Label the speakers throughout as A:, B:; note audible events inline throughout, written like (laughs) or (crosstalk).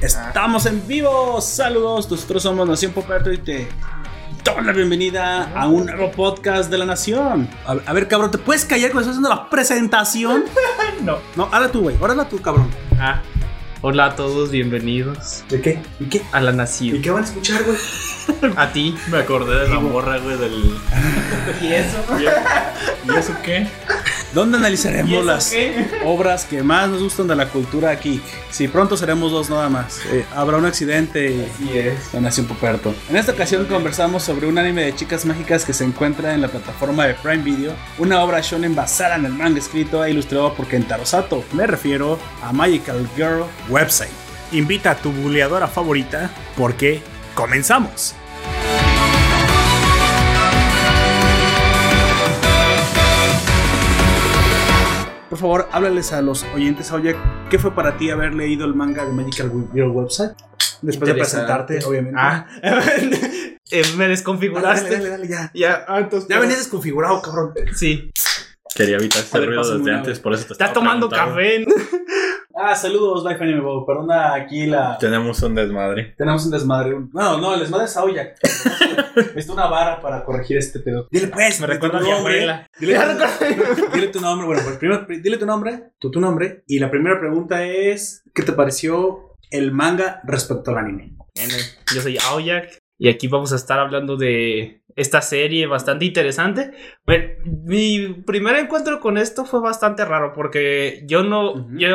A: Estamos en vivo, saludos, nosotros somos Nación Poperto y te damos la bienvenida a un nuevo podcast de la Nación.
B: A ver, a ver, cabrón, ¿te puedes callar cuando estás haciendo la presentación?
C: No.
B: No, ahora tú, güey, ahora tú, cabrón.
C: Ah, hola a todos, bienvenidos
D: ¿De qué? ¿Y qué?
C: a la
D: ¿Y
C: nación.
D: qué van a escuchar, güey?
C: (laughs) A ti.
E: Me acordé de la morra, güey, del.
C: (laughs) ¿Y eso?
E: ¿Y eso qué?
A: Donde
C: (laughs)
A: analizaremos las
C: qué?
A: obras que más nos gustan de la cultura aquí. Si pronto seremos dos nada más. Eh, habrá un accidente y
C: Así es.
A: la Nación Poperto. En esta ocasión conversamos sobre un anime de chicas mágicas que se encuentra en la plataforma de Prime Video, una obra shonen basada en el manga escrito e ilustrado por Kentaro Sato. Me refiero a Magical Girl Website. Invita a tu buleadora favorita porque comenzamos. Por favor, háblales a los oyentes, oye, ¿qué fue para ti haber leído el manga de Magical Girl Website? Después de
D: Interesante.
A: presentarte, obviamente.
C: Ah, (laughs) eh, me
D: Dale,
C: desconfiguraste.
D: dale, dale, ya.
C: Ya, ah, entonces.
D: Ya venías desconfigurado, cabrón.
C: Sí.
E: Quería evitar
A: A
E: este
A: ver,
E: ruido
A: pásame
E: desde
A: una,
E: antes, por eso te
C: Está
E: estaba
C: tomando
E: preguntando.
C: café.
A: Ah, saludos, Life Anime Bob. Perdona, aquí la.
E: Tenemos un desmadre.
A: Tenemos un desmadre. un- Bueno, no, el desmadre
D: (laughs)
A: es Aoya. Necesito una vara para corregir este pedo.
D: Dile, pues.
C: Me
D: de
C: recuerda a
D: tu
C: mi
D: nombre.
C: abuela.
A: Dile, dile tu nombre. Bueno, pues primero, pri- dile tu nombre, tu, tu nombre. Y la primera pregunta es: ¿Qué te pareció el manga respecto al anime?
C: Bueno, yo soy Aoyak y aquí vamos a estar hablando de esta serie bastante interesante. Bueno, mi primer encuentro con esto fue bastante raro porque yo no,
A: Ujú.
C: yo,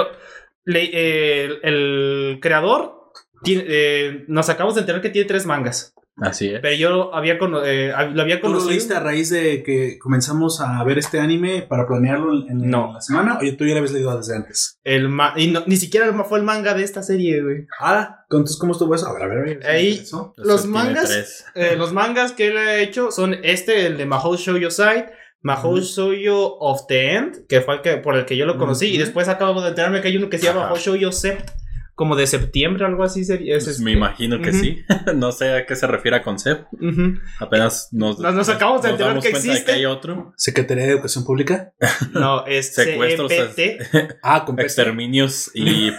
C: le- eh, el, el creador tiene- eh, nos acabamos de enterar que tiene tres mangas,
E: Así es.
C: pero yo había cono- eh, hab- lo había
A: ¿Tú lo leíste
C: conocido.
A: a raíz de que comenzamos a ver este anime para planearlo en, en
C: No.
A: la semana? ¿O tú ya lo habías leído desde antes?
C: El ma- y no- ni siquiera el ma- fue el manga de esta serie, güey.
A: Ah, entonces, ¿cómo estuvo eso? A ver, a ver, a ver.
C: Ahí-
A: Eso.
C: Los
E: Tiene
C: mangas
E: tres.
C: Eh, los mangas que él ha hecho son este, el de Mahou Shoujo Side, Mahou
A: Ujú.
C: Shoujo of the End, que fue el que, por el que yo lo conocí, y
A: Ujú.
C: después acabo de enterarme que hay uno que se llama
E: Ajá.
C: Mahou Shoujo Sept, como de septiembre, algo así sería. es
E: Pues
C: este.
E: me imagino que
C: Ujú.
E: sí. (laughs) No sé a qué se refiere a Concept.
C: Ujú.
E: Apenas nos,
C: Nos- nos acabamos de
E: nos
C: enterar
E: damos
C: que
E: cuenta de
C: existe.
E: hay otro.
A: Secretaría de Educación Pública.
C: No, es
E: Secuestros,
C: CPT.
A: Ah, con P.
E: Exterminios
C: (laughs)
E: y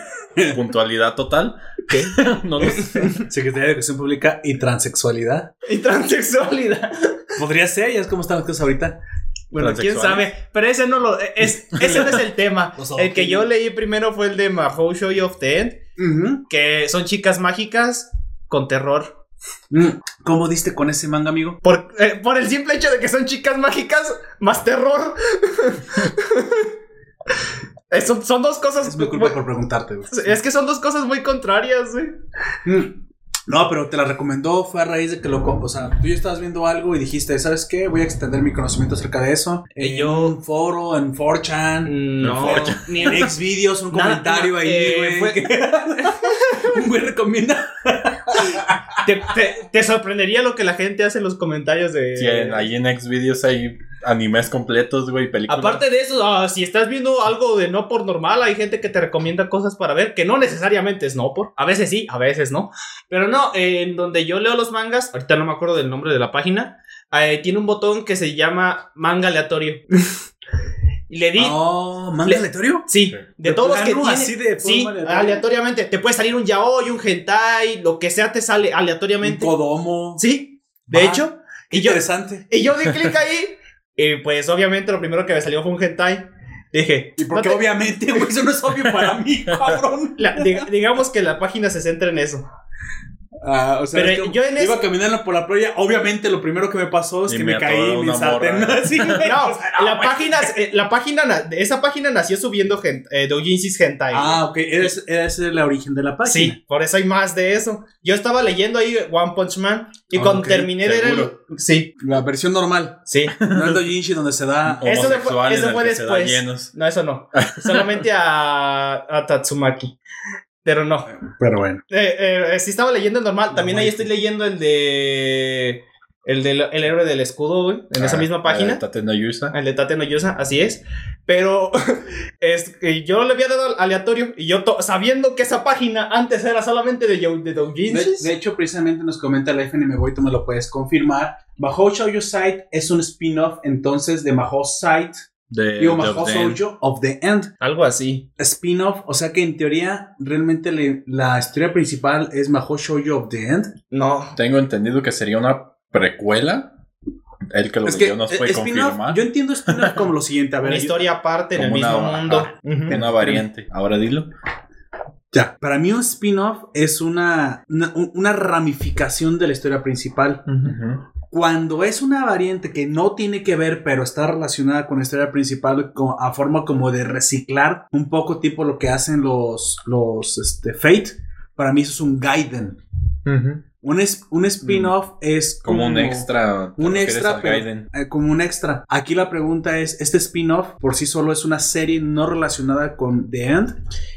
E: puntualidad total.
A: ¿Qué?
E: (laughs) No lo
A: (laughs)
E: sé.
A: Secretaría de Educación Pública y Transexualidad.
C: Y transexualidad.
A: Podría ser, ya es como están las cosas ahorita.
C: Bueno, quién
E: Transexuales.
C: sabe. Pero ese no lo. e, Es, ese no es el
E: (laughs)
C: tema.
A: Los
C: El que
A: adoptivos.
C: yo leí primero fue el de Mahou Shoujo of the End, que son chicas mágicas con terror.
A: Mm, ¿Cómo diste con ese manga, amigo?
C: Por, eh, por el simple hecho de que son chicas mágicas, más terror. (laughs) Es- son, son dos cosas.
A: Es mi
C: muy-
A: culpa por preguntarte. güey.
C: (laughs) es que son dos cosas muy contrarias, güey.
A: Mm. No, pero te la recomendó, fue a raíz de que lo... co- O sea, tú ya estabas viendo algo y dijiste, ¿sabes qué? Voy a extender mi conocimiento acerca de eso.
C: Y
A: En
C: yo-
A: un foro, en 4chan,
C: No, ni
A: en Xvideos, un
C: (laughs) Nada,
A: comentario
C: nada,
A: ahí,
C: eh,
A: güey. (laughs)
C: fue-
A: que- un güey recomienda...
C: te, te- te sorprendería lo que la gente hace en los comentarios de.
E: Sí, en- ahí en Xvideos hay animes completos, güey, películas.
C: Aparte de eso, ah, si estás viendo algo de no por normal, hay gente que te recomienda cosas para ver que no necesariamente es no por. A veces sí, a veces no. Pero no, eh, en donde yo leo los mangas, ahorita no me acuerdo del nombre de la página, eh, tiene un botón que se llama
A: (laughs)
C: manga aleatorio. y le di.
A: Oh, manga
C: Le-
A: aleatorio.
C: Sí, de todos los que
A: plano,
C: tiene,
A: pues así de
C: sí,
A: forma aleatoria.
C: aleatoriamente. Te puede salir un yaoi, un hentai, lo que sea te sale
A: Un
C: aleatoriamente.
A: Kodomo.
C: Sí, de
A: Va.
C: hecho. Y yo,
A: Interesante.
C: y yo di clic ahí. Y pues obviamente lo primero que me salió fue un hentai. Dije,
A: Y porque
C: no te-
A: obviamente, güey, eso no es obvio para (laughs) mí, cabrón.
C: la- dig- digamos que la página se centra
A: (laughs)
C: en eso.
A: Ah, o sea,
C: Pero
A: es como-
C: yo en
A: iba
C: ese-
A: caminando por la playa. Obviamente, lo primero que me pasó es
E: Y
A: que
E: me
A: me caí
E: atoró
A: y me
E: una
A: salté.
E: morra.
A: ¿no? Así, güey.
C: (laughs) No,
A: O sea,
C: la
A: Pues, güey.
C: página, eh, la página, na- esa página nació subiendo gen- eh, doujinsis hentai.
A: Ah, ok. Ese es el origen de la página.
C: Sí, por eso hay más de eso. Yo estaba leyendo ahí One Punch Man y
A: Ah,
C: cuando
A: ok,
C: terminé de leer...
E: seguro.
C: Sí,
A: La versión normal.
C: sí.
A: No es (laughs) doujinshi donde se da.
C: Eh. eso
E: Homosexual
C: fue-
E: en
C: eso
E: el
C: fue
E: que se da
C: después.
E: llenos.
C: No,
A: (laughs)
C: eso no. Solamente a, a Tatsumaki. Pero no.
A: Pero bueno.
C: Eh, eh, eh, sí estaba leyendo el normal. También ahí estoy leyendo el de... El del el héroe del escudo, güey. En esa
E: Ah,
C: misma página. Ah,
E: eh, Tate no Yusa.
C: El de Tate no Yusa, así es. Pero (laughs) es que yo le había dado al aleatorio y yo to- sabiendo que esa página antes era solamente de, Yo- de
A: De,
C: doujinshis.
A: de hecho, precisamente nos comenta la FNM Boy, tú me lo puedes confirmar. Mahou Shoujo Site es un spin-off entonces Eh, de Mahou Site
E: De,
A: Y
E: de
A: Omaha
E: Obden.
A: Sojo of the End,
C: Algo así.
A: spin-off. O sea que en teoría, realmente le- la historia principal es Mahou Shoujo of the End.
C: No.
E: Tengo entendido que sería una precuela. El que lo
A: es que
E: leyó nos
A: eh,
E: puede
A: spin-off,
E: confirmar.
A: yo entiendo spin-off como lo
C: (laughs)
A: siguiente. A ver,
C: Una
A: yo-
C: historia aparte en el
E: como
C: mismo
E: una-
C: mundo.
E: ajá.
C: Ujú.
E: Una variante. Ahora dilo.
A: Ya, para mí un spin-off es una, una, un- una ramificación de la historia principal. Cuando es una variante que no tiene que ver, pero está relacionada con la historia principal co- a forma como de reciclar un poco tipo lo que hacen los, los este, Fate, para mí eso es un Gaiden. Un, es- un spin-off es
E: Mm. Como un extra. ¿te
A: un
E: refieres
A: extra,
E: a
A: pero-
E: Gaiden?
A: eh, como un extra. Aquí la pregunta es, ¿este spin-off por sí solo es una serie no relacionada con The End?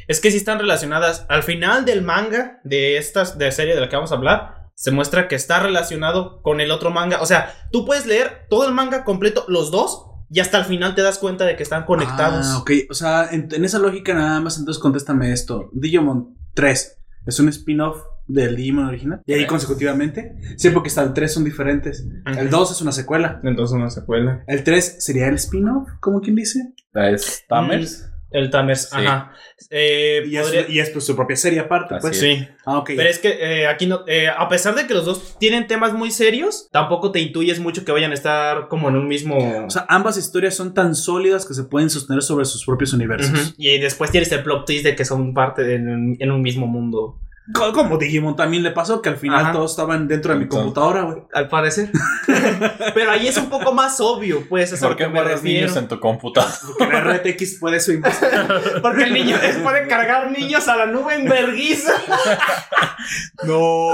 C: Es que sí están relacionadas. Al final del manga de estas de serie de la que vamos a hablar, se muestra que está relacionado con el otro manga. O sea, tú puedes leer todo el manga completo, los dos, y hasta el final te das cuenta de que están conectados.
A: Ah, ok. O sea, en, en esa lógica nada más, entonces contéstame esto. Digimon 3 es un spin-off del Digimon original. Y ahí
E: Tres.
A: consecutivamente. Sí, porque hasta el 3 son diferentes. El 2 es una secuela.
C: Entonces una secuela.
A: El 3 sería el spin-off, como quien dice.
E: Ah, ¿Es Tamers?
C: El Tamers,
E: Sí.
C: ajá. Eh,
A: Y es,
C: podría-
A: y es, pues, su propia serie aparte.
E: Así
A: Pues.
E: es.
C: Sí,
A: Ah, ok.
C: pero es que eh, aquí no, eh, a pesar de que los dos tienen temas muy serios, tampoco te intuyes mucho que vayan a estar como en un mismo.
A: O sea, ambas historias son tan sólidas que se pueden sostener sobre sus propios universos.
C: Ujú. Y después tienes el plot twist de que son parte de- en- en un mismo mundo.
A: Co- Como Digimon también le pasó, que al final
C: Ajá.
A: todos estaban dentro de mi
E: Entonces-
A: computadora, güey.
C: Al parecer. Pero ahí es un poco más obvio, pues, es a lo
E: ¿Por
C: que
E: qué
C: me
E: guardas
C: refiero.
E: niños en
C: (laughs)
E: tu computadora?
A: Porque la RTX puede eso. y más.
C: Porque el niño es- puede cargar niños a la nube en verguiza.
A: No,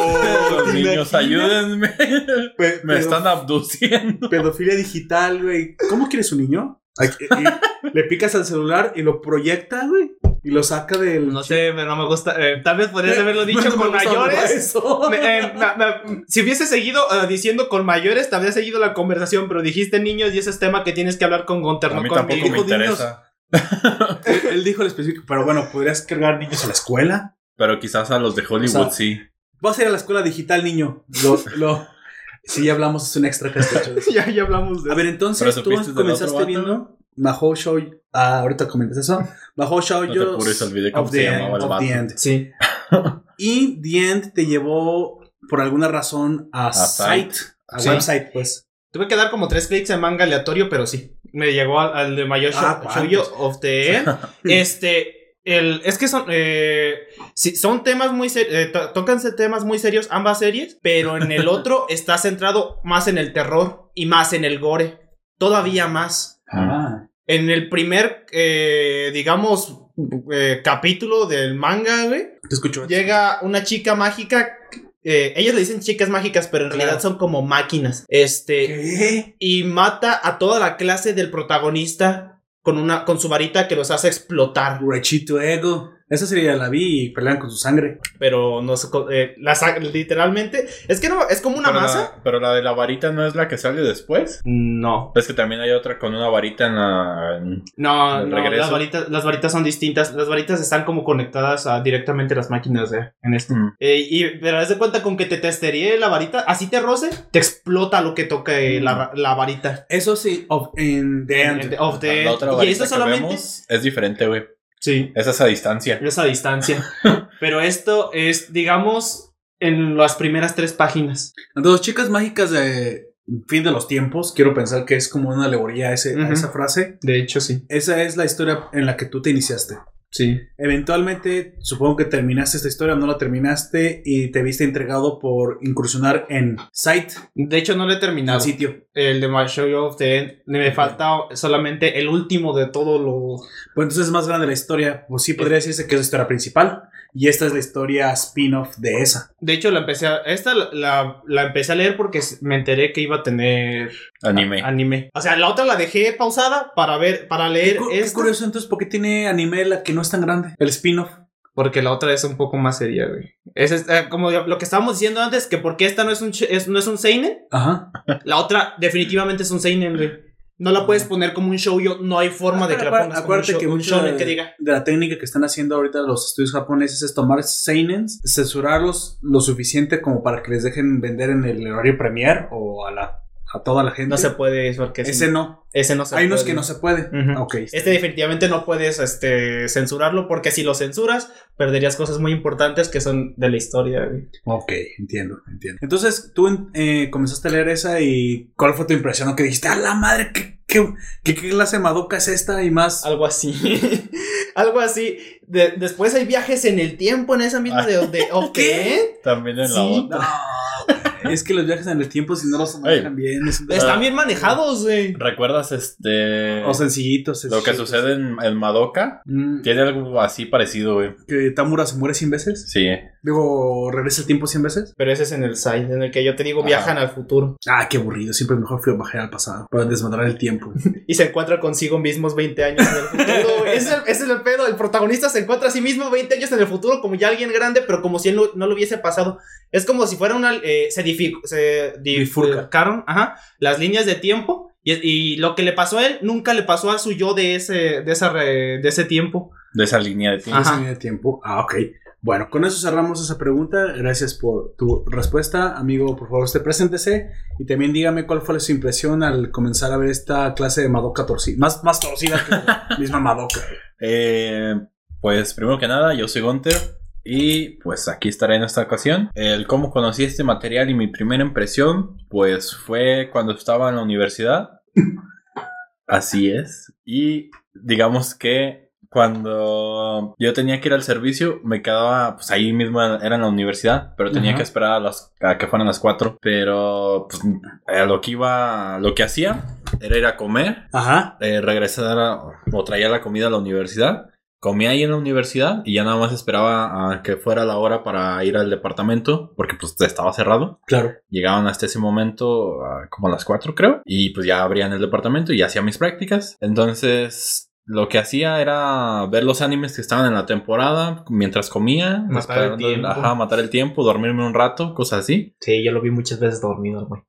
E: Los niños, ayúdenme.
A: Pe-
E: (laughs) Me
A: pedo-
E: están abduciendo.
A: Pedofilia digital, güey. ¿Cómo quieres un niño? Ay, y- y le picas al celular y lo proyecta, güey. Y lo saca del.
C: No sé, pero no me gusta. eh, tal vez podrías haberlo dicho
A: (laughs) No me
C: con
A: gusta hablar de
C: mayores.
A: eso.
C: Me- eh, na- na- si hubiese seguido eh, diciendo con mayores, te habría seguido la conversación, pero dijiste niños y ese es tema que tienes que hablar con Gunter,
E: A
C: no
E: mí
C: con
E: tampoco me
C: Dijo niños.
E: interesa.
A: Él dijo el específico, pero bueno, podrías cargar niños a la escuela.
E: Pero quizás a los de Hollywood
A: O sea,
E: sí.
A: Vas a ir a la escuela digital, niño. Lo, lo... Sí, ya hablamos, es un extra castigo.
C: (laughs) ya, ya hablamos de
A: A ver,
E: ¿Pero
A: entonces tú
E: supiste del
A: comenzaste
E: otro vato?
A: viendo Mahou Show. Ah, ahorita comentas eso. Mahou Show
E: No te apures, olvidé cómo se llamaba el vato.
C: Sí.
A: Y The End te llevó por alguna razón a, site,
E: site.
A: a
C: Sí.
A: website, pues.
C: Tuve que dar como tres clics en manga aleatorio, pero sí. Me llegó al, al de Mayor
A: Ah,
C: Shou-
A: ¿cuántos?
C: Shoujo of
A: (laughs)
C: the End. este. El, es que son. eh, sí, son temas muy eh, serios. tócanse temas muy serios ambas series. Pero en
A: (laughs)
C: el otro está centrado más en el terror y más en el gore. Todavía más.
A: Ah.
C: En el primer, eh, digamos, eh, capítulo del manga, güey.
A: Te escucho.
C: Llega una chica mágica. eh, ellos le dicen chicas mágicas, pero en
A: Claro.
C: realidad son como máquinas. Este
A: ¿Qué?
C: y mata a toda la clase del protagonista con una con su varita que los hace explotar.
A: Rechito Ego. Esa sería la vi y pelean con su sangre.
C: Pero no sé, co- eh, la sa- literalmente es que no es como una
E: pero
C: masa.
E: La, pero la de la varita no es la que sale después.
C: No,
E: Es que también hay otra con una varita en la. en-
C: no,
E: Del
C: no,
E: regreso.
C: las varitas, las varitas son distintas. Las varitas están como conectadas a directamente las máquinas eh, en este.
E: Mm.
C: Eh, y pero haz de cuenta con que te testeree la varita, así te roce, te explota lo que toque la, ra- la varita.
A: Eso sí, of- en The End.
C: En- of the-
E: la otra
C: y eso
E: varita que
C: solamente.
E: vemos es diferente, güey.
C: Sí.
E: Esa es a distancia.
C: esa distancia. (laughs) Pero esto es, digamos, en las primeras tres páginas.
A: Entonces, chicas mágicas de fin de los tiempos, quiero pensar que es como una alegoría a, ese- a
C: Ujú.
A: esa frase.
C: De hecho, sí.
A: Esa es la historia en la que tú te iniciaste.
C: Sí.
A: Eventualmente, supongo que terminaste esta historia, no la terminaste y te viste entregado por incursionar en site,
C: De hecho, no lo he terminado.
A: al sitio.
C: El de My Show of the End. Me falta solamente el último de todo lo.
A: Pues entonces es más grande la historia. Pues sí, podría decirse que es la historia principal. Y esta es la historia spin-off de esa.
C: De hecho, la empecé a. Esta la, la, la empecé a leer porque s- me enteré que iba a tener
E: Anime.
C: anime. O sea, la otra la dejé pausada para ver, para leer
A: Cu- Es
C: Eh, esta.
A: curioso entonces, ¿por qué tiene anime la que no es tan grande? El spin-off.
C: Porque la otra es un poco más seria, güey. Es, es- eh, como lo que estábamos diciendo antes, que porque esta no es un, ch- es- no es un seinen,
A: Ajá.
C: La otra definitivamente es un seinen, güey. No la puedes poner como un shoujo, no hay forma de que la
A: Acuérdate-
C: pongas como un,
A: acuérdate
C: shou-
A: que
C: un
A: mucho
C: shounen
A: de-
C: que diga.
A: De la técnica que están haciendo ahorita los estudios japoneses es tomar seinens, censurarlos lo suficiente como para que les dejen vender en el horario premier o a la a toda la gente.
C: No se puede porque
A: Ese no.
C: ese no se
A: Hay unos
C: puede.
A: que no se puede.
C: Ujú.
A: Ok.
C: Este definitivamente no puedes este, censurarlo porque si lo censuras perderías cosas muy importantes que son de la historia. güey.
A: Ok, entiendo, entiendo. Entonces, tú eh, comenzaste a leer esa y ¿cuál fue tu impresión? ¿O que dijiste, a la madre, ¿qué, qué, qué, qué clase de madoka es esta y más?
C: Algo así. (laughs) Algo así. De- después hay viajes en el tiempo en esa misma de... de (laughs) ok.
E: También en la
C: Sí.
E: otra.
A: No, güey, es que los viajes en el tiempo, si no los manejan bien, es un-
C: Están bien manejados, güey.
E: ¿Recuerdas este.
A: o sencillitos.
E: lo que
A: sencillitos.
E: sucede en, en Madoka?
A: Mm,
E: Tiene algo así parecido, güey.
A: que Tamura se muere 100 veces.
E: Sí.
A: Digo, regresa el tiempo 100 veces.
C: Pero ese es en el side, en el que yo te digo
E: Ajá.
C: viajan al futuro.
A: Ah, qué aburrido. Siempre es mejor fui a bajar al pasado para desmadrar el tiempo.
C: Y se encuentra consigo mismos 20 años en el futuro. güey. ese, es el- ese es el pedo. El protagonista se encuentra a sí mismo 20 años en el futuro como ya alguien grande, pero como si él no, no lo hubiese pasado. Es como si fuera una... eh, se dific- se bifurcaron ajá, las líneas de tiempo. Y, y lo que le pasó a él nunca le pasó a su yo de ese, de esa re- de ese tiempo.
E: De esa línea de tiempo.
C: Ajá.
A: Ajá. de tiempo. Ah, ok. Bueno, con eso cerramos esa pregunta. Gracias por tu respuesta, amigo. Por favor, usted preséntese y también dígame cuál fue su impresión al comenzar a ver esta clase de Madoka torcida. Más, más torcida que la (laughs) misma Madoka.
E: Eh, pues primero que nada, yo soy Gunter y pues aquí estaré en esta ocasión. El cómo conocí este material y mi primera impresión, pues fue cuando estaba en la universidad. Así es. Y digamos que cuando yo tenía que ir al servicio, me quedaba, pues ahí mismo era en la universidad, pero tenía
A: Ajá.
E: que esperar a, las, a que fueran las 4. Pero pues, eh, lo que iba, lo que hacía era ir a comer
A: Ajá.
E: eh, regresar a- o traía la comida a la universidad. Comía ahí en la universidad y ya nada más esperaba a que fuera la hora para ir al departamento porque pues estaba cerrado.
A: Claro.
E: Llegaban hasta ese momento ah, como a las 4 creo y pues ya abrían el departamento y hacía mis prácticas. Entonces lo que hacía era ver los animes que estaban en la temporada mientras comía.
C: Matar el
E: esperando-
C: tiempo.
E: Ajá, matar el tiempo, dormirme un rato, cosas así.
C: Sí, yo lo vi muchas veces dormido, güey.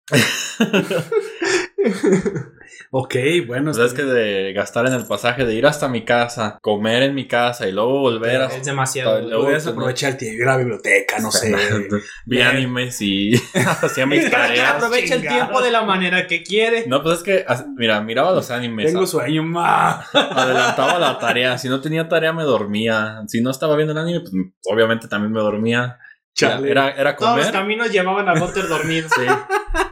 A: Ok, bueno.
E: Pues es
A: está
E: que de gastar en el pasaje, de ir hasta mi casa, comer en mi casa y luego volver a...
C: Es demasiado.
E: Tal-
C: güey.
A: bien. Podrías pues aprovechar el tiempo, ir a la biblioteca,
E: (laughs)
A: no sé.
E: Vi
A: Bien. (laughs)
E: animes y hacía (laughs) mis tareas.
C: Aprovecha el tiempo de la manera que quiere.
E: No, pues es que, as- mira, miraba los animes,
A: Tengo sueño, ma.
E: a- adelantaba la tarea. Si no tenía tarea, me dormía. Si no estaba viendo el anime, pues obviamente también me dormía. Era,
A: Chale.
E: era, era
C: Todos los
E: comer.
C: caminos llevaban a Gunter dormido.
E: Sí.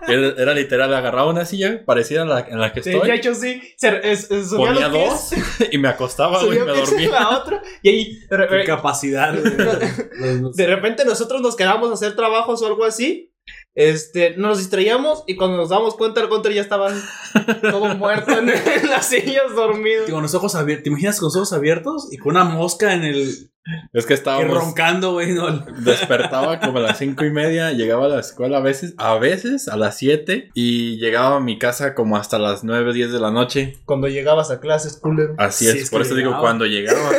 E: Era, era literal, agarraba una silla parecida a la en la que
C: Sí, de
E: estoy
C: hecho, sí. Se, es- es- subía
E: Ponía
C: los pies,
E: dos (laughs) y me acostaba güey,
C: subía
E: y me
C: un pie
E: dormía.
C: la otra. Y ahí, de,
A: Qué
C: re-
A: capacidad. güey. Los-
C: de repente, nosotros nos quedamos a hacer trabajos o algo así. Este, nos distraíamos y cuando nos damos cuenta, el Gunter ya estaba
E: (laughs)
C: todo muerto en, en las sillas dormido.
A: Con los ojos abiertos, ¿te imaginas con los ojos abiertos y con una mosca en el.
E: Es que
A: que (laughs)
E: estábamos.
A: roncando, güey?
E: (laughs)
A: no.
E: Despertaba como a las cinco y media, llegaba a la escuela a veces, a veces a las 7 y llegaba a mi casa como hasta las 9, 10 de la noche.
C: Cuando llegabas a clases, culero.
E: Así
A: Sí,
E: es,
A: es que
E: por eso digo
A: llegaba.
E: cuando llegaba.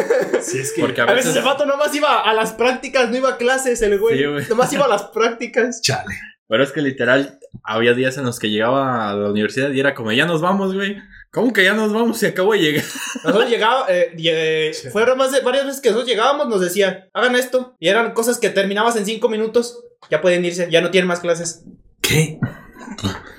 A: Si es que.
E: Porque a
C: A veces
E: veces.
C: el vato nomás iba a las prácticas, no iba a clases el güey.
E: Sí, güey.
C: Nomás iba a las prácticas.
A: Chale.
E: Pero es que literal, había días en los que llegaba a la universidad y era como, ya nos vamos, güey. ¿Cómo que ya nos vamos si acabo de llegar?
C: Nosotros llegábamos, eh, y, eh,
A: Sí.
C: fueron más de varias veces que nosotros llegábamos, nos decían, hagan esto. Y eran cosas que terminabas en cinco minutos. Ya pueden irse, ya no tienen más clases.
A: ¿Qué?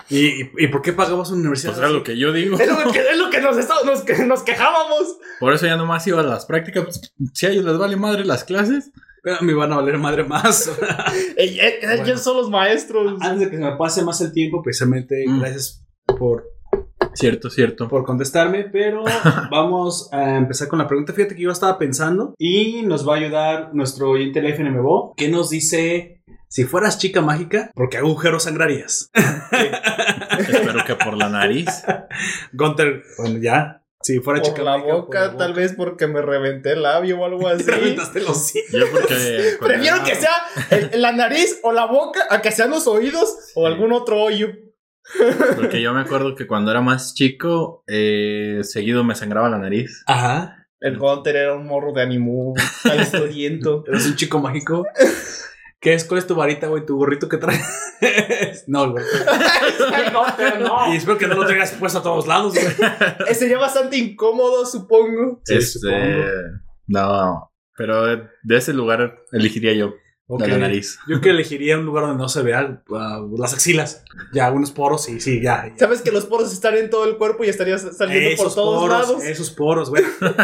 A: ¿Y, (laughs) y- y por qué pagabas una universidad?
E: Pues era lo que yo digo.
C: Es lo que, es lo que nos, está- nos, que- nos quejábamos.
E: Por eso ya nomás iba a las prácticas. Pues, Si a ellos les vale madre las clases.
A: Pero me van a valer madre más.
C: Eh, eh, eh,
A: Bueno.
C: Ellos son los
A: (laughs)
C: maestros.
A: Antes de que se me pase más el tiempo, precisamente,
E: Mm.
A: gracias por,
E: Cierto, cierto.
A: por contestarme, (laughs) pero vamos a empezar con la pregunta. Fíjate que yo estaba pensando y nos va a ayudar nuestro oyente de la FNMBO, que nos dice: si fueras chica mágica, ¿por qué agujero sangrarías? (laughs)
E: Espero que por la nariz.
A: Gunter, bueno, ya. Si fuera
C: Por
A: chica
C: la
A: mágica,
C: boca,
A: por la (laughs)
C: tal vez porque me reventé el labio o algo así.
A: Te reventaste los hocico.
E: Yo porque. cuando
C: Prefiero
E: era-
C: que sea el- la nariz o la boca a que sean los oídos o algún otro hoyo.
E: Porque yo me acuerdo que cuando era más chico, eh, seguido me sangraba la nariz.
A: Ajá.
C: El Gunter era un morro de animu, calenturiento.
A: Eres un chico mágico. ¿Qué es? ¿Cuál es tu varita, güey? ¿Tu gorrito que traes? (laughs) No, güey.
C: (laughs) El Gunter, no.
A: Y espero que no lo traigas puesto a todos lados, güey.
C: Eh, Sería bastante incómodo, supongo.
A: Sí,
E: este.
A: supongo.
E: No. Pero de ese lugar elegiría yo.
A: Ok.
E: de la nariz.
A: Yo que elegiría un lugar donde no se vea ah, las axilas. Ya, unos poros, sí, sí, ya. ya.
C: Sabes que los poros están en todo el cuerpo y estarías saliendo por
A: Esos
C: todos
A: poros, eh.
C: lados.
A: esos poros, güey.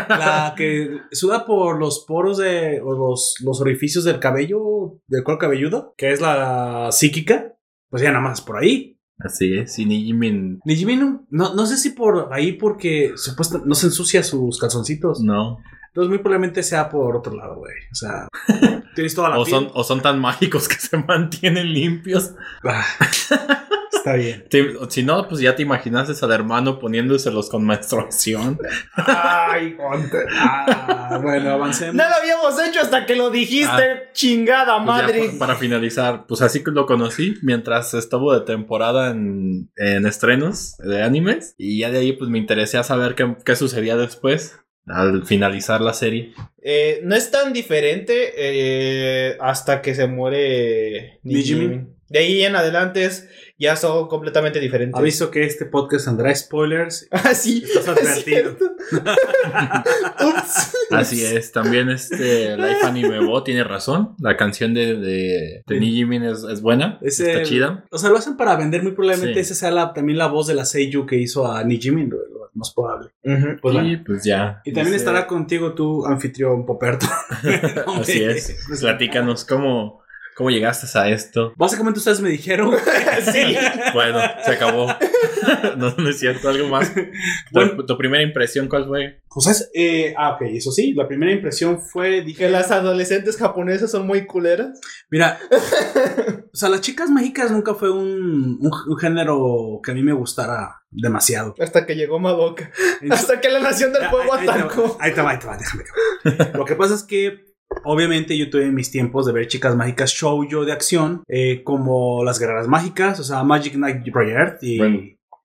A: La que suda por los poros de, o los, los orificios del cabello, del cuero cabelludo, que es la psíquica, pues ya nada más por ahí.
E: Así es, y Nijimin.
A: Nijimino, no, no sé si por ahí porque supuesto no se ensucia sus calzoncitos.
E: No.
A: Entonces muy probablemente sea por otro lado, güey. O sea, (laughs) tienes toda la
E: O
A: piel.
E: son, o son tan mágicos que se (laughs) mantienen limpios.
A: Ah, (laughs) está bien.
E: Te- si no, pues ya te imaginaste al hermano poniéndoselos con menstruación. Pues
A: Ay, ponte. Ah, bueno, avancemos.
C: Nada habíamos hecho hasta que lo dijiste, chingada
E: Pues ya
C: madre.
E: pa- para finalizar, pues así que lo conocí mientras estuvo de temporada en, en estrenos de animes. Y ya de ahí pues me interesé a saber qué, qué sucedía después al finalizar la serie.
C: Eh, no es tan diferente eh, hasta que se muere
A: Nijimin.
C: Nijimin. De ahí en adelante es- ya son completamente diferentes.
A: Aviso que este podcast tendrá spoilers.
C: (laughs) Ah, sí.
A: (laughs) Estás
C: es
A: advertido.
C: cierto. Ups.
E: Así es, también este Life Anime Bo tiene razón. La canción de, de, de Nijimin es, es buena,
A: Es
E: está
A: el-
E: chida.
A: O sea, lo hacen para vender muy probablemente
E: Sí.
A: esa sea la- también la voz de la Seiyu que hizo a Nijimin, lo- lo más probable.
C: Ujú.
A: Pues,
E: y
A: bueno.
E: pues ya.
A: Y también
E: Dice-
A: estará contigo tu anfitrión Poperto.
E: (laughs)
A: (laughs)
E: Así es. Pues Platícanos cómo, cómo llegaste a esto.
A: Básicamente ustedes me dijeron.
E: (laughs)
C: Sí.
E: Bueno, se acabó. (laughs) no, no es cierto,
A: (laughs)
E: algo más. Tu-
A: Bueno.
E: tu, primera impresión, ¿cuál fue?
A: (laughs) Pues es, eh, ah, ok, eso sí, la primera impresión fue,
C: Que
A: dije,
C: las adolescentes japonesas son muy culeras.
A: mira, o sea, las chicas mágicas nunca fue un, un- un género que a mí me gustara demasiado.
C: Hasta que llegó Madoka.
A: Entonces-
C: (laughs) Hasta que la nación del fuego
A: ahí, ahí te va,
C: atacó.
A: ahí te va, ahí te va, déjame. acabar. Lo que pasa es que, obviamente, yo tuve mis tiempos de ver chicas mágicas shoujo de acción, eh, como las guerreras mágicas, o sea, Magic Knight Project y...
E: Bueno,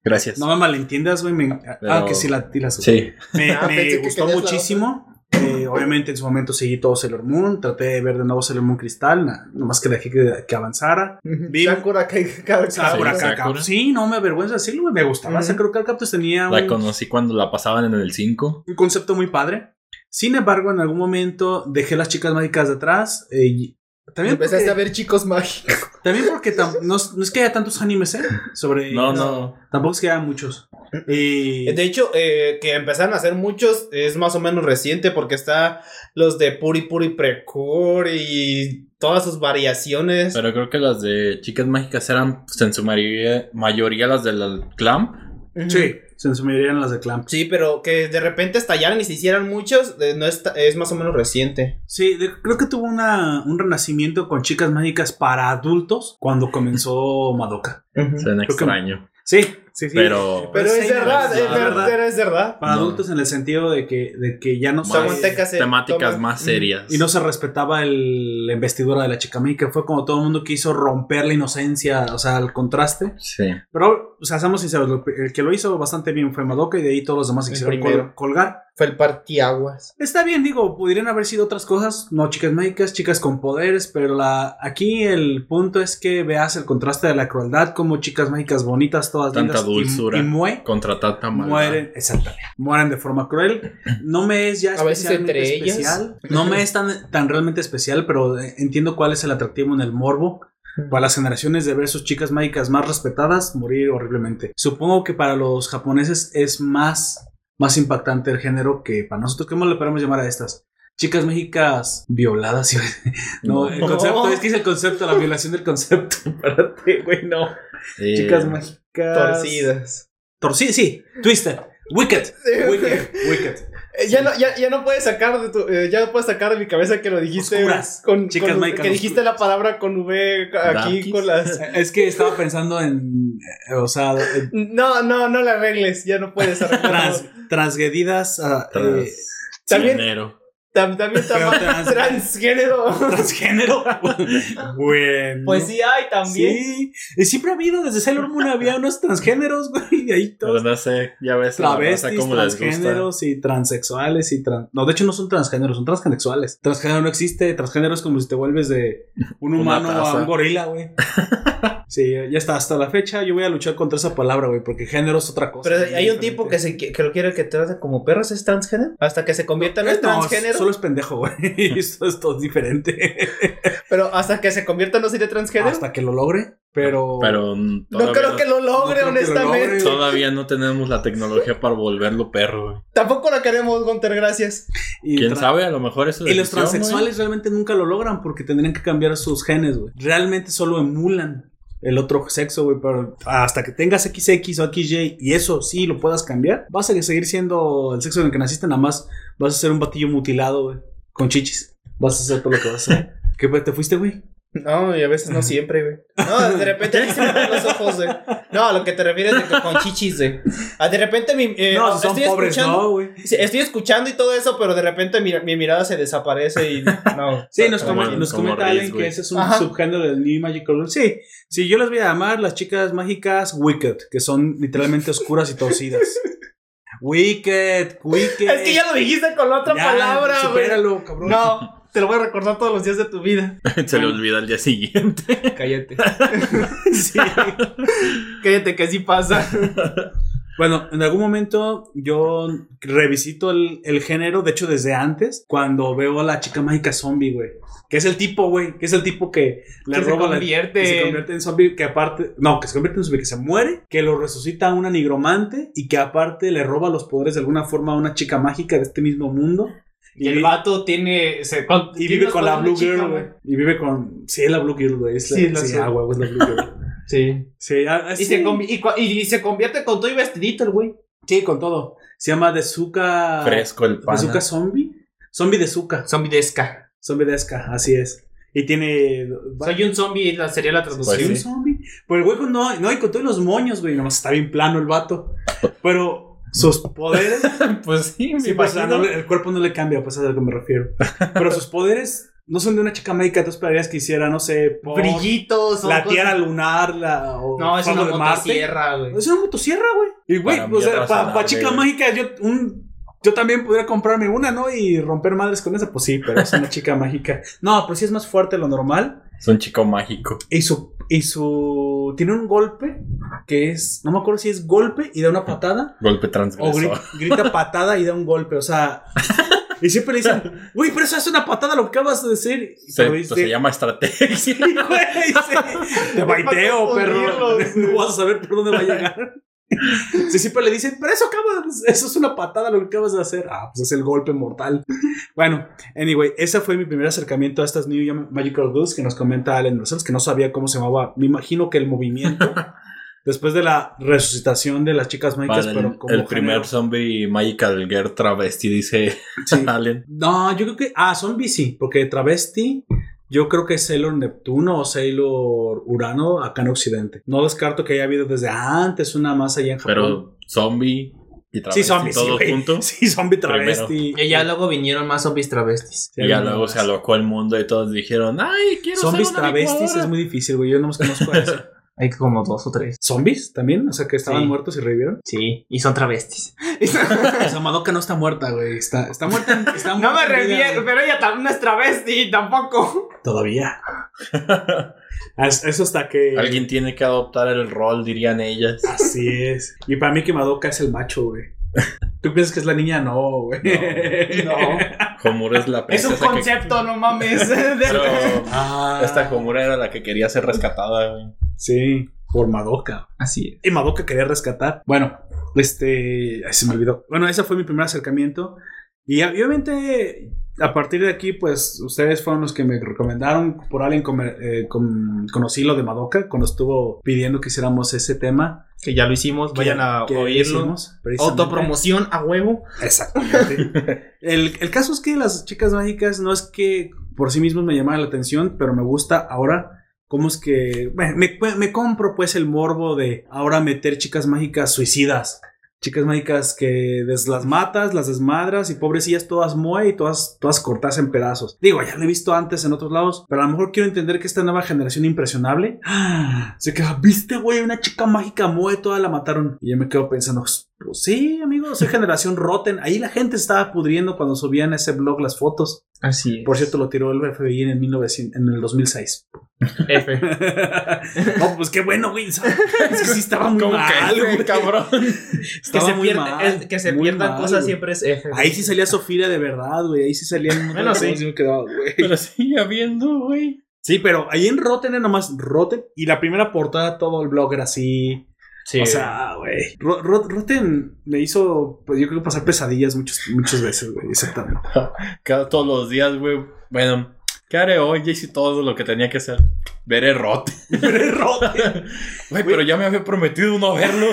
E: Gracias.
A: No me malentiendas, güey. me- Ah,
E: Pero-
A: que sí la, sí la supe.
E: sí,
A: Me,
C: Ah,
A: me
C: pensé que
A: gustó
C: querías la
A: muchísimo. Eh, obviamente en su momento seguí todo Sailor Moon, traté de ver de nuevo Sailor Moon Cristal, na- nomás que dejé que, que avanzara. Vi-
C: Sakura Kai-
A: Sakura
C: Kai-
E: sí,
A: Card
E: Sakura.
A: Captors. Sí, no me avergüenza decirlo, güey, me gustaba.
C: Ujú.
A: Sakura Card Captors tenía
E: la
A: un,
E: conocí cuando la pasaban en el 5.
A: un concepto muy padre. Sin embargo, en algún momento dejé las chicas mágicas de atrás. eh, y- también,
C: Empezaste
A: porque,
C: a ver chicos mágicos.
A: también porque tam- no, es- no es que haya tantos animes, ¿eh? Sobre,
E: No, no.
A: Tampoco es que haya muchos. Y-
C: De hecho, eh, que empezaron a hacer muchos es más o menos reciente porque está los de Puri Puri Precure y todas sus variaciones.
E: Pero creo que las de Chicas Mágicas eran pues, en su mayoría, mayoría las del clan.
C: Ujú.
A: sí, se me irían las de Clamp.
C: Sí, pero que de repente estallaran y se hicieran muchos, eh, no está- es más o menos reciente.
A: Sí, de- creo que tuvo una, un renacimiento con chicas mágicas para adultos cuando comenzó Madoka.
E: Suena
A: Creo que-
E: extraño.
A: Sí, sí, sí.
E: Pero
C: Pero es
A: Sí,
C: verdad, es
E: verdad.
C: verdad, pero es verdad.
A: para
E: No.
A: adultos en el sentido de que, de que ya no
E: más
A: se,
C: Zaguantecas se
E: temáticas
C: toman-
E: más serias.
A: y no se respetaba el, la investidura de la chica mágica. Fue como todo el mundo quiso romper la inocencia, o sea, el contraste.
E: Sí.
A: Pero, o sea, seamos sinceros, lo- el que lo hizo bastante bien fue Madoka y de ahí todos los demás se
C: El
A: quisieron
C: primero.
A: col- colgar.
C: Fue el partiaguas.
A: Está bien, digo, pudieran haber sido otras cosas, no chicas mágicas, chicas con poderes, pero la aquí el punto es que veas el contraste de la crueldad, como chicas mágicas bonitas, todas
E: Tanta
A: lindas, y-
E: dulzura.
A: y, mue-
E: Contra tanta maldad.
A: mueren, exactamente, mueren de forma cruel. No me es ya
C: A veces
A: especialmente
C: entre ellas.
A: especial, no me es tan, tan realmente especial, pero eh, entiendo cuál es el atractivo en el morbo. Para las generaciones de ver sus chicas mágicas más respetadas morir horriblemente. Supongo que para los japoneses es más, más impactante el género que para nosotros. ¿Cómo le podemos llamar a estas? Chicas mágicas violadas. iba a decir. (laughs) No, eh, el
C: No.
A: concepto, es que es el concepto, la violación del concepto. (laughs) Espérate, güey, no.
E: Eh,
A: Chicas mágicas.
C: Torcidas.
A: Torcidas, sí. Twisted. Wicked.
C: (laughs)
A: Wicked. Wicked.
C: Eh, Ya no, ya, ya no puedes sacar de tu, eh, ya no puedes sacar de mi cabeza que lo dijiste
A: Oscuras.
C: con
A: Chicas
C: con-
A: mágicas
C: que dijiste la palabra con V aquí
E: Darkies.
C: con las
A: Es que estaba pensando en, eh, o sea, en
C: no, no, no la arregles, ya no puedes
A: trans,
C: arreglarlo.
A: transgredidas, ah,
E: tras-
A: eh,
C: También-
E: Dinero.
C: Tam- también está
A: Pero
C: mal-
A: trans-
C: transgénero. (laughs)
A: transgénero. bueno.
C: Pues sí hay también.
A: Sí, y siempre ha habido, desde Sailor Moon había unos transgéneros, güey, y ahí
E: Pero
A: todos.
E: no sé, ya ves a la raza
A: Travestis,
E: cómo les gusta.
A: transgéneros y transexuales y tran- No, de hecho no son transgéneros, son transgenexuales. Transgénero no existe, transgénero es como si te vuelves de un
E: Una
A: humano a
E: taza.
A: un gorila, güey. Sí, ya está, hasta la fecha yo voy a luchar contra esa palabra, güey, porque género es otra cosa.
C: Pero
A: güey,
C: hay un
A: diferente.
C: tipo que, se, qui- que lo quiere que trate como perros, es transgénero. Hasta que se convierta en
A: Eh,
C: un
A: no,
C: transgénero.
A: Solo es pendejo, güey. (laughs) Eso es todo diferente.
C: Pero hasta que se convierta no sería transgénero.
A: Hasta que lo logre, pero.
F: Pero mm,
C: no
F: todavía,
C: creo que lo logre,
A: no creo que lo
C: honestamente.
A: logre.
F: todavía no tenemos la tecnología para volverlo perro. güey.
C: Tampoco lo queremos, Gunter, gracias.
A: y
F: ¿Quién
A: tra-
F: sabe? A lo mejor eso
A: Y los transexuales realmente nunca lo logran porque tendrían que cambiar sus genes, güey. Realmente solo emulan el otro sexo, güey, pero hasta que tengas XX o XY y eso sí lo puedas cambiar, vas a seguir siendo el sexo en el que naciste, nada más vas a ser un batillo mutilado, güey, con chichis. Vas a hacer todo lo que vas a
C: (laughs)
A: hacer. ¿Qué güey, te fuiste, güey?
C: No, y a veces
A: (laughs)
C: no siempre, güey. No, de repente a mí se me abren los ojos, güey. No, a lo que te refieres de que con chichis, güey. Ah, de repente mi. eh,
A: no,
C: ah,
A: si son
C: estoy
A: pobres,
C: escuchando-
A: no, güey.
C: Sí, Estoy escuchando y todo eso, pero de repente mi, mi mirada se desaparece y no.
A: (laughs) Sí, nos,
F: Como-
A: come- nos
F: como
A: comenta
F: Riz,
A: alguien
F: güey.
A: que ese es un
C: Ajá.
A: subgénero del New Magical. Sí, sí, yo las voy a llamar las chicas mágicas Wicked, que son literalmente oscuras y
C: (laughs)
A: torcidas. Wicked, Wicked.
C: Es que ya lo dijiste con la otra
A: Ya,
C: palabra, güey.
A: Supéralo, cabrón. (laughs)
C: No, te lo voy a recordar todos los días de tu vida.
F: (laughs) Se le olvida al día siguiente.
C: Cállate. (laughs) sí. Cállate que así pasa.
A: Bueno, en algún momento yo revisito el, el género, de hecho desde antes, cuando veo a la chica mágica zombie, güey. Que es el tipo, güey, que es el tipo que le
C: Que se
A: roba la-
C: convierte
A: que se
C: en-
A: convierte en zombie, que aparte, no, que se convierte en zombie, que se muere, que lo resucita una nigromante y que aparte le roba los poderes de alguna forma a una chica mágica de este mismo mundo.
C: Y el vato tiene. se- con-
A: y
C: tiene
A: vive con la
C: una
A: Blue
C: chica,
A: Girl, güey. Y vive con. Sí, es la Blue Girl, güey. es la-
C: Sí, es la
A: Sí,
C: azul.
A: ah, güey, es la Blue
C: (laughs)
A: Girl.
C: Sí.
A: Sí, ah,
C: Y,
A: sí.
C: se convi- y cua- y se convierte con todo y vestidito el güey.
A: Sí, con todo. Se llama Dezuka.
F: Fresco el pan.
A: Dezuka Zombie. Zombie Dezuka.
C: Zombidesca.
A: Zombie Dezuka, así es. Y tiene.
C: Soy un zombie, la- sería la traducción.
A: ¿Es un
F: Pues sí.
A: zombie? Pero el güey con- no, no, y con todos los moños, güey. Nomás está bien plano el vato. Pero sus poderes.
F: (laughs) Pues sí, (laughs) me
A: sí, pues, o sea,
F: imagino.
A: no le- el cuerpo no le cambia, pues es a lo que me refiero. Pero sus poderes no son de una chica médica. Tú esperarías que hiciera, no sé, por
C: Brillitos. o
A: la
C: cosas-
A: tierra lunar, la. O
C: No, es
A: Fuego
C: una
A: de Marte.
C: motosierra, güey.
A: Es una motosierra, güey. Y, güey,
F: Para
A: o
F: mí
A: sea, para
F: atrasada,
A: chica
F: güey.
A: mágica, yo, un- yo también podría comprarme una, ¿no? Y romper madres con esa. Pues sí, pero es una chica mágica. No, pero sí es más fuerte de lo normal.
F: Es un chico mágico.
A: Y su, y su. Tiene un golpe que es. No me acuerdo si es golpe y da una patada.
F: Golpe
A: O gri-
F: transgresor.
A: grita patada y da un golpe. O sea. Y siempre le dicen, güey, pero eso es una patada lo que acabas de decir.
F: (laughs) Se,
A: Pero
F: pues,
A: dice,
F: se llama estrategia.
A: Sí,
F: (laughs)
A: (laughs) güey, sí. Te baiteo, perro. (laughs)
C: confundirlos,
A: No vas a saber por dónde va a llegar. Sí, siempre le dicen, pero eso acabas, eso es una patada lo que acabas de hacer. Ah, pues es el golpe mortal. Bueno, anyway, ese fue mi primer acercamiento a estas New Yam- Magical Girls que nos comenta Allen Rosales, que no sabía cómo se llamaba. Me imagino que el (laughs) movimiento después de la resucitación de las chicas mágicas,
F: Para el,
A: pero como
F: el primer
A: género.
F: zombie Magical Girl travesti, dice
A: Sí.
F: (laughs) Allen.
A: No, yo creo que. Ah, son bici, porque travesti. Yo creo que es Sailor Neptuno o Sailor Urano acá en Occidente. No descarto que haya habido desde antes una más allá en Japón.
F: Pero zombie y travesti
A: zombie, sí,
F: todo
A: güey.
F: junto.
A: (laughs) sí, zombie travesti.
C: Y ya luego vinieron más zombies travestis.
A: Sí,
F: Y ya
A: había
F: luego
A: más.
F: se alocó el mundo y todos dijeron, ay, quiero
A: Zombies
F: ser una
A: travestis
F: licuadora".
A: es muy difícil, güey. Yo no más conozco a (laughs) eso.
C: Hay como dos o tres.
A: ¿Zombies también? O sea, que estaban
C: Sí.
A: muertos y revivieron.
C: Sí, y son travestis. (laughs)
A: O sea, Madoka no está muerta, güey. Está, está muerta. en- (laughs) Está
C: No me
A: muerta en vida,
C: refiero,
A: güey.
C: pero ella también es travesti, tampoco.
F: (laughs)
A: Todavía. As- Eso hasta
C: Eh,
A: que.
F: Alguien tiene que adoptar el rol, dirían ellas.
A: Así es. Y para mí que Madoka es el macho, güey. ¿Tú piensas que es la niña? No, güey.
C: No.
F: Homura es la
C: (laughs) Es un
F: princesa que...
C: concepto, no mames. (laughs)
F: Pero
A: Ah,
F: esta Homura era la que quería ser rescatada, güey.
A: Sí, por Madoka.
C: Así
A: Y Madoka quería rescatar. Bueno, este. ay, se me olvidó. Bueno, ese fue mi primer acercamiento. Y obviamente, a partir de aquí, pues ustedes fueron los que me recomendaron. Por alguien comer- eh, con- conocí lo de Madoka cuando estuvo pidiendo que hiciéramos ese tema.
C: es. Que ya lo hicimos, vayan a
A: que
C: oírlo.
A: hicimos, precisamente.
C: Autopromoción a huevo.
A: Exactamente. el, el caso es que las chicas mágicas no es que por sí mismos me llamaran la atención, pero me gusta ahora cómo es que me, me- me compro pues el morbo de ahora meter chicas mágicas suicidas. Chicas mágicas que des- las matas, las desmadras y pobrecillas todas muere y todas, todas cortas en pedazos. Digo, ya lo he visto antes en otros lados, pero a lo mejor quiero entender que esta nueva generación ¡ah! impresionable se queda, viste, güey, una chica mágica muere, toda la mataron. Y yo me quedo pensando, Pues sí, amigo, soy generación (laughs) Rotten. Ahí la gente estaba pudriendo cuando subían a ese blog las fotos.
C: Así
A: Por cierto, lo tiró el FBI en el, 1900 en el 2006.
C: F.
A: (laughs) no, pues qué bueno, güey. ¿sabes? Es que Ah, sí estaba muy
F: ¿Cómo
A: mal,
F: que
A: güey.
F: este, cabrón?
C: Que
A: Estaba
C: se,
A: muy
C: pierde-
A: mal,
C: es- que se
A: muy
C: pierdan
A: mal,
C: cosas
A: güey.
C: siempre es F.
A: Ahí sí salía Sofía de verdad, güey. Ahí sí salía.
C: Bueno, sí.
A: me quedaba, güey.
F: (laughs) Pero sigue habiendo, güey.
A: Sí, pero ahí en Rotten era nomás Rotten. Y la primera portada, todo el blog era así.
C: Sí.
A: O sea, güey. Ro- Ro- Rotten me hizo, pues, yo creo que pasar pesadillas muchas, muchas veces, güey.
C: (laughs)
A: Exactamente.
F: Cada, todos los días, güey. Bueno, ¿qué haré hoy? Ya hice todo lo que tenía que hacer. Veré Rot. (laughs)
A: Rotten.
F: Güey, pero ya me había prometido no
C: (laughs)
F: verlo.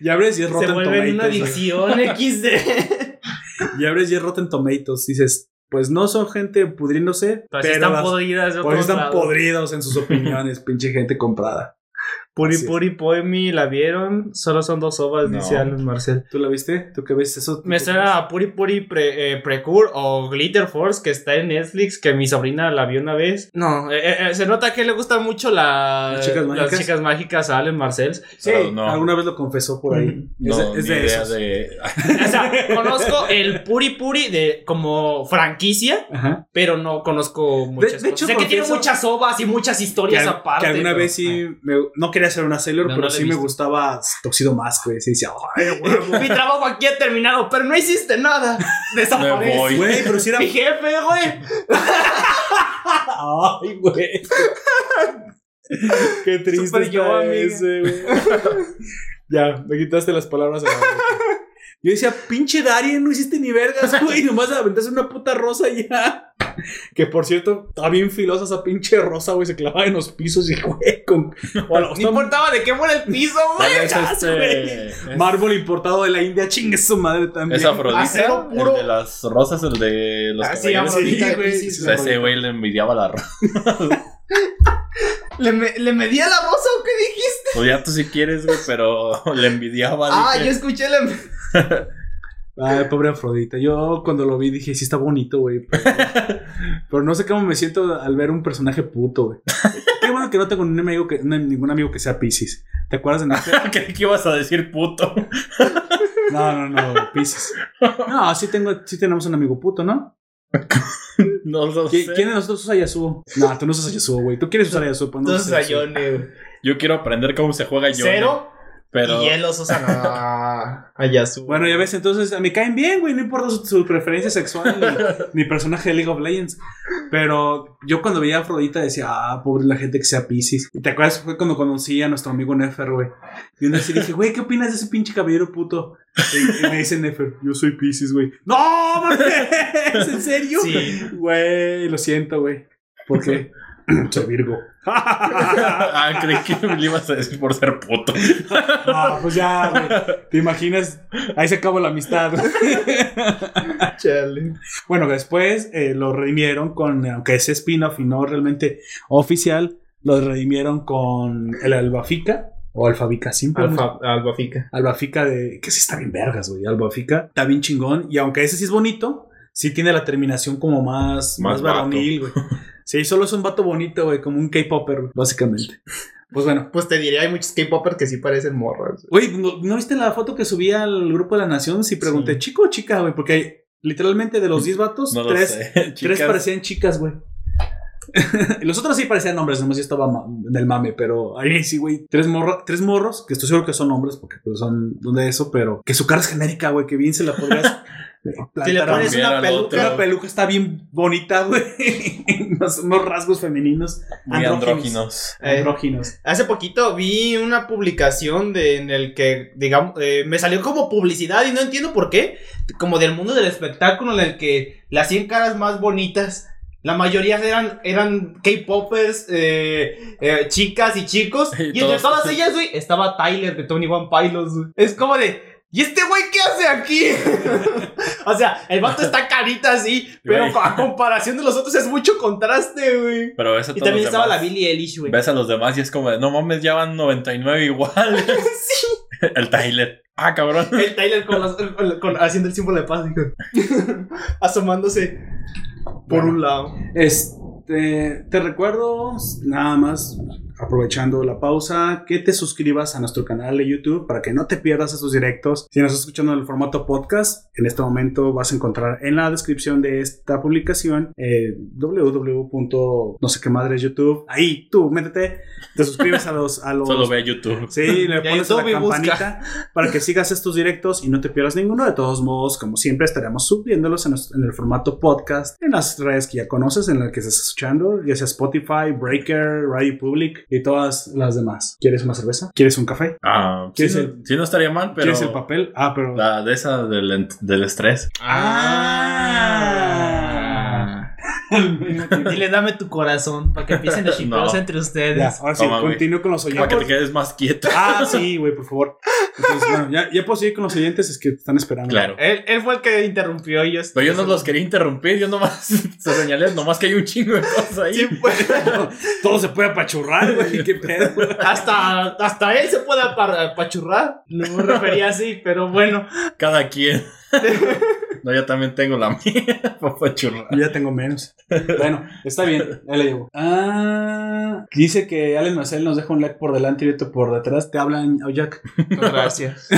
A: Y abres y es
C: se
A: Rotten
C: vuelve una
A: Tomatoes. güey.
C: adicción XD.
A: Y abres y es Rotten Tomatoes. Dices, pues no son gente pudriéndose,
C: Pero
A: pero,
C: así Pues, están
A: las-
C: podridas de
A: por eso
C: otros
A: están
C: lados.
A: podridos en sus opiniones, (laughs) pinche gente comprada.
C: Puri
A: Así es.
C: Puri Poemi, ¿la vieron? Solo son dos ovas,
F: No.
C: dice Alan Marcel.
A: ¿Tú la viste? ¿Tú qué ves eso?
C: Me suena a Puri Puri Pre- eh, Precure o Glitter Force que está en Netflix, que mi sobrina la vio una vez. No, eh, eh, eh, se nota que le gustan mucho la-
A: Las chicas
C: las
A: mágicas.
C: chicas mágicas a Allen Marcel.
A: Sí,
F: Pero no.
A: alguna vez lo confesó por ahí.
F: No,
A: es de, es
F: ni
A: de
F: idea
A: esos.
C: (laughs)
F: de.
C: O
A: (laughs)
C: sea, conozco el Puri Puri de, como franquicia,
A: Ajá.
C: pero no conozco muchas
A: de
C: cosas.
A: hecho,
C: sé que tiene
A: confieso-
C: muchas ovas y muchas
A: Que,
C: historias
A: al-
C: aparte.
A: que alguna
C: pero-
A: vez sí, me- no quería ser una Sailor,
C: No, no
A: pero
C: la he
A: sí me
C: visto.
A: gustaba Toxido Mask, güey. Sí, decía, "Ay, güey, (laughs)
C: Mi trabajo aquí ha terminado, pero no hiciste nada.
F: Me voy.
C: Desapareció. (laughs)
A: güey, pero sí era
C: Mi jefe, güey.
A: (laughs) Ay, güey.
C: (laughs)
A: Qué triste
C: Súper yo,
A: está
C: amiga.
A: ese, güey. (laughs) ya, me quitaste las palabras a la
C: (laughs)
A: boca. Yo decía, pinche Darien, no hiciste ni vergas, güey. Nomás aventaste una puta rosa y ya. (laughs) Que por cierto, está bien filosa esa pinche rosa, güey. Se clavaba en los pisos y, güey, con. o a los-
C: No importaba de qué fuera el piso, güey.
F: Es
A: eh,
F: este.
A: güey.
F: es-
A: Mármol importado de la India, chingue su madre también.
F: Es Afrodita.
C: Acero puro.
F: El de las rosas, el de los
C: Ah, sí,
F: caballeros.
C: Afrodita.
A: Sí, güey.
C: Sí, sí,
F: O sea, ese güey le envidiaba la rosa.
C: ¿Le, me- le medía la rosa o qué dijiste?
F: O Pues ya tú si quieres, güey, pero (laughs) le envidiaba.
C: Ah,
F: dije.
C: yo escuché la.
A: Ay, pobre Afrodita. Yo cuando lo vi dije, sí está bonito, güey.
F: (laughs)
A: Pero, pero no sé cómo me siento al ver un personaje puto, güey. Qué bueno que no tengo ningún amigo que, no- ningún amigo que sea Pisces. ¿Te acuerdas
F: (laughs)
A: de Nacer?
F: Creí que ibas a decir puto. (laughs)
A: No, no, no, güey, Pisces. No, sí, tengo, sí tenemos un amigo puto, ¿no?
F: No lo
A: ¿Qui-
F: sé.
A: ¿Quién de nosotros usa Yasuo? No, tú no usas Yasuo, güey. Tú quieres usar Yasuo, pero no
C: Entonces,
A: usas Yasuo.
C: Sayone, güey.
F: Yo quiero aprender cómo se juega yo.
C: Cero
F: Pero.
C: y hielos, o sea, Ah, no. A Yasu.
A: Bueno, ya ves, entonces a mí caen bien, güey, no importa su, su preferencia sexual (laughs) ni, ni personaje de League of Legends. Pero yo cuando veía a Afrodita decía, ah, pobre la gente que sea Pisces. ¿Te acuerdas? Fue cuando conocí a nuestro amigo Nefer, güey. Y una vez sí dije, güey, ¿qué opinas de ese pinche caballero puto? Y, y me dice Nefer, yo soy Pisces, güey. ¡No, mames! ¿En serio?
C: Sí.
A: Güey, lo siento, güey. ¿Por qué? (laughs) soy Virgo.
F: (laughs) ah, creí que le ibas a decir por ser
C: (laughs)
F: puto.
A: Ah, pues ya, güey. ¿Te imaginas? Ahí se acabó la amistad.
C: Chale.
A: Bueno, después eh, lo redimieron con, aunque es spin-off y no realmente oficial, lo redimieron con el Albafica o Alfabica, simple.
C: Alfa, albafica.
A: Albafica de, que sí está bien vergas, güey, Albafica. Está bien chingón y aunque ese sí es bonito, sí tiene la terminación como más,
F: Más
A: más,
F: (laughs)
A: varonil, güey. Sí, solo es un vato bonito, güey, como un K-Popper, güey, básicamente. Pues bueno.
C: Pues te diré, hay muchos K-popers que sí parecen morras.
A: Güey, ¿no, no viste la foto que subí al grupo de la Nación? Si pregunté,
F: Sí.
A: chico o chica, güey, porque hay- literalmente
F: (laughs)
A: de los 10 vatos,
F: No lo
A: tres,
F: sé. (laughs)
A: Tres
F: Chicas,
A: parecían chicas, güey. Y (laughs) Los otros sí parecían hombres, nomás yo estaba ma- del mame, pero ahí sí, güey. Tres, morro- tres morros, que estoy seguro que son hombres, porque pues, son de eso, pero que su cara es genérica, güey, que bien se la (laughs) podrías
C: Si le
A: plantar. a
C: pones
F: Cambiar
A: una-
C: una
F: al
C: peluca.
F: otro.
A: Una peluca está bien bonita, güey. (laughs) unos, unos rasgos femeninos.
F: muy andróginos.
C: Eh,
A: Andróginos.
C: Hace poquito vi una publicación de, en el que, digamos, eh, me salió como publicidad y no entiendo por qué, como del mundo del espectáculo en el que las 100 caras más bonitas, la mayoría eran, eran K-popers, eh, eh, chicas y chicos,
F: (laughs) Y
C: y, entre
F: todos-
C: todas ellas, güey, estaba Tyler de Tony One Pilots, güey. Es como de... ¿Y este güey qué hace aquí? (laughs) o sea, el vato está carita así, pero
F: Güey.
C: a comparación de los otros es mucho contraste, güey.
F: Pero ves a
C: Y
F: todos
C: también
F: los
C: estaba la
F: demás.
C: Billie Eilish, güey.
F: Ves a los demás y es como de, no mames, ya van 99 igual.
C: (laughs)
F: (laughs)
C: Sí.
F: El Tyler. Ah, cabrón.
C: (laughs) El Tyler con las- con- con- haciendo el símbolo de paz, dijo. (laughs) asomándose por un lado.
A: Este, te recuerdo nada más aprovechando la pausa, que te suscribas a nuestro canal de YouTube para que no te pierdas esos directos. Si nos estás escuchando en el formato podcast, en este momento vas a encontrar en la descripción de esta publicación eh, www. no sé qué madre es YouTube. Ahí tú, métete, te suscribes a los. A los
E: Solo ve YouTube. (laughs)
A: Sí, le
C: Ya
A: pones a la
C: YouTube y
A: campanita para que sigas estos directos y no te pierdas ninguno. De todos modos, como siempre, estaremos subiéndolos en, nos- en el formato podcast, en las redes que ya conoces, en las que estás escuchando, ya sea Spotify, Breaker, Radio Public y todas las demás. ¿Quieres una cerveza? ¿Quieres un café?
E: Ah, sí,
A: ¿Quieres
E: no-
A: el-
E: sí no estaría mal, pero.
A: ¿Quieres el papel? Ah, pero... (laughs)
E: La de esa del, ent- del estrés.
A: Ah.
C: Dile, dame tu corazón para que
E: (laughs)
C: empiecen a chipearse
E: No.
C: entre
A: Ya,
C: ustedes.
A: ahora sí,
E: Toma, güey.
A: continúo con los
E: Para que te
A: oyentes.
E: quedes más quieto.
A: Ah, sí, güey, por favor. Entonces, bueno, ya, ya puedo seguir con los oyentes, es que te están esperando.
E: Claro.
C: Él, él fue el que interrumpió y yo.
E: Pero yo no los quería interrumpir, yo nomás (laughs) se señalé, nomás que hay un chingo de cosas ahí.
C: Sí, pues,
A: (laughs)
C: (laughs)
A: Todo se puede apachurrar, güey, qué pedo.
C: hasta, hasta él se puede apar- apachurrar. No me refería así, pero bueno.
E: Cada quien.
A: (laughs)
E: No, yo también tengo la mía. (laughs) Papá churra.
A: Yo ya tengo menos. Bueno, está bien, ya la llevo. Ah, dice que Alan Marcel nos deja un like por delante y otro por detrás. Te hablan, oh Jack.
C: (laughs) Gracias.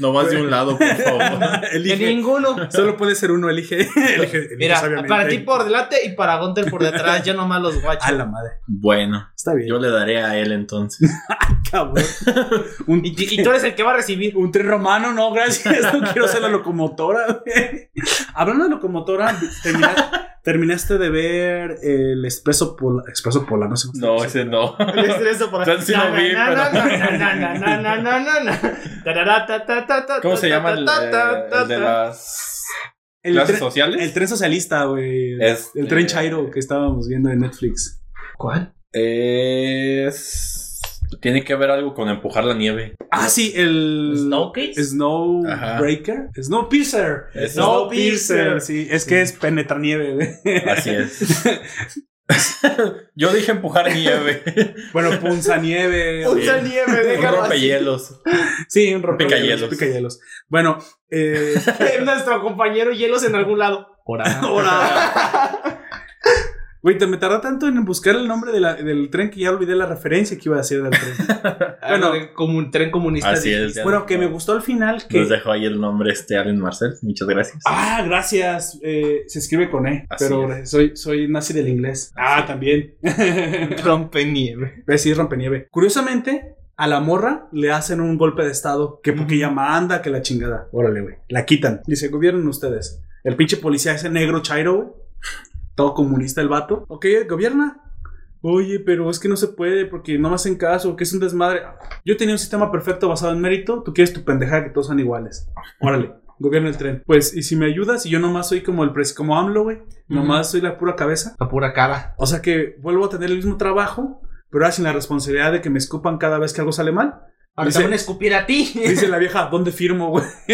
E: No más de un lado, por favor.
C: De ninguno.
A: Solo puede ser uno, elige. (laughs) elige, elige
C: Mira,
A: sabiamente.
C: para ti por delante y para Gunter por detrás, yo nomás los guacho.
A: A
C: (laughs)
A: la madre.
E: Bueno,
A: Está bien.
E: yo le daré a él entonces.
A: Cabrón. (laughs) Un,
C: Y, y tú eres el que va a recibir.
A: un tren romano, no, gracias. No quiero ser la locomotora. güey. Hablando de locomotora, termina- terminaste de ver el expreso polar. Expreso polar, no sé cómo se
E: No,
A: llama.
E: ese
A: (laughs)
E: no.
C: Entonces eso por
E: Entonces sí lo vi, pero- ¿Cómo se llama el, eh, el de las
A: El
E: clases
A: tren-
E: sociales?
A: El tren socialista, güey.
E: Es-
A: el tren
E: eh,
A: Chairo que estábamos viendo en Netflix.
C: ¿Cuál?
E: Es. Tiene que ver algo con empujar la nieve.
A: Ah, sí, el.
C: ¿Snowcase?
E: Ajá.
A: Snowbreaker. Snowpiercer.
E: Es-
C: Snowpiercer.
A: Sí, es que es penetranieve, güey. (laughs)
E: Así es. (laughs) Yo dije empujar nieve.
A: Bueno,
C: (laughs)
A: punzanieve. güey.
C: Puta nieve,
E: Un
C: déjalo (laughs) así.
E: rompehielos.
A: Sí, un rompe
E: Picayelos.
A: Picayelos. Bueno, eh, (laughs)
C: Nuestro compañero hielos en algún lado. (laughs)
A: ahora. Güey, te me tardó tanto en buscar el nombre de la- del tren que ya olvidé la referencia que iba a decir del tren.
C: Bueno, como un tren comunista.
E: Así
C: dije.
E: es. ya
A: bueno,
E: nos-
A: que me gustó al final que.
E: Nos dejó ahí el nombre este Allen Marcel. Muchas gracias.
A: Ah, gracias. Eh, se escribe con E,
E: Así
A: pero soy, soy nazi del inglés. Ah, también. (laughs)
C: Rompe nieve.
A: Pues sí, rompenieve. Curiosamente, a la morra le hacen un golpe de estado. Que porque ella manda, que la chingada. Órale, güey. La quitan. Dice, gobiernen ustedes. El pinche policía ese negro chairo, güey. Todo comunista el vato. Ok, gobierna. Oye, pero es que no se puede porque no me hacen caso, que es un desmadre. Yo tenía un sistema perfecto basado en mérito. Tú quieres tu pendejada que todos son iguales. Órale, gobierna el tren. Pues, ¿y si me ayudas? Y yo nomás soy como el pres como AMLO, güey. Nomás soy la pura cabeza.
C: La pura cara.
A: O sea que vuelvo a tener el mismo trabajo, pero ahora sin la responsabilidad de que me escupan cada vez que algo sale
C: (laughs)
A: mal.
C: Ahora
A: Dice-
C: te van a escupir a ti. (laughs)
A: Dice la vieja, ¿dónde firmo, güey? (laughs)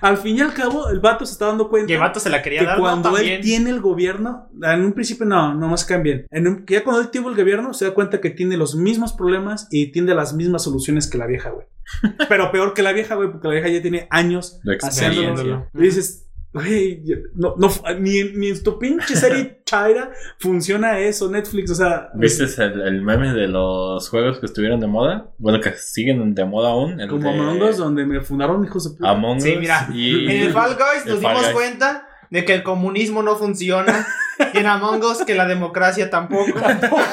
A: al fin y al cabo, el vato se está dando cuenta
C: Y el vato se la quería
A: que
C: dar. ¿no?
A: cuando él
C: También.
A: tiene el gobierno, en un principio no, no más cambien. En un- que ya cuando él tuvo el gobierno, se da cuenta que tiene los mismos problemas y tiene las mismas soluciones que la vieja,
C: (laughs)
A: güey. Pero peor que la vieja, güey, porque la vieja ya tiene años
E: De
A: haciéndolo.
E: experiencia.
A: Y dices, güey, yo- no, no, ni, ni en tu pinche
E: (laughs)
A: serie Chaira funciona eso, Netflix, o sea.
E: ¿Viste el, el meme de los juegos que estuvieron de moda? Bueno, que siguen de moda aún. El
A: Como
E: de
A: Among Us, donde me fundaron hijos de puta.
E: Among
C: Sí,
E: Us
C: mira.
E: Y...
C: En el Fall Guys
E: El
C: nos
E: Fall
C: dimos
E: Guys.
C: cuenta de que el comunismo no (laughs) funciona. Y en Among Us que la democracia tampoco. (laughs)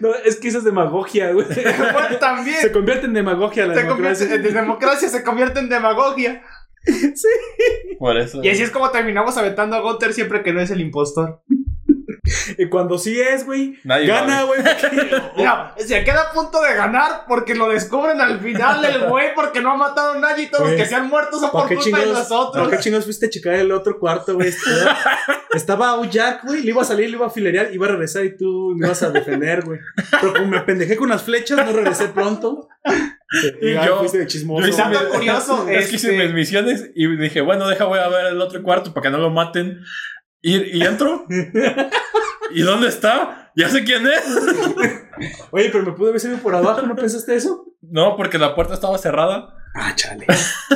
A: No, es que esa es demagogia,
E: (laughs)
A: güey.
C: Bueno,
A: Se
C: también.
A: convierte en demagogia la
C: Se convierte-
A: democracia.
C: de democracia se convierte en demagogia.
E: Por eso.
C: Y así es como terminamos aventando a Gunther siempre que no es el impostor.
A: Y cuando sí es, güey,
E: Nadie
A: gana,
E: va
A: güey.
E: (laughs)
A: porque-
C: Mira, se queda a punto de ganar porque lo descubren al
A: (laughs)
C: final del güey porque no ha matado a nadie y todos
A: Güey,
C: los que se han muerto (laughs)
A: ¿Para
C: son
A: Pues,
C: por
A: qué
C: culpa de
A: chingados?
C: nosotros.
A: ¿Para qué chingados fuiste a checar el otro cuarto, güey?
C: (laughs)
A: Estaba- Estaba un Jack, güey. Le iba a salir, le iba a filerear, iba a regresar y tú me ibas a defender, güey. Pero como me pendejé con unas flechas, no regresé pronto.
E: Y
A: Y
E: yo-
A: yo fuiste de chismoso.
E: yo hice
A: güey.
C: Dato curioso,
E: Es que hice
C: este,
E: mis misiones y dije, bueno, deja, voy a ver el otro cuarto para que no lo maten. Y,
C: (laughs)
E: y entro. ¿Y dónde está? Ya sé quién es.
A: Oye, pero me pude haber salido por abajo, ¿no pensaste eso?
E: No, porque la puerta estaba cerrada.
A: Ah, chale.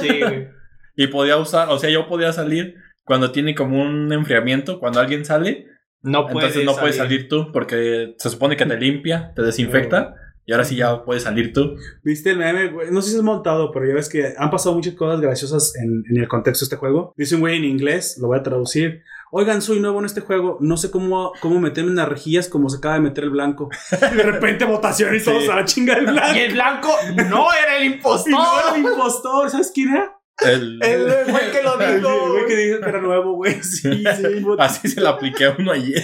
C: Sí, güey.
E: Y podía usar, o sea, yo podía salir cuando tiene como un enfriamiento, cuando alguien sale,
C: No puedes,
F: Entonces no puedes salir tú porque se supone que te limpia, te desinfecta. Y ahora sí ya puedes salir tú.
A: ¿Viste el meme? güey? No sé si es montado, pero ya ves que han pasado muchas cosas graciosas en, en el contexto de este juego. Dice un güey en inglés, lo voy a traducir. Oigan, soy nuevo en este juego, no sé cómo, cómo meterme en las rejillas como se acaba de meter el blanco. Y de repente votación y todos
F: Sí.
A: a la chinga del blanco.
C: Y el blanco no era
A: (laughs) Y no era
C: el impostor.
A: el impostor, ¿sabes quién era?
F: (laughs) El-
C: (laughs) El güey que lo
A: (laughs) El
C: dijo.
A: güey que dijo que era nuevo, güey. (laughs)
C: (laughs)
A: Sí, sí. vota-
F: Así se la apliqué a uno ayer.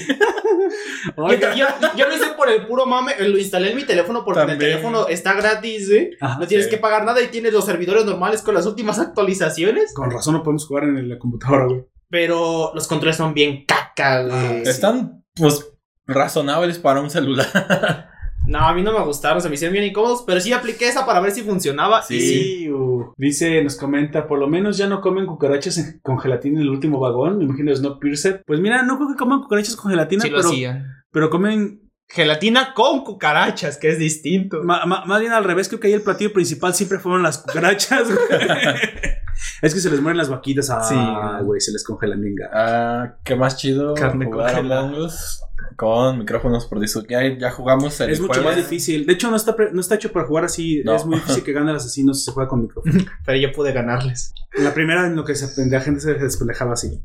C: Yo,
A: Oiga.
C: yo- yo lo hice por el puro mame, eh, lo instalé en mi teléfono porque en el
F: También.
C: teléfono está gratis, ¿eh?
A: Ajá,
C: No tienes
F: sí.
C: que pagar nada y tienes los servidores normales con las últimas (laughs) actualizaciones.
A: Con razón no podemos jugar en la computadora, güey.
C: Pero los controles son bien caca, güey.
F: Están, pues, razonables para un celular. (laughs)
C: No, a mí no me gustaron, se me hicieron bien incómodos, pero sí apliqué esa para ver si funcionaba.
F: Sí.
C: Y sí.
A: uh, Dice, nos comenta, por lo menos ya no comen cucarachas en- con gelatina en el último vagón. Me imagino Snowpiercer. Pues mira, no creo que coman cucarachas con gelatina,
C: sí lo
A: pero,
C: hacían.
A: pero comen
C: Gelatina con cucarachas, que es distinto.
A: ma- ma- más bien al revés. Creo que ahí el platillo principal siempre fueron las cucarachas.
F: (laughs)
A: güey. es que se les mueren las vaquitas. Ah,
F: Sí.
A: güey, se les congelan bien. gacho.
F: Ah, qué más chido
C: Carne
F: jugar
C: congelada.
F: Among Us con micrófonos por Discord. Ya, ya jugamos el
A: Es mucho
F: jueves.
A: más difícil. De hecho, no está, pre- no está hecho para jugar así.
F: No.
A: Es muy difícil que gane el asesino si se juega con micrófono.
C: Pero yo pude ganarles.
A: La primera en lo que se aprende, la gente se despendejaba así.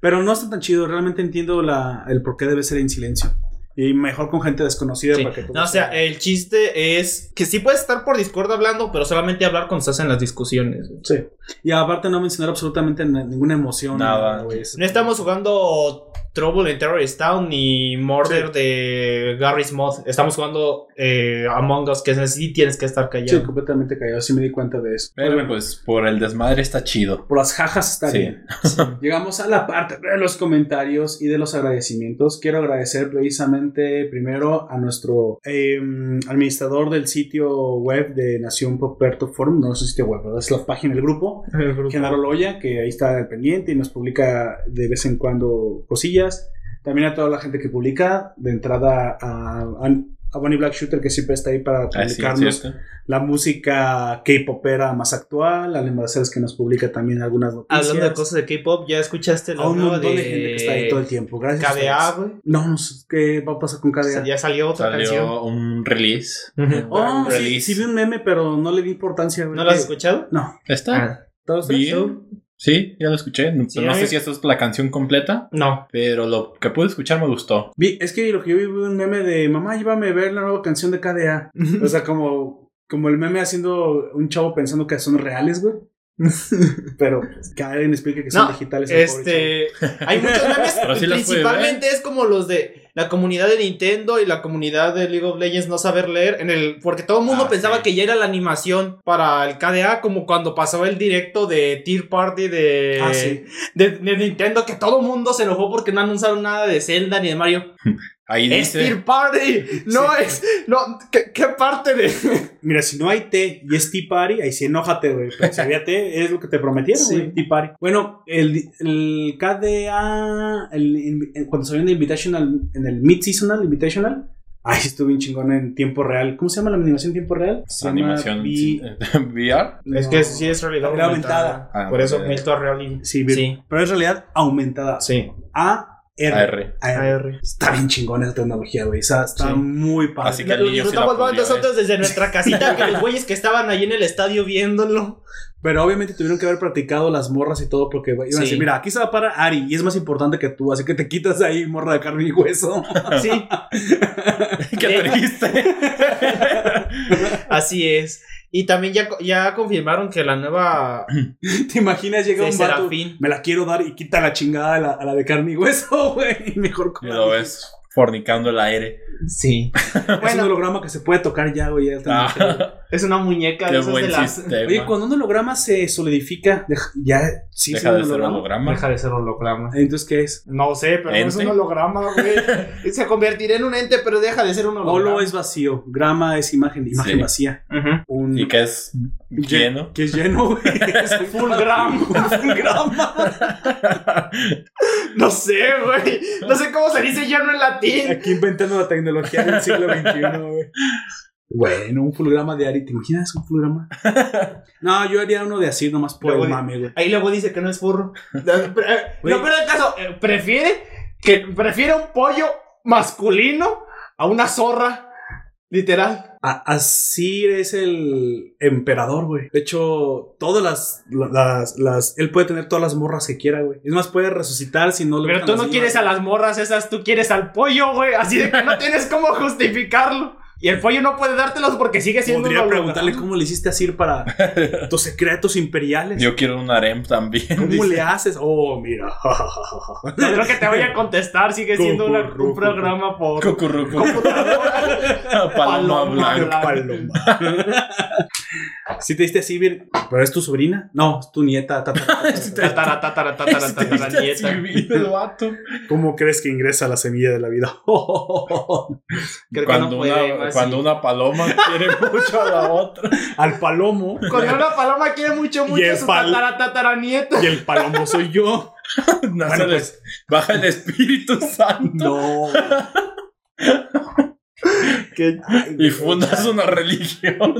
A: Pero no está tan chido. Realmente entiendo la, el por qué debe ser en silencio. Y mejor con gente desconocida
C: Sí.
A: para que todo
C: No, o sea, el chiste es que sí puedes estar por Discord hablando, pero solamente hablar cuando estás en las discusiones.
A: Sí. Y aparte no mencionar absolutamente na- ninguna emoción.
F: Nada.
A: güey. Es-
C: No estamos jugando Trouble in Terrorist Town ni Murder de Garry's Mod. Estamos jugando eh, Among Us, que es así, tienes que estar
A: Sí,
C: callado.
A: completamente callado. Sí me di cuenta de eso.
F: Pero
A: Pero bueno,
F: pues por el desmadre está chido.
A: por las jajas está
F: Sí.
A: bien. Llegamos a la parte de los comentarios y de los agradecimientos. Quiero agradecer precisamente primero a nuestro eh, administrador del sitio web de Nación Poperto Forum, no es un sitio web, ¿verdad? es la página del
C: (laughs)
A: grupo, Genaro Loya, que ahí está al pendiente y nos publica de vez en cuando cosillas. También a toda la gente que publica, de entrada a, a, a Bonnie Black Shooter, que siempre está ahí
E: Ah,
A: para
F: Así
A: publicarnos
F: es cierto.
A: la música K-popera más actual, Alan Barcelos que nos publica también algunas noticias.
C: Hablando de cosas de K-pop, ya escuchaste
A: A
C: la
A: un
C: nueva
A: montón
C: de,
A: de... gente que está ahí todo el tiempo. Gracias. a
C: KDA,
A: ustedes.
C: güey.
A: No, no sé qué va a pasar con
C: O sea,
A: KDA.
C: Ya salió otra canción.
F: Salió un release.
C: Ujú.
A: Oh, sí,
F: Release.
A: sí vi un meme, pero no le di importancia. güey.
C: (laughs) ¿No la has
A: ¿Qué?
C: escuchado?
A: No.
C: Ah,
F: Está
A: ¿Todos tres?
F: bien. Sí, ya lo escuché. No,
C: Sí,
F: no
C: a
F: sé
C: ver.
F: si esta es la canción completa,
A: (laughs)
C: No.
F: pero lo que pude escuchar me gustó.
A: Vi- es que lo que yo vi fue un meme de mamá, llévame a ver la nueva canción de KDA. O sea, como, como el meme haciendo un chavo pensando que son reales, güey. (laughs) pero que alguien explique que son
C: No,
A: digitales. al pobre chavo.
C: Este, hay muchos memes,
F: Pero sí las puede
C: principalmente es como los de la comunidad de Nintendo y la comunidad de League of Legends no saber leer en el porque todo el mundo
F: Ah,
C: pensaba
F: sí.
C: que ya era la animación para el KDA como cuando pasaba el directo de Tear Party de,
A: Ah, sí.
C: de, de Nintendo que todo el mundo se enojó porque no anunciaron nada de Zelda ni de Mario.
F: Ahí
C: Es
F: dice.
C: Tear Party, no es no ¿qué, qué parte de
A: Mira, si no hay té y es Tea Party, ahí sí enójate, güey. Pero si había té,
C: (laughs)
A: es lo que te prometieron,
C: Sí.
A: güey. Tea Party. Bueno, el, el KDA, el, el- cuando salió en el Invitational, en el Mid-Seasonal Invitational, ahí sí estuvo bien chingón en tiempo real. ¿Cómo se llama la animación en tiempo real? Se llama
F: Animación
A: vi-
F: (laughs) VR.
C: Es que
A: no,
C: sí es realidad
A: Realidad
C: aumentada.
A: aumentada.
F: Ah,
C: Por eso
F: eh,
C: Milton Reality.
A: Sí, vir-
C: sí.
A: pero es realidad aumentada.
C: Sí.
A: A, R. (laughs)
F: AR.
A: AR.
C: AR.
A: Está bien chingón esa tecnología, güey. Está, está
C: Sí.
A: muy padre.
F: Así que el
C: Lo
F: niño sí ¿eh? la
C: disfrutamos más
F: podría ver.
C: nosotros desde
F: (laughs)
C: nuestra casita que los güeyes que estaban ahí en el estadio viéndolo.
A: Pero obviamente tuvieron que haber practicado las morras y todo porque iban a
C: Sí.
A: decir, mira, aquí se va para Ari y es más importante que tú, así que te quitas ahí morra de carne y hueso. (laughs)
C: Sí,
F: Qué triste.
C: así es. Y también ya, ya confirmaron que la nueva
A: ¿Te imaginas llega
C: de
A: un vato?
C: Serafín.
A: Me la quiero dar y quita la chingada a la, a la de carne y hueso, (laughs) güey. Mejor
F: Y
A: con
F: lo ves fornicando el aire. (laughs)
C: Sí.
A: Es
C: Bueno.
A: un holograma que se puede tocar ya, güey. ya está.
F: Ah,
C: Es una muñeca
F: (laughs)
C: de
F: qué
C: esas de
F: buen
C: las.
F: sistema.
A: Oye, cuando un holograma se solidifica, deja- ya sí
F: Deja
A: es
F: de
A: un
F: ser
A: holograma.
F: holograma.
C: de ser holograma.
A: Entonces, ¿qué es?
C: No sé, pero no es
F: Ente.
C: un holograma,
F: (laughs)
C: güey. Se convertirá en un ente, pero deja de ser un holograma.
A: Holo es vacío, grama es imagen, imagen
F: Sí.
A: vacía.
C: Ujú.
A: Un
F: Y que es lleno.
A: Que es lleno, güey. (laughs) Es un
C: Full
A: (laughs)
C: gram.
A: full grama.
C: No sé, güey. No sé cómo se dice ya no en latín.
A: Aquí inventando la tecnología del siglo XXI, güey. Bueno, un fulgrama de Ari, ¿te imaginas un fulgrama? No, yo haría uno de así nomás por
C: Luego
A: el
C: di-
A: mame, güey.
C: Ahí luego dice que no es burro. No, pero, eh,
A: Güey.
C: no, pero el caso, eh, prefiere que prefiere un pollo masculino a una zorra, literal.
A: A- Asir es el emperador, güey. De hecho, todas las, las, las- Él puede tener todas las morras que quiera, güey. Es más, puede resucitar si no le
C: Pero
A: gustan
C: tú
A: las
C: no quieres a
A: vivas.
C: las morras esas, tú quieres al pollo, güey. Así de que no tienes cómo justificarlo. Y el pollo no puede dártelos porque sigue siendo un
A: Podría
C: holograma.
A: preguntarle cómo le hiciste a Sir para (laughs) tus secretos imperiales.
E: Yo quiero un harem también.
A: ¿Cómo
E: dice.
A: le haces? Oh, (laughs) mira.
C: No creo que te vaya a contestar, sigue siendo una- un
A: Cucurruco.
C: programa por
E: Cucurrucu.
F: (laughs)
C: computadora.
E: Paloma blanca.
A: Paloma. (laughs) Si te diste así, bien. Pero es tu sobrina. No, es tu nieta. ta, ta, ta, (laughs) ta, ta.
C: Tatara,
F: (laughs)
C: tatara, tatara, tatara, nieta.
A: ¿Cómo crees que ingresa la semilla de la vida? (laughs)
C: Creo que
E: Cuando,
C: no puede
E: una,
C: más,
E: cuando
C: sí.
E: una paloma quiere mucho a
F: (laughs)
E: la otra.
A: Al palomo.
C: Cuando una paloma quiere mucho, mucho
A: Y
C: a
A: el
C: su
A: pal-
C: tatara, tatara, nieta.
A: Y el palomo soy yo.
E: Nace el
A: pues.
E: es- Baja el Espíritu Santo
A: (laughs) No.
C: Que-
E: y fundas una religión.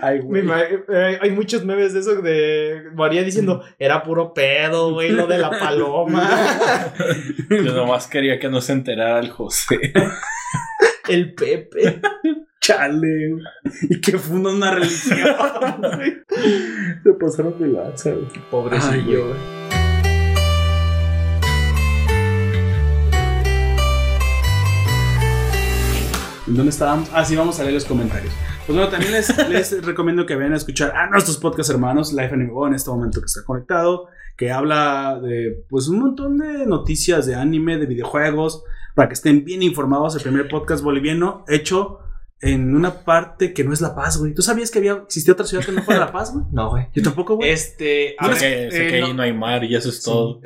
A: Ay, güey.
C: Me ima- eh, hay muchos memes de eso de María diciendo, era puro pedo, güey, lo
E: (laughs)
C: de la paloma,
E: Yo nomás quería que no se enterara el José.
C: el Pepe.
A: Chale. güey. Y que funda una religión. (laughs) Se pasaron de lanza, güey.
C: Pobrecillo,
A: Ay,
C: güey.
A: ¿En ¿Dónde estábamos? Ah, sí, vamos a leer los comentarios. Pues bueno, también les, (laughs) les recomiendo que vayan a escuchar a nuestros podcast hermanos, Life Anime Go, en este momento que está conectado, que habla de pues un montón de noticias de anime, de videojuegos, para que estén bien informados. El primer podcast boliviano hecho en una parte que no es La Paz, güey. ¿Tú sabías que había existía otra ciudad que no fuera La Paz, güey?
C: No, güey.
A: Yo tampoco, güey.
C: Este, a
E: Sé
C: ver,
E: que, sé
C: eh,
E: que
C: no-
E: ahí no hay mar y eso es todo.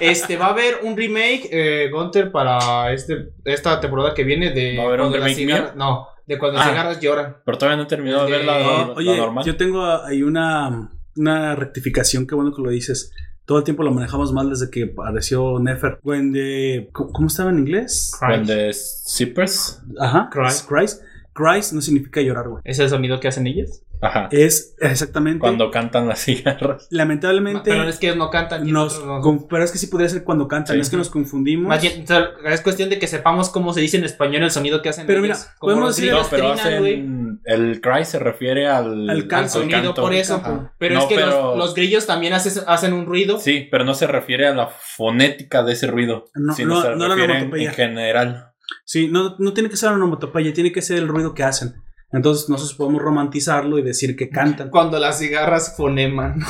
C: este, va a haber un remake, eh, Gunter, para este, esta temporada que viene de
E: ¿Va a haber un
C: cuando las
E: remake mío?
C: cigarras- No, de cuando
E: Ah.
C: las cigarras lloran.
E: Pero todavía no he terminado de ver la,
C: Eh,
E: la
A: Oye,
E: normal.
A: yo tengo ah, ahí una, una rectificación, qué bueno que lo dices. Todo el tiempo lo manejamos mal desde que apareció Nefer. When the- ¿Cómo cómo estaba en inglés?
E: When the zippers.
A: Ajá.
C: Cry.
A: Christ. Christ. no significa llorar, güey.
C: ¿Es el sonido que hacen ellas?
E: Ajá.
C: Eh,
A: Es exactamente.
E: Cuando cantan las cigarras.
A: Lamentablemente.
C: Pero es que ellos no cantan. y
A: nos,
C: nosotros no-
A: con- pero es que sí podría ser cuando cantan,
E: Sí.
A: es que nos confundimos.
C: Más bien, o sea, es cuestión de que sepamos cómo se dice en español el sonido que hacen.
A: Pero mira,
C: ellos, como
A: podemos
C: los
A: decir-
E: No,
C: gringos
E: pero
C: trinan, güey.
E: hacen. El cry se refiere al.
A: Al
C: al
A: canto.
C: sonido
E: canto.
C: por eso.
A: Ajá.
C: Pero
E: No,
C: es que
E: pero-
C: Los, los grillos también haces- hacen un ruido.
E: Sí, pero no se refiere a la fonética de ese ruido.
A: No,
E: sino
A: no,
E: se
A: no la
E: refiere en- en,
A: onomatopeya.
E: general.
A: Sí, no, no tiene que ser una onomatopeya, tiene que ser el ruido que hacen. Entonces nosotros podemos romantizarlo y decir que
E: (laughs)
A: cantan.
C: Cuando las cigarras foneman.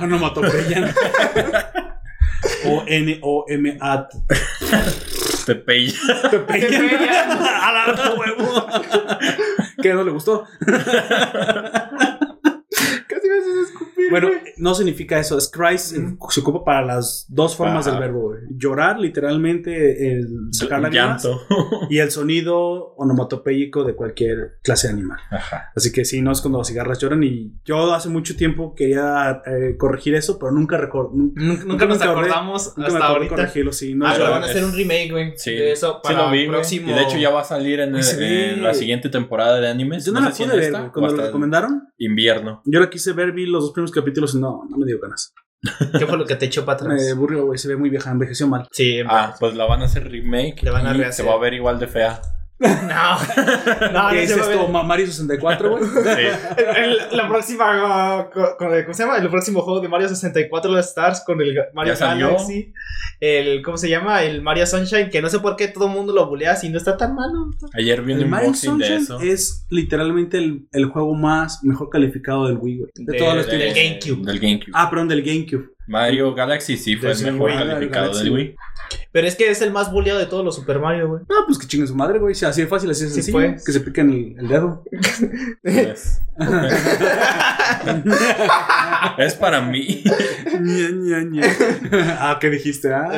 A: onomatopeya. (laughs) O N O M A T
E: Tepeya.
A: A la otra huevo. (laughs) Que no le gustó.
C: Casi me haces escupir.
A: Bueno,
C: güey.
A: no significa eso. Es Christ eh, se ocupa para las dos formas
E: Ajá.
A: del verbo. güey. Llorar, literalmente, el sacar lágrimas.
E: (laughs) Llanto.
A: Y el sonido onomatopéyico de cualquier clase de animal.
E: Ajá.
A: Así que sí, no es cuando las cigarras lloran. Y yo hace mucho tiempo quería eh, corregir eso, pero nunca recuerdo. Nunca,
C: Nun- nunca,
A: nunca me
C: nos
A: acordé-
C: acordamos
A: nunca me
C: hasta
A: acordé
C: ahorita.
A: corregirlo. Sí, no
C: ah, pero
E: yo-
C: van a hacer un remake, güey.
E: Sí.
C: De eso
E: Sí
C: para
E: lo vi,
C: el
E: güey.
C: próximo.
E: Y de hecho ya va a salir en,
A: Ese
E: en
A: vi.
E: la siguiente temporada de animes.
A: Yo no, la
E: sé si
A: pude
E: en
A: ver,
E: esta
A: güey,
E: o
A: Cuando
E: hasta
A: la
E: en
A: recomendaron,
E: invierno.
A: yo la quise ver, vi los dos primeros capítulos y no, no me dio ganas.
C: ¿Qué fue lo que te echó para atrás?
A: Me aburrió, güey. Se ve muy vieja, envejeció mal.
C: sí. (laughs)
E: Ah, pues la van a hacer remake.
C: Le van a
E: y
C: rehacer.
E: Se va a ver igual de
A: (laughs)
E: fea. (laughs)
C: No. no, no
A: ¿Qué es
C: se va a ver.
A: esto? Ma- Mario 64, güey.
E: Sí.
C: El- el- la próxima uh, co- con el- ¿cómo se llama? El próximo juego de Mario 64 All Stars con el Ga- Mario
E: Ya salió.
C: Galaxy. El ¿cómo se llama? El Mario Sunshine que no sé por qué todo el mundo lo bulea si no está tan malo.
E: Ayer vi un
A: El Mario
E: unboxing de
A: Sunshine
E: eso.
A: es literalmente el, el juego más mejor calificado del Wii, güey. De,
C: De-
A: todos los
C: de-
A: tiempos.
C: del GameCube.
E: Del GameCube.
A: Ah, perdón, del GameCube.
E: Mario Galaxy sí fue el
A: Del
E: mejor
A: Wii,
E: calificado
A: Galaxy,
E: del
A: güey.
E: Wii.
C: Pero es que es el más buleado de todos los Super Mario, güey.
A: Ah, pues que chinguen su madre, güey. Si así es fácil, así es
C: Sí,
A: sencillo.
C: pues.
A: Que se piquen el, el dedo. (laughs)
E: Es- (laughs) es para mí.
A: Ña, Ña, Ña. (laughs) ah, ¿qué dijiste? Ah?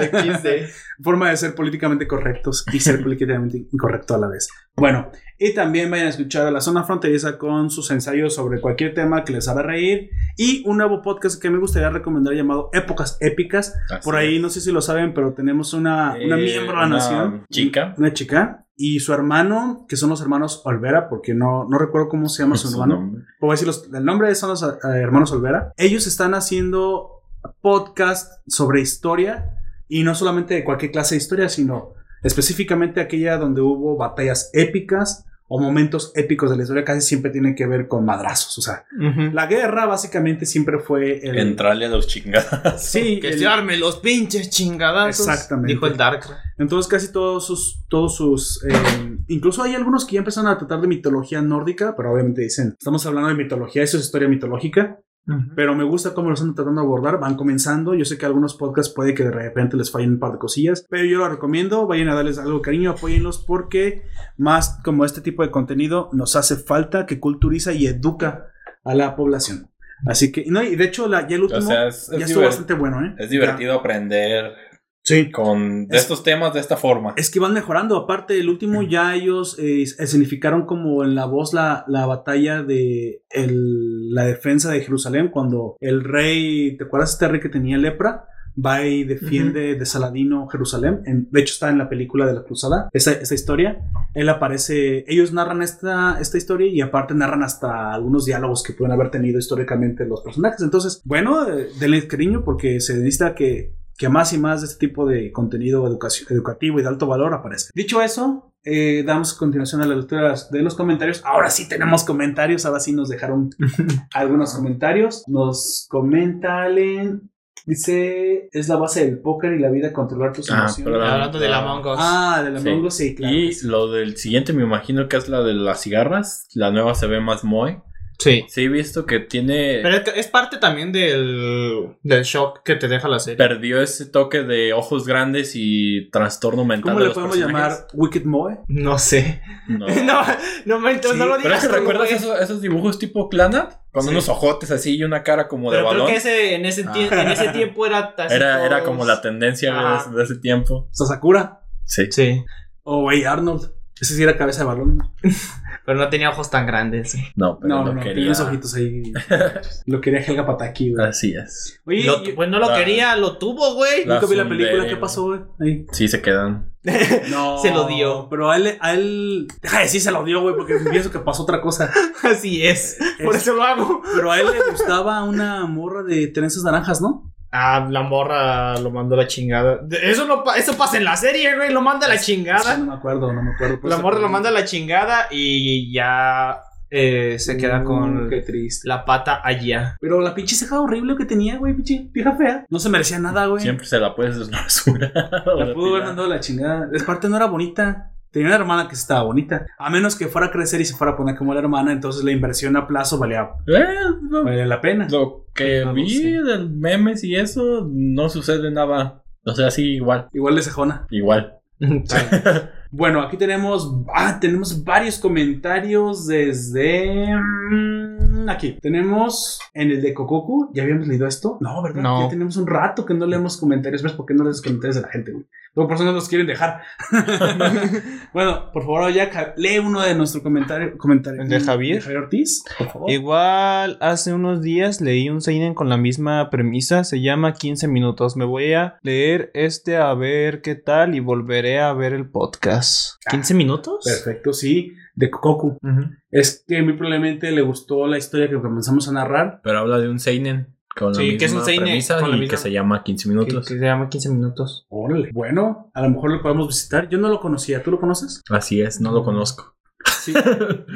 A: Forma de ser políticamente correctos y ser políticamente incorrecto a la vez. Bueno, y también vayan a escuchar a la zona fronteriza con sus ensayos sobre cualquier tema que les haga reír. Y un nuevo podcast que me gustaría recomendar llamado Épocas Épicas. Por ahí, no sé si lo saben, pero tenemos una, una
E: Eh,
A: miembro de la
E: una
A: nación.
E: chica.
A: Una chica. y su hermano, que son los hermanos Olvera, porque no, no recuerdo cómo se llama su
F: Su
A: hermano.
F: nombre.
A: O voy a decir los- el nombre son los eh, hermanos Olvera. Ellos están haciendo podcast sobre historia y no solamente de cualquier clase de historia, sino específicamente aquella donde hubo batallas épicas o momentos épicos de la historia casi siempre tienen que ver con madrazos. O sea, la guerra básicamente siempre fue el...
F: Entrarle a los chingadas.
A: Sí,
C: Que
A: el-
C: se arme los pinches chingadazos.
A: Exactamente.
C: Dijo el Dark.
A: entonces casi todos sus, todos sus, eh, incluso hay algunos que ya empezaron a tratar de mitología nórdica, pero obviamente dicen, estamos hablando de mitología, eso es historia mitológica, Pero me gusta cómo lo están tratando de abordar. Van comenzando. Yo sé que algunos podcasts puede que de repente les fallen un par de cosillas. Pero yo lo recomiendo. Vayan a darles algo de cariño. Apóyenlos porque más como este tipo de contenido nos hace falta que culturiza y educa a la población. Así que, no, y de hecho, la, ya el
F: O
A: último
F: sea, es, es
A: ya estuvo
F: divert-
A: bastante bueno, ¿eh?
F: es divertido aprender
A: Sí.
F: con de
A: Es-
F: estos temas de esta forma.
A: Es que van mejorando. Aparte, el último ya ellos eh, escenificaron como en la voz la, la batalla de el- la defensa de Jerusalén cuando el rey, ¿te acuerdas este rey que tenía lepra? Va y defiende de Saladino Jerusalén. En- de hecho, está en la película de la Cruzada, esa, esa historia. Él aparece, ellos narran esta, esta historia y aparte narran hasta algunos diálogos que pueden haber tenido históricamente los personajes. Entonces, bueno, eh, denle cariño porque se necesita que que más y más de este tipo de contenido educaci- educativo y de alto valor aparezca. Dicho eso, eh, damos continuación a la lectura de los comentarios. Ahora sí tenemos comentarios, ahora sí nos
F: (laughs)
A: dejaron algunos comentarios. Nos comenta Allen, dice, es la base del póker y la vida controlar tus
F: Ah,
A: emociones.
F: perdón.
C: Hablando de la Among Us.
A: Ah, de la
F: Sí.
A: Mongo, sí, claro.
F: Y lo del siguiente me imagino que es la de las cigarras. La nueva se ve más moe.
C: Sí.
F: Sí he visto que tiene...
C: Pero es que- es parte también del, del shock que te deja la serie.
F: Perdió ese toque de ojos grandes y trastorno mental.
A: ¿Cómo
F: de
A: le
F: los
A: podemos
F: personajes.
A: llamar? Wicked Moe.
C: no sé.
A: (laughs)
F: No.
C: (laughs) No, no, me, entonces no lo
F: Pero es
C: digas.
F: que recuerdas
C: güey.
F: esos, esos dibujos tipo Clana, con
C: Sí.
F: unos ojotes así y una cara como de
C: Pero creo
F: balón. Ah.
C: que ese, en, ese tie- en ese
F: (laughs)
C: tiempo era así
F: Era, era
C: todos-
F: como la tendencia
A: Ah.
F: de
C: Ajá.
F: ese, de ese tiempo.
A: Sasakura.
F: Sí.
C: Sí,
A: O Hey Arnold. Ese sí era cabeza de balón.
C: pero no tenía ojos tan grandes.
F: No, pero
A: No,
F: no,
A: no, no. Tiene
F: quería.
A: los
F: (laughs)
A: ojitos ahí. lo quería Helga Pataki, güey.
F: Así es.
A: Oye,
C: Lo-
A: yo-
C: pues no lo
F: la-
C: quería, lo tuvo, güey.
F: La
A: nunca vi la película.
F: Sundere,
A: ¿Qué pasó, güey? Ahí.
F: Sí, se quedan.
A: No.
C: (laughs) Se lo dio.
A: Pero a él, a él. Deja de decir se lo dio, güey, porque (laughs) pienso que pasó otra cosa.
C: (laughs) Así es. (laughs) Por
A: Es-
C: eso lo hago.
A: Pero a él le gustaba una morra de trenzas naranjas, ¿no?
C: Ah, la morra lo mandó a la chingada. De- Eso no pa- eso pasa en la serie, güey. Lo manda a la
A: Sí, Pues, eh,
C: chingada.
A: no me acuerdo, no me acuerdo.
C: La morra lo manda a la chingada y ya eh, se
A: Mm,
C: queda con
A: Qué triste.
C: la pata allá.
A: Pero la pinche ceja horrible que tenía, güey, pinche vieja fea. No se merecía nada, güey.
F: Siempre se la puedes desnasurar.
A: La pudo
F: (laughs)
A: haber mandado a la chingada. Es parte, no era bonita. Tenía una hermana que sí estaba bonita. A menos que fuera a crecer y se fuera a poner como la hermana, entonces la inversión a plazo valía,
F: Eh, no.
A: valía la pena.
F: Lo que
A: No lo
F: vi
A: sé.
F: del memes y eso, no sucede nada. O sea, sí, igual.
A: Igual de cejona.
F: Igual.
C: (laughs)
A: Bueno, aquí tenemos, ah, tenemos varios comentarios desde mm, aquí. Tenemos en el de Cococu, ¿ya habíamos leído esto? No, ¿verdad?
C: No.
A: Ya tenemos un rato que no leemos comentarios. ¿Ves por qué no lees comentarios de la gente, güey? Luego por eso no los quieren
C: (laughs)
A: dejar. bueno, por favor, Jack, lee uno de nuestro comentario, comentario
C: ¿El de Javier?
A: Ortiz, por favor.
C: Igual hace unos días leí un seinen con la misma premisa, se llama 15 minutos. Me voy a leer este a ver qué tal y volveré a ver el podcast. ¿15 Ah, minutos?
A: Perfecto, sí, de Cococu.
C: Ujú.
A: Es que muy probablemente le gustó la historia que comenzamos a narrar.
F: Pero habla de un Seinen con
C: Sí,
F: la
C: que es
F: misma
C: un seinen
F: premisa
C: con la
F: y
C: misma-
F: que se llama 15
C: Que,
F: minutos.
C: que se llama 15 minutos.
A: Órale. Bueno, a lo mejor lo podemos visitar. Yo no lo conocía. ¿Tú lo conoces?
F: Así es, no lo conozco.
A: Sí.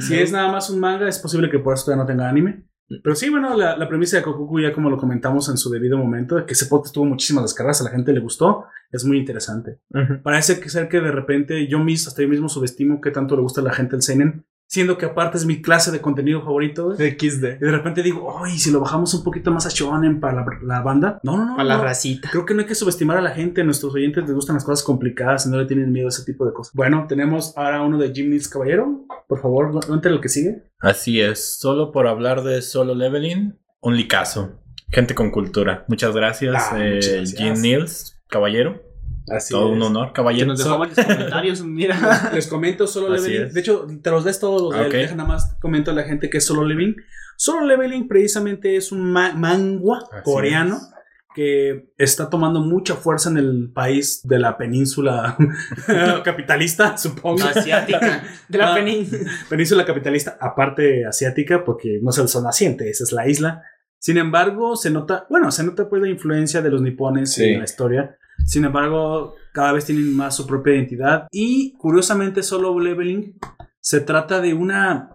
A: si es nada más un manga, es posible que por eso todavía no tenga anime. Pero sí, bueno, la, la premisa de Kokuku, ya como lo comentamos en su debido momento, que ese podcast tuvo muchísimas descargas, a la gente le gustó, es muy interesante. Parece que ser que de repente yo mismo, hasta yo mismo subestimo qué tanto le gusta a la gente el Seinen, siendo que aparte es mi clase de contenido favorito. güey.
C: XD.
A: Y de repente digo, ay, si lo bajamos un poquito más a Shonen para la, la banda. No, no, no.
C: A la
A: no.
C: racita.
A: Creo que no hay que subestimar a la gente. A nuestros oyentes les gustan las cosas complicadas y no le tienen miedo a ese tipo de cosas. Bueno, tenemos ahora uno de Jim Needs Caballero. Por favor, cuéntale lo que sigue.
F: Así es, solo por hablar de solo leveling, un licazo. Gente con cultura. Muchas gracias,
A: Ah,
F: eh,
A: muchas gracias.
F: Jim Niels, caballero.
A: Así
F: Todo un honor, caballero. (laughs)
C: comentarios, mira.
A: Les comento Solo
F: Así
A: Leveling.
F: es.
A: De hecho, te los des todos.
F: Ah,
A: eh,
F: ok.
A: deja nada más comento a la gente que es Solo Leveling. Solo Leveling precisamente es un ma- mangua
F: Así
A: coreano
F: es.
A: que está tomando mucha fuerza en el país de la península (laughs) capitalista, supongo.
C: Asiática.
G: (laughs) De la
A: Ah.
G: península.
A: península capitalista, aparte asiática, porque no es el zona naciente, esa es la isla. Sin embargo, se nota, bueno, se nota pues la influencia de los nipones
E: Sí.
A: en la historia. Sin embargo, cada vez tienen más su propia identidad. Y curiosamente, Solo Leveling se trata de una.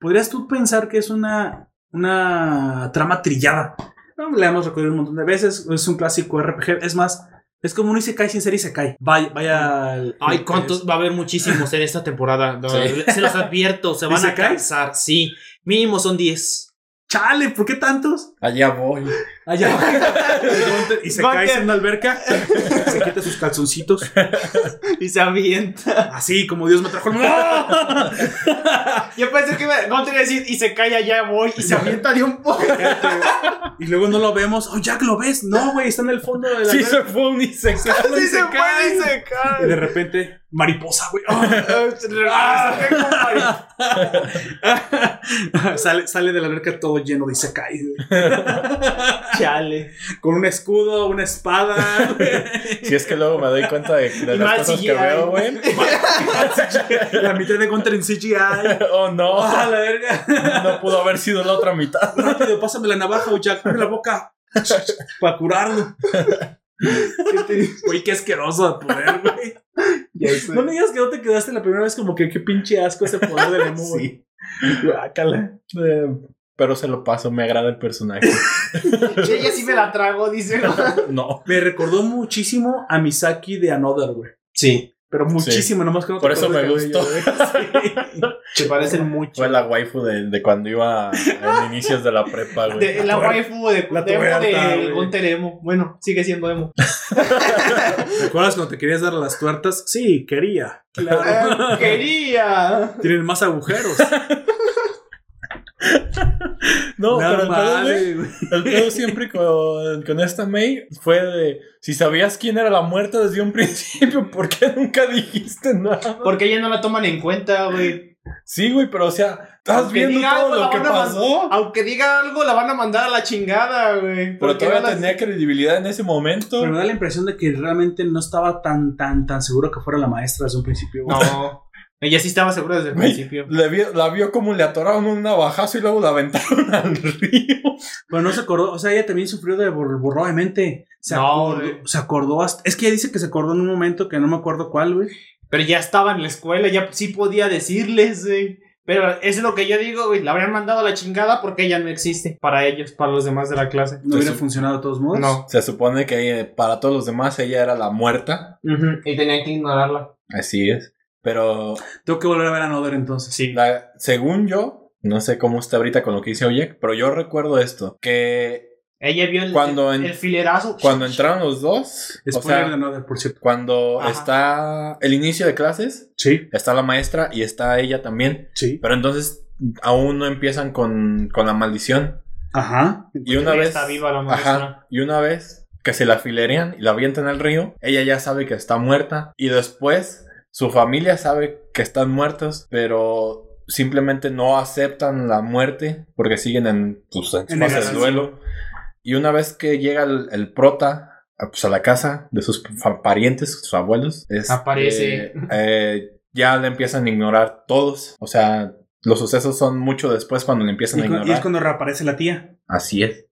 A: Podrías tú pensar que es una, una trama trillada. No, le hemos recorrido un montón de veces. Es un clásico RPG. Es más, es como un Isekai sin ser Isekai. Vaya. vaya
C: Ay,
G: Pues.
C: ¿cuántos? Va a haber muchísimos en esta temporada. No,
E: Sí.
C: Se los advierto, se van a
A: ¿Isekais?
C: cansar. Sí, mínimo son 10.
A: Chale, ¿por qué tantos?
E: Allá voy.
A: Allá va. Ah, y se
G: Va
A: cae
G: que-
A: en una alberca, se quita sus calzoncitos,
G: Y se avienta.
A: así como Dios me trajo el mundo.
G: Yo pensé que me. No te iba a decir, y se calla, ya voy. Y se avienta de
C: (laughs)
G: un poco.
A: Y luego no lo vemos. Oh, Jack, ¿lo ves? No, güey, está en el fondo de la
E: Sí,
A: alberca.
E: se fue un Isekai.
G: Y se cae, y se cae. Ah,
A: Y de repente, mariposa, güey. Oh. (laughs)
C: ah,
A: sale, sale de la alberca todo lleno de Isekai. güey.
G: Chale.
A: Con un escudo, una espada.
E: Si es que luego me doy cuenta de, de
G: Y
E: las
G: más
E: cosas que
G: CGI.
F: (laughs)
A: (laughs)
E: veo, güey.
A: la mitad de contra en CGI.
E: Oh, no.
A: (laughs) ¡Ah, la verga!
E: (laughs) No pudo haber sido la otra mitad.
A: Rápido, pásame la navaja, güey, Jack. Abre la
E: (laughs)
A: boca. Para curarlo. Güey, qué asqueroso de poder, güey. No me digas que no te quedaste la primera vez como que qué pinche asco ese poder del emo. güey.
E: Sí. Guácala. Eh, pero se lo paso, me agrada el personaje.
G: Che, ella sí me la trago, dice.
E: (laughs) No.
A: Me recordó muchísimo a Misaki de Another, güey.
C: Sí.
A: Pero muchísimo, nomás que no
E: Por
A: te
E: eso
A: acuerdas
E: me
A: de cabello, güey. Sí.
G: Se parecen mucho.
E: Fue la waifu de, de cuando iba a- en inicios de la prepa, güey.
G: De, la waifu de,
A: La
G: de, emo
A: tuerta,
G: de
A: güey.
G: Gunter Emo. Bueno, sigue
C: (laughs)
G: siendo emo.
A: ¿Te acuerdas cuando te querías dar a las tuertas? Sí, quería. Claro.
G: Eh, Quería.
A: Tienen más agujeros.
E: (laughs) No,
A: Nada
E: pero el pedo, güey,
A: mal, güey.
E: el pedo siempre con, con esta May fue de... Si sabías quién era la muerta desde un principio, ¿por qué nunca dijiste nada?
G: Porque ella no la toman en cuenta, güey.
E: Sí, güey, pero o sea, estás
G: Aunque
E: viendo
G: diga algo,
E: todo
G: la
E: lo que
G: van a mandar-
E: pasó.
G: Aunque diga algo, la van a mandar a la chingada, güey.
E: Pero
G: Porque
E: todavía
G: no la-
E: tenía credibilidad en ese momento.
A: Pero me da la impresión de que realmente no estaba tan, tan, tan seguro que fuera la maestra desde un principio. güey.
C: No. Ella sí estaba segura desde el
E: Güey.
C: principio.
E: Le vi- la vio como le atoraron un navajazo y luego la aventaron (laughs) al río.
A: Pero no se acordó, o sea, ella también sufrió de bor- borrado de mente. Se,
C: No, güey.
A: acordó, se acordó hasta. Es que ella dice que se acordó en un momento que no me acuerdo cuál, güey.
G: Pero ya estaba en la escuela, ya sí podía decirles, güey. Pero eso es lo que yo digo, güey. La habrían mandado a la chingada porque ella no existe para ellos, para los demás de la clase.
A: No hubiera
E: sí.
A: funcionado de todos modos.
G: No.
E: Se supone que eh, para todos los demás ella era la muerta.
G: Ujú, Y tenían que ignorarla.
E: Así es. Pero
A: Tengo que volver a ver a Noder entonces.
C: Sí.
E: la- según yo, no sé cómo está ahorita con lo que dice Oyek, pero yo recuerdo esto, que
G: Ella vio el,
E: Cuando
G: el,
E: en-
G: el filerazo.
E: cuando entraron los dos, o
A: Spoiler de
E: sea,
A: Another, por cierto.
E: cuando
G: Ajá.
E: está el inicio de clases,
A: Sí,
E: está la maestra y está ella también,
A: sí.
E: pero entonces aún no empiezan con, con la maldición.
A: Ajá.
E: Y una
G: Todavía
E: vez...
G: está viva la maestra.
E: Ajá, y una vez que se la filerean y la avientan al río, ella ya sabe que está muerta. Y después su familia sabe que están muertos, pero simplemente no aceptan la muerte porque siguen en, pues, en su
A: En
E: fase de
A: negación.
E: duelo. Y una vez que llega el, el prota a, pues, a la casa de sus fa- parientes, sus abuelos, es, (laughs)
G: Aparece.
E: ya le empiezan a ignorar todos. O sea, los sucesos son mucho después cuando le
A: Y,
E: empiezan a
A: cu- y es
E: ignorar.
A: cuando reaparece la tía.
E: Así es.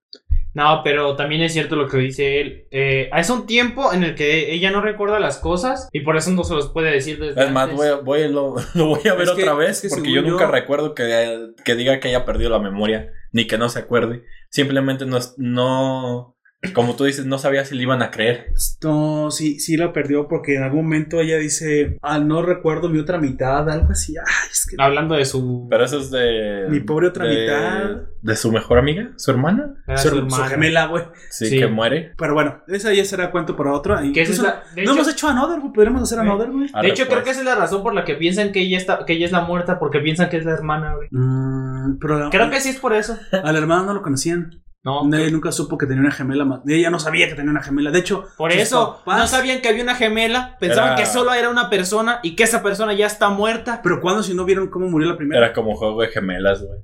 G: No, pero también es cierto lo que dice él. Eh, es un tiempo en el que ella no recuerda las cosas y por eso no se los puede decir desde
E: Es más,
G: antes.
E: voy, a- voy- lo, (laughs) lo voy a ver
A: Es que-
E: otra
A: es
E: vez
A: que
E: porque
A: según
E: yo nunca
A: yo-
E: recuerdo que, que diga que haya perdido la memoria ni que no se acuerde. Simplemente no, es- no como tú dices, no sabía si le iban a creer.
A: No, sí, sí la perdió porque en algún momento ella dice, ah, no recuerdo mi otra mitad, algo así. Ay, es que
G: Hablando de su,
E: Pero eso es de...
A: Mi pobre otra
E: de-
A: mitad.
E: ¿De su mejor amiga? ¿Su hermana?
G: era
A: su,
G: su
A: su
G: hermana.
A: gemela, güey.
E: Sí,
G: Sí.
E: que muere.
A: Pero bueno, esa ya será cuento para otra.
G: Que esa es
A: Incluso-
G: la-
A: no
G: de hecho-
A: hemos hecho Another, güey. Podríamos hacer Another, güey.
G: De hecho, creo que
E: pues.
G: esa es la razón por la que piensan que ella, está, que ella es la muerta, porque piensan que es la hermana, güey.
A: Mm, pero la-
G: Creo que sí es por eso.
A: a la hermana no lo conocían.
G: No,
A: Nadie nunca supo que tenía una gemela. ma- Ella no sabía que tenía una gemela. De hecho,
G: por
A: sus
G: eso
A: papás-
G: no sabían que había una gemela, pensaban
E: Era-
G: que solo era una persona y que esa persona ya está muerta.
A: Pero cuando si no vieron cómo murió la primera.
E: Era como juego de gemelas, güey.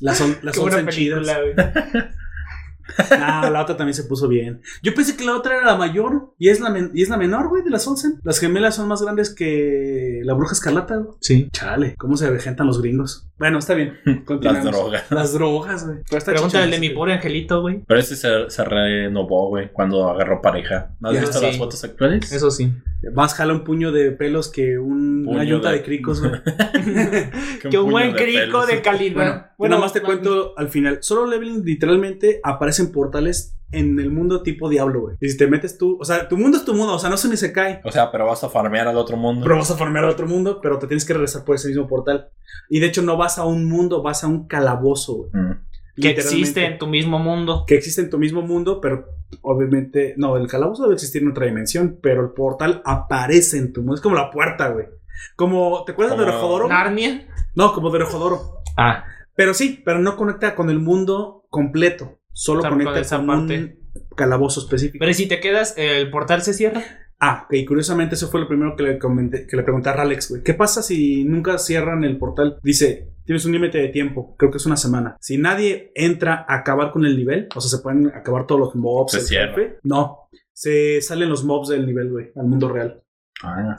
A: Las, on-
G: (laughs)
A: las
G: Qué buena
A: once chidas.
G: película, güey.
A: (laughs)
G: (laughs)
A: Ah, la otra también se puso bien. Yo pensé que la otra era la mayor y es la, men- y es la menor, güey, de las once. Las gemelas son más grandes que la bruja escarlata, güey.
H: Sí.
A: Chale, cómo se avejentan los gringos. Bueno, está bien.
E: Las
A: continuamos.
E: drogas.
A: Las drogas, güey. Pero está
G: Pregunta
A: chichón.
G: el de mi pobre angelito, güey.
E: Pero ese se, se renovó, güey, cuando agarró pareja. ¿No has
A: Ya,
E: visto
G: sí.
E: las fotos actuales?
G: Eso sí.
A: Más jala un puño de pelos que un-
E: Puño
A: una yunta de,
E: de-
A: cricos, güey. (laughs)
G: Que un
E: puño
G: buen crico
E: pelos.
G: de calidad.
A: Bueno, nada más te cuento al final. Solo leveling literalmente aparecen portales en el mundo tipo diablo, güey. Y si te metes tú, o sea, tu mundo es tu mundo, o sea, no se ni se cae.
E: O sea, pero vas a farmear al otro mundo.
A: Pero vas a formar otro mundo, pero te tienes que regresar por ese mismo portal. Y de hecho no vas a un mundo, vas a un calabozo, güey.
E: Mm.
G: Que
A: Literalmente.
G: existe en tu mismo mundo.
A: Que existe en tu mismo mundo, pero obviamente... No, el calabozo debe existir en otra dimensión, pero el portal aparece en tu mundo. Es como la puerta, güey. Como, ¿te acuerdas de
E: Como-
A: Rojodoro?
G: Narnia.
A: No, como de Rojodoro.
G: Ah.
A: Pero sí, pero no conecta con el mundo completo. Solo
G: O sea,
A: conecta
G: con esa
A: con
G: parte.
A: un calabozo específico.
G: Pero si te quedas, el portal se cierra.
A: Ah, ok, curiosamente eso fue lo primero que le, comenté, que le pregunté a Ralex, güey. ¿Qué pasa si nunca cierran el portal? Dice, tienes un límite de tiempo, creo que es una semana. Si nadie entra a acabar con el nivel, o sea, se pueden acabar todos los mobs.
E: Se
A: el
E: cierra.
A: jefe, No, se salen los mobs del nivel, güey, al mundo real.
E: Ah.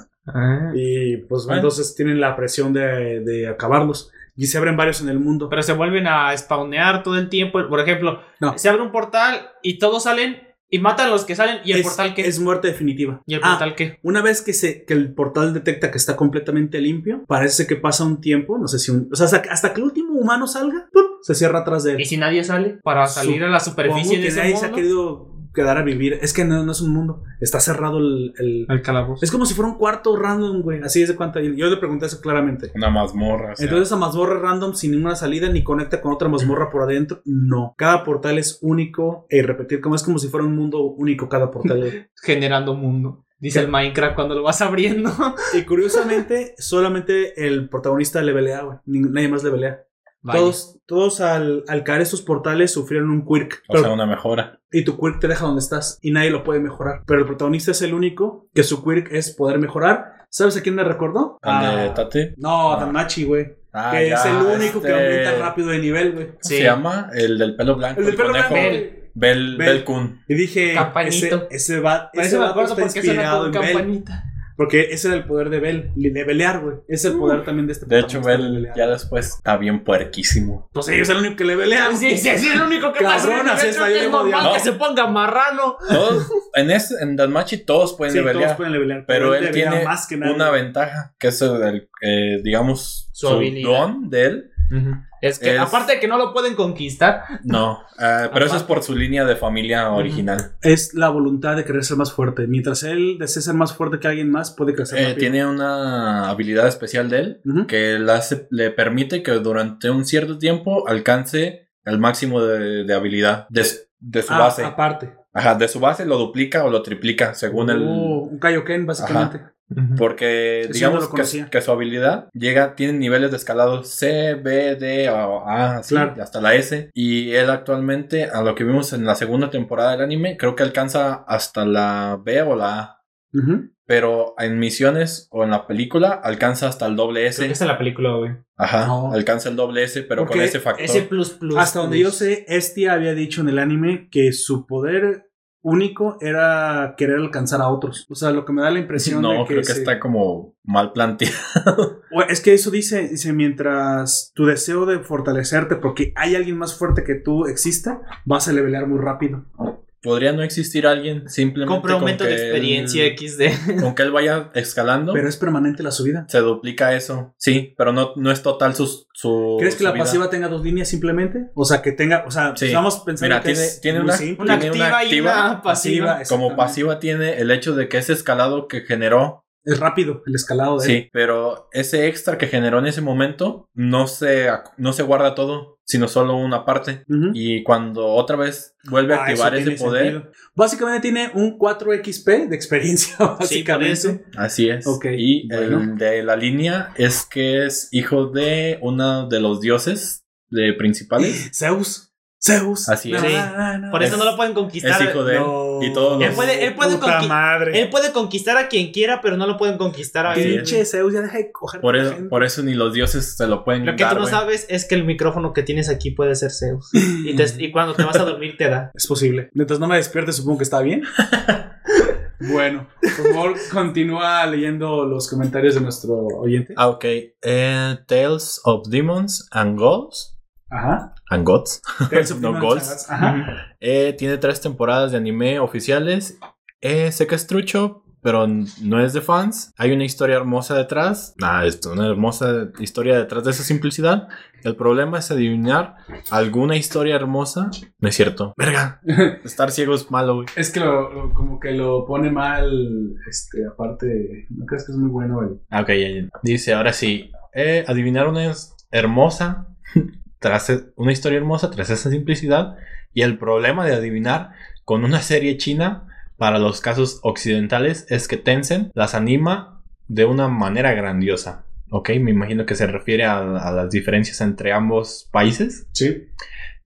A: Y pues
E: Bueno.
A: entonces tienen la presión de, de acabarlos. Y se abren varios en el mundo.
G: Pero se vuelven a spawnear todo el tiempo. Por ejemplo,
A: No.
G: se abre un portal y todos salen y matan a los que salen. ¿Y el
A: es,
G: portal qué?
A: es muerte definitiva.
G: ¿Y el
A: Ah,
G: portal qué?
A: Una vez que, se, que el portal detecta que está completamente limpio, parece que pasa un tiempo, no sé si un- o sea, hasta, hasta que el último humano salga, ¡pum! se cierra atrás de él.
G: ¿Y si nadie sale para salir a la superficie
A: Supongo
G: de
A: que
G: ese
A: nadie
G: mundo?
A: se ha querido quedar a vivir. Es que no, no es un mundo, está cerrado el, el-
G: El calabozo.
A: Es como si fuera un cuarto random, güey, así es de cuánta... Yo le pregunté eso claramente.
E: Una mazmorra. o sea.
A: Entonces esa mazmorra random sin ninguna salida ni conecta con otra mazmorra por adentro, no. Cada portal es único y repetir, como es como si fuera un mundo único cada portal. güey.
G: Generando mundo. Dice el Minecraft cuando lo vas abriendo.
A: Y curiosamente, solamente el protagonista levelea, güey. Ning- Nadie más levelea.
G: (laughs) Vaya.
A: Todos, todos al, al caer estos portales sufrieron un quirk.
E: o
A: Pero-
E: sea, una mejora.
A: y tu quirk te deja donde estás y nadie lo puede mejorar. Pero el protagonista es el único que su quirk es poder mejorar. ¿Sabes a quién me recordó?
E: ¿Al de
A: Ah,
E: Tate?
A: No, a
E: Ah.
A: Damachi, güey.
E: Ah,
A: que
E: ya,
A: es el único que
E: este-
A: aumenta rápido de nivel, güey.
E: ¿Cómo Se llama el del pelo blanco.
A: El del pelo
E: conejo.
A: blanco.
G: Bell.
E: Bel,
A: Bell.
E: Bel Kun.
A: Y dije,
G: Campanito.
A: ese, ese va,
G: Por
A: ese
G: eso me
A: vato
G: acuerdo
A: está
G: porque suena
A: inspirado
G: como
A: en Bell.
G: campanita.
A: Porque ese era el poder de Bell, de pelear, güey. Es el poder también de este
E: Uh. De hecho,
A: protagonista,
E: Bel
A: levelear.
E: ya después está bien puerquísimo.
A: Pues ellos es el único que le pelea.
G: (laughs) Sí, sí, sí, es el único que
A: Cabrón,
G: pasa. Yo
A: así
G: creo
A: está,
G: que
A: yo
G: es
A: le
G: normal
E: odiaba.
G: que se ponga marrano.
A: (laughs)
E: Todos, en, este, en Danmachi todos pueden
A: Sí,
E: levelear,
A: todos pueden levelear,
E: Pero él
A: levelea
E: tiene
A: más que nadie.
E: una ventaja, que es el, el, eh, digamos,
G: Su
E: su,
G: habilidad.
E: don de él.
G: Es que
E: Es-
G: aparte de que no lo pueden conquistar,
E: No, eh, pero eso es por su línea de familia original.
A: Es la voluntad de querer ser más fuerte. Mientras él desee ser más fuerte que alguien más, puede crecer
E: Eh,
A: rápido.
E: tiene una habilidad especial de él
A: Ujú.
E: que le, hace- le permite que durante un cierto tiempo alcance el máximo de, de habilidad de, su- de su
A: Ah,
E: base.
A: Aparte.
E: Ajá, de su base lo duplica o lo triplica según el...
A: Oh, un Kaioken, básicamente.
E: Porque
A: Eso no
E: digamos
A: lo
E: que,
A: conocía.
E: que su habilidad llega, tiene niveles de escalado C, B, D, o A, así,
A: Claro.
E: hasta la S. Y él actualmente, a lo que vimos en la segunda temporada del anime, creo que alcanza hasta la B o la A.
A: Ujú.
E: Pero en misiones o en la película alcanza hasta el doble
G: creo que
E: S.
G: está en la película, güey.
E: Ajá,
A: No.
E: alcanza el doble S, pero con
A: Porque
E: ese factor.
G: Ese plus plus.
A: Hasta donde yo
G: plus.
A: sé, Estia había dicho en el anime que su poder único era querer alcanzar a otros. O sea, lo que me da la impresión de
E: No,
A: que,
E: creo que
A: se-
E: está como mal planteado. (laughs)
A: Bueno, es que eso dice, dice, mientras tu deseo de fortalecerte porque hay alguien más fuerte que tú exista, vas a levelear muy rápido.
E: Podría no existir alguien simplemente
G: Compra
E: con
G: aumento de
E: que él-
G: experiencia
E: (laughs)
G: XD.
E: con que él vaya escalando.
A: Pero es permanente la subida.
E: Se duplica eso, sí, pero no, no es total su, su
A: ¿Crees que
E: su
A: la
E: vida.
A: pasiva tenga dos líneas simplemente? O sea, que tenga, o sea,
E: Sí.
A: estamos pensando
E: Mira,
A: que
E: tiene-
A: es
E: tiene
A: muy
E: una-
A: simple.
G: Una
E: Tiene una
G: activa, y una
E: activa,
G: pasiva.
A: exactamente.
E: Como pasiva tiene el hecho de que ese escalado que generó,
A: Es rápido el escalado de él.
E: sí, pero ese extra que generó en ese momento no se, ac- no se guarda todo, sino solo una parte.
A: Ujú.
E: Y cuando otra vez vuelve a
A: Ah,
E: activar
A: eso
E: ese
A: tiene
E: poder,
A: sentido. Básicamente tiene un 4XP de experiencia, (laughs)
G: Sí, por
A: básicamente.
G: eso.
E: así es.
A: Ok,
E: y
A: bueno.
E: el de la línea es
G: (gasps)
E: que es hijo de uno de los dioses de principales.
A: Zeus. Zeus.
E: Así es.
A: Na,
G: Sí.
A: na, na,
G: Por eso
E: Es-
G: no lo pueden conquistar.
E: Es hijo de él.
A: No.
E: Y todos
G: Él
E: los.
G: puede, él, puede
A: Puta
G: conqui-
A: madre.
G: él puede conquistar a quien quiera, pero no lo pueden conquistar a
E: Así
G: él.
E: es.
A: Pinche Zeus, ya deja de coger.
E: Por
A: a la
E: eso,
A: gente.
E: por eso ni los dioses se lo pueden
G: Lo que tú
E: dar,
G: no
E: güey.
G: sabes es que el micrófono que tienes aquí puede ser Zeus. Y, te- y cuando te vas a dormir te da.
A: Es posible. Mientras no me despierte, supongo que está
E: (laughs)
A: bien. bueno, por favor, continúa leyendo los comentarios de nuestro oyente.
E: Ah, ok. Eh, Tales of Demons and Gods. (laughs)
A: Ajá.
E: And Gods. No
A: Demon
E: goals.
A: Sagas. Ajá.
E: Eh, tiene tres temporadas de anime oficiales. Eh, sé que es trucho, pero n- no es de fans. Hay una historia hermosa detrás. Ah, es una hermosa historia detrás de esa simplicidad. El problema es adivinar alguna historia hermosa. No es cierto. Verga. Estar ciego es malo, güey.
A: Es que lo, lo- como que lo pone mal, este, aparte, ¿no crees que es muy bueno el
E: Ah, Ok, ya, ya. Dice, ahora sí. Eh, adivinar una es- hermosa. tras e- una historia hermosa tras esa simplicidad. Y el problema de adivinar con una serie china para los casos occidentales es que Tencent las anima de una manera grandiosa. Ok, me imagino que se refiere a, a las diferencias entre ambos países.
A: Sí.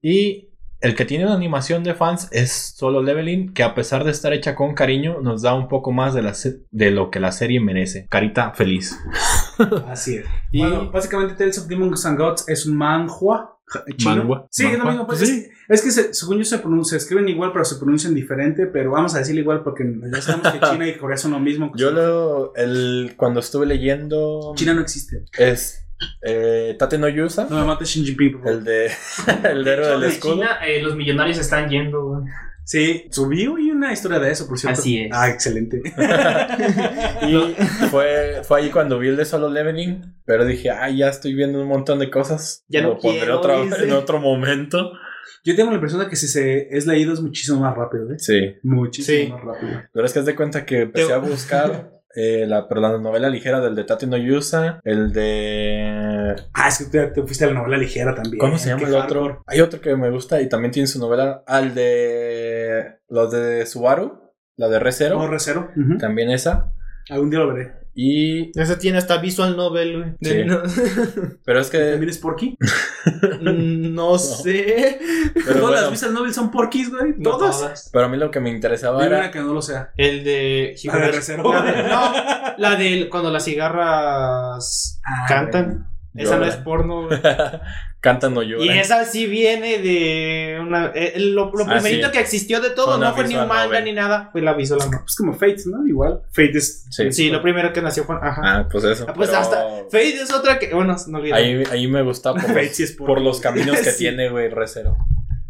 E: Y el que tiene una animación de fans es Solo Leveling, que a pesar de estar hecha con cariño, nos da un poco más de, la se- de lo que la serie merece. Carita feliz.
A: Así es.
E: Y-
A: Bueno, básicamente Tales of Demons and Gods es un manhua eh, chino.
E: Manhua.
A: Sí, es lo
E: Manhua.
A: mismo. Pues,
E: Pues
A: es, es que se- según yo se pronuncia, se escriben igual, pero se pronuncian diferente, pero vamos a decirlo igual porque ya sabemos
E: (laughs)
A: que China y Corea son lo mismo. aunque
E: Yo
A: se-
E: lo, el, cuando estuve leyendo
A: China no existe.
E: es eh, Tate no Yusa,
A: No me mates Xi Jinping, por favor.
E: el de (laughs) el héroe del escudo.
I: China, eh, los millonarios están yendo, güey.
A: Sí, subí hoy una historia de eso, por cierto.
I: Así es.
A: Ah, excelente.
E: Y fue, fue ahí cuando vi el de Solo Leveling, pero dije, ah, ya estoy viendo un montón de cosas.
G: Ya no
E: lo pondré
G: quiero,
E: otra-
G: dice.
E: en otro momento.
A: Yo tengo la impresión de que si se es leído es muchísimo más rápido, ¿eh?
E: Sí,
A: Muchísimo
G: Sí.
A: más rápido.
E: pero es que haz de cuenta que empecé a buscar eh, la, pero la novela ligera del de Tate no Yusa, el de
A: Ah, es que te, te fuiste a la novela ligera también.
E: ¿Cómo se llama
A: Qué
E: el otro?
A: hardcore.
E: Hay otro que me gusta y también tiene su novela. Al de. Los de Subaru. La de Recero.
A: No, Recero. Ujú.
E: También esa.
A: Algún día lo veré.
E: Y.
G: Ese tiene hasta visual novel,
E: (laughs) Sí.
G: No,
E: Pero es que.
A: ¿También es Porky?
G: sé.
E: Pero,
A: (laughs) Todas
E: bueno,
A: las vistas Nobel son Porkys, güey. Todas.
E: pero a mí lo que me interesaba
A: Dime una
E: era.
A: que no lo sea.
G: El de
A: La de Recero.
G: La de- no, la del cuando las cigarras
A: Ah,
G: cantan.
E: güey.
G: Esa no
E: Yo-
G: es porno. güey.
E: (laughs) Canta no llora.
G: Y esa sí viene de una. eh, lo lo
E: Ah,
G: primerito
E: sí.
G: que existió de todo,
E: Fue una
G: no fue ni
E: visual
G: un manga
E: novel.
G: ni nada, fue la visual novel.
A: Pues como Fate, ¿no? Igual. Fate es.
E: Sí.
G: Sí, lo primero que nació fue. Ajá.
E: Ah, pues eso.
G: Ah, pues
E: pero
G: hasta Fade es otra que. Bueno, no olvido.
E: Ahí, ahí
A: (laughs)
E: me gusta por,
A: Fate sí es
E: por los caminos
A: (laughs)
E: que
A: Sí.
E: tiene, güey, Recero.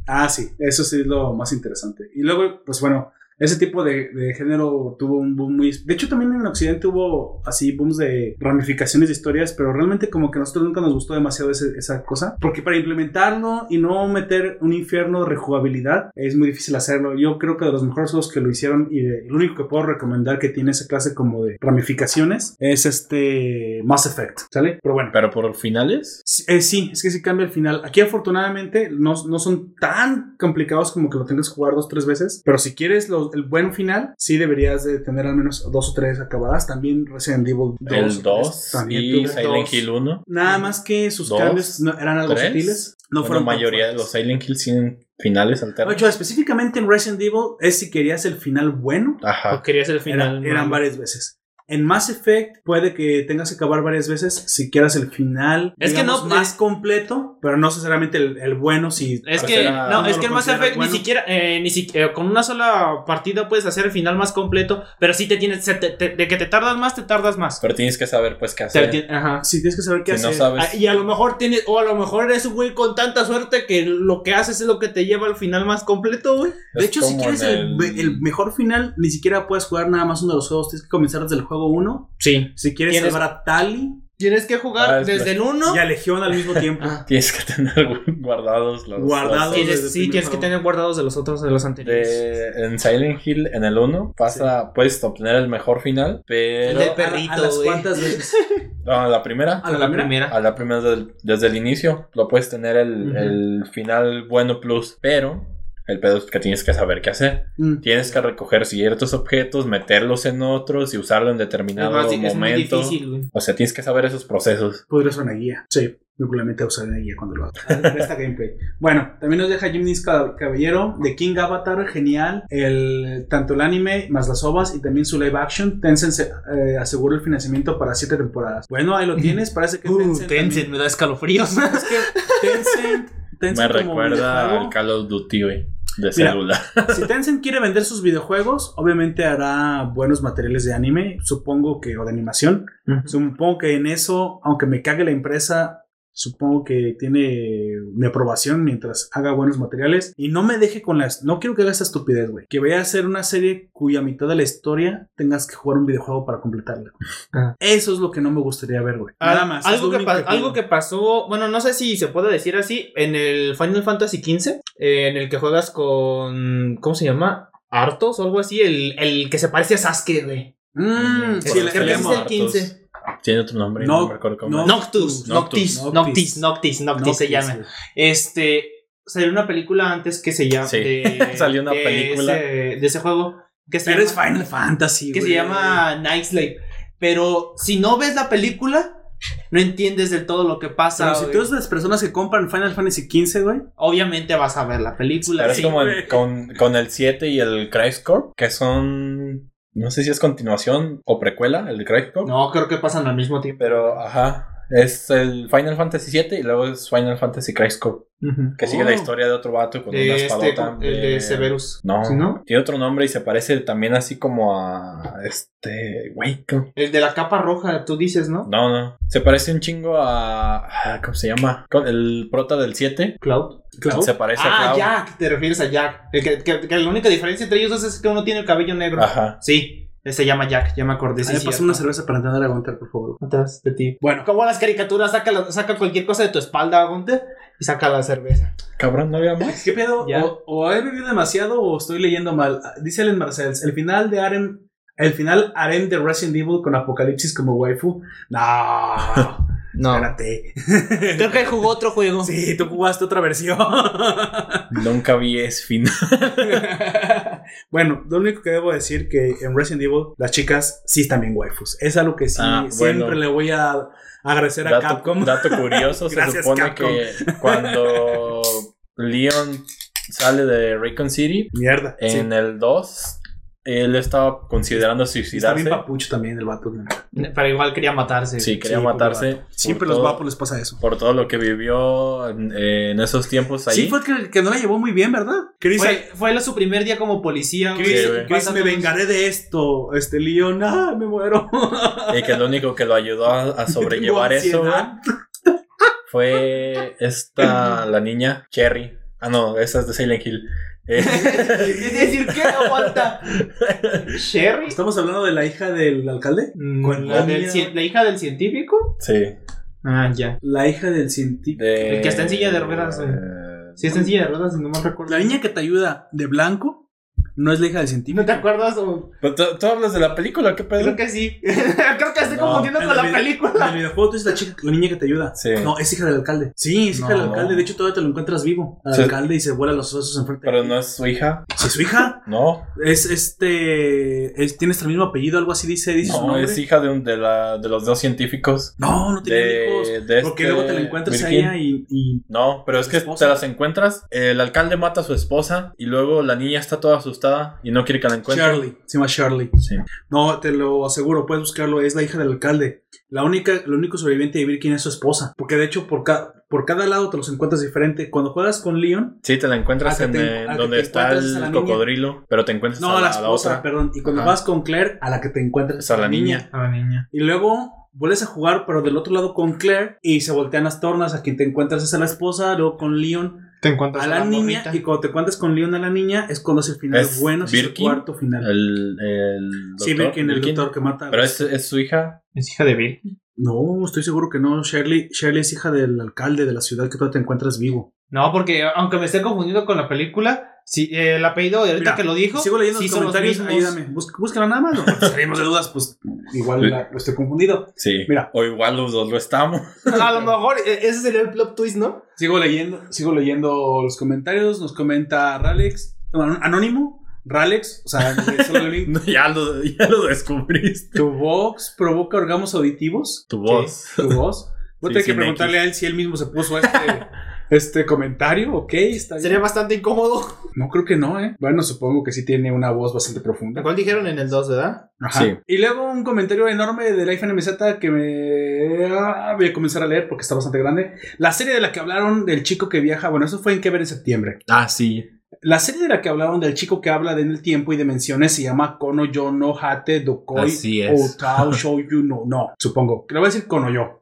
A: Ah, sí. Eso sí es lo más interesante. Y luego, pues bueno, ese tipo de, de género tuvo un boom muy. De hecho, también en Occidente hubo así booms de ramificaciones de historias, pero realmente como que a nosotros nunca nos gustó demasiado ese- esa cosa. Porque para implementarlo y no meter un infierno de rejugabilidad es muy difícil hacerlo. Yo creo que de los mejores juegos que lo hicieron y de- el único que puedo recomendar que tiene esa clase como de ramificaciones es este Mass Effect, ¿sale? Pero bueno.
E: Pero por finales.
A: Sí, eh, sí, es que sí cambia el final. Aquí afortunadamente no, no son tan complicados como que lo tengas que jugar dos tres veces. Pero si quieres lo- el buen final, sí deberías de tener al menos dos o tres acabadas. También Resident Evil 2.
E: el 2
A: También
E: y
A: tuvo-
E: Silent
G: dos.
E: Hill 1.
A: Nada más que sus
E: Dos,
A: cambios no- eran algo
E: tres.
A: sutiles. No
E: Bueno,
A: fueron
E: la
A: tan
E: mayoría de
A: fuertes.
E: los Silent Hill tienen finales
A: De
E: alternos.
A: hecho, específicamente en Resident Evil es si querías el final bueno
E: Ajá.
G: O querías el final.
A: Era- eran
G: ¿no?
A: varias veces. En Mass Effect puede que tengas que acabar varias veces si quieras el final
G: Es que
A: digamos,
G: no,
A: más completo, pero no necesariamente el, el bueno si
G: Es
E: Pues
G: que,
E: era-
G: no,
A: no
G: es
A: lo
G: que el Mass
A: consideras
G: Effect
A: bueno.
G: ni siquiera, eh, ni si- eh, con una sola partida puedes hacer el final más completo, pero sí te tienes, se te- te- de que te tardas más, te tardas más.
E: Pero tienes que saber, pues, qué
G: O sea,
E: hacer.
G: ti- ajá.
A: si tienes que saber qué
E: Si no
A: hacer.
E: sabes.
G: Ah, Y a lo mejor tienes, o a lo mejor eres un güey con tanta suerte que lo que haces es lo que te lleva al final más completo, güey.
A: de
E: Es
A: hecho, si
E: como
A: quieres el...
E: en
A: el mejor final, ni siquiera puedes jugar nada más uno de los juegos. Tienes que comenzar desde el juego 1.
G: Sí.
A: Si quieres
G: Tienes-
A: salvar a Tali
G: Tienes que jugar
E: Ah, es
G: desde el 1.
A: y a Legión al mismo
G: (laughs)
A: tiempo.
G: Ah,
E: Tienes que tener (laughs) guardados los.
A: Guardados.
E: los-
A: desde el
G: tienes, sí,
A: primer
G: tienes que
A: juego.
G: tener guardados de los otros, de los anteriores.
E: de- en Silent Hill, en el 1, pasa, puedes obtener el mejor final, pero.
G: El de- Ah,
A: A-
G: perrito,
A: a, las
G: güey.
A: cuantas
G: (laughs)
A: veces.
E: No, la primera.
A: A la, primera.
E: A la primera del- desde el inicio, lo puedes tener el,
G: Ujú.
E: el final bueno plus, pero El pedo es que tienes que saber qué hacer.
A: Mm.
E: Tienes que recoger ciertos objetos, meterlos en otros y usarlo en determinado
G: Además, es muy
E: momento.
G: difícil, güey.
E: o sea, tienes que saber esos procesos.
A: Podría ser una guía. Sí, simplemente usar una guía cuando lo hago. De esta gameplay. Bueno, también nos deja Jimnis Cab- Caballero de King Avatar, genial. El, tanto el anime más las ovas y también su live action. Tencent se- eh, aseguró el financiamiento para siete temporadas. Bueno, ahí lo tienes. Parece que
G: Uh,
A: Tencent.
G: Tencent, me da escalofríos.
A: también- Es que Tencent.
E: (laughs) Me
A: Tencent como
E: recuerda
A: videojuego-
E: al Call of Duty, güey, de
A: Mira,
E: celular.
A: si Tencent quiere vender sus videojuegos, obviamente hará buenos materiales de anime, supongo que, o de animación. Supongo que en eso, aunque me cague la empresa, supongo que tiene mi aprobación mientras haga buenos materiales. Y no me deje con las. No quiero que haga esa estupidez, güey. Que vaya a hacer una serie cuya mitad de la historia tengas que jugar un videojuego para completarla.
G: Ah.
A: Eso es lo que no me gustaría ver, güey. Nada
G: Al-
A: más. es
G: Ah, Algo,
A: lo
G: que,
A: único
G: pa-
A: pido.
G: algo que pasó, bueno, no sé si se puede decir así, en el Final Fantasy XV, eh, en el que juegas con, ¿cómo se llama? Artos o algo así, el, el que se parece a Sasuke, güey.
E: (laughs)
A: Mm,
E: Mm,
A: sí,
E: por
A: la-
E: eso
G: creo que
A: la-
G: ese es
E: llamo
G: el
E: Artos.
G: 15.
E: Tiene otro nombre,
A: No,
E: no, me acuerdo cómo.
A: no.
E: es.
G: Noctus,
A: Noctus,
G: Noctis,
A: Noctis.
G: Noctis, Noctis, Noctis se
A: Noctis,
G: llama.
A: güey.
G: Este, salió una película antes que se llama.
E: Sí,
G: de-
E: salió una
G: de
E: película.
G: ese- de ese juego. Que se
A: Pero es
G: llama-
A: Final Fantasy,
G: que se
A: güey.
G: llama Night Slave. Pero si no ves la película, no entiendes del todo lo que pasa.
A: Pero si
G: güey.
A: tú eres de las personas que compran Final Fantasy XV, güey.
G: Obviamente vas a ver la película.
E: Pero
G: sí.
E: es como el-
A: güey.
E: con, con el 7 y el Crisis Corp, que son. No sé si es continuación o precuela, el de Crisis Corp.
G: No, creo que pasan al mismo tiempo.
E: Pero, ajá. Es el Final Fantasy 7 y luego es Final Fantasy Crisis Corp. Que sigue la historia de otro vato con una
G: Oh. De este,
E: espadota.
G: con- el de Severus.
E: No,
G: ¿Sí, no?
E: tiene otro nombre y se parece también así como a este güey. ¿cómo?
G: El de la capa roja, tú dices, ¿no?
E: No, no. Se parece un chingo a. a- ¿Cómo se llama? Con El prota del 7.
G: Cloud.
E: Se parece a
G: Ah,
E: Cloud.
G: Jack, te refieres a Jack. El que, que- que la única diferencia entre ellos dos es que uno tiene el cabello negro.
E: Ajá.
G: Sí, se llama Jack, ya me acordé.
A: Ahí
G: Sí,
A: me
G: es
A: pasó
G: cierto.
A: una cerveza para entender a aguantar, por favor.
G: Atrás de ti.
A: Bueno.
G: Como las caricaturas, saca, la- saca cualquier cosa de tu espalda, Gunter, y saca la cerveza.
E: Cabrón, no había
G: (laughs)
E: más.
A: ¿Qué pedo?
G: Ya.
A: O, o he vivido demasiado o estoy leyendo mal. Ah, Dice Ellen Marcells, el final de Arem, el final Arem de Resident Evil con Apocalipsis como waifu. No,
G: No.
A: espérate.
G: Creo que jugó otro juego.
A: Sí, tú jugaste otra versión.
E: Nunca vi ese final.
A: (laughs) bueno, lo único que debo decir que en Resident Evil las chicas sí están bien waifus. Es algo que sí,
E: Ah,
A: siempre
E: bueno.
A: le voy a agradecer a
E: Dato,
A: Capcom.
E: dato
A: (laughs)
E: curioso, se
A: Gracias,
E: supone
A: Capcom.
E: que cuando Leon sale de Raycon City
A: Mierda. sí.
E: en el 2, él estaba considerando
A: Está bien
E: suicidarse.
A: papucho también el vato. ¿no?
G: Pero igual quería matarse.
E: Sí, quería
A: Sí, pobre
E: matarse.
A: vato. Siempre
E: por
A: los
E: todo-
A: vapos les pasa eso.
E: Por todo lo que vivió en, en esos tiempos ahí. eh,
A: Sí, fue el que, que no la llevó muy bien, ¿verdad? Chris,
G: Fue, fue la- su primer día como policía. güey.
E: Chris- eh, Sí, güey.
A: Chris,
G: Pasa
A: me
G: todo- (laughs)
A: vengaré de esto. Este Leon, ah, me muero.
E: Y que lo único que lo ayudó
A: (laughs)
E: a, a sobrellevar
A: Tengo
E: eso güey,
A: ansiedad.
E: fue esta, la niña, Cherry. Ah, no, esa es de Silent Hill.
A: (laughs)
E: Eh,
G: Es decir, ¿qué aguanta? ¿Sherry? Mm,
A: Estamos hablando de la hija del alcalde. Con
G: ¿La,
A: la
G: del
A: mía.
G: cien- ¿La hija del científico?
E: sí.
G: Ah, ya.
A: La hija del científico.
E: de-
G: El que está en silla de ruedas, güey.
E: eh,
G: Sí, es en silla de ruedas, no me recuerdo.
A: La niña que te ayuda de blanco no es la hija del científico.
G: ¿No te acuerdas? O-
E: Pero ¿Tú, tú hablas de la película? ¿Qué pedo?
G: Creo que sí. (laughs) Creo que estoy
E: No,
G: confundiendo
A: en
G: con
A: la
G: la
A: vida- En el
G: película.
A: videojuego tú es la chica, la niña que te ayuda.
E: Sí.
A: No, es hija del alcalde. Sí, es hija del
E: No.
A: alcalde. De hecho, todavía te lo encuentras vivo. Al
E: Sí.
A: alcalde y se vuela los osos enfrente.
E: Pero no es su hija.
A: Si es su hija,
E: No,
A: es este. es- Tienes el mismo apellido, algo así dice. dice su
E: no
A: nombre.
E: es hija de, un- de, la, de los dos científicos.
A: No, no tenía hijos.
E: De, de
A: Porque
E: este
A: luego te la encuentras
E: Virgil.
A: a ella y, y-
E: No, pero es que
A: esposa.
E: te las encuentras. El alcalde mata a su esposa y luego la niña está toda asustada y no quiere que la encuentre.
A: Shirley. Se llama Shirley.
E: Sí.
A: No, te lo aseguro, puedes buscarlo. Es la hija del alcalde. La única, el único sobreviviente de Birkin es su esposa. Porque de hecho, por, ca- por cada lado te los encuentras diferente. Cuando juegas con Leon.
E: Sí, te la encuentras
A: Ah,
E: en
A: que te-
E: eh,
A: ah, que
E: donde
A: te
E: está
A: encuentras a la
E: el
A: niña.
E: cocodrilo, pero te encuentras
A: No,
E: a,
A: a
E: la,
A: la
E: a la
A: esposa,
E: otra.
A: perdón. Y cuando
E: Ajá.
A: vas con Claire, a la que te encuentras.
E: Es a la niña.
G: A la Ah, niña.
A: Y luego vuelves a jugar, pero del otro lado con Claire. Y se voltean las tornas. A quien te encuentras es a la esposa. Luego con Leon
G: Te encuentras
A: a la, niña. Y cuando te encuentras con Leon a la niña, es cuando es el final
E: ¿Es
A: bueno. si Es el
E: Birkin?
A: cuarto final.
E: El, el
A: sí,
E: doctor,
A: Birkin, el
E: Birkin.
A: doctor que mata. a
E: Pero
A: los-
E: es, es su hija.
G: Es hija de Bill.
A: No, estoy seguro que no. Shirley, Shirley es hija del alcalde de la ciudad que tú te encuentras vivo.
G: No, porque aunque me esté confundiendo con la película, sí, eh, el apellido de ahorita
A: Mira,
G: que lo dijo.
A: Sigo leyendo
G: sí
A: los
G: son
A: comentarios,
E: (laughs)
G: mismos.
A: ayúdame. Bus- búscala nada más. ¿no? Salimos de dudas, pues Igual la- lo estoy confundido.
E: Sí.
A: Mira.
E: O igual los dos lo estamos.
G: (laughs)
E: (laughs)
G: A lo mejor eh, ese sería el plot twist, ¿no?
A: Sigo leyendo, sigo leyendo los comentarios. Nos comenta Ralex. no, Anónimo. Ralex, o
E: (laughs)
A: sea, de solo el link.
E: ya, lo, ya lo descubriste.
A: ¿Tu voz provoca orgasmos auditivos?
E: Tu voz.
A: ¿Tu
E: (laughs)
A: voz? Voy a
E: Sí,
A: tener que
E: sin
A: preguntarle a él si él mismo se puso este,
E: (laughs)
A: este comentario. Ok, está bien.
G: Sería bastante incómodo.
A: No creo que no, ¿eh? Bueno, supongo que sí tiene una voz bastante profunda.
G: ¿Cuál dijeron en el 2, verdad?
A: Ajá.
E: Sí.
A: Y luego un comentario enorme de la FNMZ que me... ah, voy a comenzar a leer porque está bastante grande. La serie de la que hablaron del chico que viaja, bueno, eso fue en que ver en septiembre.
E: Ah, sí. (laughs)
A: La serie de la que hablaron del chico que habla de en el tiempo y dimensiones se llama Kono Yo no Hate Dokoi
E: Así es.
A: Outao Shouyu no No, supongo. Le voy a decir Kono Yo.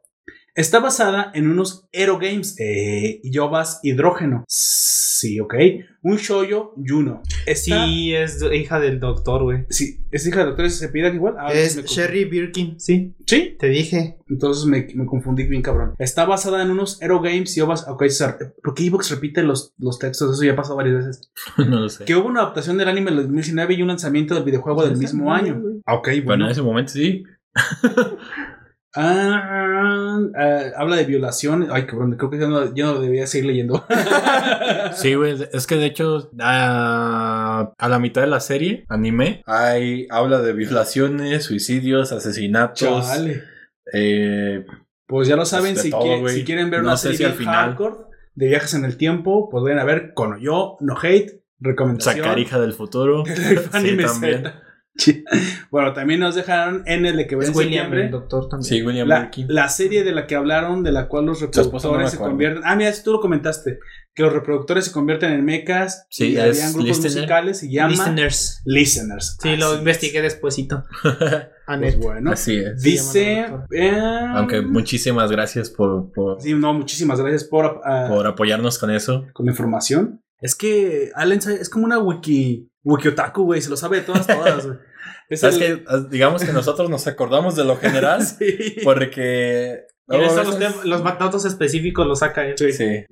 A: Está basada en unos Hero Games, eh, Yobas Hidrógeno. Sí, ok. Un Shouyo Yuno. Está-
G: Sí, es hija del doctor, güey.
A: Sí, es hija de doctores se pidan igual. Ah,
G: es
A: me conf-
G: Sherry Birkin, sí,
A: Sí,
G: te dije.
A: entonces me, me confundí bien, cabrón. Está basada en unos Hero Games y Ovas. Ok, sir, ¿por qué Evox repite los, los textos? Eso ya pasó varias veces.
E: no lo sé.
A: Que hubo una adaptación del anime del 2019 y un lanzamiento del videojuego del mismo año. Ah, Ok,
E: Bueno,
A: bueno.
E: en ese momento sí.
A: Ah, ah, habla de violación. Ay, cabrón, creo que ya no, ya no debía seguir
E: (laughs)
A: leyendo.
E: Sí, güey, es que de hecho ah, a la mitad de la serie, anime, hay, habla de violaciones, suicidios, asesinatos.
A: Chale.
E: Eh,
A: Pues ya lo saben,
E: de
A: si,
E: todo,
A: quie-
E: güey.
A: si quieren ver
E: No
A: una
E: sé
A: serie
E: si al
A: bien
E: final-
A: hardcore de viajes en el tiempo, podrían a ver con yo, no hate, recomendación.
E: sacar hija del
A: (laughs)
E: futuro.
A: Anime Z. Sí. Bueno, también nos dejaron en el de que ven
G: Es
A: en
G: William, ¿eh? el
A: septiembre.
G: doctor también.
E: Sí, William
A: La,
E: Birkin.
A: la serie de la que hablaron, de la cual los
E: esposa no me
A: reproductores se
E: acuerdo.
A: convierten. Ah, mira, tú lo comentaste. Que los reproductores se convierten en mecas.
E: Sí,
A: y
E: es
A: habían grupos
E: listener.
A: musicales y llama Listeners.
G: Listeners. Ah, Sí, Ah,
A: Así
G: lo
A: es.
G: investigué despuesito.
A: Pues
E: (laughs)
G: Anet.
A: bueno.
E: Así es.
A: Dice. eh,
E: Aunque muchísimas gracias por, por,
A: Sí, no, muchísimas gracias por, ah,
E: por apoyarnos con eso.
A: con la información. Es que Allen sabe- es como una wiki. Wiki otaku, güey, se lo sabe de todas, todas,
E: (laughs)
A: güey. Es
E: ¿Sabes
A: el-
E: qué? Ah, digamos que nosotros nos acordamos de lo
A: (laughs)
E: general
A: Sí.
E: porque...
G: Y
E: luego
G: esos
E: a
G: son los,
E: veces-
G: tem- los datos específicos los saca él.
E: Sí.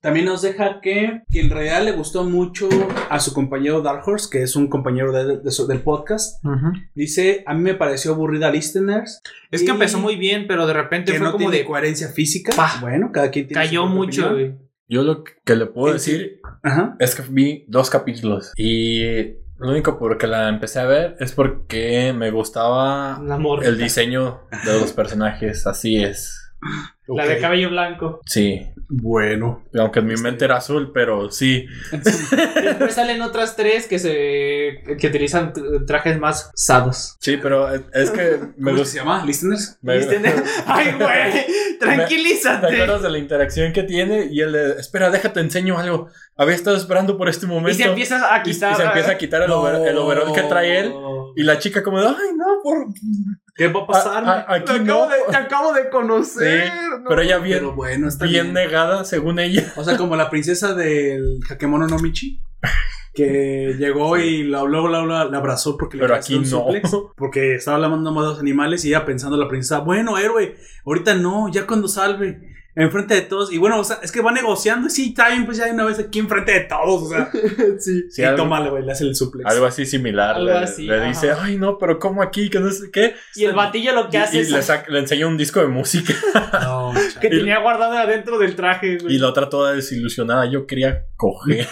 A: También nos deja que, que en realidad le gustó mucho a su compañero Dark Horse, que es un compañero de- de su- del podcast. Dice, a mí me pareció aburrida Listeners.
G: Es que
A: Y
G: empezó muy bien, pero de repente
A: que
G: fue
A: no
G: como
A: tiene
G: de.
A: coherencia física.
G: Pa.
A: Bueno, cada quien tiene su
G: Cayó
A: propia
G: mucho,
A: opinión.
G: güey.
E: Yo lo que le puedo
A: Sí, sí.
E: decir
A: Ajá.
E: Es que vi dos capítulos y lo único por que la empecé a ver es porque me gustaba
G: La morra.
E: el diseño de los personajes, así es.
G: La de cabello blanco.
E: Sí,
A: Bueno.
E: aunque en mi mente era azul, pero sí,
G: Después salen otras tres que se. que utilizan t- trajes más sados.
E: sí, pero es- es
G: (laughs)
E: que
A: (laughs)
E: me
A: ¿Cómo
E: gustó.
A: se llama? ¿Listeners?
G: Ay, güey.
E: (laughs) ¿Te
G: Tranquilízate.
E: acuerdas de la interacción que tiene? Y él le, espera, déjate, enseño algo. Había estado esperando por este
G: Y se
E: momento.
G: empieza a
E: Y- y
G: quitar.
E: se empieza a quitar el, over- el overall que trae él. Y la chica como de, ay, no, por...
G: ¿Qué va a pasar?
E: a- a- aquí no.
G: te acabo de conocer.
E: Sí, pero ella bien,
A: Pero bueno, está
E: bien
A: bien.
E: negada, según ella.
A: O sea, como la princesa del Hakemono no Michi. Que llegó y la habló, la, la, la abrazó porque
E: Pero
A: quería hacer
E: aquí
A: un
E: no.
A: porque estaba hablando más de los animales y ella pensando la princesa, bueno, héroe, ahorita no, ya cuando salve, enfrente de todos. Y bueno, o sea, es que va negociando, y sí, está bien, pues ya de una vez aquí enfrente de todos, o sea. sí.
E: (laughs) Sí,
A: y
E: algo-
A: tómale, güey, le hace el suplex.
E: (laughs) Algo así similar.
G: Algo
E: le,
G: así,
E: le
G: ajá.
E: dice, ay, no, pero ¿cómo aquí? Que no sé qué.
G: Y el batillo lo que
E: Y-
G: hace
E: y
G: es
E: le, saca- le enseña un disco de música. (laughs)
A: No,
G: que
E: y-
G: tenía guardado adentro del traje, güey.
E: Y la otra toda desilusionada. Yo quería
A: (laughs)
E: coger.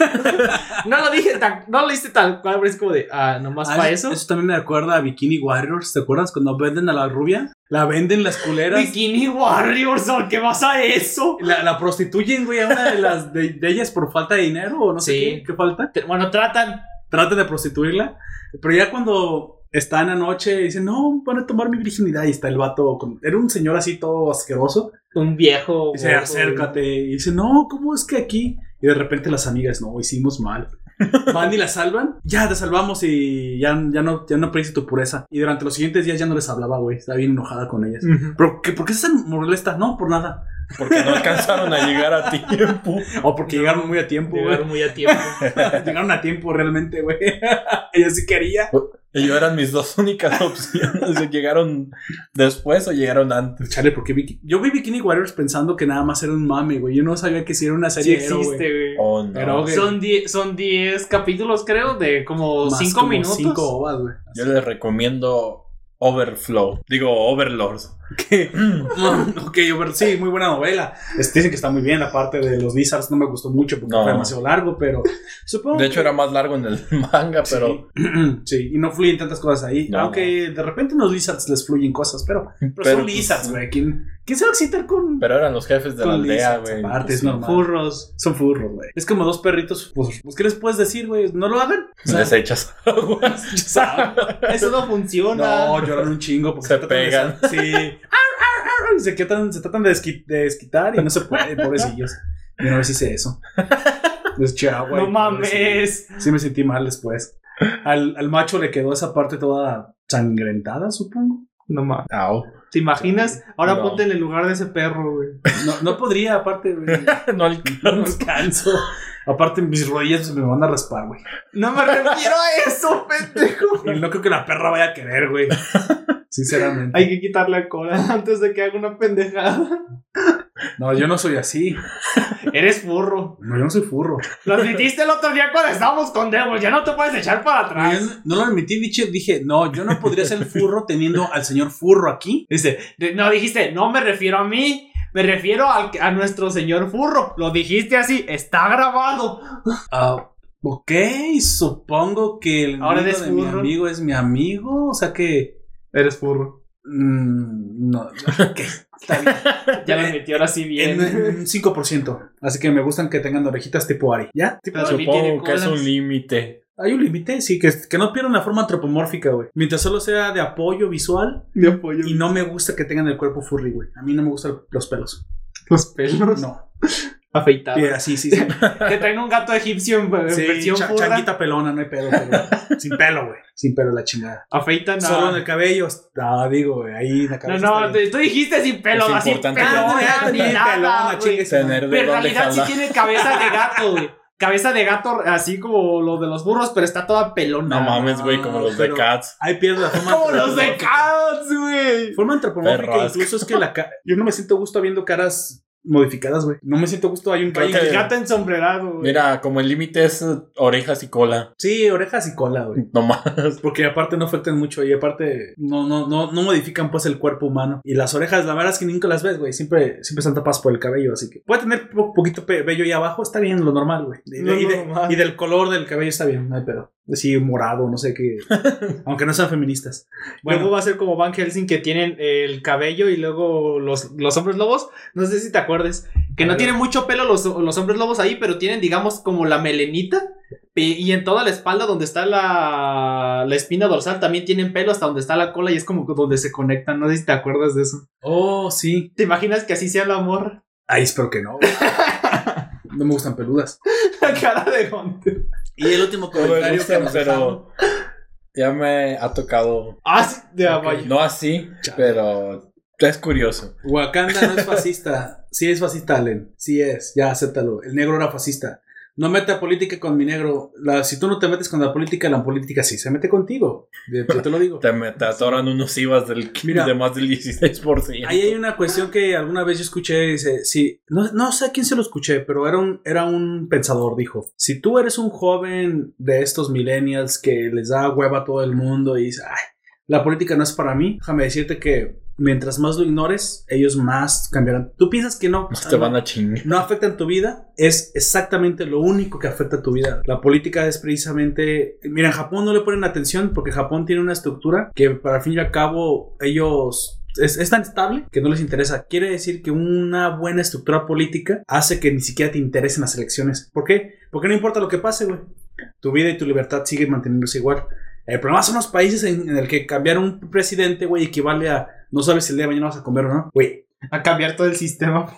G: No lo dije tan, no lo hice tal cual, pero es como de, ah, nomás
A: Ah,
G: para
A: eso,
G: eso.
A: eso también me recuerda a Bikini Warriors, ¿te acuerdas? Cuando venden a la rubia, la venden las culeras.
G: Bikini Warriors, ¿a qué vas a eso?
A: La, la prostituyen, güey, a una de, las, de, de ellas por falta de dinero o no sé
G: Sí.
A: qué, qué falta.
G: Te- Bueno, tratan.
A: trata de prostituirla. Pero ya cuando está en la noche, dice, no, van a tomar mi virginidad. Y está el vato, con- era un señor así todo asqueroso.
G: Un viejo.
A: Dice,
G: gordo,
A: acércate. Y dice, no, ¿cómo es que aquí? Y de repente las amigas, no, hicimos mal. Van y la salvan. Ya te salvamos y ya, ya no, ya no aprecias tu pureza. Y durante los siguientes días ya no les hablaba, güey. Estaba bien enojada con ellas.
G: güey.
A: ¿Pero qué, ¿Por qué se molestan? No, por nada.
E: Porque no alcanzaron a llegar a tiempo.
A: O porque llegaron muy a tiempo, güey.
G: Llegaron muy a tiempo.
A: (laughs) llegaron a tiempo realmente, güey. (laughs) Ella sí quería.
E: Ellos eran mis dos únicas (laughs) opciones. o llegaron después o llegaron antes.
A: Chale, porque Biki- yo vi Bikini Warriors pensando que nada más era un mame, güey. Yo no sabía que si era una
G: Sí
A: serie. era, güey.
G: existe, güey.
E: Oh, no.
A: Pero, güey,
G: Son 10 son diez capítulos, creo, de como
A: más
G: 5
A: como
G: minutos.
A: Cinco ovas, güey. (laughs)
E: Yo les recomiendo Overflow. Digo, Overlords.
A: Que, mm, ok, Over- sí, muy buena novela. Este, dicen que está muy bien, aparte de los Lizards, no me gustó mucho porque
E: No.
A: fue demasiado largo, pero supongo
E: (laughs) De hecho, era más largo en el (laughs) manga, pero.
A: que- (clears throat) sí, y no fluyen tantas cosas ahí.
E: No.
A: Aunque de repente en los Lizards les fluyen cosas, pero, pero,
E: Pero,
A: son
E: pues,
A: Lizards, güey. ¿Quién, quién se va a excitar con,
E: Pero eran los jefes de la
A: con
E: aldea,
A: Lizards?
E: güey. pues,
A: Aparte, es
E: Sí.
A: normal. Furros, son furros, güey. Es como dos perritos. Pues, pues, ¿qué les puedes decir, güey? No lo (laughs) hagan. O sea,
E: Les echas aguas.
J: Eso no funciona.
A: No, lloran un chingo porque
E: Se
A: tratan de
E: pegan. (laughs)
A: sa- sí. Ar, ar, ar, ar, y se, tratan, se tratan de, desqui- de desquitar y no se puede, pobrecillos. Yo una vez hice
E: (laughs)
A: eso. Les eché agua. y
G: no mames.
A: pobrecillo. Sí, me sentí mal después. Al, al macho le quedó esa parte toda sangrentada, supongo.
G: No mames.
E: Au.
G: ¿Te imaginas? Ahora
E: No.
G: ponte en el lugar de ese perro, güey.
A: No, no podría, aparte,
E: (laughs)
A: güey.
E: No alcanzo.
A: No descanso. Aparte, mis rodillas se me van a raspar, güey.
G: No me refiero a eso, pendejo.
A: Y no creo que la perra vaya a querer,
E: (laughs)
A: güey. Sinceramente.
G: Hay que quitar la cola antes de que haga una pendejada.
A: No, yo no soy así.
G: Eres burro.
A: No, yo no soy furro.
G: Lo admitiste el otro día cuando estábamos con Devil. Ya no te puedes echar para
A: Ah,
G: atrás.
A: yo no- no lo admití, dije, dije, no, yo no podría ser el furro teniendo al señor furro aquí.
G: Dice, de- no dijiste, no me refiero a mí. Me refiero al, a nuestro señor furro. Lo dijiste así, está grabado.
A: Ah, ok, supongo que el
G: Ahora
A: amigo
G: eres
A: de mi
G: furro.
A: amigo es mi amigo, o sea que...
G: Eres furro.
A: mm, no, ok, está bien.
G: (laughs) Ya lo admitió ahora sí
A: En, en
G: bien.
A: un 5%. Así que me gustan que tengan orejitas tipo Ari. ¿Ya? Tipo
G: Pero
A: Ari.
G: también tiene
E: Supongo que es
G: colas.
E: un límite.
A: Hay un límite, sí, que, que no pierdan la forma antropomórfica, güey. Mientras solo sea de apoyo visual
G: Me apoyo.
A: y no me gusta que tengan el cuerpo furry, güey. A mí no me gustan los pelos.
G: Los pelos
A: No.
G: afeitados.
A: Eh, Así,
G: (laughs)
A: sí, sí.
G: Te traen un gato egipcio en, en
A: Sí,
G: versión
A: cha-
G: furra.
A: changuita pelona, no hay pedo,
G: (laughs)
A: pero sin pelo, güey. Sin pelo la chingada.
G: Afeitan a...
A: Solo en el cabello, está, digo, güey, ahí en la
G: No,
A: cabeza.
G: no,
A: está bien.
G: te- tú dijiste sin pelo,
E: Es
G: así
E: importante
A: Ah, no, ya,
G: pelona, ni
A: también
G: nada,
A: pelona,
G: güey.
A: chingue su madre.
E: Tener de
G: Pero en
E: dónde
G: realidad sí
E: jalar.
G: tiene cabeza de gato, güey. Cabeza de gato, así como lo de los burros, pero está toda pelona.
E: No mames, güey, como los de
A: pero-
E: Cats.
A: Ahí pierde la forma.
G: Como los de
A: antropomórfica.
G: cats, güey.
A: Forma antropomórfica,
E: Perras.
A: incluso es que la ca- Yo no me siento gusto viendo caras modificadas, güey. No me siento gusto, hay un
E: Creo
A: hay-
E: que-
G: El gato ensombrerado, güey.
E: Mira, como el límite es eh, orejas y cola.
A: Sí, orejas y cola, güey.
E: No mames.
A: Porque aparte no afectan mucho y aparte no, no, no, no modifican pues el cuerpo humano. Y las orejas, la verdad es que nunca las ves, güey. Siempre, siempre están tapadas por el cabello, así que puede tener po- poquito pe- vello ahí abajo, está bien, lo normal, güey. Y, de-
G: Lo
A: y de-
G: normal.
A: y del color del cabello está bien, no hay pedo. Sí, morado, no sé
E: (laughs)
A: qué. Aunque no sean feministas.
G: Luego
A: Bueno,
G: va a ser como Van Helsing que tienen el cabello y luego los, los hombres lobos. No sé si te acuerdes. Que no tienen mucho pelo los, los hombres lobos ahí, pero tienen, digamos, como la melenita. pe- Y en toda la espalda donde está la, la espina dorsal también tienen pelo hasta donde está la cola y es como donde se conectan. No sé si te acuerdas de eso.
A: oh, sí.
G: ¿Te imaginas que así sea el amor? (laughs)
A: Ay, espero que no.
E: (laughs)
A: güey. No me gustan peludas.
G: La cara de Hunter.
A: Y el último
E: No me
A: comentario que
E: gustan,
A: nos dejaron.
E: pero. Ya me ha tocado.
G: Ah, sí, de Amaya.
E: No así,
A: Chale.
E: pero. Es curioso.
A: Wakanda no es fascista. Sí es fascista, Allen. Sí es. Ya, acéptalo. El negro era fascista. No meta política con mi negro. La- si tú no te metes con la política, la política sí se mete contigo. Yo, yo te lo
E: (laughs)
A: digo.
E: Te, me- te atoran unos IVAs del, (laughs)
A: Mira.
E: de más del 16%.
A: Ahí hay una cuestión que alguna vez yo escuché, dice, si, no, no sé a quién se lo escuché, pero era un, era un pensador, dijo, si tú eres un joven de estos millennials que les da hueva a todo el mundo y dice, ay, la política no es para mí, déjame decirte que mientras más lo ignores, ellos más cambiarán. ¿Tú piensas que no?
E: Más te van a chingar.
A: no afectan tu vida, es exactamente lo único que afecta tu vida. La política es precisamente, mira, en Japón no le ponen atención porque Japón tiene una estructura que para fin y al cabo ellos es, es tan estable que no les interesa. Quiere decir que una buena estructura política hace que ni siquiera te interesen las elecciones. ¿Por qué? Porque no importa lo que pase, güey. Tu vida y tu libertad siguen manteniéndose igual. El problema son los países en, en el que cambiar un presidente, güey, equivale a no sabes si el día de mañana vas a comer o no. Güey,
G: A cambiar todo el sistema.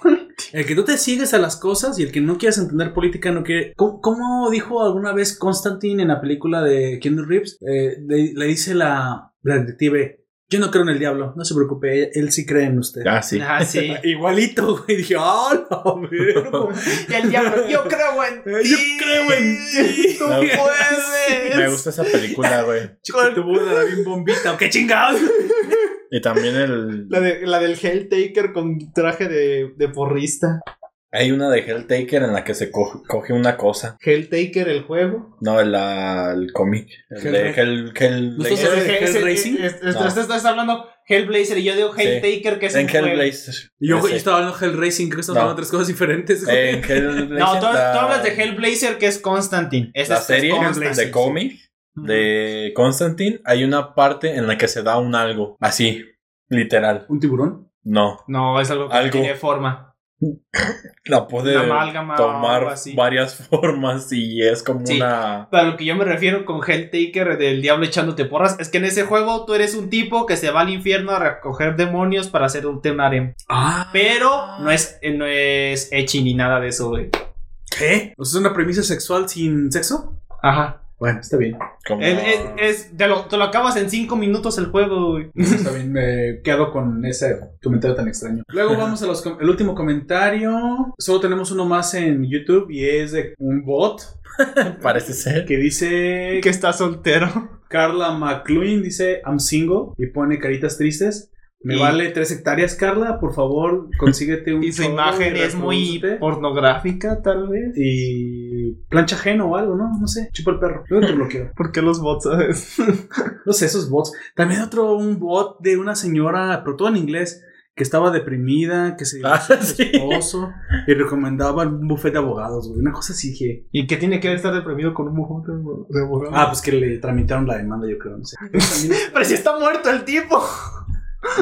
A: el que tú te sigues a las cosas y el que no quieres entender política no quiere. ¿Cómo, cómo dijo alguna vez Constantine en la película de Keanu Reeves? Eh, le, le dice la, la detective: Yo no creo en el diablo, no se preocupe, él, él sí cree en usted.
E: Ah, sí.
A: (laughs)
G: Ah, sí.
A: Igualito, güey. Dije: ¡Ah, la (laughs) verga!
G: Y el diablo, yo creo en
A: Eh, (laughs) Yo creo en ti.
G: Tú
E: Me-
G: puedes.
E: Me gusta esa película, güey.
A: Chico, tu burla era bien bombita. ¡Qué chingado!
E: Y también el.
G: La, de- la del Helltaker con traje de, de porrista.
E: Hay una de Helltaker en la que se co- coge una cosa.
G: Helltaker, el juego.
E: No, la, el cómic. El de Hell,
K: ¿Nosotros
E: Hellblazer.
K: de Hellraising?
E: No.
G: Estás hablando Hellblazer y yo digo Helltaker, que es
E: En
G: un juego.
E: Hellblazer.
A: Y yo
E: Ese.
A: yo estaba hablando de Hellracing, creo que estaba
E: No.
A: hablando de tres cosas diferentes. güey.
E: En Hellblazer.
G: No, tú, tú
E: la-
G: hablas de Hellblazer, que es Constantine. Esa
E: la
G: es- es
E: serie
G: Constantine.
E: de cómic de Constantine, hay una parte en la que se da un algo, así, literal.
A: (laughs) ¿Un tiburón?
E: No,
G: No, es algo que
E: Algo.
G: tiene forma.
E: la puede
G: Una amálgama o
E: tomar
G: algo así.
E: varias (laughs) formas y es como
G: Sí.
E: una...
G: Para lo que yo me refiero con Helltaker del diablo echándote porras, es que en ese juego tú eres un tipo que se va al infierno a recoger demonios para hacer un harem.
A: Ah,
G: Pero no es, no es echi ni nada de eso, güey.
A: ¿qué? ¿O sea, ¿Es una premisa sexual sin sexo?
G: Ajá.
A: Bueno, está bien.
E: como-
G: Es- es- es- te, lo, te lo acabas en cinco minutos el juego, güey.
A: Está bien, me quedo con ese comentario tan extraño. Luego vamos a los com- el último comentario. Solo tenemos uno más en YouTube y es de un bot
E: Parece
G: (laughs)
E: ser.
A: que dice
G: Que está soltero.
A: Carla McLuhan dice I'm single y pone caritas tristes. Me
G: Y-
A: vale tres hectáreas, Carla. Por favor, consíguete un
G: (laughs) Y su
A: cholo
G: imagen
A: y
G: es muy
A: reprodúcete.
G: pornográfica, tal vez.
A: y plancha ajeno o algo, ¿no? No sé. Chupa el perro. Luego te bloqueo.
G: (laughs) ¿Por qué los bots, sabes?
A: (laughs) No sé, esos bots. También otro un bot de una señora, pero todo en inglés, que estaba deprimida, que se
E: Ah,
A: divorció de su
E: sí.
A: (laughs) esposo y recomendaba un buffet de abogados, güey. Una cosa así que.
G: ¿Y qué tiene que ver estar deprimido con un mojón de- de abogado?
A: Ah, pues que le tramitaron la demanda, yo creo. No, sé.
G: Pero si está muerto el tipo.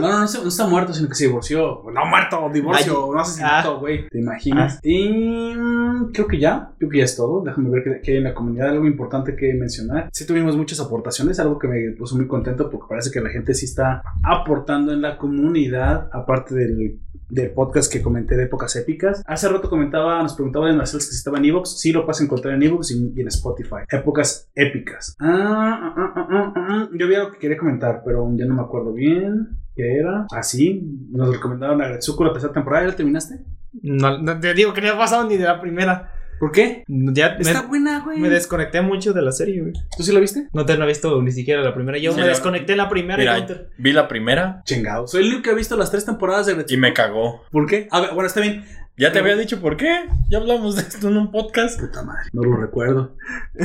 A: no, no, no, se- no está muerto, sino que se divorció. No muerto, divorcio, no asesinato, güey. ¿Te imaginas? Y mm, creo que ya, creo que ya es todo. Déjame ver qué- qué hay en la comunidad, algo importante que mencionar. Sí tuvimos muchas aportaciones, algo que me puso muy contento porque parece que la gente sí está aportando en la comunidad, aparte del, del podcast que comenté de épocas épicas. Hace rato comentaba, nos preguntaba de Marcel si estaba en Evox. Sí, lo puedes encontrar en Evox y, y en Spotify. Épocas épicas. Ah, ah, ah, ah, ah, ah. Yo había algo que quería comentar, pero ya no me acuerdo bien. ¿Qué era? Así, nos recomendaron a Gretsuko la tercera temporada. ¿Ya la terminaste?
G: No, no te digo que no he pasado ni de la primera.
A: ¿Por qué?
G: Ya me,
A: Está buena, güey.
G: me desconecté mucho de la serie, güey.
A: ¿Tú sí la viste?
G: No te no he visto ni siquiera la primera. Yo
E: Sí,
G: me
E: la-
G: desconecté en la primera.
E: Mira,
G: y no te-
E: vi la primera
A: Chingado. Soy el único que ha visto las tres temporadas de Gretsuko.
E: y me cagó.
A: ¿Por qué? A ver, bueno, está bien.
E: Ya te había dicho por qué. Ya hablamos de esto en un podcast.
A: Puta madre, no lo recuerdo.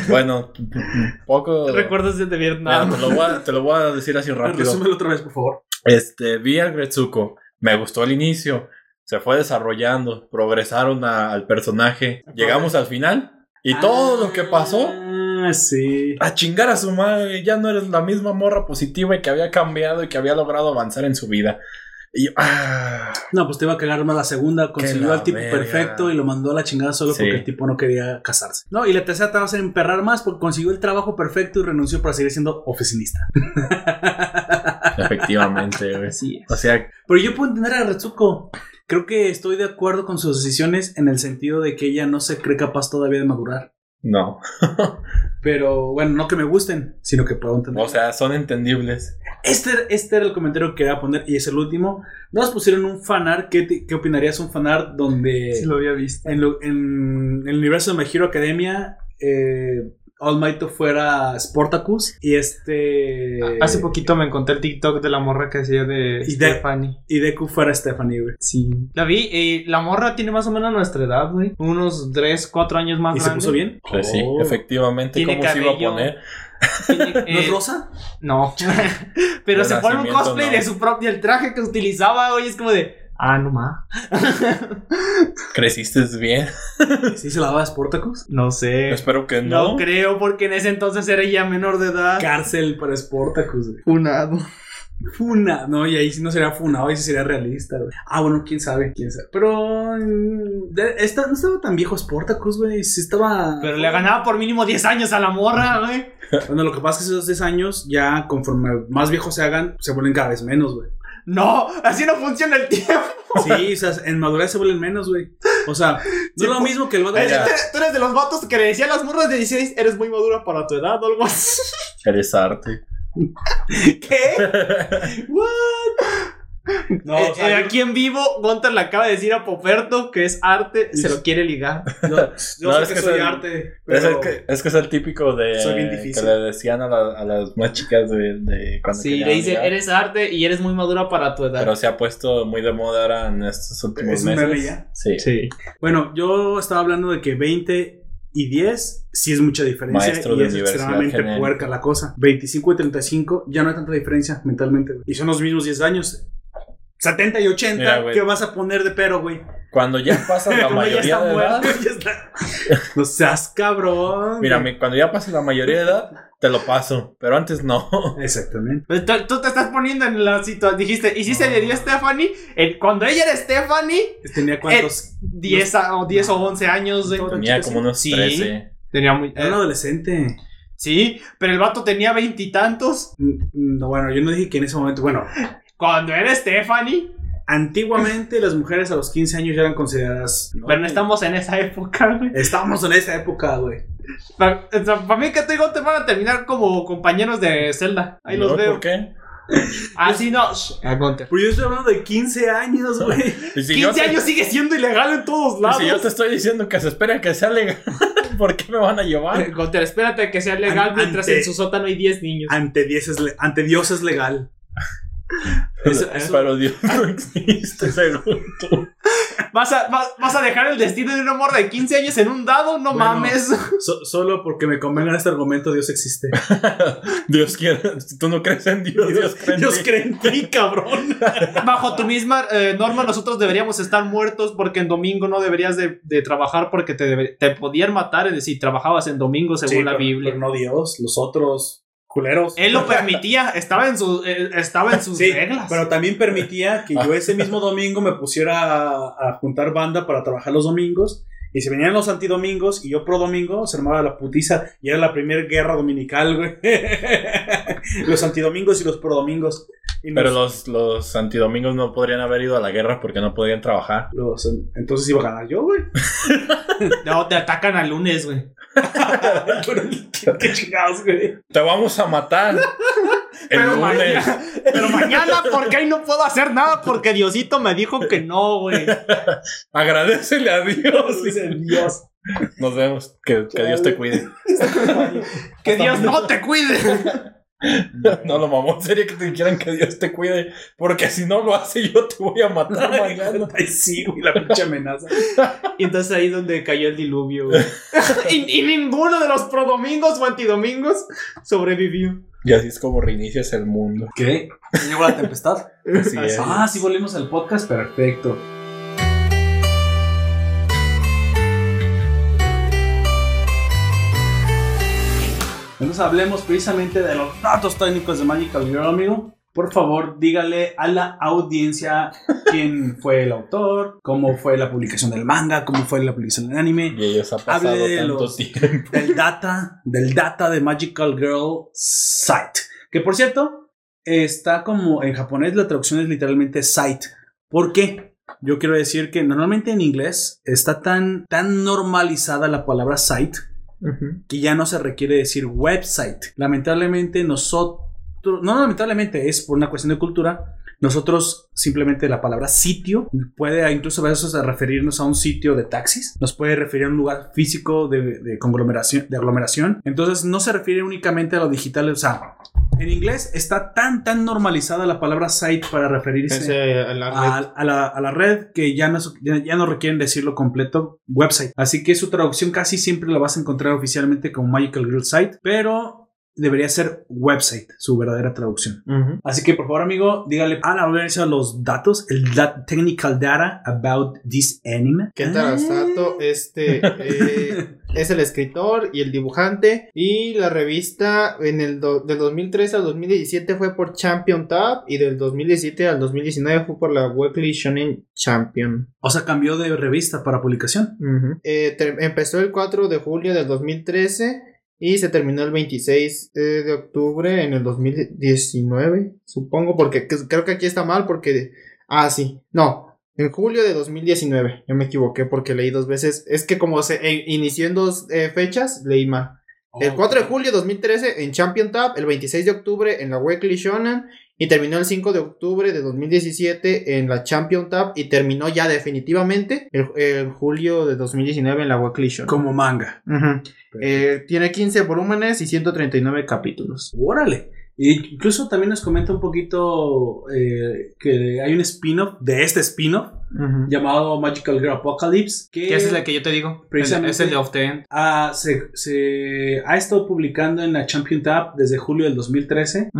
E: Bueno, poco...
G: ¿Recuerdas de
E: Mira,
G: Vietnam?
E: te, lo voy a, te lo voy a decir así rápido.
A: Resúmelo otra vez, por favor.
E: Este, vi a Gretsuko, me gustó el inicio, se fue desarrollando, progresaron a- al personaje, llegamos al final y todo lo que pasó,
A: Ah, sí.
E: a chingar a su madre, ya no eres la misma morra positiva y que había cambiado y que había logrado avanzar en su vida. Y
G: (laughs)
E: ah,
A: No, pues te iba a cagar más la segunda. Consiguió
E: la
A: al tipo
E: verga.
A: perfecto y lo mandó a la chingada solo
E: Sí.
A: porque el tipo no quería casarse. No, y la tercera te vas a emperrar más porque consiguió el trabajo perfecto y renunció para seguir siendo oficinista.
E: efectivamente, güey.
G: Así es.
E: O sea,
A: Pero yo puedo entender a Retsuko. Creo que estoy de acuerdo con sus decisiones en el sentido de que ella no se cree capaz todavía de madurar.
E: no.
A: Pero bueno, no que me gusten, sino que puedo entender.
E: O sea, son entendibles.
A: Este, este era el comentario que iba a poner y es el último. Nos pusieron un fanart. ¿Qué, te- qué opinarías un fanart donde
G: Sí lo había visto.
A: en, lo- en el universo de My Hero Academia eh, All Might fuera Sportacus y este
G: Ah, Hace poquito me encontré el TikTok de la morra que hacía de
A: Y de-
G: Stephanie.
A: y Deku fuera Stephanie, güey.
G: Sí. La vi. eh, la morra tiene más o menos nuestra edad, güey. Unos 3, 4 años más
A: ¿Y se
G: Ah, grande.
A: puso bien?
E: Pues sí,
A: Oh.
E: efectivamente,
G: Tiene
E: ¿cómo se iba a
G: cabello.
E: poner?
G: Tiene,
A: (laughs) ¿No es
G: eh,
A: rosa?
G: No. (laughs) Pero
E: De
G: se pone un
E: nacimiento,
G: cosplay
E: no.
G: de su propio el traje que utilizaba, hoy es como de. Ah, no ma.
E: ¿Creciste bien?
A: ¿Sí se lavaba Sportacus?
G: No sé.
A: Pues,
E: Espero que
G: Eh, No.
E: no.
G: creo, porque en ese entonces era ya menor de edad.
A: Cárcel para Sportacus, güey.
G: Funado.
A: Funa, no, y ahí sí no sería funado, ahí sí sería realista, güey. Ah, bueno, quién sabe, quién sabe. Pero. mm, de- esta- no estaba tan viejo Sportacus, güey. Sí estaba.
G: Pero le ganaba por mínimo 10 años a la morra, güey.
A: Bueno, lo que pasa es que esos 10 años, ya conforme más viejos se hagan, se vuelven cada vez menos, güey.
G: No, así no funciona el tiempo.
A: Sí, o sea, en madurez se vuelven menos, güey. O sea, no es lo mismo que el vato. eh,
E: Ay, ya.
G: Tú eres- (laughs) Tú eres de los vatos que le decían a las morras de 16, eres muy madura para tu edad o algo (laughs) así.
E: Eres arte.
G: ¿Qué? ¿What?
A: No,
G: Eh,
A: o sea,
G: eh,
A: yo-
G: aquí en vivivo, Gonter le acaba de decir a Poperto que es arte,
A: Y-
G: se lo quiere ligar.
A: yo
E: no,
A: sé
E: es
A: que
E: que
A: soy
E: soy-
A: arte,
E: Es, el
A: pero
E: que, es que es el típico de.
A: Soy bien difícil.
E: Que le decían a, la- a las más chicas de, de cuando
G: Sí,
E: querían
G: le dice,
E: ligar.
G: eres arte y eres muy madura para tu edad.
E: Pero se ha puesto muy de moda ahora en estos últimos
A: es un
E: meses.
A: meme ya.
E: Sí.
L: Sí.
A: Bueno, yo estaba hablando de que 20 y 10 sí es mucha diferencia
E: Maestro
A: y
E: de
A: es
E: universidad
A: extremadamente
E: general.
A: puerca la cosa. 25 y 35 ya no hay tanta diferencia mentalmente. güey. Y son los mismos 10 años. 70 y 80,
E: Mira, güey.
A: ¿qué vas a poner de pero, güey? (laughs)
E: Cuando ya pasas la
A: Como ya
E: mayoría
A: está
E: de edad.
A: muerto, ya está. No seas cabrón.
E: Mira, mi- cuando ya pasas la mayoría de edad, te lo paso. Pero antes no.
A: (laughs) Exactamente.
G: Pero (laughs) Tú, tú te estás poniendo en la situación. Dijiste, ¿y si se le dio a Stephanie? Eh, cuando ella era Stephanie,
A: ¿Tenía cuántos?
G: 10 a- o 10 o 11 años. güey.
E: Tenía como unos
G: Sí.
E: 13.
G: Tenía muy.
A: Era un adolescente.
G: Sí, pero el vato tenía veintitantos.
A: Mm, No, bueno, yo no dije que en ese momento. Bueno,
G: Cuando era Stephanie.
A: antiguamente las mujeres a los 15 años ya eran consideradas. ¿no?
G: Pero no estamos en esa época, güey.
A: Estábamos en esa época, güey.
G: Para, o sea, para mí que te digo, te van a terminar como compañeros de Zelda. Ahí
E: ¿No?
G: los veo.
E: ¿Por qué?
G: Ah, sí, no. shh.
A: Pero yo estoy hablando de 15 años, güey.
E: Y si yo
G: 15
E: te-
G: años sigue siendo ilegal en todos
E: y
G: lados.
E: si yo te estoy diciendo que se espera que sea legal, (laughs) ¿por qué me van a
G: Eh,
E: llevar?
G: Gunter, espérate que sea legal
A: An-
G: mientras
A: ante-
G: en su sótano hay 10 niños.
A: Ante, 10 es le- ante Dios es legal. Eso- eso-
E: Pero Dios no existe, según tú.
G: ¿Vas a, vas, vas a dejar el destino de una morra de 15 años en un dado? No
A: Bueno.
G: mames. (laughs)
A: so- solo porque me convenga este argumento, Dios existe.
E: Dios quiere. Si tú no crees en (laughs) Dios, Dios, cree en
A: Dios
E: ti.
A: cree en ti, cabrón.
G: Bajo tu misma eh, norma, nosotros deberíamos estar muertos porque en domingo no deberías de, de trabajar porque te, debe- te podían matar eh, si trabajabas en domingo según la
A: pero-
E: pues
G: Biblia.
A: pero no Dios, los otros culeros.
G: Él lo permitía, estaba en, su, eh, estaba en sus
A: Sí,
G: reglas.
A: Pero también permitía que yo ese mismo domingo me pusiera a, a juntar banda para trabajar los domingos. Y se venían los antidomingos y yo pro domingo se armaba la putiza y era la primera guerra dominical, güey. (laughs) los antidomingos y los pro domingos. Y
E: Pero
A: nos-
E: los, los antidomingos no podrían haber ido a la guerra porque no podían trabajar.
A: los- entonces iba a ganar yo, güey.
G: No, te atacan al lunes, güey.
A: Pero, Qué chingados, güey.
E: ¡Te vamos a matar! El
G: Pero
E: lunes.
G: mañana, pero mañana, porque ahí no puedo hacer nada porque Diosito me dijo que no, güey.
E: Agradecele a Dios.
A: Dice Dios.
E: Nos vemos. Que, que Dios te cuide.
G: Que Dios no te cuide.
E: (laughs) No lo mamón sería que te dijeran que Dios te cuide. Porque si no lo hace, yo te voy a matar mañana.
A: (laughs) Ay, sí, güey, la pinche amenaza.
G: Y entonces ahí es donde cayó el diluvio, güey. (laughs) Y, y ninguno de los prodomingos o antidomingos sobrevivió.
E: Y así es como reinicias el mundo.
A: ¿Qué? Llegó la tempestad.
E: Así es.
A: Ah, sí, volvimos al podcast. Perfecto. Entonces hablemos precisamente de los datos técnicos de Magical Girl, amigo. Por favor, dígale a la audiencia quién (laughs) fue el autor, cómo fue la publicación del manga, cómo fue la publicación del anime,
E: Y ellos ha pasado
A: Hable de
E: tanto
A: los-
E: tiempo.
A: del data, del data de Magical Girl Site. Que por cierto, está como en japonés la traducción es literalmente site. ¿Por qué? Yo quiero decir que normalmente en inglés está tan, tan normalizada la palabra site que ya no se requiere decir website. Lamentablemente nosotros, no lamentablemente es por una cuestión de cultura, nosotros simplemente la palabra sitio puede incluso a veces a referirnos a un sitio de taxis, nos puede referir a un lugar físico de, de conglomeración, de aglomeración, entonces no se refiere únicamente a lo digital, o sea, en inglés está tan tan normalizada la palabra site para referirse
G: Ah.
A: a, a la, a la red que ya no, es- ya, ya no requieren decirlo completo, website. Así que su traducción casi siempre la vas a encontrar oficialmente como Magical Girl Site, pero debería ser website, su verdadera traducción. Así que por favor, amigo, dígale a la audiencia los datos, el da- technical data about this anime. Ah.
L: Kentaro Sato, este eh, es el escritor y el dibujante. Y la revista en el do- del 2013 al 2017 fue por Champion Tab y del 2017 al 2019 fue por la Weekly Shonen Champion.
A: O sea, cambió de revista para publicación.
L: Eh, ter- empezó el 4 de julio del 2013 y se terminó el 26 eh, de octubre en el 2019, supongo, porque que- creo que aquí está mal porque... Ah, sí, no, en julio de 2019, yo me equivoqué porque leí dos veces, es que como se eh, inició en dos eh, fechas, leí mal.
G: El 4 de julio de 2013 en Champion Tab, el 26 de octubre en la Weekly Shonen y terminó el 5 de octubre de 2017 en la Champion Tab y terminó ya definitivamente el, el julio de 2019 en la Weekly Shonen.
A: Como manga.
G: Ujú. Eh, tiene 15 volúmenes y 139 capítulos.
A: Órale. Y incluso también nos comenta un poquito eh, que hay un spin-off de este spin-off llamado Magical Girl Apocalypse. Que
M: Que esa es la que yo te digo.
A: Precisamente.
M: Es el de Off the End.
A: ah, se, se ha estado publicando en la Champion Tab desde julio del 2013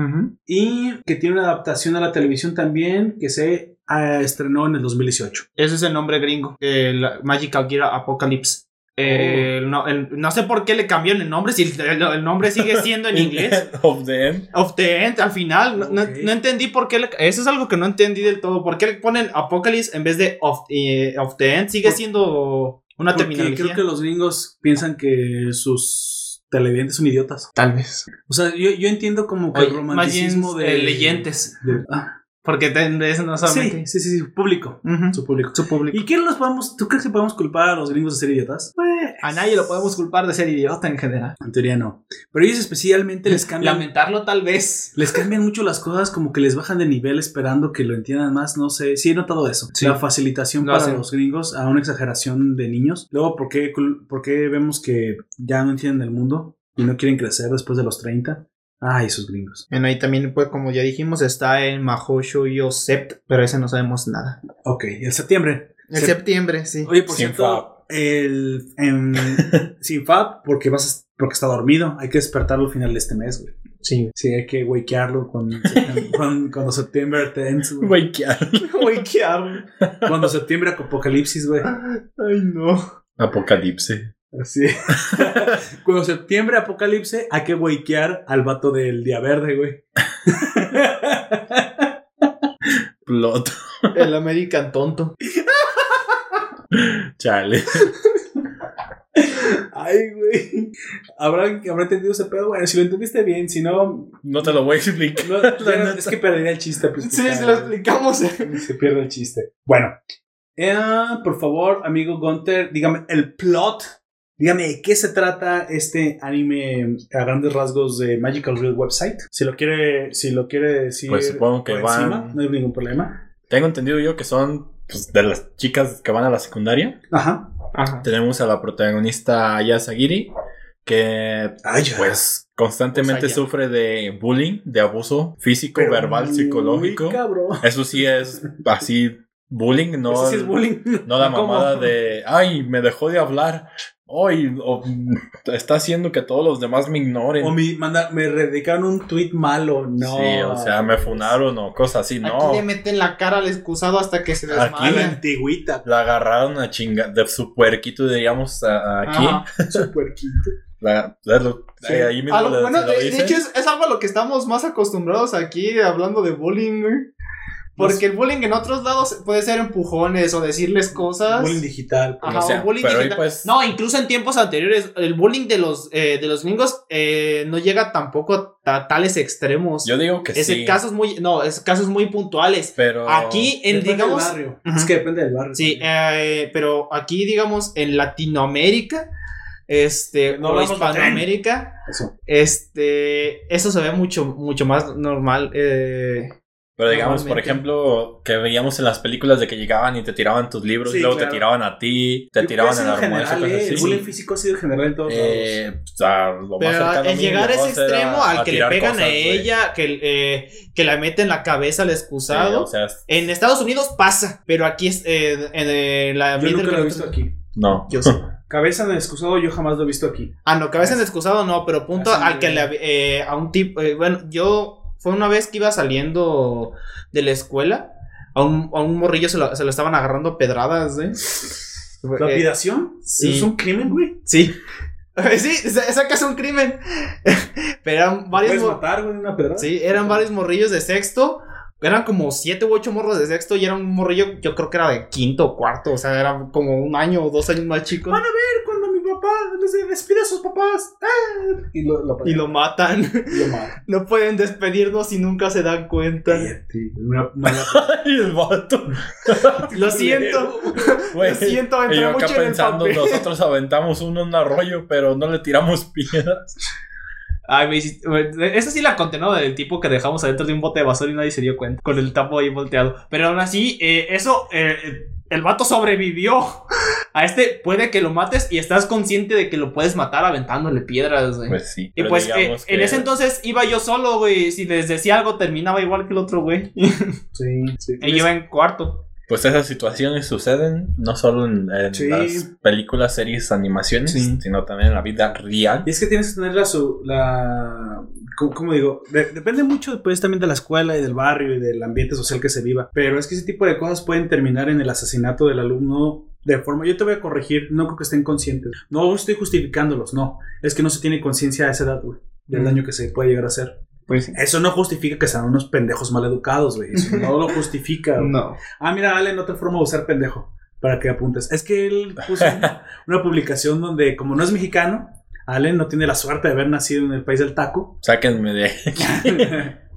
A: y que tiene una adaptación a la televisión también que se ah, estrenó en el 2018.
G: Ese es el nombre gringo. El Magical Gear Apocalypse. Eh, no, el- no sé por qué le cambiaron el nombre si el, el- el nombre sigue
E: (laughs)
G: siendo en inglés.
E: Of the End.
G: Of the End, al final. no- No,
A: Ok.
G: no entendí por qué. le- eso es algo que no entendí del todo. ¿Por qué le ponen Apocalypse en vez de Of, eh, of the End? Sigue siendo una
A: Porque
G: terminología.
A: creo que los gringos piensan que sus televidentes son idiotas.
G: Tal vez.
A: O sea, yo, yo entiendo como que el
M: Oye,
A: romanticismo
M: más
A: de...
M: bien, eh, leyentes.
A: de- ah,
G: Porque te- es no
A: sí,
G: solamente.
A: sí, sí, sí, público.
G: Ujú.
A: Su público.
G: Su público.
A: ¿Y qué los podemos, tú crees que podemos culpar a los gringos de ser idiotas? Pues,
G: A nadie lo podemos culpar de ser idiota en general.
A: en teoría no. Pero ellos especialmente les cambian...
G: Lamentarlo tal vez.
A: Les cambian mucho las cosas, como que les bajan de nivel esperando que lo entiendan más, no sé. Sí, he notado eso. La facilitación
G: Lo
A: para
G: hacen.
A: los gringos a una exageración de niños. Luego, ¿por qué, cul- por qué vemos que ya no entienden el mundo y no quieren crecer después de los 30? Ay, esos gringos.
G: Bueno, ahí también, pues, como ya dijimos, está en Mahoshu Sept, pero ese no sabemos nada.
A: Ok, el septiembre.
G: En
A: Sep-
G: septiembre, sí.
A: Oye, por
E: Sin
A: cierto, el, en- sin Fab, porque, vas a- porque está dormido. Hay que despertarlo al final de este mes, güey.
G: Sí.
A: Sí, hay que wakearlo con, septem- con- cuando septiembre tense, güey.
E: Güey, ¿qué hago?
G: Uy, qué arma.
A: Cuando septiembre apocalipsis, güey.
G: Ay, no.
E: Apocalipsis.
A: Así. Cuando septiembre apocalipse, hay que wakear al vato del día verde, güey.
E: Plot.
G: El American tonto.
E: Chale.
A: Ay, güey. ¿Habrá, habrá entendido ese pedo? Bueno, si lo entendiste bien, si no,
E: No te lo voy a explicar.
A: no- ya- es que perdería el chiste. pues, porque-
G: explicamos.
A: (laughs) Se pierde el chiste. Bueno. Eh, por favor, amigo Gunter, dígame el plot. Dígame de qué se trata este anime a grandes rasgos de Magical Real Website. Si lo quiere, si lo quiere decir
E: Pues supongo que
A: por encima,
E: van-
A: no hay ningún problema.
E: Tengo entendido yo que son pues, de las chicas que van a la secundaria.
A: Ajá.
G: Ajá.
E: Tenemos a la protagonista Yasagiri, que
A: Ay, ya.
E: pues constantemente
G: Pues, allá.
E: sufre de bullying, de abuso físico,
A: Pero
E: verbal,
A: muy
E: psicológico.
A: cabrón.
E: Eso sí es así bullying, no,
A: Eso sí es bullying.
E: no la
G: ¿Cómo?
E: mamada de, ay, me dejó de hablar. Hoy está haciendo que todos los demás me ignoren.
A: O me, manda- me dedicaron un tweet malo, no.
E: sí, o sea, me funaron o cosas así, no.
G: Aquí le meten la cara al excusado hasta que se
A: A la
G: desmaya.
A: antigüita,
E: La agarraron a chinga de su puerquito, diríamos, a- a aquí.
G: Ajá.
A: su puerquito.
E: La- la- lo-
A: Sí.
E: ahí- Eh, ahí mismo
G: Algo-
E: le-
G: bueno, eh,
E: se lo
G: de, de
E: dicen.
G: hecho es, es algo a lo que estamos más acostumbrados aquí, hablando de bullying, güey. Porque el bullying en otros lados puede ser empujones o decirles cosas.
A: Bullying digital.
E: O
G: Ajá,
E: sea,
G: un bullying
E: pero ahí,
G: digital.
E: pues,
G: No, incluso en tiempos anteriores, el bullying de los, eh, de los gringos eh, no llega tampoco a tales extremos.
E: yo digo que
G: es
E: sí.
G: casos muy, no, es casos muy puntuales.
E: pero
G: Aquí, en,
A: Depende del
G: digamos,
A: barrio.
G: Ajá.
A: Es que depende del barrio.
G: sí, eh, pero aquí, digamos, en Latinoamérica, este,
A: No
G: o
A: hablamos
G: Hispanoamérica,
A: Eso.
G: este, eso se ve mucho, mucho más normal. eh,
E: Pero digamos, por
G: Normalmente.
E: ejemplo, que veíamos en las películas de que llegaban y te tiraban tus libros
A: Sí,
E: y luego
A: claro.
E: te tiraban a ti, te
A: Yo creo que ha
E: tiraban en
A: sido
E: la almuerzo,
A: general,
E: cosas
A: eh,
E: así.
A: El bullying físico ha sido general en todos lados.
E: Eh, o sea, lo más
G: Pero
E: cercano a
G: el
E: mí
G: llegar a
E: llegó
G: ese
E: ser
G: extremo
E: a- a
G: al que le
E: tirar
G: pegan
E: cosas,
G: a
E: güey.
G: ella, que, eh, que la meten la cabeza al
E: Sí,
G: excusado.
E: o sea, es-
G: En Estados Unidos pasa, pero aquí es eh, en eh, la
A: Yo
G: mientras
A: nunca
G: que
A: lo he
G: nosotros-
A: visto aquí.
E: no. (laughs)
G: Yo sí.
A: Cabeza en el excusado, yo jamás lo he visto aquí.
G: Ah, no, cabeza en excusado no, pero punto
A: Así
G: al que
A: de-
G: le, eh, a un tipo, eh, bueno, yo fue una vez que iba saliendo de la escuela, a un, a un morrillo se lo, se lo estaban agarrando a pedradas, ¿eh?
A: (laughs) ¿La
G: Eh,
A: lapidación?
G: sí.
A: ¿Es un crimen, güey?
G: sí. (laughs) sí, esa esa casa es un crimen. (laughs) pero eran varios,
A: ¿Puedes
G: mor-
A: matar, güey, en una pedrada?
G: sí, eran varios morrillos de sexto. Eran como siete u ocho morros de sexto y era un morrillo, yo creo que era de quinto o cuarto, o sea, era como un año o dos años más chico.
A: Bueno, Cuando mi papá papá, no se despide a sus papás. ¡Ah! Y lo, lo,
G: Y lo matan. (laughs)
A: y lo mata.
G: No pueden despedirnos si nunca se dan cuenta.
A: Cállate, una (laughs) mala-
E: Y el vato.
G: Lo siento.
E: Güey,
G: Lo siento, entré
E: y yo acá
G: mucho en el
E: pensando,
G: papel.
E: nosotros aventamos uno en un arroyo, pero no le tiramos (laughs) piedras.
G: Ay, me hiciste- me- Esa sí la conté, ¿no? Del tipo que dejamos adentro de un bote de basura y nadie se dio cuenta. Con el tapo ahí volteado. Pero aún así, eh, eso. eh, el vato sobrevivió. (laughs) A este puede que lo mates y estás consciente de que lo puedes matar aventándole piedras, güey.
E: Pues sí.
G: y
E: pero
G: pues eh,
E: digamos
G: en
E: que-
G: ese entonces iba yo solo, güey. Si les decía algo, terminaba igual que el otro, güey.
E: (laughs)
G: y
A: Sí, sí.
G: yo en cuarto.
E: Pues esas situaciones suceden no solo en, en
A: Sí.
E: las películas, series, animaciones,
A: Sí.
E: sino también en la vida real.
A: Y es que tienes que tener la... su- la ¿cómo, cómo digo? De- depende mucho pues también de la escuela y del barrio y del ambiente social que se viva. Pero es que ese tipo de cosas pueden terminar en el asesinato del alumno de forma... Yo te voy a corregir, no creo que estén conscientes. No estoy justificándolos, no. Es que no se tiene conciencia a esa edad, güey, del daño que se puede llegar a hacer.
G: Mm. Pues sí.
A: Eso no justifica que sean unos pendejos mal educados, güey. Eso no lo
G: (laughs)
A: justifica. güey.
G: No.
A: Ah, mira, Ale, no te forma de usar pendejo. Para que apuntes. Es que él
E: (laughs)
A: puso una, una publicación donde, como no es mexicano, Ale no tiene la suerte de haber nacido en el país del
E: (laughs)
A: taco.
E: Sáquenme de aquí.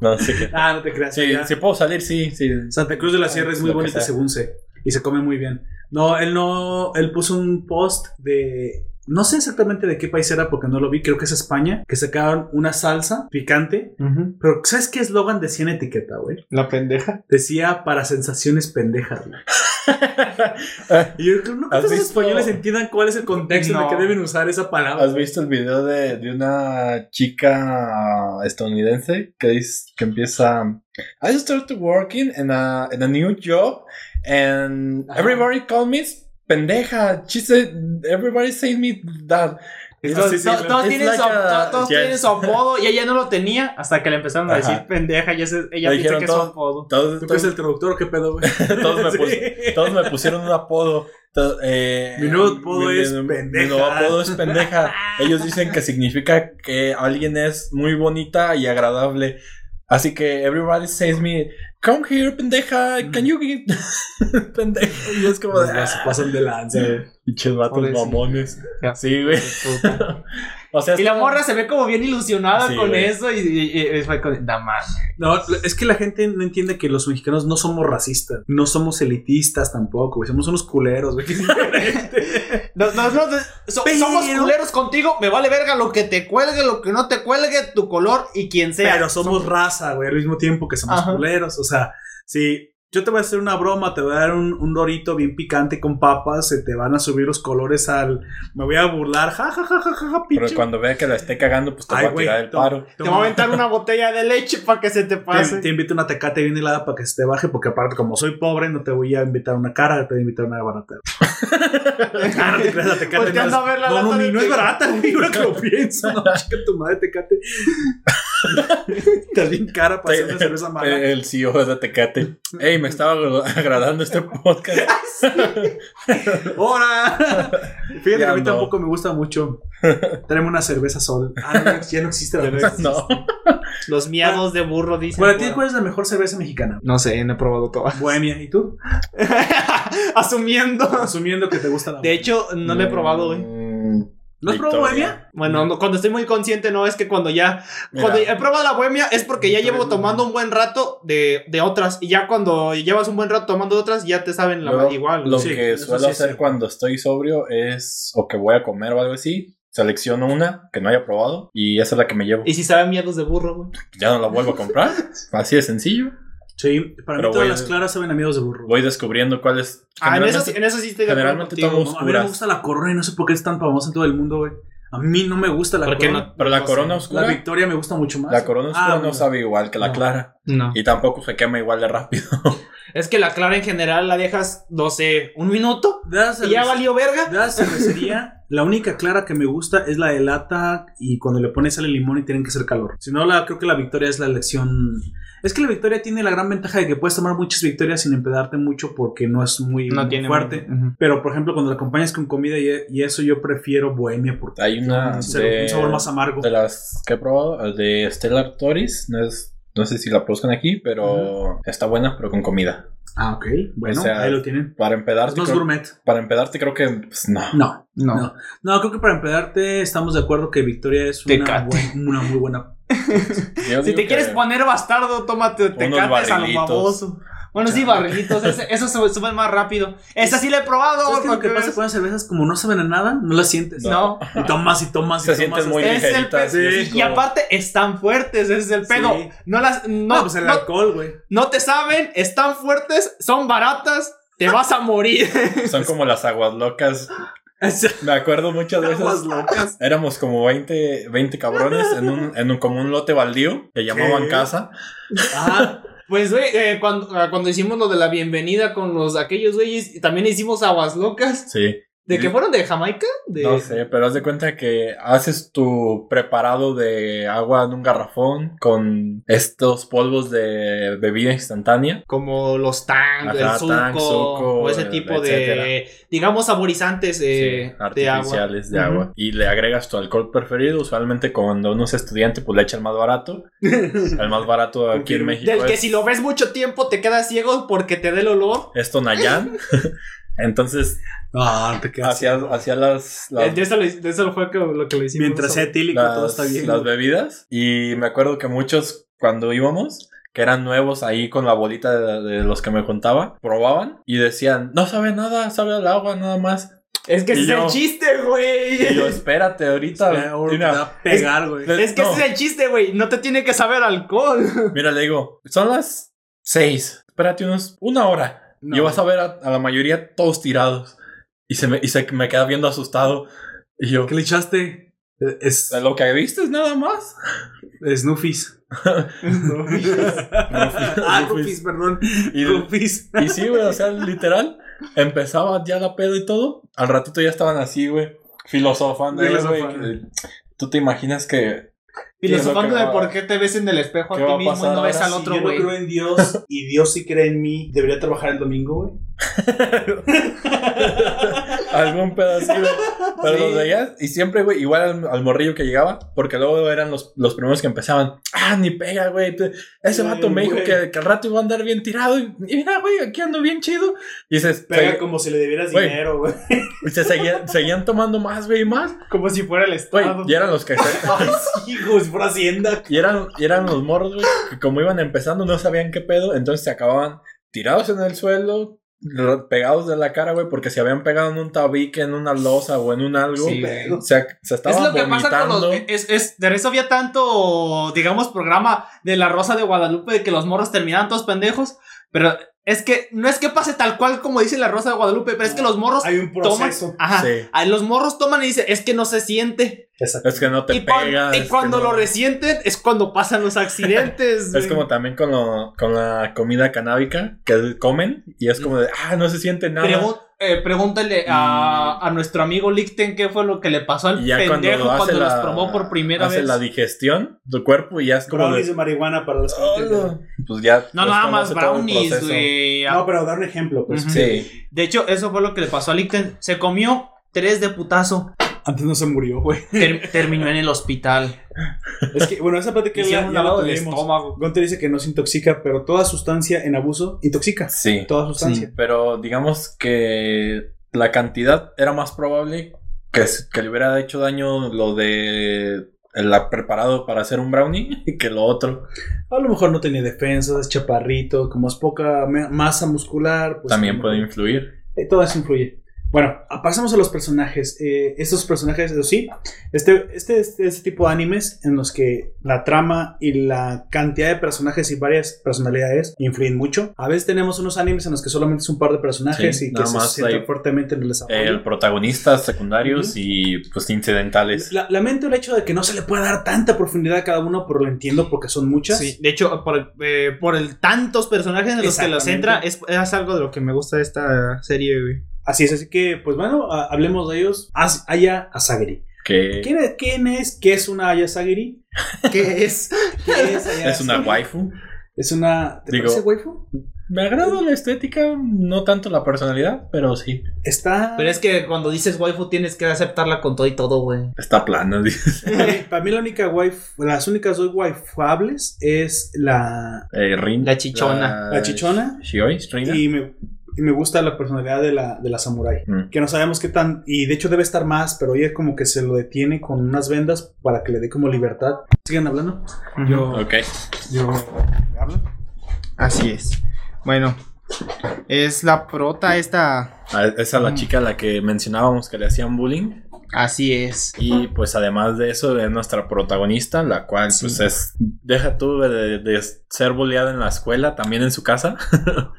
E: no sé qué.
A: ah, no te creas.
E: Sí,
A: ya.
E: si puedo salir, sí,
G: (laughs)
E: sí.
A: Santa Cruz de la Sierra es muy
E: Lo que
A: bonita,
E: sea.
A: según sé. Y se come muy bien. No, él no. Él puso un post de. No sé exactamente de qué país era porque no lo vi, creo que es España, que sacaron una salsa picante. Pero ¿sabes qué eslogan decía en etiqueta, güey?
G: La pendeja.
A: Decía para sensaciones pendejas, güey. Y yo creo no creo
E: ¿Has
A: que los
E: visto?
A: españoles entiendan cuál es el contexto en el que
G: No.
A: deben usar esa palabra.
E: ¿Has visto el video de, de una chica estadounidense que dice que empieza I started working in a, in a new job and everybody called me pendeja. She said, everybody said me that.
G: Todos,
E: It's-
G: todos- todos
E: it's
G: tienen,
E: like
G: su,
E: a-
G: todos- todos
E: yes.
G: tienen su apodo y ella no lo tenía hasta que le empezaron a
E: Ajá.
G: decir pendeja y ese- ella
E: Le dijeron
G: piensa que es su
E: todo. (laughs)
G: apodo.
E: Todos,
A: ¿Tú que
E: todos-
A: es el traductor? ¿Qué pedo, güey?
E: todos (laughs)
A: (laughs)
E: me
A: Sí.
E: pus- todos me pusieron un apodo. To- eh,
A: Mi nuevo apodo es
E: Mi
A: pendeja.
E: nuevo apodo es pendeja. Ellos dicen que significa que alguien es muy bonita y agradable. Así que everybody says me, come here, pendeja, can you get (laughs) pendeja? Y es como de "Ah,
A: Se pasan de "Ah". lanza, güey.
E: pinches vatos
G: Pobrecito.
E: mamones.
G: Ya.
E: Sí, güey. O sea,
G: Y la
E: está-
G: morra se ve como bien ilusionada
E: Sí,
G: con
E: güey.
G: eso y, y- y- y fue con... Da man".
A: No, es que la gente no entiende que los mexicanos no somos racistas, no somos elitistas tampoco, güey. Somos unos culeros, güey.
G: No, no, no, no, so-
A: Pero-
G: Somos culeros contigo, me vale verga lo que te cuelgue, lo que no te cuelgue, tu color y quien sea.
A: Pero somos raza, güey, al mismo tiempo que somos
G: Ajá.
A: culeros. O sea, si yo te voy a hacer una broma, te voy a dar un, un dorito bien picante con papas, se te van a subir los colores al. Me voy a burlar, ja, ja, ja, ja, ja, ja,
E: Pero
A: pinche.
E: cuando vea que la esté cagando, pues te
A: Ay,
E: va a
A: güey,
E: tirar el
A: to-
E: paro.
G: Te voy a aventar una botella de leche para que se te
A: Te,
G: pase.
A: te invito una tecate bien helada para que se te baje, porque aparte, como soy pobre, no te voy a invitar una cara, te voy a invitar una barata. Ah, no te creas, la tecate. No, es,
G: Volteando a ver la
A: no, no,
G: lata
A: ni-
G: de
A: no es
G: Tecate.
A: barata, güey, ahora que lo pienso. No, chica, tu madre tecate. Estás bien cara para hacer una cerveza mala.
E: (laughs) El CEO de Tecate. Ey, me estaba agra- agradando este podcast.
A: ¡Hora! Fíjate que
E: Ya
A: a mí
E: no.
A: tampoco me gusta mucho. Tráeme una cerveza sol. Ah, no, ya no existe la cerveza.
E: No.
G: Los miados de burro dicen.
A: Bueno, ¿a ti
G: por-
A: cuál es la mejor cerveza mexicana?
G: No sé, no he probado todo.
A: Bohemia. ¿Y tú?
G: (laughs) Asumiendo.
A: Asumiendo que te gusta la
G: De hecho, no lo he probado, güey.
E: Mm,
A: ¿No has probado
E: Victoria.
A: Bohemia?
G: Bueno, no, cuando estoy muy consciente, no, es que cuando ya.
E: Mira,
G: Cuando he probado la bohemia es porque ya
A: Victoria
G: llevo
A: no.
G: tomando un buen rato de, de otras. Y ya cuando llevas un buen rato tomando otras, ya te saben la
E: luego,
G: igual. güey.
E: Lo
A: Sí,
E: que
A: eso sí
E: suelo
A: es
E: hacer
A: cierto.
E: cuando estoy sobrio es o que voy a comer o algo así, selecciono una que no haya probado y esa es la que me llevo.
G: Y si saben miedos de burro, güey.
E: Ya no la vuelvo
A: (laughs)
E: a comprar, así de sencillo.
A: Sí, para
E: Pero
A: mí todas
E: voy-
A: las claras saben amigos de burro.
E: Voy descubriendo cuál es.
G: Ah, en eso, sí-
E: generalmente-
G: en eso sí estoy de acuerdo
E: generalmente
G: contigo.
E: tomo-
A: No, a mí no me gusta la corona y no sé por qué es tan famosa en todo el mundo, güey. A mí no me gusta la
G: ¿Por qué
A: corona.
E: pero la corona
A: La
E: oscura, la,
A: victoria me gusta mucho más.
E: corona
A: Ah,
E: oscura no
A: bueno.
E: sabe igual que la
A: No.
E: clara
G: No.
E: y tampoco se quema igual de rápido. (laughs)
G: Es que la clara en general la dejas, no sé, un minuto.
A: De la
G: Y ya
A: cerveza-
G: valió verga.
A: de la cervecería, la única clara que me gusta es la de lata y cuando le pones el limón y tienen que hacer calor. Si no, la, creo que la victoria es la elección. Es que la victoria tiene la gran ventaja de que puedes tomar muchas victorias sin empedarte mucho porque no es muy,
G: No
A: muy
G: tiene
A: fuerte.
G: Ujú.
A: Pero, por ejemplo, cuando la acompañas con comida y, e, y eso, yo prefiero bohemia porque
E: Hay una
A: un,
E: de-
A: Mm, un sabor más amargo.
E: de las que he probado, de Stellar Toris, no es no sé si la produzcan aquí, pero está buena, pero con comida.
A: Ah, ok. Bueno,
E: O sea,
A: ahí lo tienen.
E: Para
A: Es
E: empedarte,
A: más
E: creo-
A: gourmet.
E: para empedarte creo que pues, no.
A: No,
N: No.
A: no. No, creo que para empedarte estamos de acuerdo que Victoria es una,
E: Tecate.
A: buen- una muy (laughs) buena.
E: Yo
G: Si
E: digo
G: te quieres
E: que-
G: poner bastardo, tómate tecates a lo
E: barrilitos.
G: baboso. Bueno, sí, barrilitos, ese- esos se suben
E: (laughs)
G: más rápido. Esa sí la he probado.
A: ¿Sabes qué es lo que
G: porque
A: pasa con las cervezas? Como no saben a nada, no las sientes.
G: No.
A: Y tomas y tomas y
E: Se
A: tomas.
E: sienten muy
A: hasta-
G: Es el
E: ligeritas.
A: pe-
E: así
A: sí,
E: como-
G: Y aparte están fuertes, ese es el pedo.
A: Sí.
G: No las no,
A: No, pues el
G: no-
A: alcohol, güey.
G: no te saben, están fuertes, son baratas, te vas a morir.
E: Son como las aguas locas.
A: Esas
E: Me acuerdo muchas
A: aguas (laughs)
E: veces.
A: locas.
E: Éramos como 20, 20 cabrones en un, en un, como un lote baldío que llamaban
A: Sí.
E: casa.
A: Ah,
G: Pues, güey, eh, cuando, ah, cuando hicimos lo de la bienvenida con los aquellos güeyes, también hicimos aguas locas.
E: Sí.
G: ¿De que fueron? ¿De Jamaica? De...
E: No sé, pero haz de cuenta que haces tu preparado de agua en un garrafón con estos polvos de bebida instantánea.
G: Como los tang,
E: Ajá,
G: el suco,
E: Tang, suco,
G: o ese
E: eh,
G: tipo
E: etcétera.
G: de, digamos, saborizantes eh,
E: Sí,
G: de agua.
E: artificiales de
G: Ujú.
E: agua. Y le agregas tu alcohol preferido. Usualmente cuando uno es estudiante, pues le echa el más barato. El más barato aquí en México
G: Del que
E: es,
G: si lo ves mucho tiempo te quedas ciego porque te da el olor.
A: (laughs)
E: es Tonayán. Entonces
A: Ah, te quedas.
E: hacía, hacía las, las,
G: De, eso lo, de eso fue que- lo que lo hicimos.
A: Mientras sea etílico,
E: las-
A: todo está bien.
E: las bebidas. Y me acuerdo que muchos cuando íbamos, que eran nuevos ahí con la bolita de, de los que me contaba, probaban y decían, no sabe nada, sabe al agua nada más.
G: Es que
E: Y
G: ese es
E: yo-
G: el chiste,
E: Y yo,
A: (laughs)
G: güey.
E: espérate ahorita.
A: Ahora te
E: Mira,
A: va a pegar, güey.
E: le-
G: (laughs) Es que
E: no.
G: ese es el chiste, güey. No te tiene que
E: (laughs)
G: saber alcohol.
E: Mira, le digo, son las seis. Espérate unos, una hora.
A: No.
E: Y vas a ver a, a la mayoría todos tirados. Y se me, y se me queda viendo asustado. Y yo,
A: ¿Qué le echaste? Eh, Es
E: lo que viste es nada más.
A: (laughs) Snoofies.
G: (laughs)
A: (laughs) ah, Rufis, perdón.
E: Y,
A: Rufis.
E: y sí, güey, o sea, literal. Empezaba ya la pedo y todo. Al ratito ya estaban así, güey. Filosofando, eh, güey.
A: Filosofando.
E: que- Tú te imaginas que.
G: Filosofando
E: ¿Qué es
G: de
E: lo que va-
G: por qué te ves en el espejo a
E: qué va
G: ti
E: a
G: mismo y
E: pasar
G: no ves
E: ahora
G: al
E: si
G: otro,
O: yo no
G: güey.
O: creo en Dios y Dios sí cree en mí. ¿Debería trabajar el domingo, güey?
E: Algún pedacito. Pero los veías. Y siempre, güey, igual al, al morrillo que llegaba. Porque luego eran los, los primeros que empezaban. Ah, ni pega, güey. Ese
O: Ay,
E: vato me dijo
O: güey.
E: que, que al rato iba a andar bien tirado. Y mira, güey, aquí ando bien chido. Y se,
O: Pega
E: se-
O: como si le debieras
E: Güey.
O: dinero, güey.
E: y se seguían, seguían tomando más, güey, y más.
G: Como si fuera el
E: Güey,
G: estado.
E: y eran los que. se-
O: (laughs) Ay, sí, güey, si fuera Hacienda.
E: Y eran, y eran los morros, güey, que como iban empezando no sabían qué pedo, entonces se acababan tirados en el suelo, ro- pegados de la cara, güey, porque se habían pegado en un tabique, en una losa o en un algo.
G: Sí, güey.
E: se, se
G: Es
E: estaban
G: lo que pasa con
E: vomitando.
G: los. Es, es, de eso había tanto, digamos, programa de la Rosa de Guadalupe de que los morros terminaban todos pendejos. Pero es que no es que pase tal cual como dice la Rosa de Guadalupe, pero es que los morros
O: Hay un
G: toman.
O: proceso.
G: Ajá.
E: Sí.
G: Ah, Los morros toman y dicen, es que no se siente.
O: Exacto.
E: Es que no te
G: y, cuan-
E: pegas.
G: y
E: es que
G: cuando
E: no-
G: lo resienten es cuando pasan los accidentes.
E: (laughs) Es
G: güey.
E: como también con, lo- con la comida canábica que comen y es como de, ah, no se siente nada. Mm.
G: Pregun- eh, pregúntale a, a nuestro amigo Lichten qué fue lo que le pasó al
E: y ya cuando,
G: pendejo cuando,
E: hace
G: los
E: la-
G: probó por primera
E: hace
G: vez.
E: la digestión, tu cuerpo y ya es como de,
O: Brownies de marihuana para los que no entienden.
E: "Hola". pues ya.
G: No,
E: es
G: nada
E: cuando
G: más
E: hace todo el
G: brownies,
E: proceso.
G: güey.
O: No, pero dar un ejemplo, pues.
G: Ujú.
E: Sí,
G: De hecho, eso fue lo que le pasó a Lichten. Se comió tres de putazo.
A: Antes no se murió, güey.
E: (laughs)
G: Ter- terminó en el hospital.
A: Es que, bueno, esa plática ya,
G: Hicieron
A: ya
G: un
A: la
G: lavado del
A: tuvimos.
G: estómago.
A: Gunter dice que no se intoxica, pero toda sustancia en abuso intoxica.
E: sí.
A: Toda sustancia.
E: Pero digamos que la cantidad era más probable que, s- que le hubiera hecho daño lo de el a- preparado para hacer un brownie (laughs) que lo otro.
A: A lo mejor no tenía defensas, es chaparrito, como es poca me- masa muscular. Pues,
E: También
A: como-
E: puede influir.
A: Eh, todo eso influye. Bueno, a- pasamos a los personajes. Eh, estos personajes, eso sí, este, este, este, este tipo de animes en los que la trama y la cantidad de personajes y varias personalidades influyen mucho. A veces tenemos unos animes en los que solamente es un par de personajes
E: Sí,
A: y que
E: nada
A: se
E: más
A: centra
E: hay-
A: fuertemente en el desarrollo.
E: Eh, protagonistas secundarios
A: Ujú.
E: y pues incidentales.
A: La- lamento el hecho de que no se le pueda dar tanta profundidad a cada uno, pero lo entiendo porque son muchas.
G: Sí, de hecho, por, eh, por el tantos personajes en los que los entra, es, es algo de lo que me gusta de esta serie, güey.
A: Así es, así que, pues bueno, a- hablemos de ellos. As- Aya Asagiri.
E: Que
A: ¿Quién es, ¿Quién es? ¿Qué es una Aya Asagiri?
G: ¿Qué es?
A: ¿Qué es Aya
E: (laughs) es una
A: Asagiri?
E: waifu.
A: Es una. ¿Te
E: Digo-
A: parece waifu?
E: Me agrada la estética, no tanto la personalidad, pero sí.
A: Está.
G: Pero es que cuando dices waifu tienes que aceptarla con todo y todo, güey.
E: Está plana, (laughs)
A: (laughs)
E: dices.
A: para, mí, para mí la única waifu, las únicas dos waifuables es la,
E: Eh, Rin-
G: La chichona.
A: la chichona
E: Shioi, Rina.
A: y me, y me gusta la personalidad de la, de la samurai.
E: Mm.
A: Que no sabemos qué tan. Y de hecho debe estar más, pero ella como que se lo detiene con unas vendas para que le dé como libertad. ¿Siguen hablando? Yo.
E: Ok.
A: yo ¿hablo?
C: Así es. Bueno, es la prota esta.
E: Ah, Esa es
A: Mm.
E: la chica a la que mencionábamos que le hacían bullying.
C: Así es.
E: Y pues además de eso es nuestra protagonista, la cual pues es, deja tú de, de ser boleada en la escuela, también en su casa.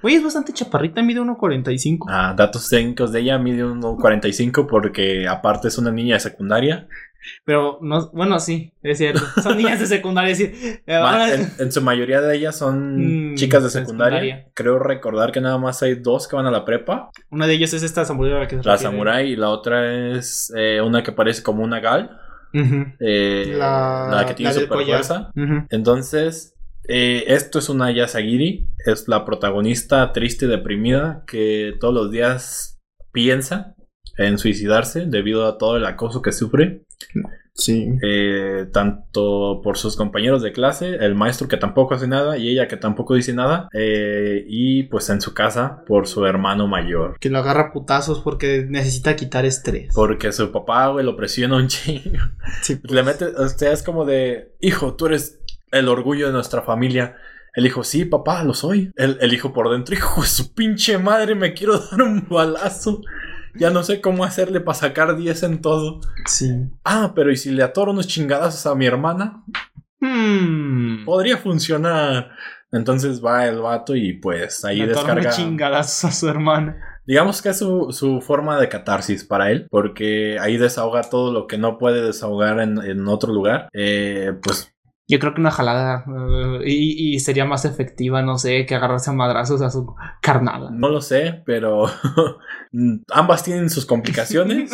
C: Güey, es bastante chaparrita, mide 1.45.
E: Ah, datos técnicos de ella, mide 1.45 porque aparte es una niña de secundaria.
G: Pero no, bueno, sí, es cierto. Son niñas de secundaria,
E: (laughs)
G: sí. Eh,
E: Ma-
G: ahora-
E: En, en su mayoría de ellas son
G: Mm,
E: chicas de
G: de
E: secundaria.
G: secundaria.
E: Creo recordar que nada más hay dos que van a la prepa,
G: Una de ellas es esta samurai a la que se
E: la
G: refiere.
E: samurai y la otra es eh, una que parece como una gal,
G: Ujú.
E: eh,
C: La-
E: la, que tiene
C: la del
E: super
C: collar.
E: fuerza. Entonces, eh, esto es una Yasagiri, es la protagonista triste y deprimida que todos los días piensa en suicidarse debido a todo el acoso que sufre,
C: Sí.
E: eh, tanto por sus compañeros de clase, el maestro que tampoco hace nada y ella que tampoco dice nada, eh, y pues en su casa por su hermano mayor.
C: Que lo agarra a putazos porque necesita quitar estrés.
E: Porque su papá, güey, lo presiona un (laughs) chingo.
C: Sí,
E: Le mete, o sea, es como de, hijo, tú eres el orgullo de nuestra familia. El hijo, sí, papá, lo soy. El, el hijo por dentro, hijo, de su pinche madre, me quiero (laughs) dar un balazo. Ya no sé cómo hacerle para sacar 10 en todo.
C: Sí.
E: Ah, pero ¿y si le atoro unos chingadazos a mi hermana?
G: Hmm.
E: Podría funcionar. Entonces va el vato y pues ahí
G: Le atoró unos
E: descarga.
G: chingadazos a su hermana.
E: Digamos que es su, su forma de catarsis para él, porque ahí desahoga todo lo que no puede desahogar en, en otro lugar. Eh, pues
G: Yo creo que una jalada. eh, y, y sería más efectiva, no sé, que agarrarse a madrazos a su carnada.
E: No lo sé, pero (laughs) ambas tienen sus complicaciones.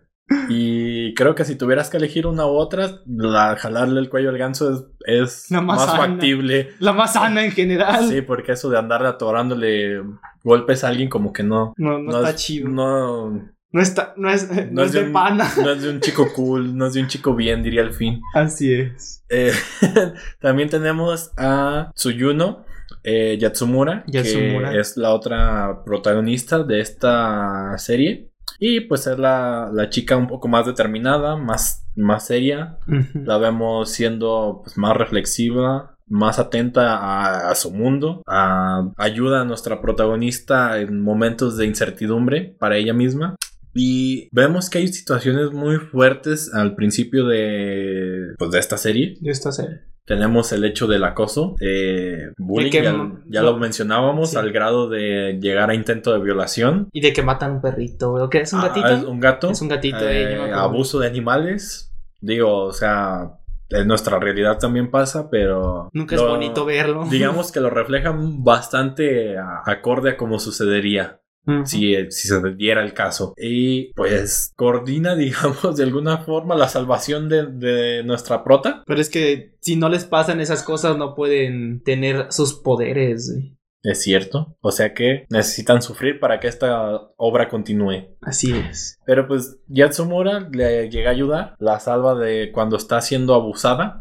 G: (laughs)
E: y creo que si tuvieras que elegir una u otra, la- jalarle el cuello al ganso es, es
G: La más
E: más,
G: sana.
E: factible.
G: (laughs) La más sana en general.
E: Sí, porque eso de andar atorándole golpes a alguien como que no.
G: No, no, está
E: es-
G: chido. No,
E: No, no
G: está, no es, no es de
E: un-
G: pana.
E: No es de un chico cool, no es de un chico bien, diría al fin.
G: (laughs) Así es.
E: Eh, (laughs) también tenemos a Tsuyuno eh, Yatsumura,
G: Yatsumura.
E: que es la otra protagonista de esta serie. Y pues es la, la chica un poco más determinada, más, más seria. La vemos siendo pues, más reflexiva, más atenta a, a su mundo. a- ayuda a nuestra protagonista en momentos de incertidumbre para ella misma. Y vemos que hay situaciones muy fuertes al principio de, pues, de esta serie.
G: Yo esto sé.
E: Tenemos el hecho del acoso, eh, bullying,
G: De que-
E: ya, ya lo mencionábamos,
G: Sí.
E: al grado de llegar a intento de violación.
G: Y de que matan un perrito, güey. ¿O qué? ¿Es un
E: Ah,
G: gatito?
E: es un gato.
G: Es un gatito, eh, yo me
E: Eh,
G: acuerdo.
E: abuso de animales. Digo, o sea, en nuestra realidad también pasa,
G: (laughs)
E: pero...
G: Nunca es
E: lo-
G: bonito verlo.
E: Digamos que lo reflejan bastante a- acorde a cómo sucedería
G: Ujú.
E: si, eh, si se diera el caso. Y pues coordina, (laughs) digamos, de alguna forma la salvación de, de nuestra prota.
G: Pero es que si no les pasan esas cosas, no pueden tener sus poderes. güey.
E: Es cierto. O sea que necesitan sufrir para que esta obra continúe.
G: Así es.
E: Pero pues Yatsumura le llega a ayudar, la salva de cuando está siendo abusada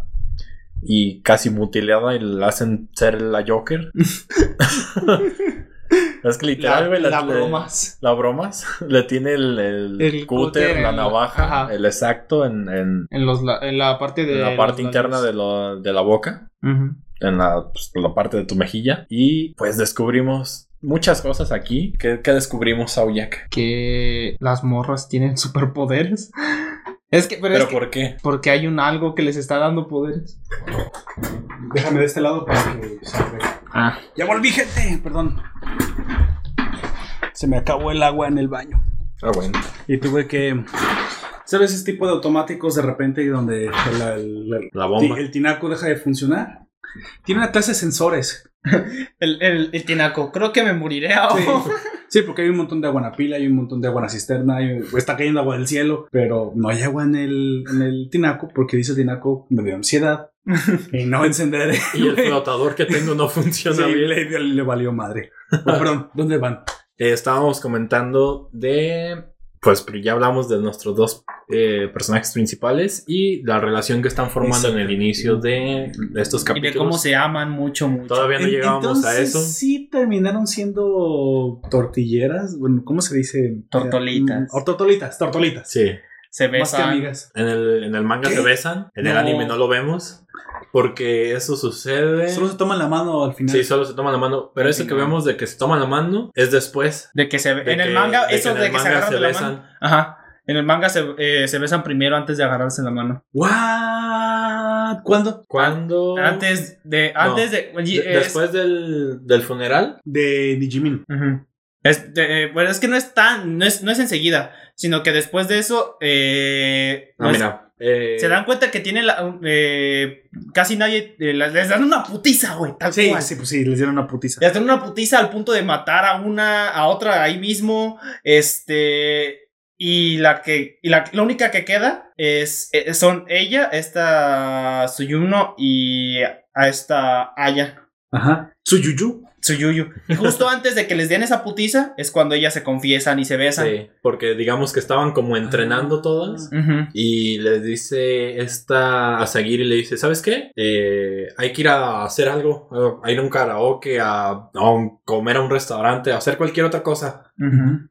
E: y casi mutilada y la hacen ser la Joker.
G: (laughs)
E: es que literal, güey,
G: la,
E: la,
G: la
E: le-
G: bromas.
E: La bromas. (laughs) Le tiene el, el cúter,
G: El cúter
E: la
G: en la-
E: navaja,
G: ajá.
E: el exacto en, en-
G: En, los, la, en la parte de.
E: en la parte
G: los
E: interna de,
G: labios.
E: lo- de la boca
G: Ujú.
E: en la, pues, la parte de tu mejilla. Y pues descubrimos muchas cosas aquí. ¿Qué, qué descubrimos, Auyak?
G: Que las morras tienen (laughs) superpoderes. Es que, pero,
E: ¿Pero
G: es que-
E: por qué?
G: porque hay un algo que les está dando poderes.
A: Déjame de este lado para que se vea.
G: Ah.
A: Ya volví, gente. Perdón. Se me acabó el agua en el baño.
E: Ah, bueno.
A: Y tuve que. ¿Sabes ese tipo de automáticos de repente donde el, el- el-
E: La bomba.
A: el tinaco deja de funcionar? Tiene una clase de sensores.
G: El, el, el tinaco, creo que me moriré
A: Sí.
E: Oh.
G: ahora.
A: Sí, porque hay un montón de agua en la pila, hay un montón de agua en la cisterna, hay- está
E: (laughs)
A: cayendo agua del cielo, pero no hay agua en el, en el tinaco porque dice el tinaco me dio ansiedad. y no encender.
E: Y el flotador que tengo no (laughs)
A: Sí,
E: funciona bien.
A: le, le valió madre. Oh, perdón, ¿dónde van?
E: Eh, estábamos comentando de. Pues pero ya hablamos de nuestros dos eh, personajes principales y la relación que están formando en el inicio de estos
G: Y
E: capítulos.
G: de cómo se aman mucho, mucho.
E: Todavía no
A: En-
E: llegábamos a
A: entonces,
E: eso.
A: Sí, terminaron siendo tortilleras. Bueno, ¿cómo se dice?
G: Tortolitas.
A: Mm, o tortolitas, tortolitas.
E: Sí.
G: Se
A: Más que
G: besan.
A: amigas.
E: En el, en el manga se besan, en el
G: No.
E: anime no lo vemos. Porque eso sucede.
A: Solo se toman la mano al final.
E: Sí, solo se toman la mano. Pero eso que vemos de que se toman la mano es después.
G: (laughs) De que se,
E: de
G: en el
E: que-
G: manga, eso
E: en
G: de
E: el
G: que se
E: manga
G: agarran de la mano. Ajá. En el manga se, eh, se besan primero antes de agarrarse la mano.
A: What? ¿Cuándo?
E: Cuando.
G: Antes de.
E: Oh. No.
G: Antes de.
E: de-
G: oye, es-
E: después del, del funeral.
A: De Digimin.
G: Ujú. Es, de- eh, bueno, es que no es tan. No es, no es enseguida. Sino que después de eso. eh,
E: No,
G: no es-
E: Ah, mira. eh,
G: Se dan cuenta que tiene la. eh, casi nadie. eh, las- les dan una putiza, güey. Tal
A: Sí,
G: cual.
A: sí, pues sí, les dieron una putiza.
G: Les dan una putiza al punto de matar a una, a otra ahí mismo. Este. Y la que. Y la, la única que queda es. eh, son ella, esta Suyuno y a esta Aya.
A: Ajá. Su yuyu.
G: Suyuyu.
E: (laughs)
G: Y justo antes de que les den esa putiza es cuando ellas se confiesan y se besan. Ah.
E: Sí, porque digamos que estaban como entrenando todas.
G: Ujú.
E: Y les dice esta a Sagiri, le dice, ¿sabes qué? Eh, hay que ir a hacer algo, a- a ir a un karaoke, a, a un- comer a un restaurante, a hacer cualquier otra cosa.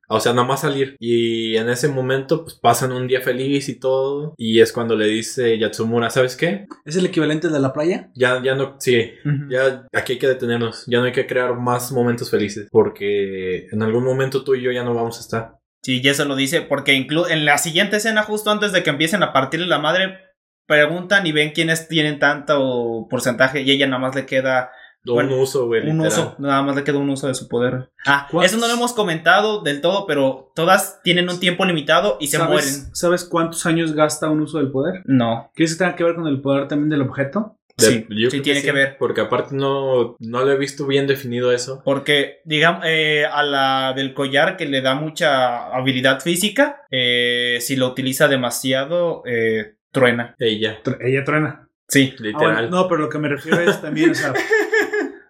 E: O sea, nada más salir. Y en ese momento, pues pasan un día feliz y todo. Y es cuando le dice Yatsumura, ¿sabes qué?
A: ¿Es el equivalente de la playa?
E: Ya, ya no, sí, ya aquí hay que detenernos. Ya no hay que crear más momentos felices. Porque en algún momento tú y yo ya no vamos a estar.
G: Sí, y eso lo dice porque inclu en la siguiente escena, justo antes de que empiecen a partirle la madre, preguntan y ven quiénes tienen tanto porcentaje y ella nada más le queda Bueno,
E: un uso, güey,
G: un
E: literal.
G: uso, nada más le queda un uso de su poder. Ah,
A: ¿Cuál?
G: eso no lo hemos comentado del todo, pero todas tienen un tiempo limitado y se
A: ¿Sabes,
G: mueren.
A: ¿Sabes cuántos años gasta un uso del poder?
G: No,
A: ¿Crees que tenga que ver con el poder también del objeto?
E: De-
G: sí,
E: yo creo
G: sí tiene que, ver.
E: Porque aparte no, no lo he visto bien definido eso.
G: Porque, digamos, eh, a la del collar que le da mucha habilidad física, eh, si lo utiliza demasiado, eh, truena.
E: Ella,
A: Tr- ella truena.
G: Sí.
A: Ah, bueno,
E: literal.
A: no, pero lo que me refiero es también, o
E: (laughs)
A: sea,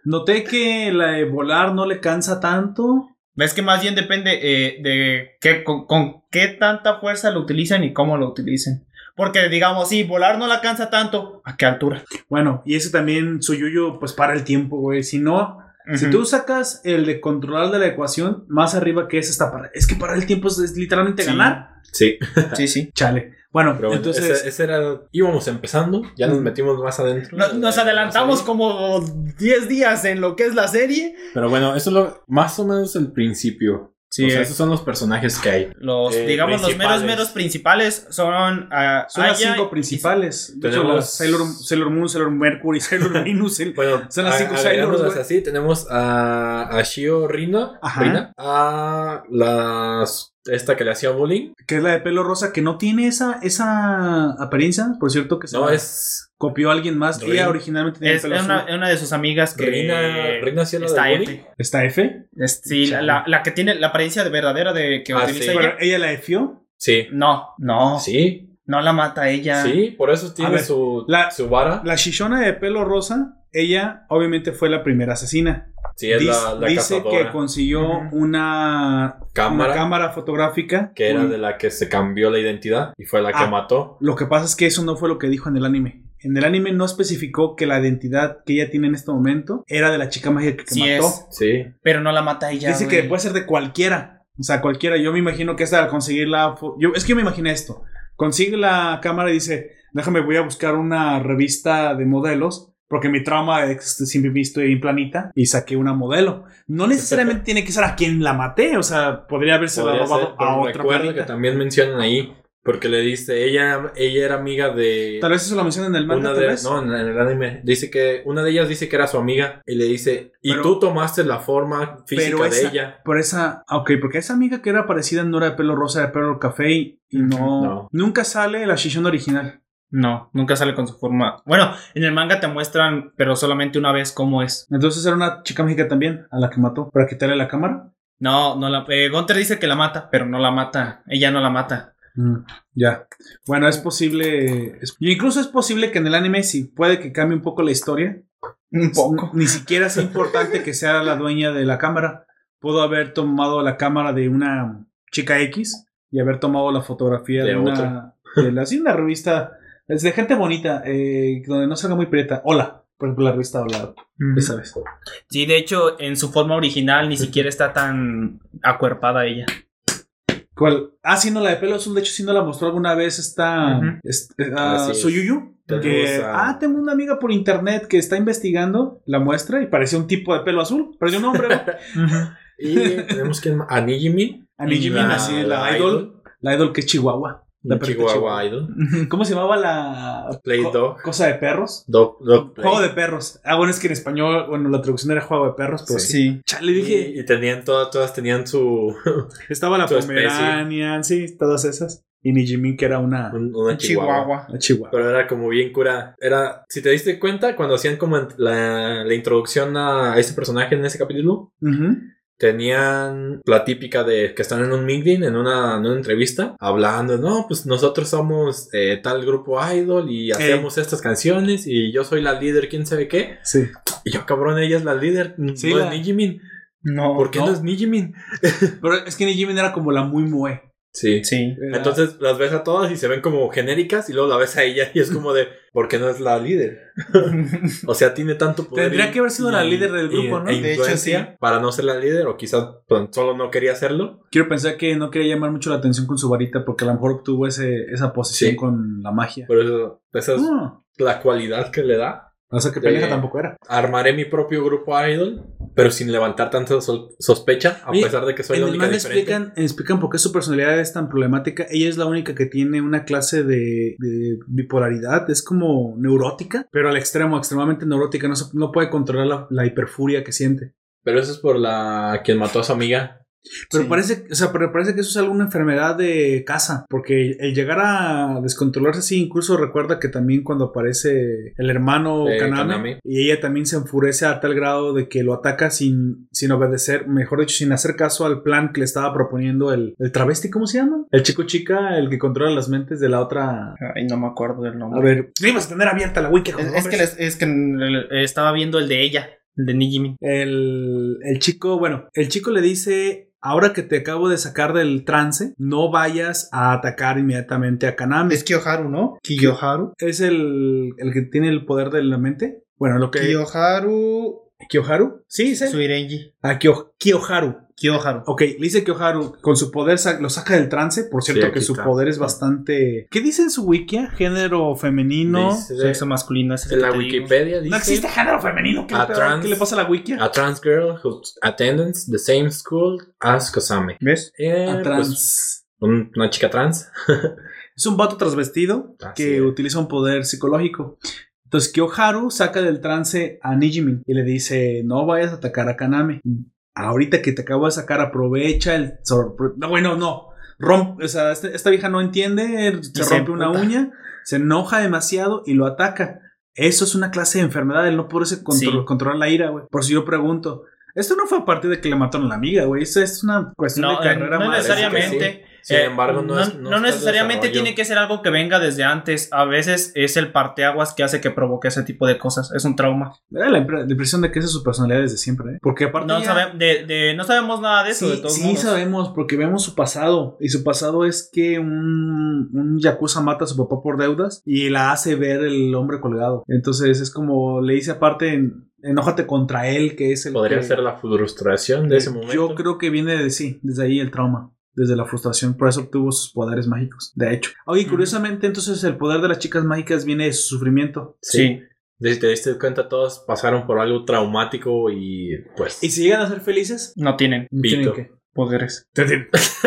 A: noté que la de volar no le cansa tanto.
G: Ves que más bien depende eh, de qué, con, con qué tanta fuerza lo utilicen y cómo lo utilicen. Porque, digamos, sí, volar no la cansa tanto. ¿A qué altura?
A: Bueno, y ese también, su yuyo, pues para el tiempo, güey. Si no, si
G: Ujú.
A: tú sacas el de controlar de la ecuación más arriba que es esta para. Es que para el tiempo es, es literalmente
G: Sí.
A: ganar.
E: Sí,
G: Sí, sí.
A: Chale. Bueno,
E: pero bueno,
A: entonces.
E: ese, ese era. Íbamos empezando, ya nos metimos más adentro.
G: Mm. No- Nos adelantamos como 10 días en lo que es la serie.
E: Pero bueno, eso es lo, más o menos el principio.
G: Sí,
E: o sea,
G: eh.
E: esos son los personajes que hay.
G: Los,
E: Eh,
G: digamos, los meros,
E: principales.
G: meros principales son... ah,
A: Son las
G: Aya
A: cinco
G: y-
A: principales. De hecho,
E: Tenemos-
A: las Sailor, Sailor Moon, Sailor Mercury, (laughs) Sailor Venus. Sailor-
E: Bueno,
A: Son las
E: a-
A: cinco
E: agregándolas
A: Sailors, güey.
E: así. Tenemos a, a Shio Rina,
A: Ajá.
E: Rina, a las, esta que le hacía bullying.
A: que es la de pelo rosa, que no tiene esa, esa apariencia. Por cierto, que se
E: No,
A: la
E: es.
A: copió a alguien más.
E: Rin.
A: Ella originalmente tenía
G: Es
A: el pelo
G: una,
A: azul.
G: una de sus amigas que...
E: Rina, Rina hacía la
G: está
E: de bullying.
G: F.
A: ¿Está F?
G: Es- sí, la, la- la que tiene la apariencia de verdadera de que
E: Ah,
G: utiliza
E: sí.
G: ella.
A: Pero ella la Fio.
E: Sí,
G: No, no,
E: sí,
G: no la mata ella.
E: Sí, por eso tiene
A: ver,
E: su,
A: la-
E: su vara.
A: La Shishona de pelo rosa, ella obviamente fue la primera asesina.
E: sí, es la,
A: Dice-
E: la
A: dice
E: cazadora.
A: que consiguió
G: Ujú.
A: una
E: cámara,
A: una cámara fotográfica.
E: que era
A: Con-
E: de la que se cambió la identidad y fue la que
A: Ah.
E: mató.
A: Lo que pasa es que eso no fue lo que dijo en el anime. En el anime no especificó que la identidad que ella tiene en este momento era de la chica mágica que
G: Sí
A: mató.
G: es.
E: Sí,
G: Pero no la mata ella.
A: Dice
G: güey.
A: que puede ser de cualquiera. O sea, cualquiera. Yo me imagino que esta al conseguir la... fo- Yo, es que yo me imaginé esto. Consigue la cámara y dice, déjame, voy a buscar una revista de modelos. Porque mi trauma es que siempre visto en planita y saqué una modelo. No
E: (laughs)
A: necesariamente tiene que ser a quien la maté. O sea, podría haberse
E: podría
A: robado
E: ser, pero
A: a otra
E: recuerda
A: planita.
E: que también mencionan ahí, porque le dice, ella, ella era amiga de...
A: Tal vez eso lo mencionan en el manga,
E: Una
A: tal
E: de,
A: vez.
E: no, en en el anime dice que una de ellas dice que era su amiga y le dice, y
A: Pero-
E: tú tomaste la forma
A: Pero
E: física de
A: esa-
E: ella.
A: Por esa, ah, ok, porque esa amiga que era parecida no era de pelo rosa, era de pelo café y y no,
E: No.
A: Nunca sale la Shishon original.
G: No, nunca sale con su forma. Bueno, en el manga te muestran, pero solamente una vez cómo es.
A: Entonces era una chica mágica también, a la que mató, para quitarle la cámara.
G: No, no la. Eh, Gunter dice que la mata, pero no la mata. Ella no la mata.
A: Mm, ya. Bueno, es posible. es- y incluso es posible que en el anime, si puede que cambie un poco la historia.
G: Un poco.
A: Ni siquiera es importante que sea la dueña de la cámara. Puedo haber tomado la cámara de una chica X y haber tomado la fotografía de,
E: De
A: una.
E: otra.
A: De la, sí, una revista. Es de gente bonita, eh, donde no salga muy prieta. Hola. Por ejemplo, la revista Hola. Esa vez.
G: Sí, de hecho, en su forma original ni siquiera está tan acuerpada ella.
E: Ah,
A: ¿Cuál? Ah, sí, no, la de pelo azul. De hecho, sí, no la mostró alguna vez esta.
G: Ujú.
A: este, ah,
E: Así es.
A: Soyuyu.
E: Tenemos
A: Que,
E: a-
A: ah, tengo una amiga por internet que está investigando la muestra y parecía un tipo de pelo azul. Parecía un hombre.
E: (laughs)
A: ¿no?
E: Y tenemos que (laughs) a Nijimin.
A: A Nijimin, así, la, idol, La idol que es Chihuahua. (laughs) La
E: La
A: perrita
E: Chihuahua Idol.
A: (laughs) ¿Cómo se llamaba la.
E: Play
A: co-
E: Dog.
A: Cosa de perros.
E: Dog, Dog Play.
A: Juego de perros. Ah, bueno, es que en español, bueno, la traducción era juego de perros, pero sí.
G: Sí.
A: Chale, dije,
E: Y, y tenían todas, todas tenían su (laughs)
A: estaba la
E: su especie.
A: Pomeranian, sí, todas esas. Y Nijimin, que era una,
E: un- una chihuahua.
G: Chihuahua.
A: una Chihuahua.
E: Pero era como bien cura. Era, si te diste cuenta, cuando hacían como en- la, la introducción a este personaje en ese capítulo,
A: Ujú.
E: tenían la típica de que están en un meeting, en una, en una entrevista, hablando, no, pues nosotros somos eh, tal grupo idol y hacemos estas canciones y yo soy la líder, quién sabe qué.
A: Sí.
E: Y yo, cabrón, ella es la líder,
A: Sí,
E: no
A: la-
E: es Nijimin.
G: No.
E: ¿Por qué no,
A: no.
E: es Nijimin?
A: Pero es que Nijimin era como la muy mue.
E: Sí.
G: Sí.
A: Era-
E: Entonces las ves a todas y se ven como genéricas y luego la ves a ella y es como de, ¿por qué no es la líder?
G: (laughs)
E: O sea, tiene tanto poder.
A: Tendría
E: y-
A: que haber sido la líder del grupo, ¿no?
E: e
G: De hecho,
E: influencia
G: sí.
E: Para no ser la líder, o quizás pues, solo no quería hacerlo.
A: Quiero pensar que no quería llamar mucho la atención con su varita porque a lo mejor obtuvo ese, esa posición
E: Sí. Pues,
A: con la magia.
E: Pero eso, esa es
A: No,
E: la cualidad que le da.
A: o sea que
E: De-
A: pendeja tampoco era.
E: Armaré mi propio grupo idol, pero sin levantar tanta sol- sospecha, a
A: Oye,
E: pesar de que soy
A: en
E: la
A: el
E: única
A: manga
E: diferente.
A: explican, explican por qué su personalidad es tan problemática. Ella es la única que tiene una clase de, de bipolaridad. Es como neurótica, pero al extremo, extremadamente neurótica. No, se- no puede controlar la, la hiperfuria que siente.
E: Pero eso es por la quien mató a su amiga.
A: Pero
G: Sí.
A: parece, o sea, pero parece que eso es alguna enfermedad de casa, porque el llegar a descontrolarse así, incluso recuerda que también cuando aparece el hermano
E: Eh,
A: Kaname,
E: Kaname.
A: y ella también se enfurece a tal grado de que lo ataca sin, sin obedecer, mejor dicho, sin hacer caso al plan que le estaba proponiendo el, el travesti, ¿cómo se llama? El chico chica, el que controla las mentes de la otra.
G: Ay, no me acuerdo del
A: A
G: nombre.
A: ver, no ibas a tener abierta la wiki.
G: Es,
A: joder,
G: es que, les- es que eh, estaba viendo el de ella, el de Nijimin.
A: El, el chico, bueno, el chico le dice, ahora que te acabo de sacar del trance, no vayas a atacar inmediatamente a Kaname.
G: Es Kiyoharu, ¿no? Kiyoharu.
A: Es el, el que tiene el poder de la mente. Bueno, lo que...
G: Kiyoharu.
A: ¿Kiyoharu? Sí, sí.
G: Suirenji.
A: A Kyo- Kiyoharu.
G: Kiyoharu.
A: Ok, le dice Kyoharu, con su poder sa- lo saca del trance. Por cierto,
E: Sí, aquí
A: que su
E: está.
A: poder es bastante. ¿Qué dice en su wikia? Género femenino.
E: Dice-
G: Sexo masculino. ese es
E: en
G: el
E: la
G: que te digo.
E: Wikipedia dice.
A: No existe género femenino. ¿Qué,
E: A
A: pedo?
E: trans-
A: ¿Qué le pasa a la wikia?
E: A trans girl who attends the same school as Kosame.
G: ¿Ves?
E: Eh,
A: A
E: pues,
A: trans.
E: un- una chica trans.
A: Es un vato transvestido
E: Así
A: que
E: es.
A: utiliza un poder psicológico. Entonces, Kyoharu saca del trance a Nijimin y le dice: No vayas a atacar a Kaname. Ahorita que te acabo de sacar, aprovecha el. sorpre- No, bueno, no. Rompe, o sea, este- esta vieja no entiende, se
G: se
A: rompe una
G: emputa.
A: uña, se enoja demasiado y lo ataca. Eso es una clase de enfermedad, el no poderse contro-
G: Sí.
A: controlar la ira, güey. Por si yo pregunto, esto no fue a partir de que le mataron a la amiga, güey. Esto es una cuestión
G: No,
A: de
G: eh,
A: carrera
G: no
A: madre.
G: necesariamente.
E: Sin
G: Eh,
E: embargo, no, es-
G: no
E: está el
G: necesariamente
E: desarrollo.
G: tiene que ser algo que venga desde antes. A veces es el parteaguas que hace que provoque ese tipo de cosas. Es un trauma.
A: Me da la impre- la impresión de que esa es su personalidad desde siempre, ¿eh? Porque aparte.
G: No,
A: ella-
G: sabe- de- de- no sabemos nada de eso. de
A: Sí,
G: todos
A: sí
G: modos.
A: sabemos, porque vemos su pasado. Y su pasado es que un, un yakuza mata a su papá por deudas y la hace ver el hombre colgado. Entonces es como le dice aparte, en- enójate contra él, que es el.
E: Podría
A: que-
E: ser la frustración de ese momento.
A: Yo creo que viene de sí, desde ahí el trauma. Desde la frustración, por eso obtuvo sus poderes mágicos. De hecho. Oye, curiosamente, entonces el poder de las chicas mágicas viene de su sufrimiento.
E: Sí. Si te diste cuenta, todos pasaron por algo traumático y pues.
A: ¿Y si llegan a ser felices?
G: No tienen
A: No tienen
E: Pito.
A: que.
G: poderes.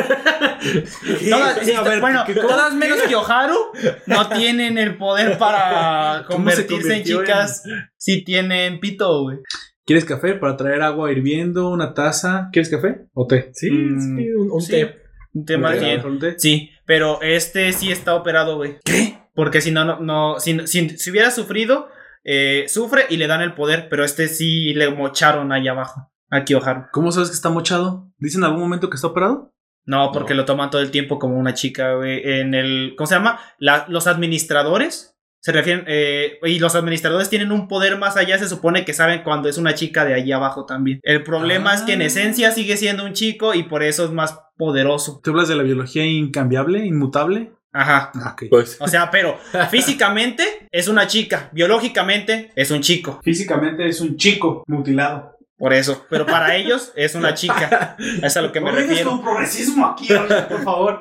A: (laughs) Sí,
G: Todas,
A: a ver,
G: bueno,
A: ¿qué- cómo-
G: todas menos Kiyoharu
A: (laughs)
G: no tienen el poder para
A: ¿Cómo se
G: convertirse en
A: convirtió en-
G: chicas si tienen pito, güey.
A: ¿Quieres café para traer agua hirviendo, una taza? ¿Quieres café o té?
E: Sí,
G: Mm,
E: sí, un, un
G: sí.
E: té.
G: Un tema
A: ¿Te
G: bien.
A: trabajo un té?
G: Sí, pero este sí está operado, güey. ¿Qué? Porque si no, no, no si, si, si hubiera sufrido, eh, sufre y le dan el poder, pero este sí le mocharon ahí abajo, a Kiyoharu.
A: ¿Cómo sabes que está mochado? ¿Dicen en algún momento que está operado?
G: No, porque lo toman todo el tiempo como una chica, güey. En el. ¿Cómo se llama? La- los administradores se refieren. eh, y los administradores tienen un poder más allá, se supone que saben cuando es una chica de allí abajo también. El problema es que en esencia sigue siendo un chico y por eso es más poderoso.
A: ¿Tú hablas de la biología incambiable, inmutable?
G: Ajá.
A: Ah, ok.
E: Pues,
G: O sea, (laughs) pero físicamente es una chica, biológicamente es un chico.
A: Físicamente es un chico mutilado.
G: Por eso. Pero para ellos es una chica. Es a lo que me refiero.
A: con progresismo aquí, oiga, por favor.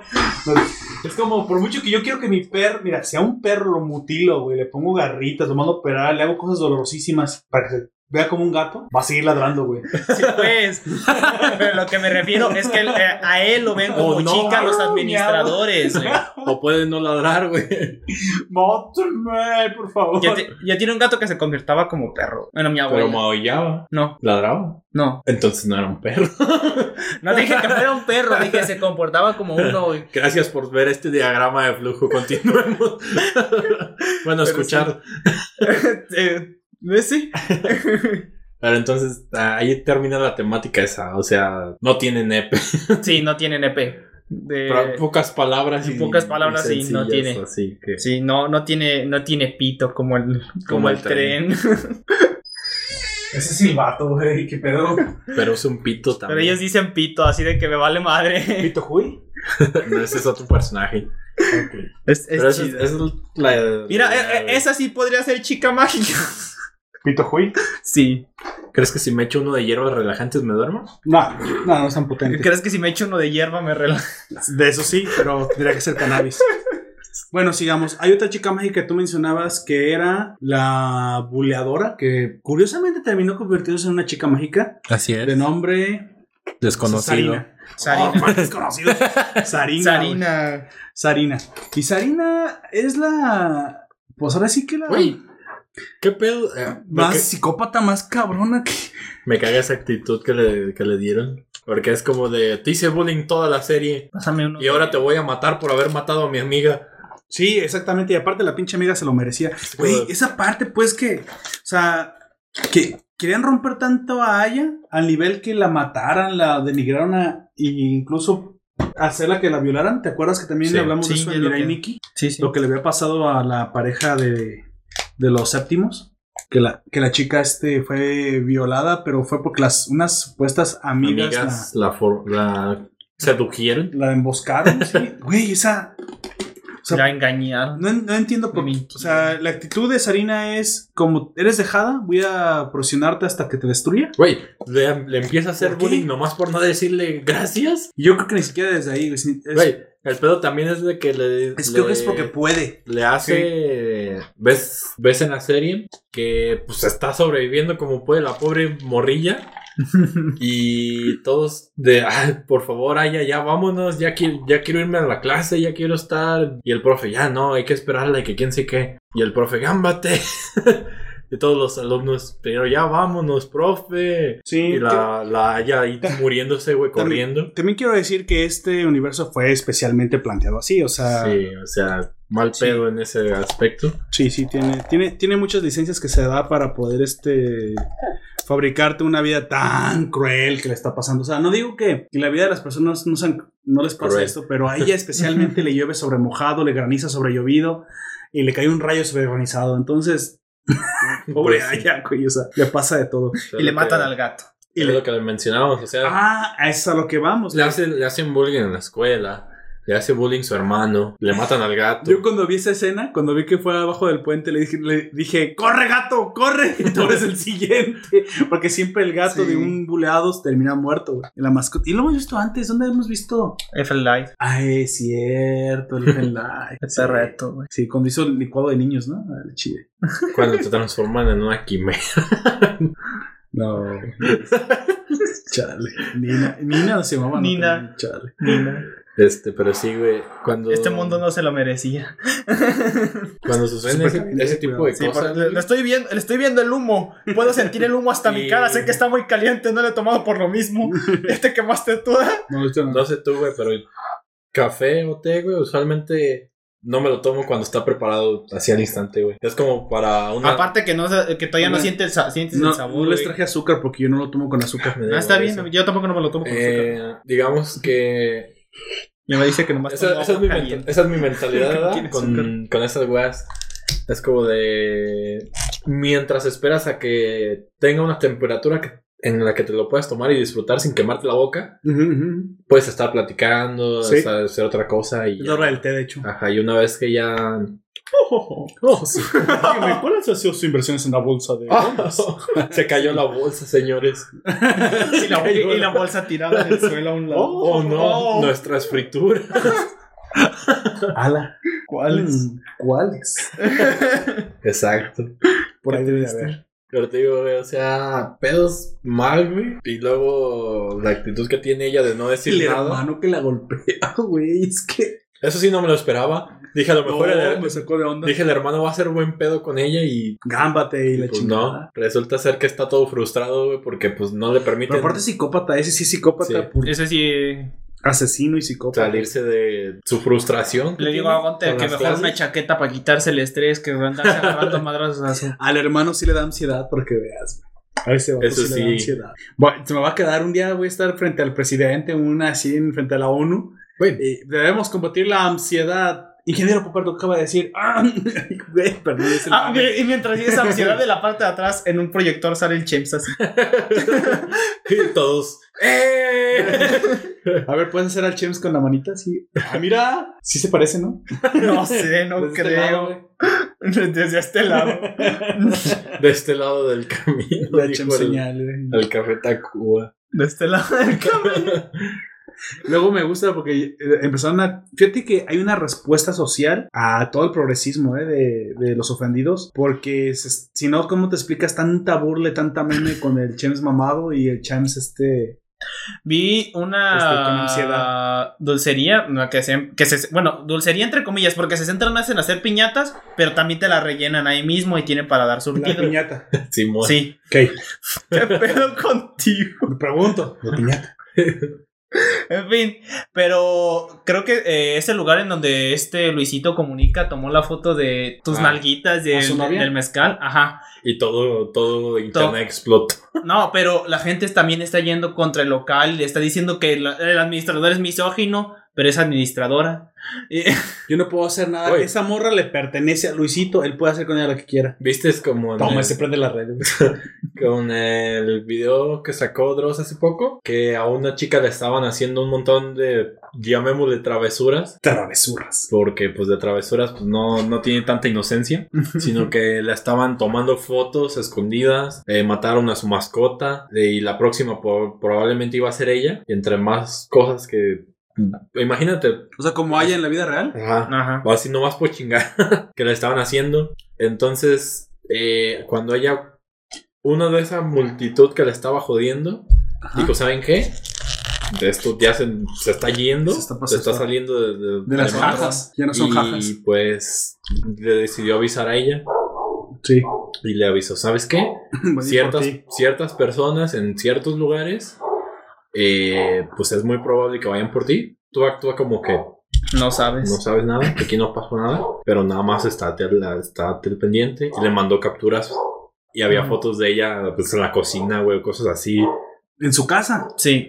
D: Es como, por mucho que yo quiero que mi perro, mira, si a un perro lo mutilo, güey, le pongo garritas, lo mando a operar, le hago cosas dolorosísimas para que se vea como un gato, va a seguir ladrando, güey. (laughs)
G: Sí, pues. Pero lo que me refiero es que él, eh, a él lo ven como
E: Oh, no.
G: chica los administradores. güey.
E: o pueden no ladrar, güey.
D: Mátame, por favor.
G: Yo, te- yo tenía un gato que se convirtaba como perro. Bueno, mi abuelo.
E: Pero maullaba,
G: No,
E: ladraba.
G: no.
E: Entonces no era un perro. (laughs)
G: No dije que fuera un perro, dije que se comportaba como uno. güey.
E: Gracias por ver este diagrama de flujo. Continuemos. (laughs) bueno, escuchar.
G: Eh, ¿ves? Sí.
E: Pero entonces ah, ahí termina la temática esa. O sea, no tiene
G: Eh,
E: nepe.
G: Sí, no tiene EP. De-
E: Pero en pocas palabras.
G: en pocas palabras, sí, no
E: sencillas,
G: tiene.
E: Así que.
G: Sí, no, no tiene, no tiene pito como el, como el,
E: el
G: tren.
E: tren.
D: Ese silbato, güey, qué pedo.
E: Pero es un pito
G: Pero
E: también.
G: ellos dicen pito, así de que me vale madre.
D: ¿Pito Juy?
E: (laughs) No, ese es otro personaje.
G: Es,
E: Pero
G: es
E: esa es,
G: chido.
E: esa es la.
G: Mira,
E: la-
G: eh, eh, esa sí podría ser chica mágica.
D: ¿Pito Juy?
G: Sí.
E: ¿Crees que si me echo uno de hierbas relajantes me duermo?
A: No, no, no es tan potente.
G: ¿Crees que si me echo uno de hierba me relaja?
A: De eso sí, pero tendría que ser cannabis. Bueno, sigamos. Hay otra chica mágica que tú mencionabas que era la buleadora, que curiosamente terminó convirtiéndose en una chica mágica
F: Así
A: de nombre
E: Desconocido.
A: Sarina.
G: Sarina.
E: Ah,
A: Oh, más desconocido. Sarina. güey.
G: Sarina.
A: Sarina. Y Sarina es la. Pues ahora sí que la.
E: Güey, ¿Qué pedo? Eh,
A: más
E: me, ca-
A: psicópata, más cabrona que.
E: me caga esa actitud que le, que le dieron. Porque es como de, te hice bullying toda la serie
G: Pásame uno.
E: y ahora te voy a matar por haber matado a mi amiga.
A: Sí, exactamente. Y aparte la pinche amiga se lo merecía. Güey, esa parte, pues que. O sea, que querían romper tanto a Aya al nivel que la mataran, la denigraron a- e incluso hacerla que la violaran. ¿Te acuerdas que también
E: Sí.
A: hablamos de
G: Sí,
A: eso
G: es
A: en
G: lo
A: Mirai
G: que-
A: Nikki?
G: Sí, sí.
A: Lo que le había pasado a la pareja de, de los séptimos. Que la, que la chica este fue violada, pero fue porque las unas supuestas amigas, la-
E: Amigas la, for- la sedujeron.
A: La emboscaron,
G: (laughs)
A: sí. Güey, esa. O sea,
G: La engañaron.
A: no, en- no entiendo por qué. O sea, la actitud de Sarina es como eres dejada, voy a presionarte hasta que te destruya.
E: Güey, le, le empieza a hacer
A: ¿Por qué?
E: bullying nomás por no decirle gracias.
A: Yo creo que ni siquiera desde ahí, güey. sí, es-
E: Güey, el pedo también es de que le...
A: es- creo
E: le-
A: que es porque puede.
E: le hace ves ves en la serie que pues está sobreviviendo como puede la pobre
A: (laughs)
E: morrilla y todos de "Ay, por favor Aya ya vámonos ya quiero ya quiero irme a la clase ya quiero estar y el profe ya no hay que esperarla y que quién sé qué y el profe gámbate (laughs) y todos los alumnos pero ya vámonos profe
A: Sí.
E: y la, la Aya ahí muriéndose güey
A: También-
E: corriendo
A: que- también quiero decir que este universo fue especialmente planteado así. O sea, sí,
E: sí o sea mal pedo en ese aspecto
A: sí, tiene, tiene, tiene muchas licencias que se da para poder este fabricarte una vida tan cruel que le está pasando. O sea, no digo que que la vida de las personas no, sean- no les pasa
E: Cruel.
A: esto, pero a
E: (laughs)
A: ella especialmente le llueve sobre mojado, le graniza sobre llovido y le cae un rayo sobre granizado. Entonces, pobre
E: Pues, sí.
A: Aya, güey, o sea, le pasa de todo.
G: Y le matan al gato.
A: Y
E: Es
A: le-
E: lo que le mencionábamos, o sea,
A: ah, es a lo que vamos.
E: le, hacen, le hacen bullying en la escuela, le hace bullying su hermano, le matan al gato.
A: Yo cuando vi esa escena, cuando vi que fue abajo del puente, le dije, le dije, corre gato, corre, (laughs) y tú eres el siguiente. Porque siempre el gato
G: Sí.
A: de un buleado termina muerto. güey. La mascota. Y lo hemos visto antes, ¿dónde hemos visto?
G: F-Life.
A: Ah, es cierto, el
G: (laughs)
A: Fenlight.
G: Ese reto, güey.
A: Sí, cuando hizo el licuado de niños, ¿no? Ah, Chile.
E: Cuando te transforman en una quimera.
A: No. (laughs) Chale. Nina. Nina se llamaba. ¿no?
G: Nina.
A: Chale.
G: Oh.
E: Este, pero sí, güey. Cuando,
G: Este mundo no se lo merecía.
E: Cuando suceden ese,
A: Supercamina,
E: ese tipo de
G: Sí,
E: cosas.
G: por- le, le estoy viendo, le estoy viendo el humo. Puedo sentir el humo hasta (laughs) mi
E: Sí.
G: cara. Sé que está muy caliente, no lo he tomado por lo (laughs) mismo. Ya te quemaste toda.
A: No, esto no.
E: No sé tú, güey, pero café o té, güey, usualmente no me lo tomo cuando está preparado así al instante, güey. Es como para una.
G: Aparte que no que todavía
A: no
G: Ah.
A: Una-
G: no sientes, sientes
A: No,
G: el
A: no
G: sabor. Ah,
A: les traje azúcar porque yo no lo tomo con azúcar.
E: Me da
G: está
E: igual
G: bien,
E: eso.
G: yo tampoco no me lo tomo con
E: Eh, digamos que
G: Y me dice que nomás
E: Esa,
G: con
E: esa es, mi
G: agua
E: menta-
G: caliente.
E: esa es mi mentalidad ¿verdad?
G: Tienes
E: con, con esas weas. Es como de. Mientras esperas a que tenga una temperatura que- en la que te lo puedas tomar y disfrutar sin quemarte la boca, puedes estar platicando,
A: Sí.
E: o sea, hacer otra cosa y.
A: Es la hora del té, de hecho.
E: Ajá, y una vez que ya.
A: Oh, Dígame, ¿cuáles han sido sus inversiones en la bolsa de
E: (laughs) Se cayó la bolsa, señores.
G: Y (laughs) la, y la bolsa tirada en el suelo a un lado.
E: Oh, no, nuestras frituras. (laughs)
A: Ala. Mm,
G: ¿Cuáles?
A: ¿Cuáles?
E: Exacto.
A: Por ahí debe de haber.
E: Pero te digo, güey, o sea, pedos mal, güey. Y luego la actitud que tiene ella de no decir
A: El
E: nada.
A: hermano que la golpea, (laughs) güey. Es que.
E: Eso sí no me lo esperaba. Dije, a lo mejor el,
A: me sacó de onda.
E: dije, el hermano va a ser buen pedo con ella y
A: Gámbate y la
E: pues no.
A: chingada.
E: Resulta ser que está todo frustrado, güey, porque pues no le permiten
A: Pero aparte es psicópata, ese sí es psicópata.
E: Sí.
A: por-
G: (laughs) Ese sí. eh,
A: Asesino y psicópata.
E: salirse de su frustración.
G: Le digo a Gonter
E: Con
G: que
E: las
G: mejor
E: clases.
G: una chaqueta para quitarse el estrés que andarse agarrando madrazos a su.
A: (laughs) Al hermano sí le da ansiedad porque veas. güey. A ese vato
E: Eso
A: sí, le da
E: sí.
A: ansiedad. Bueno, se me va a quedar un día, voy a estar frente al presidente, una así en- frente a la ONU.
E: Bueno.
A: Eh, debemos combatir la ansiedad. Ingeniero Popardo acaba de decir. Ah, (laughs) güey, perdón, es el
G: Ah,
A: mame.
G: y mientras
A: (laughs)
G: esa ansiedad de la parte de atrás, en un proyector sale el James así.
E: (laughs)
G: (laughs)
E: Y todos. ¡Eh!
G: (laughs)
A: A ver, ¿puedes hacer al Chems con la manita? Sí. Ah, mira, sí se parece, ¿no?
G: No sé, no
A: Desde este lado,
G: creo.
A: güey.
G: (laughs) Desde este lado.
E: De este lado del camino.
A: Le da
E: dijo
A: Chems
E: el-
A: señal, güey.
E: el café Tacuba.
G: De este lado del camino.
A: Luego me gusta porque eh, empezaron a. Fíjate que hay una respuesta social a todo el progresismo eh, de, de los ofendidos. Porque se- si no, ¿cómo te explicas tanta burla, y tanta meme con el Chems mamado y el Chems este.
G: Vi
A: Este, con
G: una
A: ansiedad.
G: dulcería no, que se, que se- bueno, dulcería entre comillas, porque se centran más en hacer piñatas, pero también te la rellenan ahí mismo y tienen para dar
A: La
G: (laughs) surtido.
A: piñata.
E: (laughs) Simón.
G: Sí. (laughs)
A: Ok.
G: ¿Qué pedo contigo?
A: Me pregunto. La piñata.
G: En fin, pero creo que eh, es el lugar en donde este Luisito Comunica tomó la foto de tus
E: Ah,
G: nalguitas
A: ¿a su
G: del,
A: novia?
G: del mezcal. Ajá.
E: Y todo, todo internet explotó.
G: No, pero la gente también está yendo contra el local y le está diciendo que la- el administrador es misógino, pero es administradora. Y-
A: Yo no puedo hacer nada.
E: Oye.
A: Esa morra le pertenece a Luisito. Él puede hacer con ella lo que quiera.
E: ¿Viste? Es como en
A: Toma,
E: el-
A: se prende la red. güey.
E: (laughs) con el video que sacó Dross hace poco, que a una chica le estaban haciendo un montón de, llamémosle, travesuras, (laughs)
A: Travesuras.
E: porque pues de travesuras pues no, no tiene tanta
A: (laughs)
E: inocencia, sino que la estaban tomando fotos escondidas, eh, mataron a su mascota eh, y la próxima por- probablemente iba a ser ella, y entre más cosas que... Imagínate,
A: O sea, como haya en la vida real.
E: ajá,
G: Ajá.
E: o así nomás por chingar (laughs) que la estaban haciendo. Entonces, eh, cuando ella, una de esa multitud que la estaba jodiendo, dijo, ¿saben qué? De esto ya se, se está yendo,
A: Se
E: se
A: está
E: está,
A: pasando.
E: saliendo de, de-
A: De las
E: de
A: jajas. Ya no son
E: y
A: jajas.
E: (laughs) pues le decidió avisar a ella
A: Sí.
E: y le avisó, ¿sabes qué?
A: Bueno, y por
E: Ciertas,
A: ti.
E: ciertas personas en ciertos lugares, eh, pues es muy probable que vayan por ti. Tú actúa como que
G: No sabes.
E: no sabes nada, aquí no pasó nada, pero nada más está al pendiente y le mandó capturas y había fotos de ella pues, en la cocina, güey, cosas así.
A: En su casa.
G: Sí.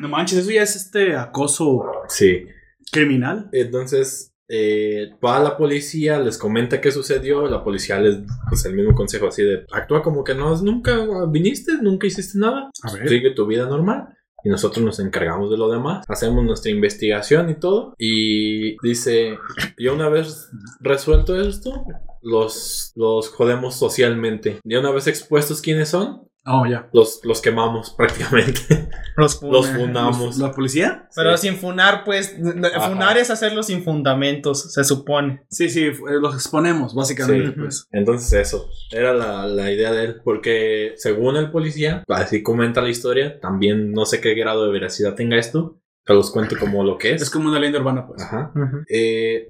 A: No manches, eso ya es este acoso
E: Sí.
A: criminal.
E: Entonces eh, va la policía, les comenta qué sucedió, la policía les pues el mismo consejo así de actúa como que no nunca viniste, nunca hiciste nada,
A: A ver.
E: sigue tu vida normal. Y nosotros nos encargamos de lo demás, hacemos nuestra investigación y todo. Y dice, y una vez resuelto esto, los, los jodemos socialmente. Y una vez expuestos quiénes son,
A: Oh, ya.
E: los, los quemamos prácticamente. (laughs)
G: Los
E: los
G: funa.
E: fundamos.
A: ¿La policía?
G: Pero sin funar, pues, n- n-
E: Ajá.
G: funar es hacerlo sin fundamentos, se supone.
A: Sí, sí, eh, los exponemos, básicamente.
E: Sí.
A: pues.
E: Entonces eso, era la, la idea de él, porque según el policía, así comenta la historia, también no sé qué grado de veracidad tenga esto, se los cuento como lo que
A: Es como una leyenda urbana, pues.
E: Ajá. Eh,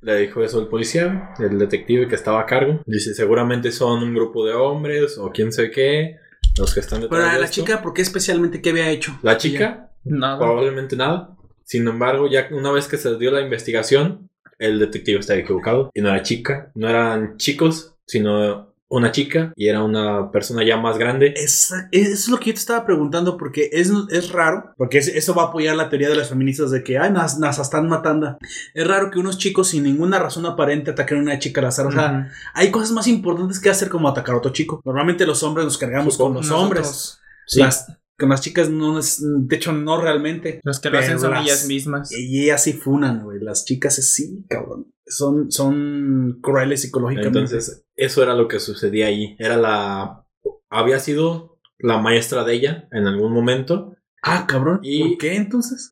E: le dijo eso el policía, el detective que estaba a cargo. Dice, seguramente son un grupo de hombres o quién sé qué, los que están detrás
A: Pero a
E: de
A: la
E: esto".
A: chica, ¿por qué especialmente qué había hecho?
E: La chica,
G: Nada.
E: probablemente nada. Sin embargo, ya una vez que se dio la investigación, el detective estaba equivocado. Y no era chica, no eran chicos, sino una chica y era una persona ya más grande.
A: Esa- es- eso es lo que yo te estaba preguntando, porque es, es raro, porque es- eso va a apoyar la teoría de las feministas de que, ay, nas, nas están matando. Es raro que unos chicos sin ninguna razón aparente ataquen a una chica al azar. O sea, hay cosas más importantes que hacer como atacar a otro chico. Normalmente los hombres nos cargamos con los
G: Nosotros.
A: hombres. Las, con las chicas no es, de hecho, no realmente.
G: Los que lo hacen son
A: Perras.
G: ellas mismas.
A: Y ellas sí funan, güey. Las chicas es sí, cabrón. Son, son crueles psicológicamente.
E: Entonces, eso era lo que sucedía ahí. Era la. Había sido la maestra de ella en algún momento.
A: ah, cabrón.
E: Y-
A: ¿Por qué entonces?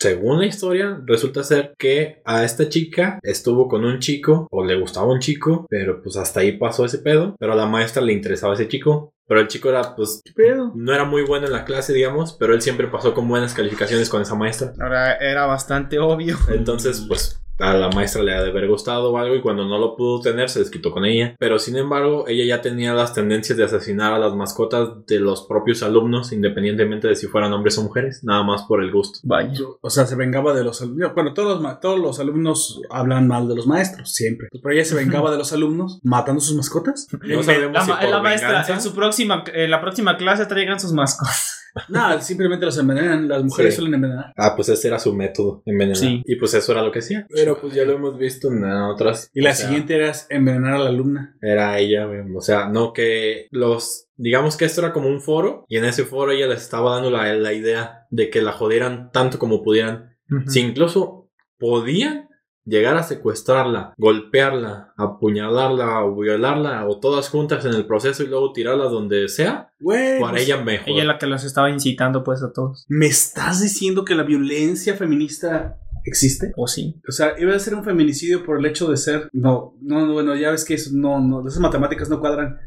E: Según la historia, resulta ser que a esta chica estuvo con un chico o le gustaba un chico, pero pues hasta ahí pasó ese pedo. Pero a la maestra le interesaba ese chico. Pero el chico era, pues,
A: pedo?
E: no era muy bueno en la clase, digamos, pero él siempre pasó con buenas calificaciones con esa maestra.
G: Ahora era bastante obvio.
E: Entonces, pues a la maestra le ha de haber gustado o algo y cuando no lo pudo tener se desquitó con ella. Pero sin embargo, ella ya tenía las tendencias de asesinar a las mascotas de los propios alumnos independientemente de si fueran hombres o mujeres, nada más por el gusto.
F: Vaya.
A: Yo- O sea, se vengaba de los alumnos. Bueno, todos los, ma- todos los alumnos hablan mal de los maestros, siempre. Pero
E: (laughs)
A: ella se vengaba de los alumnos matando sus mascotas.
E: No sabemos
G: La,
E: si
G: ma-
E: por
G: la maestra,
E: venganza-
G: en su próxima, en la próxima clase traigan sus mascotas.
A: Nada, simplemente los envenenan. Las mujeres
E: Sí.
A: suelen envenenar.
E: Ah, pues ese era su método envenenar.
G: Sí.
E: Y pues eso era lo que hacía. Pero pues ya lo hemos visto en otras.
A: Y la
E: o sea,
A: siguiente era envenenar a la alumna.
E: Era ella, güey. o sea, no que los... Digamos que esto era como un foro y en ese foro ella les estaba dando la, la idea de que la jodieran tanto como pudieran. Si incluso podían llegar a secuestrarla, golpearla, apuñalarla o violarla o todas juntas en el proceso y luego tirarla donde sea,
A: Güey,
E: para
A: pues,
E: ella mejor.
G: Ella es la que los estaba incitando pues a todos.
A: ¿me estás diciendo que la violencia feminista existe?
G: O sí.
A: O sea, iba a ser un feminicidio por el hecho de ser. No, no, no, bueno, ya ves que eso no, no, esas matemáticas no cuadran.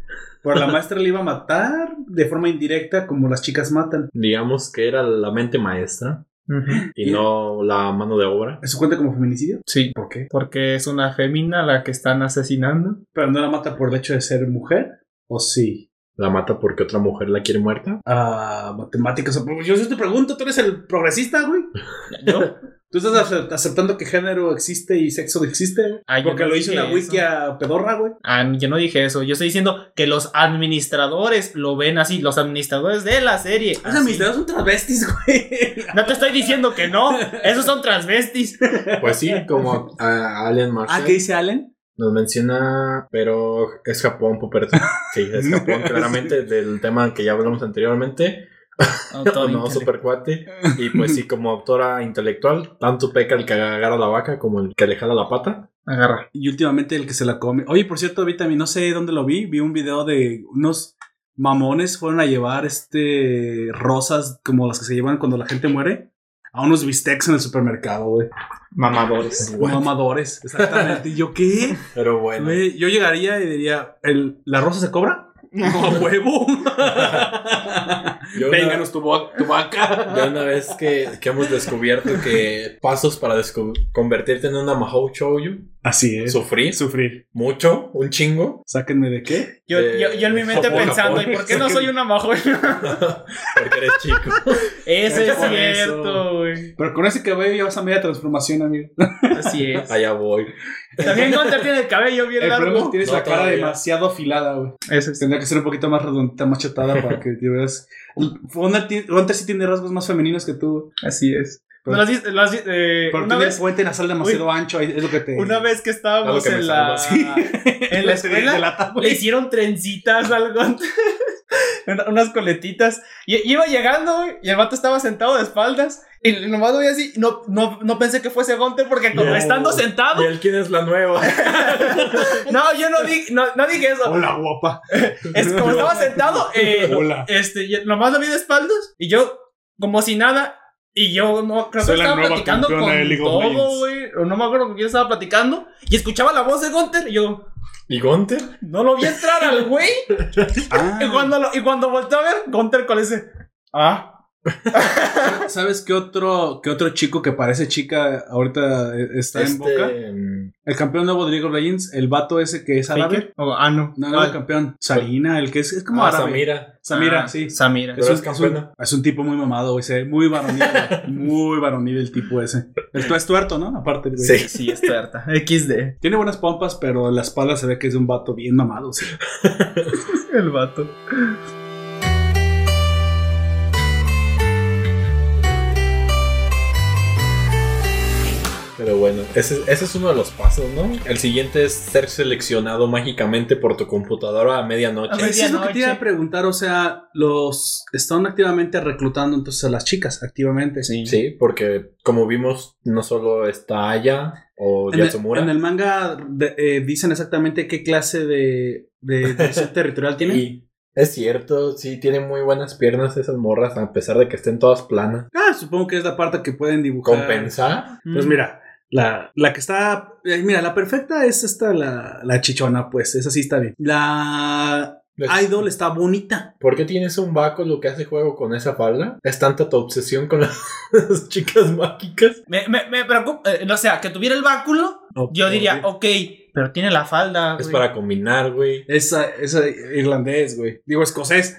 A: Pero la maestra le iba a matar de forma indirecta, como las chicas matan.
E: Digamos que era la mente maestra y
A: Y-
E: no la mano de obra.
A: ¿Eso cuenta como feminicidio?
G: Sí.
A: ¿Por qué?
G: Porque es una femina la que están asesinando.
A: Pero no la mata por el hecho de ser mujer. ¿O sí?
E: La mata porque otra mujer la quiere muerta.
A: Ah, matemáticas. Pues Yo sí te pregunto, ¿tú eres el progresista, güey?
G: ¿Yo?
A: ¿Tú estás ace- aceptando que género existe y sexo existe?
G: (laughs) Ah, yo
A: Porque
G: no
A: lo hizo
G: dije
A: una wiki
G: eso.
A: a pedorra, güey.
G: Ah, yo no dije eso. Yo estoy diciendo que los administradores lo ven así. Los administradores de la serie.
A: Las
G: así.
A: amistades son travestis, güey.
G: No te estoy diciendo
A: (laughs)
G: que no. Esos son transvestis.
E: Pues sí, como a Alien
A: (laughs)
G: Ah,
E: Marshall
A: dice Allen?
E: nos menciona, pero es Japón, Puperto. Sí, es
A: (laughs)
E: Japón, claramente, del tema que ya hablamos anteriormente.
G: (laughs) Autor
E: no,
G: intelectual.
E: super
A: (laughs)
E: cuate. Y pues sí, como autora intelectual, tanto peca el que agarra la vaca como el que le jala la pata.
G: Agarra.
A: Y últimamente el que se la come. Oye, por cierto, vi también, no sé dónde lo vi, vi un video de unos mamones fueron a llevar este rosas como las que se llevan cuando la gente muere a unos bistecs en el supermercado, güey.
G: Mamadores.
A: Mamadores, exactamente. ¿Y yo qué?
E: Pero bueno,
A: Güey, Yo llegaría y diría, ¿el, ¿la rosa se cobra? ¡No, (laughs) huevo!
E: yo una- (laughs)
A: Vénganos tu, va- tu vaca.
E: ya una vez que, que hemos descubierto que pasos para descu- convertirte en una Mahou Shouyu,
A: Así es.
E: sufrí
A: Sufrir.
E: mucho,
A: (laughs)
E: un chingo.
A: Sáquenme de qué.
G: Yo,
E: Eh,
G: yo,
A: (laughs)
G: yo en mi mente
E: Japón,
G: pensando,
E: Japón.
G: ¿y por qué no soy una (laughs) major?
E: Porque eres chico.
G: eso es
A: Por
G: cierto, güey.
A: Pero con ese cabello ya vas a media transformación, amigo.
G: Así es.
E: Allá voy.
G: También Gunter tiene el cabello bien
A: El problema es que
G: largo.
A: tienes
E: No,
A: la cara
E: todavía.
A: demasiado afilada, güey.
G: Eso es. este.
A: Tendría que ser un poquito más redondita, más
G: (laughs)
A: chatada para que te veas. Fonda ti- Fonda sí tiene rasgos más femeninos que tú.
G: Así es.
A: Pero-
G: ¿No lo has visto? ¿Lo has visto? Eh,
A: Pero
G: una
A: tiene el
G: vez
A: puente nasal demasiado ancho, ahí es lo que te.
G: Una vez que
E: Algo
G: estábamos
E: que me Este
G: en, la,
E: salva,
G: (laughs) en la escuela, le hicieron trencitas al Gunter. (laughs) Una- Unas coletitas. Y iba llegando, güey, y el vato estaba sentado de espaldas. Y nomás lo vi así. No, no, no pensé que fuese Gunter porque como
E: No.
G: estando sentado.
E: ¿Y él quién es la
A: (laughs)
E: nueva?
G: No, yo no, di- no, no dije eso.
A: Hola, guapa.
G: (laughs) Es como estaba sentado, eh,
A: Hola.
G: este, y- nomás lo vi de espaldas y yo, como si nada, y yo no creo
D: Soy la
G: que estaba
D: nueva
G: platicando con
D: campeona de League of
G: todo,
D: Legends.
G: güey, o no me acuerdo con quién estaba platicando, y escuchaba la voz de Gunter, y yo,
E: ¿Y Gonte?
G: no lo vi (laughs) entrar al güey, y, cuando lo- y cuando volteé a ver, Gunter con ese, ah,
A: ¿Sabes qué otro, qué otro chico que parece chica ahorita eh, está
E: Este,
A: en boca?
E: mm,
A: El campeón nuevo de League of Legends, el vato ese que es árabe.
G: O- ah, no.
A: No, no, el campeón. Sarina, el que es, es como
E: Ah,
A: árabe.
E: Samira.
A: Samira,
G: Ah,
A: sí.
G: Samira.
A: Es
E: Pero
A: un,
E: es
A: es,
E: campeona.
A: un, es un tipo muy mamado, güey. Se ve muy
E: (laughs)
A: varonil, güey. Muy varonil el tipo ese. Esto es tuerto, ¿no? Aparte, güey.
E: Sí.
G: Sí, está (laughs) harta. XD.
A: Tiene buenas pompas, pero la espalda se ve que es de un vato bien mamado. sí.
G: El vato.
E: Pero bueno, ese, ese es uno de los pasos, ¿no? El siguiente es ser seleccionado mágicamente por tu computadora a medianoche.
G: A ver.
A: Eso es lo que te iba a
G: Medianoche.
A: preguntar. O sea, los están activamente reclutando entonces a las chicas, activamente. Sí.
E: Sí, porque como vimos, no solo está Aya o
A: En el,
E: Yatsumura.
A: en el manga de- eh, dicen exactamente qué clase de, de división territorial tiene.
E: Y es cierto, sí, tiene muy buenas piernas esas morras, a pesar de que estén todas planas.
A: Ah, supongo que es la parte que pueden dibujar.
E: Compensar.
G: Mm.
A: Pues mira, la, la que está. eh, mira, la perfecta es esta, la, la chichona, pues. Esa sí está bien. La idol está bonita.
E: pues, ¿Por qué tienes un vaco lo que hace juego con esa falda? ¿Es tanta tu obsesión con las, las (laughs) chicas mágicas?
G: Me, me, me preocupa. eh, o sea, que tuviera el báculo, yo diría, ok, pero tiene la falda.
E: Es
G: Ah, güey.
E: para combinar,
A: (laughs)
E: güey.
A: Esa, esa irlandés, güey. Digo, escocés.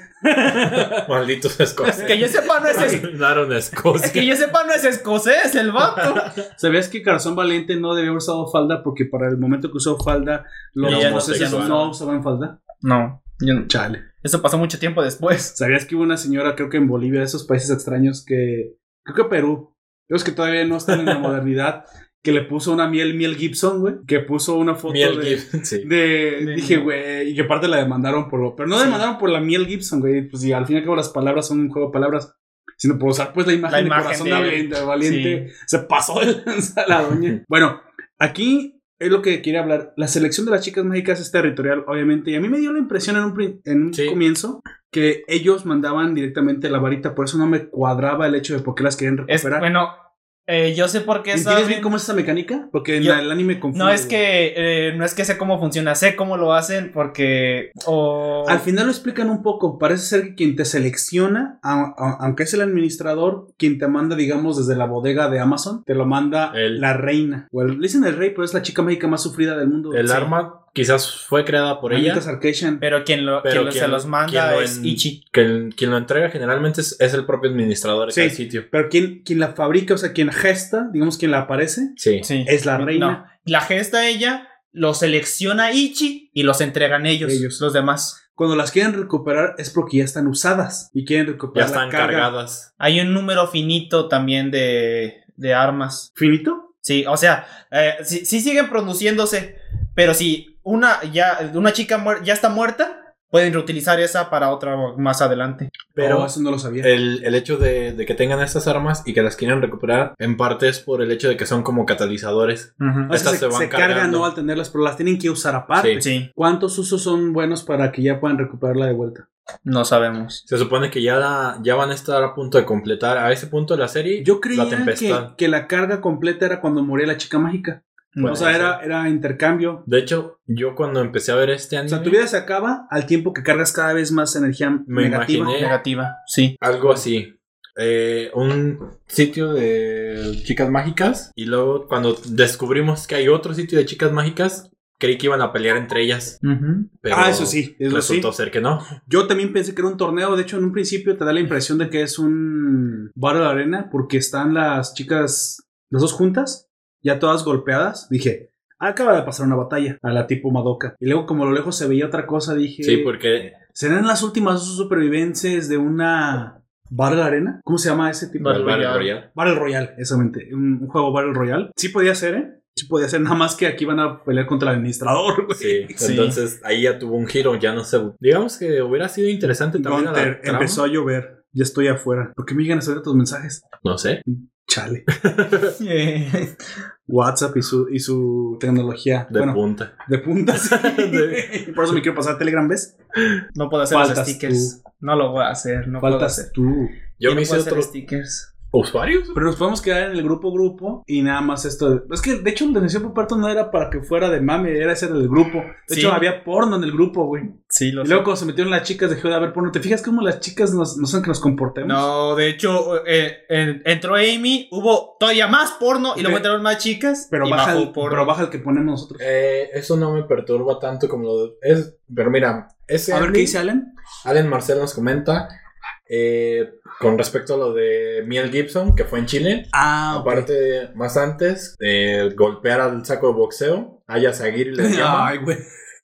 E: Malditos escoceses.
G: Que yo sepa, no es, es-
E: Mandaron a Escocia.
G: es que yo sepa, no es escocés el vato.
A: ¿Sabías que Corazón Valiente no debió haber usado falda? Porque para el momento que usó falda, los
G: Ya no se
A: escoceses
G: usaban.
A: no usaban falda.
G: (laughs) No, yo no-
A: Chale.
G: Eso pasó mucho tiempo después.
A: ¿Sabías que hubo una señora, creo que en Bolivia, de esos países extraños que. Creo que Perú. Los que todavía no están en la (laughs) modernidad. Que le puso una miel, miel Gibson, güey. Que puso una foto
E: Miel
A: de.
E: Gibson, sí.
A: De,
G: De-
A: dije, güey, y que aparte la demandaron por lo. Pero no demandaron por la miel Gibson, güey. Pues y al fin y al cabo las palabras son un juego de palabras. Sino por usar pues la imagen,
G: La imagen
A: de corazón
G: de-
A: valiente. valiente. Se pasó de lanza la doña. bueno, aquí es lo que quería hablar. La selección de las chicas mágicas es territorial, obviamente. Y a mí me dio la impresión en un, prin- en un
E: Sí.
A: comienzo que ellos mandaban directamente la varita. Por eso no me cuadraba el hecho de por qué las querían
G: Es,
A: recuperar.
G: bueno, eh, yo sé por qué
A: ¿Entiendes
G: esas-
A: bien cómo es esa mecánica? Porque en
G: Yo-
A: la- el anime confunde.
G: No es
A: güey.
G: que eh, no es que sé cómo funciona, sé cómo lo hacen porque o
A: Al final lo explican un poco. Parece ser que quien te selecciona, a- a- aunque es el administrador, quien te manda, digamos, desde la bodega de Amazon, te lo manda
E: El-
A: la reina. O el- le dicen el rey, pero es la chica mágica más sufrida del mundo.
E: El
A: Sí.
E: arma quizás fue creada por ella.
A: Anita Sarkeesian.
G: pero quien lo
E: Pero
G: quien lo-
E: quien-
G: se los
E: quien
G: manda
E: lo
G: es
E: en-
G: Ichi.
E: Que el- quien lo entrega generalmente es, es el propio administrador de
A: Sí.
E: cada sitio.
A: Pero quien, quien la fabrica, o sea, quien gesta, digamos, quien la aparece,
E: Sí.
G: Sí.
A: es la
G: No,
A: reina.
G: la gesta ella lo selecciona Ichi y los entregan ellos,
A: Ellos.
G: los demás.
A: Cuando las quieren recuperar es porque ya están usadas y quieren
E: Ya
A: recuperar la
E: están
A: carga.
E: cargadas.
G: Hay un número finito también de, de armas.
A: ¿Finito?
G: Sí, o sea, eh, sí, sí siguen produciéndose, pero si una ya una chica muer- ya está muerta, pueden reutilizar esa para otra más adelante.
E: Pero
A: Oh, eso no lo sabía.
E: el, el hecho de, de que tengan estas armas y que las quieran recuperar, en parte es por el hecho de que son como catalizadores.
A: O sea,
E: estas
A: se,
E: se van
A: se cargan
E: cargando.
A: no al tenerlas, pero las tienen que usar aparte.
G: Sí,
A: ¿Cuántos usos son buenos para que ya puedan recuperarla de vuelta?
G: no sabemos.
E: Se supone que ya, la- ya van a estar a punto de completar a ese punto de la serie
A: Yo creía
E: la
A: que,
E: tempestad.
A: que la carga completa era cuando moría la chica mágica.
E: Puede
A: o sea,
E: ser.
A: era, era intercambio.
E: De hecho, yo cuando empecé a ver este
A: O
E: anime,
A: sea, tu vida se acaba al tiempo que cargas cada vez más energía
E: Me
A: negativa.
E: imaginé.
G: Negativa,
A: (laughs)
G: sí.
E: algo así. Eh, un sitio de chicas mágicas. Y luego cuando descubrimos que hay otro sitio de chicas mágicas, creí que iban a pelear entre ellas. Pero
A: Ah, eso sí, eso
E: resultó
A: sí.
E: ser que no.
A: Yo también pensé que era un torneo. De hecho, en un principio te da la impresión de que es un barrio de arena porque están las chicas, las dos juntas, ya todas golpeadas. Dije, "Ah, acaba de pasar una batalla a la tipo Madoka. Y luego, como a lo lejos se veía otra cosa, dije,
E: Sí, porque
A: ¿serán las últimas dos supervivencias de una barrio de arena? ¿Cómo se llama ese tipo?
G: Battle
E: el Battle
G: Royale.
E: Royale.
A: Battle Royale, exactamente. Un, un juego Battle Royale. Sí podía ser, ¿eh? Sí podía ser, nada más que aquí van a pelear contra el administrador, güey.
E: Sí,
G: Sí.
E: entonces ahí ya tuvo un giro, ya no sé. Digamos que hubiera sido interesante también. a la
A: Gunter,
E: trama.
A: empezó a llover. Ya estoy afuera. ¿Por qué me llegan a saber tus mensajes?
E: No sé.
A: Chale.
G: Eh,
A: WhatsApp y su, y su tecnología.
E: De
A: bueno,
E: punta. (laughs)
A: de puntas.
E: De-
A: Por eso me quiero pasar a Telegram, ¿ves?
G: no puedo hacer los
A: Faltas
G: stickers. No lo voy a hacer, no puedo hacer.
A: Faltas tú.
E: Yo
G: no
E: me hice
G: puedo hacer
E: otro.
G: stickers.
E: ¿Usuarios?
A: Pero nos podemos quedar en el grupo grupo y nada más esto. Es que de hecho el denunciado por parto no era para que fuera de mame, era ese del grupo. De
G: Sí.
A: hecho había porno en el grupo, güey.
G: Sí, lo
A: Y luego cuando se metieron las chicas dejó de haber porno. ¿Te fijas cómo las chicas nos, nos hacen que nos comportemos?
G: No, de hecho, eh, en- entró Amy, hubo todavía más porno y luego
A: Ok.
G: entraron más chicas.
A: Pero
G: y
A: baja,
G: bajó
A: el,
G: porno.
A: pero baja el que ponemos nosotros.
E: Eh, eso no me perturba tanto como lo de- es, pero mira, ese
A: A ver
E: Allen-
A: qué dice Allen.
E: Allen Marcel nos comenta eh, con respecto a lo de Miel Gibson que fue en Chile.
A: Ah,
E: Aparte, más antes, eh, golpear al saco de boxeo, a
A: (laughs)
E: Yasagiri le llama,
A: Ay, güey.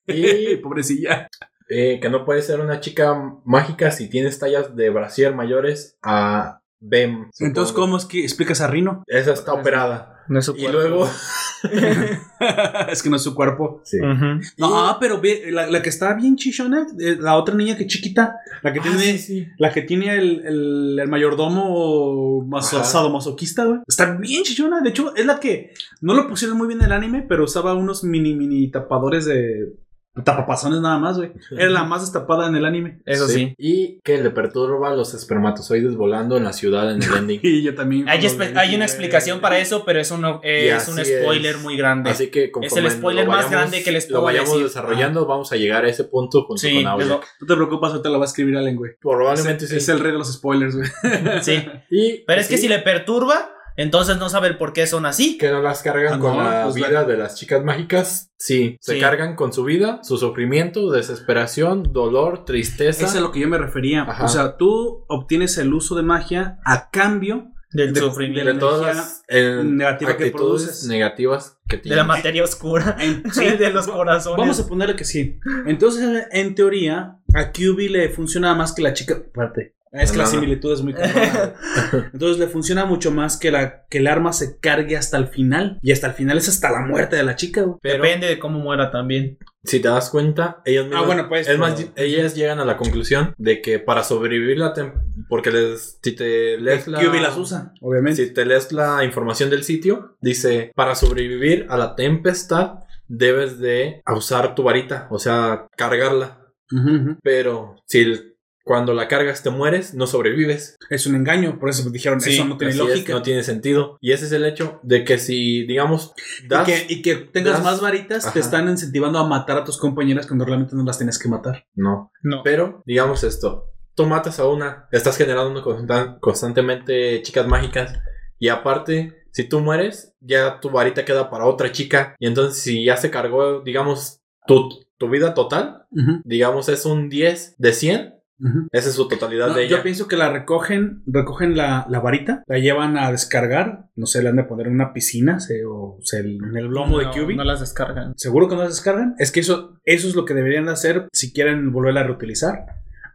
E: y
A: Pobrecilla.
E: eh, que no puede ser una chica mágica si tienes tallas de brasier mayores a BEM.
A: Entonces,
E: supongo.
A: ¿cómo es que explicas a Rino? (laughs)
E: Esa está operada.
G: No es su
E: Y
G: cuerpo.
E: luego... (laughs)
A: es que no es su cuerpo.
E: Sí.
G: Ujú.
A: No, pero ve, la, la que está bien chichona, eh, la otra niña que chiquita, la
E: Ah,
A: que tiene, la que tiene el, el, el mayordomo maso,
E: Ajá.
A: sadomasoquista, güey. Está bien chichona. De hecho, es la que no lo pusieron muy bien en el anime, pero usaba unos mini mini tapadores de tapapazones nada más, güey. Era la más destapada en el anime. (laughs)
G: Eso sí.
E: Y que le perturba los espermatozoides volando en la
A: (laughs)
E: ciudad en el ending.
A: Y yo también.
G: Hay,
A: cuando
G: espe-
A: lo vi,
G: hay una
A: güey.
G: explicación para eso, pero eso no eh,
E: Y
G: es
E: así
G: un spoiler
E: es.
G: muy grande.
E: Así que conforme
G: Es el spoiler
E: lo
G: más grande que les
E: lo
G: puedo
E: vayamos
G: decir.
E: desarrollando, vamos a llegar a ese punto junto
G: sí,
E: con Audio.
G: es lo-
A: No te preocupes, ahorita lo va a escribir Allen, güey.
E: Probablemente sí.
A: Es el rey de los spoilers, güey.
G: (laughs) sí.
E: Y
G: Pero es que
E: sí,
G: si le perturba, entonces no sabe el por qué son así.
E: que no las cargan
A: Ah,
E: con
A: no,
E: la
A: pues la-
E: vida de las chicas mágicas. Sí, se
G: Sí.
E: cargan con su vida, su sufrimiento, desesperación, dolor, tristeza.
A: Eso es a lo que yo me refería.
E: Ajá.
A: O sea, tú obtienes el uso de magia a cambio
G: Del
A: de-
E: (laughs)
G: sufrimiento.
A: de
E: de
A: la
E: todas
A: energía
E: las eh,
A: negativa que
E: actitudes
A: produces.
E: negativas que
G: De la
E: tienen. (laughs)
G: materia oscura.
A: En-
G: Sí, de los corazones.
A: Vamos a ponerle que sí. Entonces, en teoría, a QB le funciona más que la chica. Espérate. Es que
E: No,
A: la
E: no, no.
A: similitud es muy
E: (laughs)
A: cabrona. Entonces le funciona mucho más que, la, que el arma se cargue hasta el final. Y hasta el final es hasta la muerte de la chica, güey.
E: Pero-
G: Depende de cómo muera también.
E: Si te das cuenta, ellas mismas-
A: bueno, pues,
E: Es más,
A: pero-
E: ellas llegan a la conclusión de que para sobrevivir la tem- porque les si te lees la
A: QB las usa, obviamente.
E: Si te lees la información del sitio, dice, para sobrevivir a la tempestad debes de usar tu varita, o sea, cargarla.
A: Ujú, ujú.
E: Pero si el- cuando la cargas te mueres, no sobrevives.
A: Es un engaño, por eso dijeron
E: Sí,
A: eso no tiene
E: así es,
A: lógica.
E: no tiene sentido. Y ese es el hecho de que si, digamos,
A: y,
E: das...
A: que, y que tengas
E: das-
A: más varitas,
E: Ajá.
A: te están incentivando a matar a tus compañeras cuando realmente no las tienes que matar.
E: No.
G: No.
E: Pero, digamos esto, tú matas a una, estás generando constan- constantemente chicas mágicas y aparte, si tú mueres, ya tu varita queda para otra chica y entonces si ya se cargó, digamos, tu, tu vida total,
A: Ujú,
E: digamos es un 10 de 100,
A: ujú.
E: esa es su totalidad
A: No,
E: de
A: yo
E: ella.
A: pienso que la recogen, recogen la, la varita, la llevan a descargar, no sé, la han de poner en una piscina se- o se- en el lomo de Cubi.
G: No las descargan.
A: Seguro que no las descargan. Es que eso, eso es lo que deberían de hacer si quieren volverla a reutilizar.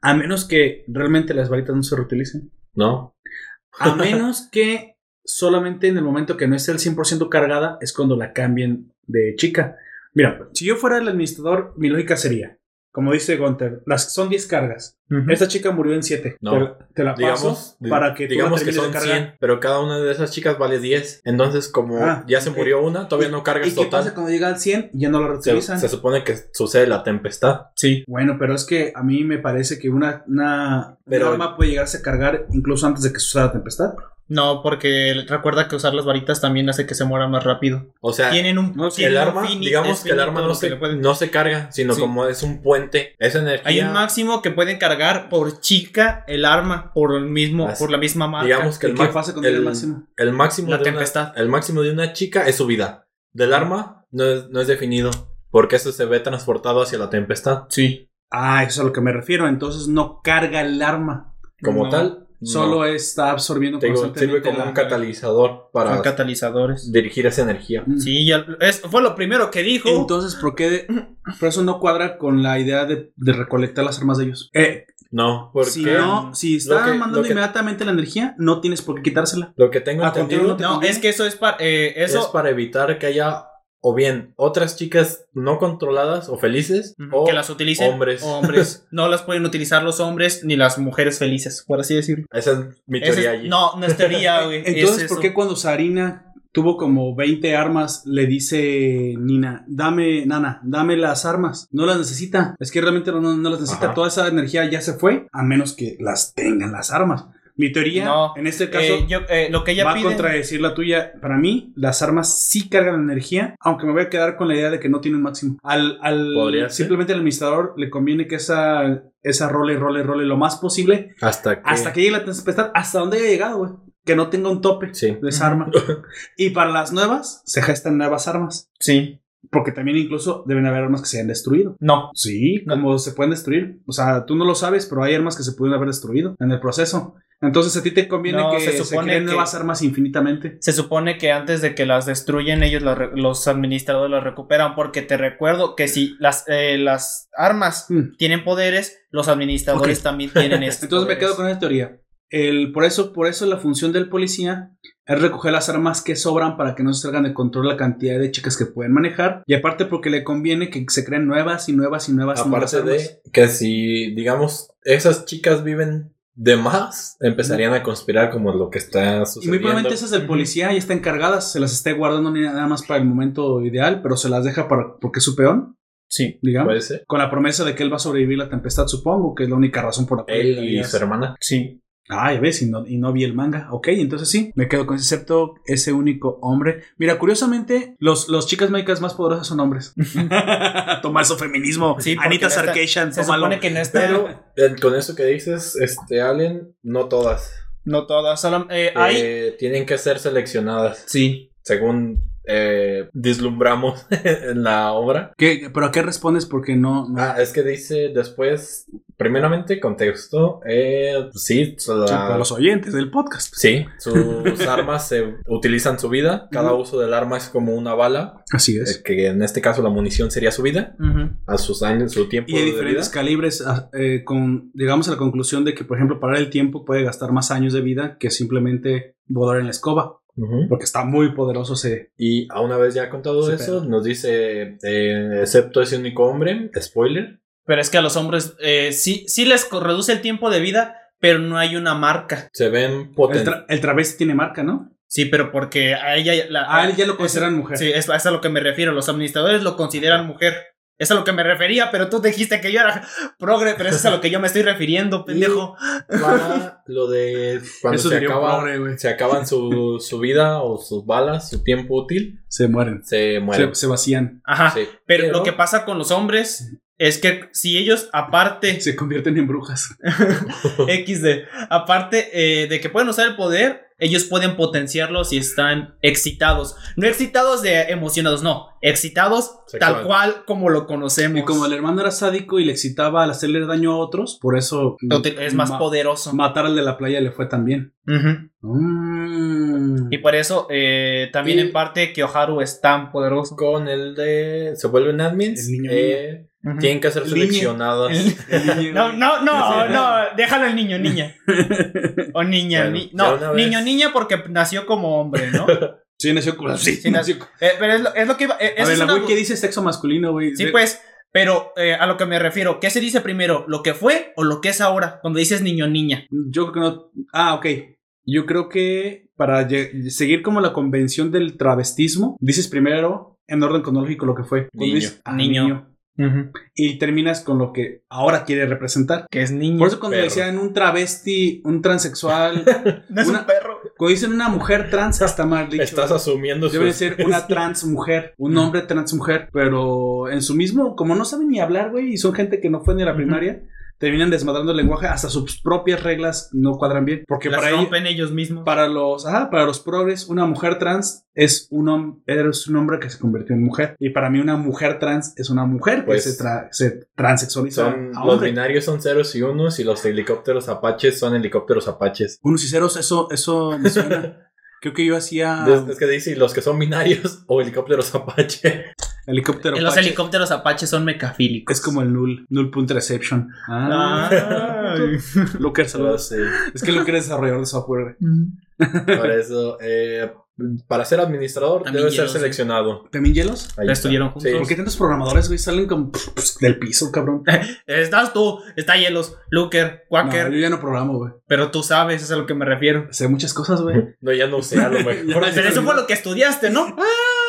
A: A menos que realmente las varitas no se reutilicen.
E: No. (laughs)
A: A menos que solamente en el momento que no esté al 100% cargada es cuando la cambien de chica. Mira, si yo fuera el administrador, mi lógica sería, como dice Gunther, las, son 10 cargas. Esta chica murió en 7.
E: No.
A: Te, te la
E: Digamos,
A: paso para que tú
E: digamos
A: la
E: que
A: termines
E: son
A: de cargar.
E: 100, pero cada una de esas chicas vale 10. Entonces, como
A: Ah,
E: ya se
A: ok.
E: murió una, todavía no cargas
A: ¿Y qué pasa
E: total.
A: cuando llega al 100 y ya no la
E: Se,
A: reutilizan?
E: se supone que sucede la tempestad.
G: Sí.
A: Bueno, pero es que a mí me parece que una, una,
E: Pero-
A: un arma puede llegarse a cargar incluso antes de que suceda la tempestad.
G: No, porque recuerda que usar las varitas también hace que se muera más rápido.
E: O sea,
G: Tienen un.
A: no sé,
G: tienen
E: el
G: un
E: arma,
G: fini-
E: digamos
G: es
E: que el
G: finito
E: arma
G: lo
E: no
G: que
E: se,
G: le pueden-
E: no se carga, sino
G: Sí.
E: como es un puente, esa energía.
G: Hay un máximo que pueden cargar por chica el arma, por el mismo,
E: Así-
G: por la misma marca.
E: digamos que
A: ¿Qué,
E: el, max-
A: pasa cuando
E: el-
A: llega al máximo?
E: el máximo
G: La
E: de una-
G: tempestad.
E: el máximo de una chica es su vida. Del arma no es, no es definido, porque eso se ve transportado hacia la tempestad.
G: Sí.
A: Ah, eso es a lo que me refiero. Entonces no carga el arma.
E: Como
G: No,
E: tal, no.
A: Solo está absorbiendo
E: Te digo, sirve
A: constantemente
E: como
A: la-
E: un catalizador para
G: Son catalizadores.
E: dirigir esa energía.
A: Ah, Mm.
G: Sí, ya- es- fue lo primero que dijo.
A: Entonces, ¿por qué? de- Pero eso no cuadra con la idea de, de recolectar las armas de ellos. Eh,
E: No, porque
A: si no, si está
E: que-
A: mandando
E: lo que-
A: inmediatamente la energía, no tienes por qué quitársela.
E: lo que tengo
A: Ah,
E: entendido
A: contigo
G: no, es que eso es para. eh, eso.
E: es para evitar que haya o bien otras chicas no controladas o felices
G: Ujú,
A: oh,
E: o
G: mm, que las utilicen
E: hombres.
A: (laughs)
G: hombres. No las pueden utilizar los hombres ni las mujeres felices, por así decirlo.
E: Esa es mi
G: Esa
E: teoría
G: es-
E: allí.
G: no, no es
A: (laughs)
G: teoría, güey.
A: Entonces,
G: es
A: ¿por
G: eso.
A: qué cuando Sarina tuvo como 20 armas, le dice Nina, dame, Nana, dame las armas? No las necesita. Es que realmente no, no las necesita.
E: Ajá.
A: Toda esa energía ya se fue, a menos que las tengan las armas. Mi teoría,
G: No,
A: en este caso,
G: Eh, yo, eh, lo que ella
A: va a
G: pide.
A: contradecir la tuya. Para mí, las armas sí cargan energía, aunque me voy a quedar con la idea de que no tienen máximo. Al, al-
E: Podría ser.
A: simplemente al administrador le conviene que esa esa role, role, role lo más posible
E: Hasta que.
A: hasta que llegue la tempestad, hasta donde haya llegado, güey. Que no tenga un tope
E: Sí.
A: de esa
E: (laughs)
A: arma. y para las nuevas, se gestan nuevas armas.
G: Sí.
A: Porque también incluso deben haber armas que se hayan destruido.
G: No.
A: Sí,
E: Ah.
A: como se pueden destruir. O sea, tú no lo sabes, pero hay armas que se pudieron haber destruido en el proceso. Entonces a ti te conviene
G: No,
A: que
G: se
A: se,
G: supone
A: creen
G: que-
A: nuevas armas infinitamente.
G: Se supone que antes de que las destruyen, ellos las re- los administradores las recuperan. Porque te recuerdo que si las, eh, las armas
A: Mm.
G: tienen poderes, los administradores también
A: (laughs)
G: tienen estos
A: Este, Entonces me quedo con
G: poderes.
A: esa teoría. El, por, eso, por eso la función del policía es recoger las armas que sobran para que no se salgan de control la cantidad de chicas que pueden manejar. Y aparte porque le conviene que se creen nuevas y nuevas y nuevas. nuevas
E: Aparte
A: armas.
E: de que si, digamos, esas chicas viven de más, empezarían a conspirar como lo que está
A: Y muy
E: sucediendo.
A: probablemente esas del policía ya están cargadas, se las esté guardando ni nada más para el momento ideal, pero se las deja para, porque es su peón,
G: Sí.
A: digamos.
E: Puede ser.
A: Con la promesa de que él va a sobrevivir la tempestad, supongo, que es la única razón por la cual
E: Él y
A: estarías-
E: su hermana.
G: Sí.
A: Ah, ya ves, y no, y no vi el manga. Ok, entonces sí, me quedo con ese excepto ese único hombre. Mira, curiosamente, los, los chicas mágicas más poderosas son hombres. Toma eso feminismo.
G: Sí, porque
A: Anita
G: no está-
A: Sarkeesian,
G: Se
A: tómalo.
G: supone que no
A: (laughs)
G: está.
E: Pero eh, con eso que dices, este Allen, no todas.
G: No todas. solo- eh, hay.
E: Eh, tienen que ser seleccionadas.
G: Sí.
E: Según eh, deslumbramos (laughs) en la obra.
A: ¿Qué- ¿Pero a qué respondes? Porque no... no-
E: Ah, es que dice después, primeramente, contexto. Eh, sí, la-
A: Sí, para los oyentes del podcast.
E: Sí, sus (laughs) armas se utilizan su vida. Cada uso del arma es como una bala,
A: Así es.
E: eh, que en este caso la munición sería su vida,
G: Ujú.
E: a sus años, su tiempo
A: Y de
E: de
A: diferentes
E: vida.
A: calibres, a- eh, con, llegamos a la conclusión de que, por ejemplo, parar el tiempo puede gastar más años de vida que simplemente volar en la escoba,
E: Ujú.
A: porque está muy poderoso ese.
E: Y a una vez ya con todo
A: Sí,
E: eso, nos dice, eh, excepto ese único hombre, spoiler,
G: Pero es que a los hombres eh, sí, sí les co- reduce el tiempo de vida, pero no hay una marca.
E: se ven
A: El,
E: poten-
A: tra- el travesti tiene marca, ¿no?
G: Sí, pero porque a ella... La,
A: A él ya lo consideran mujer.
G: Sí, es, es a lo que me refiero. Los administradores lo consideran mujer. Es a lo que me refería, pero tú dijiste que yo era progre, pero eso es a lo que yo me estoy refiriendo, pendejo.
E: (laughs) para lo de cuando
A: Eso
E: se
A: diría un
E: acaba-
A: progre, güey.
E: se acaban su, su vida o sus balas, su tiempo útil,
A: Se mueren.
E: se mueren.
A: Se, se vacían.
G: Ajá.
E: Sí,
G: pero, lo que pasa con los hombres es que si ellos, aparte,
A: Se convierten en brujas.
G: XD, aparte eh, de que pueden usar el poder, ellos pueden potenciarlo si están excitados. No excitados de emocionados, no. Excitados
E: Sexual.
G: tal cual como lo conocemos.
A: Y como el hermano era sádico y le excitaba al hacerle daño a otros, por eso
G: Lo te- es más
A: ma-
G: poderoso.
A: Matar al de la playa le fue tan bien.
G: Ujú.
A: Mm.
G: Y por eso eh, también
E: Y-
G: en parte Kyoharu es tan poderoso.
E: con el de se vuelven admins,
A: El niño
E: eh,
G: Ujú.
E: tienen que ser
A: El niño.
E: seleccionadas.
A: Mm.
G: (laughs) No, no, no, no, déjalo el niño, niña. O niña,
E: Bueno,
G: ni-
E: ya una
G: no,
E: vez.
G: niño, niña porque nació como hombre, ¿no?
A: Sí, nació como (laughs) sí,
G: Sí, nació-
A: nació-
G: Eh, pero es lo, es lo que iba. eh,
A: A
G: esa
A: ver,
G: es
A: la
G: una
A: wiki
G: bu-
A: dice sexo masculino, güey.
G: Sí,
A: De-
G: pues, pero eh, a lo que me refiero, ¿qué se dice primero? ¿Lo que fue o lo que es ahora? Cuando dices niño, niña.
A: Yo creo que no. Ah, ok. Yo creo que para lle- seguir como la convención del travestismo, dices primero en orden cronológico lo que fue. Cuando
E: Niño.
A: dices, ah,
G: Niño.
A: Y terminas con lo que ahora quiere representar.
G: Que es niño.
A: Por eso cuando
E: Perro.
A: decían un travesti, un
E: (laughs)
A: transexual,
G: no es
A: una-
G: un perro.
A: cuando dicen una mujer trans está mal dicho.
E: Estás asumiendo su
A: Debe de ser una trans mujer, un hombre trans mujer, pero en su mismo, como no saben ni hablar, güey, y son gente que no fue ni a la
G: Ujú.
A: primaria, terminan desmadrando el lenguaje, hasta sus propias reglas no cuadran bien. Porque
G: Las
A: para ellos,
G: rompen ellos mismos.
A: para los, ajá, para los progres, una mujer trans es un, hom- es un hombre que se convirtió en mujer. Y para mí, una mujer trans es una mujer que
E: Pues,
A: se, tra- se transexualiza
E: Son,
G: ah,
A: a
E: los
A: hombre.
E: binarios son ceros y unos y los helicópteros apaches son helicópteros apaches.
A: Unos y ceros, eso, eso me (laughs) suena. Creo que yo
G: Ah,
A: hacía
E: Es- Es que dice y los que son binarios (laughs) o helicópteros apache.
A: helicóptero.
G: los
A: Apache.
G: helicópteros apaches son mecafílicos.
A: Es como el null, null punto reception. (laughs) Ah,
G: Ay.
A: Looker, saludos.
E: Sí.
A: Es que Looker es desarrollador de software.
E: Por eso, eh, para ser administrador
G: También
E: debe ser
G: llevo, sí.
E: seleccionado.
A: ¿También hielos?
E: Ahí
G: Ya
E: está.
G: estuvieron
E: Sí.
A: ¿Por qué tantos programadores, güey, salen como pf, pf, del piso,
G: (laughs)
A: cabrón?
G: Estás tú, está Hielos, Looker,
A: No,
G: Quaker,
A: yo ya no programo, güey.
G: pero tú sabes, eso es a lo que me refiero.
A: Sé muchas cosas, güey.
E: (laughs) No, ya no sé, a
G: (laughs)
E: lo mejor.
G: Pero eso fue lo que estudiaste, ¿no?
A: (laughs)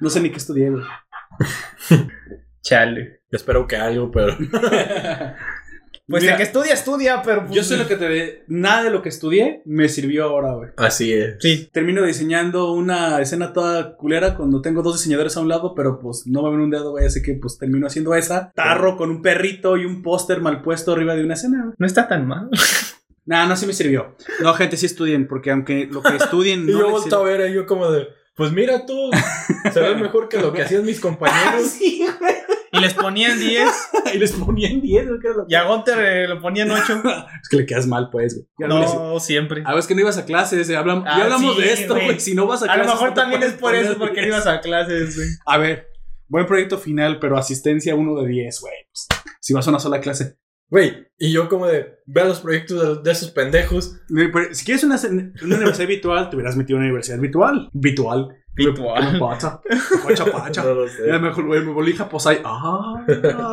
A: No sé ni qué estudié, (laughs) güey.
G: Chale.
E: Espero que algo, pero.
G: Pues
A: Mira,
G: el que estudia, estudia, pero. pues,
A: Yo sé lo que te ve. Nada de lo que estudié me sirvió ahora, güey.
E: Así es.
A: Termino diseñando una escena toda culera cuando tengo dos diseñadores a un lado, pero pues no me ven un dedo, güey. Así que pues termino haciendo esa. Tarro con un perrito y un póster mal puesto arriba de una escena, güey.
G: No está tan mal.
A: (laughs) Nah, no se me sirvió. No, gente, sí estudien, porque aunque lo que
G: (laughs)
A: estudien
E: Y
A: no.
E: yo
A: les
E: volto a ver ahí, yo como de, pues mira tú, se ve mejor que lo que hacían
G: (laughs)
E: mis
G: Ah,
E: compañeros.
D: Sí, güey.
G: Y les ponían 10.
D: Y les ponían 10, güey, que era lo-
G: y a Gunter eh, le ponían 8.
A: sirve. Es que le quedas mal, pues, güey. (laughs) Ya no les- Ah,
G: No, siempre.
A: A ver, es que no ibas a clases, eh, hablam-
G: Ah,
A: ya hablamos
G: sí,
A: de esto,
G: güey.
A: güey. Si no vas a
G: A
A: clases.
G: lo mejor
A: no te
G: también es
A: puedes
G: por eso,
A: poner
G: porque no
A: 10.
G: ibas a clases, güey.
A: A ver, buen proyecto final, pero asistencia uno de 10, güey. Pues, Si vas a una sola clase.
E: Güey, y yo como de, ve a los proyectos de, de esos pendejos.
A: Güey, pero Si quieres una, una universidad virtual, te hubieras metido en una universidad virtual. Virtual. Virtual. Pacha, pacha, pacha.
E: (laughs) No lo
A: Era
E: sé.
A: mejor, güey, Ah, me volví Japosai. Ah,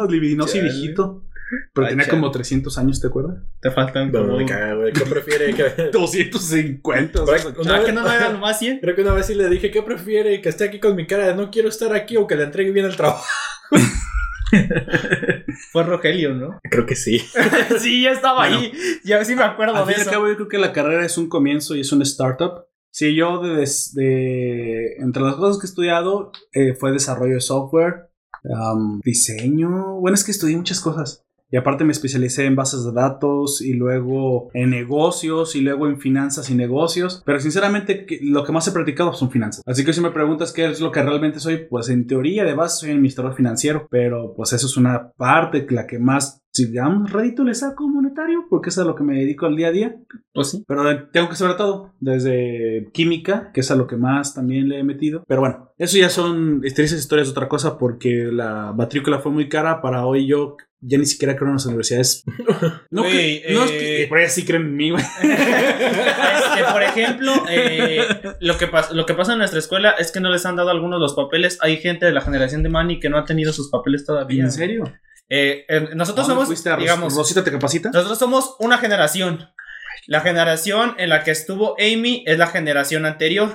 A: libidinoso y viejito. Pero tenía
F: Pacha.
A: como 300 años, ¿te acuerdas?
F: Te faltan
E: No,
F: como-
E: me caga, güey. ¿Qué prefiere que...
A: 250. o sea,
E: Una
G: Ah,
E: vez-
G: que no lo hagan nomás 100.
E: (laughs) Creo que una vez sí ¿eh? le dije, ¿qué prefiere? ¿Que esté aquí con mi cara de no quiero estar aquí o que le entregue bien el trabajo?
G: Fue Rogelio, ¿no?
E: Creo que sí.
G: (laughs) sí, ya estaba ahí. Ya sí me acuerdo
A: Al
G: de
A: fin y al
G: eso.
A: cabo, yo creo que la carrera es un comienzo y es un startup. Sí, yo desde entre las cosas que he estudiado eh, fue desarrollo de software, am, diseño. Bueno, es que estudié muchas cosas. Y aparte me especialicé en bases de datos y luego en negocios y luego en finanzas y negocios. Pero sinceramente que- lo que más he practicado son finanzas. Así que si me preguntas qué es lo que realmente soy, pues en teoría de base soy administrador financiero. Pero pues eso es una parte, la que más, digamos, rédito le saco monetario, porque es a lo que me dedico al día a día.
F: Pues
G: (laughs)
F: sí.
A: Pero de- tengo que saber todo, desde química, que es a lo que más también le he metido. Pero bueno, eso ya son tristes historias de otra cosa porque la matrícula fue muy cara para hoy yo. Ya ni siquiera creo en las
G: (laughs)
A: universidades. No,
G: Güey,
A: que- no es
G: eh,
A: que por ahí sí creen en
G: (laughs)
A: mí, güey.
G: Este, por ejemplo, eh, lo, que pas- lo que pasa en nuestra escuela es que no les han dado algunos los papeles. Hay gente de la generación de Manny que no ha tenido sus papeles
A: (laughs)
G: todavía.
A: ¿En serio?
G: Eh, eh, nosotros
A: ¿A dónde
G: somos,
A: fuiste a Ros-
G: digamos,
A: Rosita te capacita?
G: nosotros somos una generación. La generación en la que estuvo Amy es la generación anterior.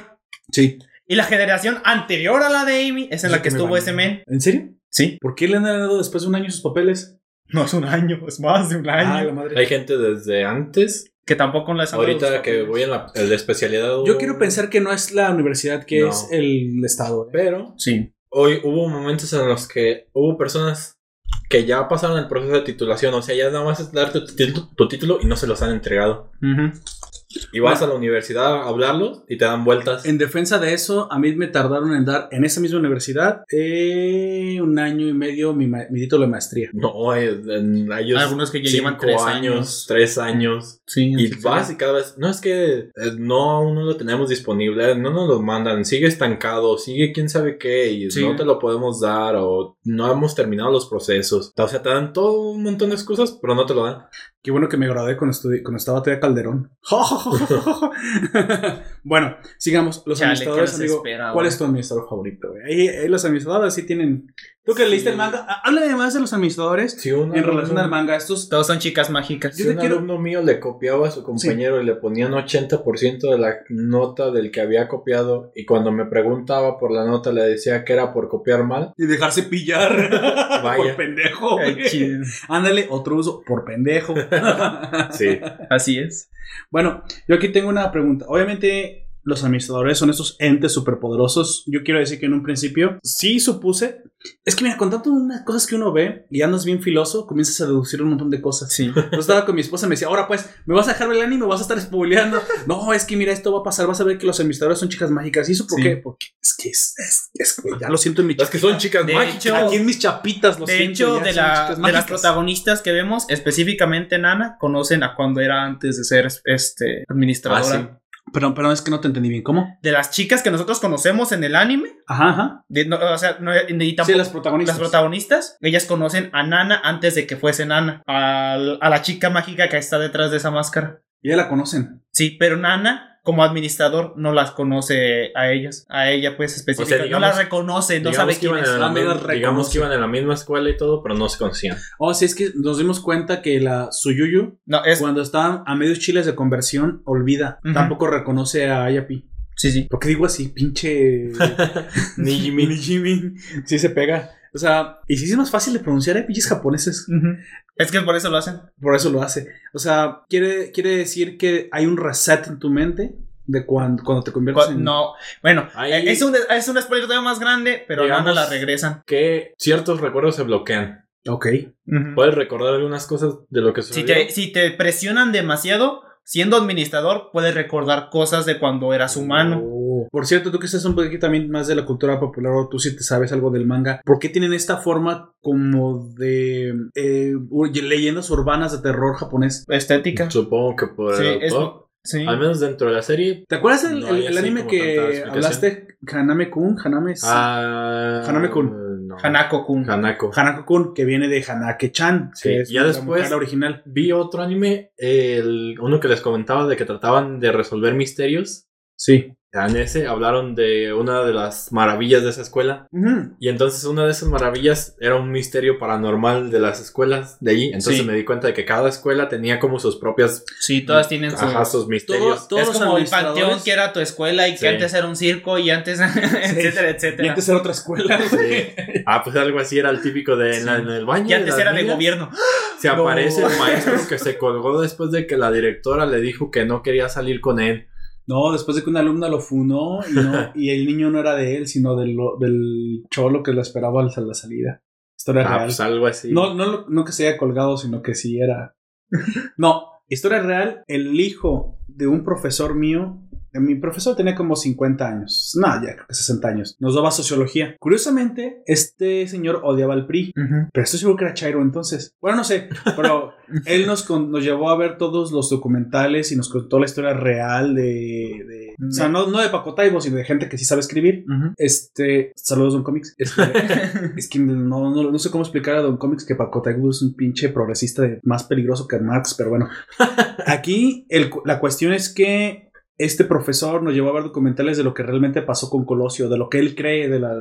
A: Sí.
G: Y la generación anterior a la de Amy es en la que
A: me
G: estuvo
A: bañé.
G: ese men.
A: ¿En serio?
G: Sí.
A: ¿Por qué le han dado después de un año sus papeles?
G: No es un año, es más de un
A: Ah, la
G: año.
A: madre.
E: Hay gente desde antes.
G: que tampoco les han dado los
E: Ahorita que
G: papeles.
E: voy en la, en la especialidad...
A: Yo quiero pensar que no es la universidad, que
E: No.
A: es el estado.
E: Pero
G: Sí.
E: hoy hubo momentos en los que hubo personas que ya pasaron el proceso de titulación. O sea, ya nada más es darte tu, titu- tu título y no se los han entregado. Y vas a la universidad a hablarlos y te dan vueltas.
A: En defensa de eso, a mí me tardaron en dar en esa misma universidad eh, un año y medio mi, ma- mi título de maestría.
E: No, en, en ellos
G: Algunos que ya
E: cinco
G: llevan tres años.
E: años, tres años.
G: Sí,
E: Y vas y cada vez, no es que eh, no aún no lo tenemos disponible, no nos lo mandan, sigue estancado, sigue quién sabe qué y
G: Sí.
E: no te lo podemos dar o no hemos terminado los procesos. O sea, te dan todo un montón de excusas, pero no te lo dan.
A: Qué bueno que me gradué cuando, estudi- cuando estaba todavía Calderón. (laughs) bueno, sigamos. Los
G: Chale,
A: administradores,
G: ¿qué nos
A: amigo.
G: espera,
A: ¿Cuál
G: güey?
A: es tu administrador favorito? güey? Ahí, ahí los administradores sí tienen. Tú que leíste el manga, ah, háblame más de los administradores
E: Si un
A: en
E: alumno-
A: relación al manga. Estos.
G: Todos son
A: (laughs)
G: chicas mágicas.
E: si
A: Yo te
E: un
A: quiero-
E: alumno mío le copiaba a su compañero y le ponían 80% de la nota del que había copiado y cuando me preguntaba por la nota le decía que era por copiar mal,
A: Y dejarse pillar (laughs) por
E: (laughs) vaya.
A: pendejo. güey.
G: Ay, chido.
A: Ándale, otro uso por pendejo.
E: Sí.
G: (laughs) Así es.
A: Bueno, yo aquí tengo una pregunta. Obviamente, los administradores son estos entes superpoderosos. Yo quiero decir que en un principio sí supuse. Es que mira, con tanto unas cosas que uno ve y andas bien filoso, comienzas a deducir un montón de cosas.
G: Sí.
A: Yo estaba con mi esposa y me decía, ahora pues, ¿me vas a dejar ver el anime? ¿Vas a estar spoileando? No, es que mira, esto va a pasar. Vas a ver que los administradores son chicas mágicas. ¿Y eso por
G: Sí.
A: qué? Porque es que, es, es- es que ya lo siento en mi
E: Las que son chicas
G: De
E: mágicas.
G: hecho,
A: Aquí en mis chapitas lo
G: de,
A: siento,
G: hecho
A: ya
G: de,
A: son
G: la-
A: chicas
G: de las
A: mágicas.
G: protagonistas que vemos, específicamente Nana, conocen a cuando era antes de ser este, administradora.
E: Ah,
A: Perdón, perdón, es que no te entendí bien. ¿Cómo?
G: De las chicas que nosotros conocemos en el anime,
A: Ajá, ajá.
G: de, no, o sea, no, y
A: Sí,
G: tampoco-
A: las protagonistas.
G: las protagonistas, ellas conocen a Nana antes de que fuese Nana, al- a la chica mágica que está detrás de esa máscara.
A: Y ya la conocen.
G: Sí, pero Nana como administrador no las conoce a ellas, a ella pues específicamente, no
E: digamos-
G: las reconoce, no
E: digamos
G: sabe
E: que
G: quién
E: iban
G: es.
E: a la
A: Ah, no
E: mi-
A: las
E: digamos
A: reconoce.
E: que iban en la misma escuela y todo, pero no se conocían.
A: Oh, sí, es que nos dimos cuenta que la Suyuyu,
G: No, es
A: cuando está a medios chiles de conversión, olvida.
G: Ujú.
A: Tampoco reconoce a Ayapi.
G: sí, sí.
A: (laughs) ¿Por qué digo así? Pinche.
E: Ni Jimmy.
A: Ni Jimin. Sí se pega. O sea, y sí es más fácil de pronunciar, hay pinches japoneses.
G: Es que por eso lo hacen.
A: Por eso lo hace. O sea, quiere, quiere decir que hay un reset en tu mente de cuando, cuando te conviertes
G: Cu-
A: en.
G: No, bueno,
E: Ahí-
G: eh, es un, es un spoiler todavía más grande, pero
E: Digamos-
G: no la regresan.
E: Que ciertos recuerdos se bloquean.
A: Ok.
E: Puedes recordar algunas cosas de lo que
G: Si
E: sucedió.
G: te, si te presionan demasiado, siendo administrador, puedes recordar cosas de cuando eras humano.
A: Oh. Por cierto, tú que estás un poquito también más de la cultura popular o tú si te sabes algo del manga, ¿por qué tienen esta forma como de eh, u- leyendas urbanas de terror japonés?
G: Estética.
E: Supongo que por
G: Sí,
E: el
G: es-
E: autor.
G: sí.
E: Al menos dentro de la serie.
A: ¿Te acuerdas el,
E: No
A: el-
E: hay
A: el
E: así
A: anime
E: como tanta
A: que
E: explicación.
A: hablaste? Haname Kun, Haname
E: Ah,
A: Haname-kun.
E: no.
G: Hanako-kun.
E: Hanako.
A: Hanako Kun, que viene de Hanake-chan,
E: Sí,
A: que es
E: ya
A: la
E: después-
A: mujer original.
E: Vi otro anime, el, uno que les comentaba de que trataban de resolver misterios.
A: Sí.
E: En ese hablaron de una de las maravillas de esa escuela. Y entonces una de esas maravillas era un misterio paranormal de las escuelas de allí. Entonces
G: Sí.
E: me di cuenta de que cada escuela tenía como sus propias
G: Sí, todas tienen su...
E: ajá, sus
G: (laughs)
E: misterios.
A: todos
G: es
A: los
G: como el
A: administradores-
G: panteón que era tu escuela y que
E: Sí.
G: antes era un circo y antes, (laughs) etcétera, etcétera.
A: Y antes era otra
E: (laughs)
A: escuela.
E: Sí. Ah, pues algo así era el típico de en, la- en el baño.
G: Y antes
E: las
G: era de
E: niñas.
G: gobierno.
E: Se aparece el maestro que se colgó después de que la directora le dijo que no quería salir con él.
A: No, después de que una alumna lo funó y,
E: (laughs)
A: no- y el niño no era de él, sino del, lo- del cholo que lo esperaba a la salida. Historia
E: Ah,
A: real.
E: pues algo así.
A: No, no, lo- no que se haya colgado, sino que sí era. no, historia real, el hijo de un profesor mío. eh, Mi profesor tenía como 50 años, no, ya creo que 60 años. Nos daba sociología. Curiosamente, este señor odiaba al PRI, pero estoy seguro que era Chairo entonces. Bueno, no sé, pero él nos, con- nos llevó a ver todos los documentales y nos contó la historia real de. de- o sea, no, no de Pacotaibo, sino de gente que sí sabe escribir. Este, saludos Don Comics. Este, es que no, no, no sé cómo explicar a Don Comics que Paco Taibo es un pinche progresista de- más peligroso que Marx, pero bueno. Aquí el cu- la cuestión es que este profesor nos llevó a ver documentales de lo que realmente pasó con Colosio, de lo que él cree, de la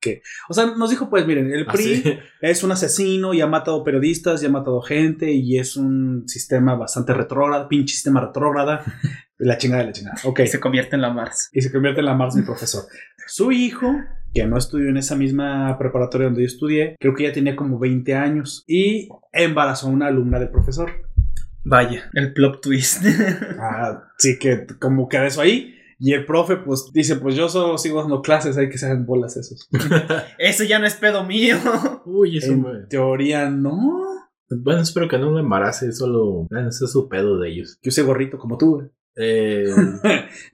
A: que, o sea, nos dijo pues, miren, el PRI
E: Así.
A: es un asesino y ha matado periodistas y ha matado gente y es un sistema bastante retrógrada, pinche sistema retrógrada, la chingada de la chingada. Ok
G: Y se convierte en la Mars.
A: y se convierte en la Mars mi profesor. Su hijo, que no estudió en esa misma preparatoria donde yo estudié, creo que ya tenía como 20 años y embarazó a una alumna del profesor.
G: Vaya. El plot twist.
A: Así que como queda eso ahí. Y el profe pues dice, pues yo solo sigo dando clases, hay que se hagan bolas esos.
G: (laughs) Eso ya no es pedo mío.
E: (laughs) Uy, eso
A: en
E: me-
A: teoría no.
E: Bueno, espero que no lo embarace, solo. Bueno, ese es su pedo de ellos.
A: Yo soy gorrito como tú, güey.
E: Eh,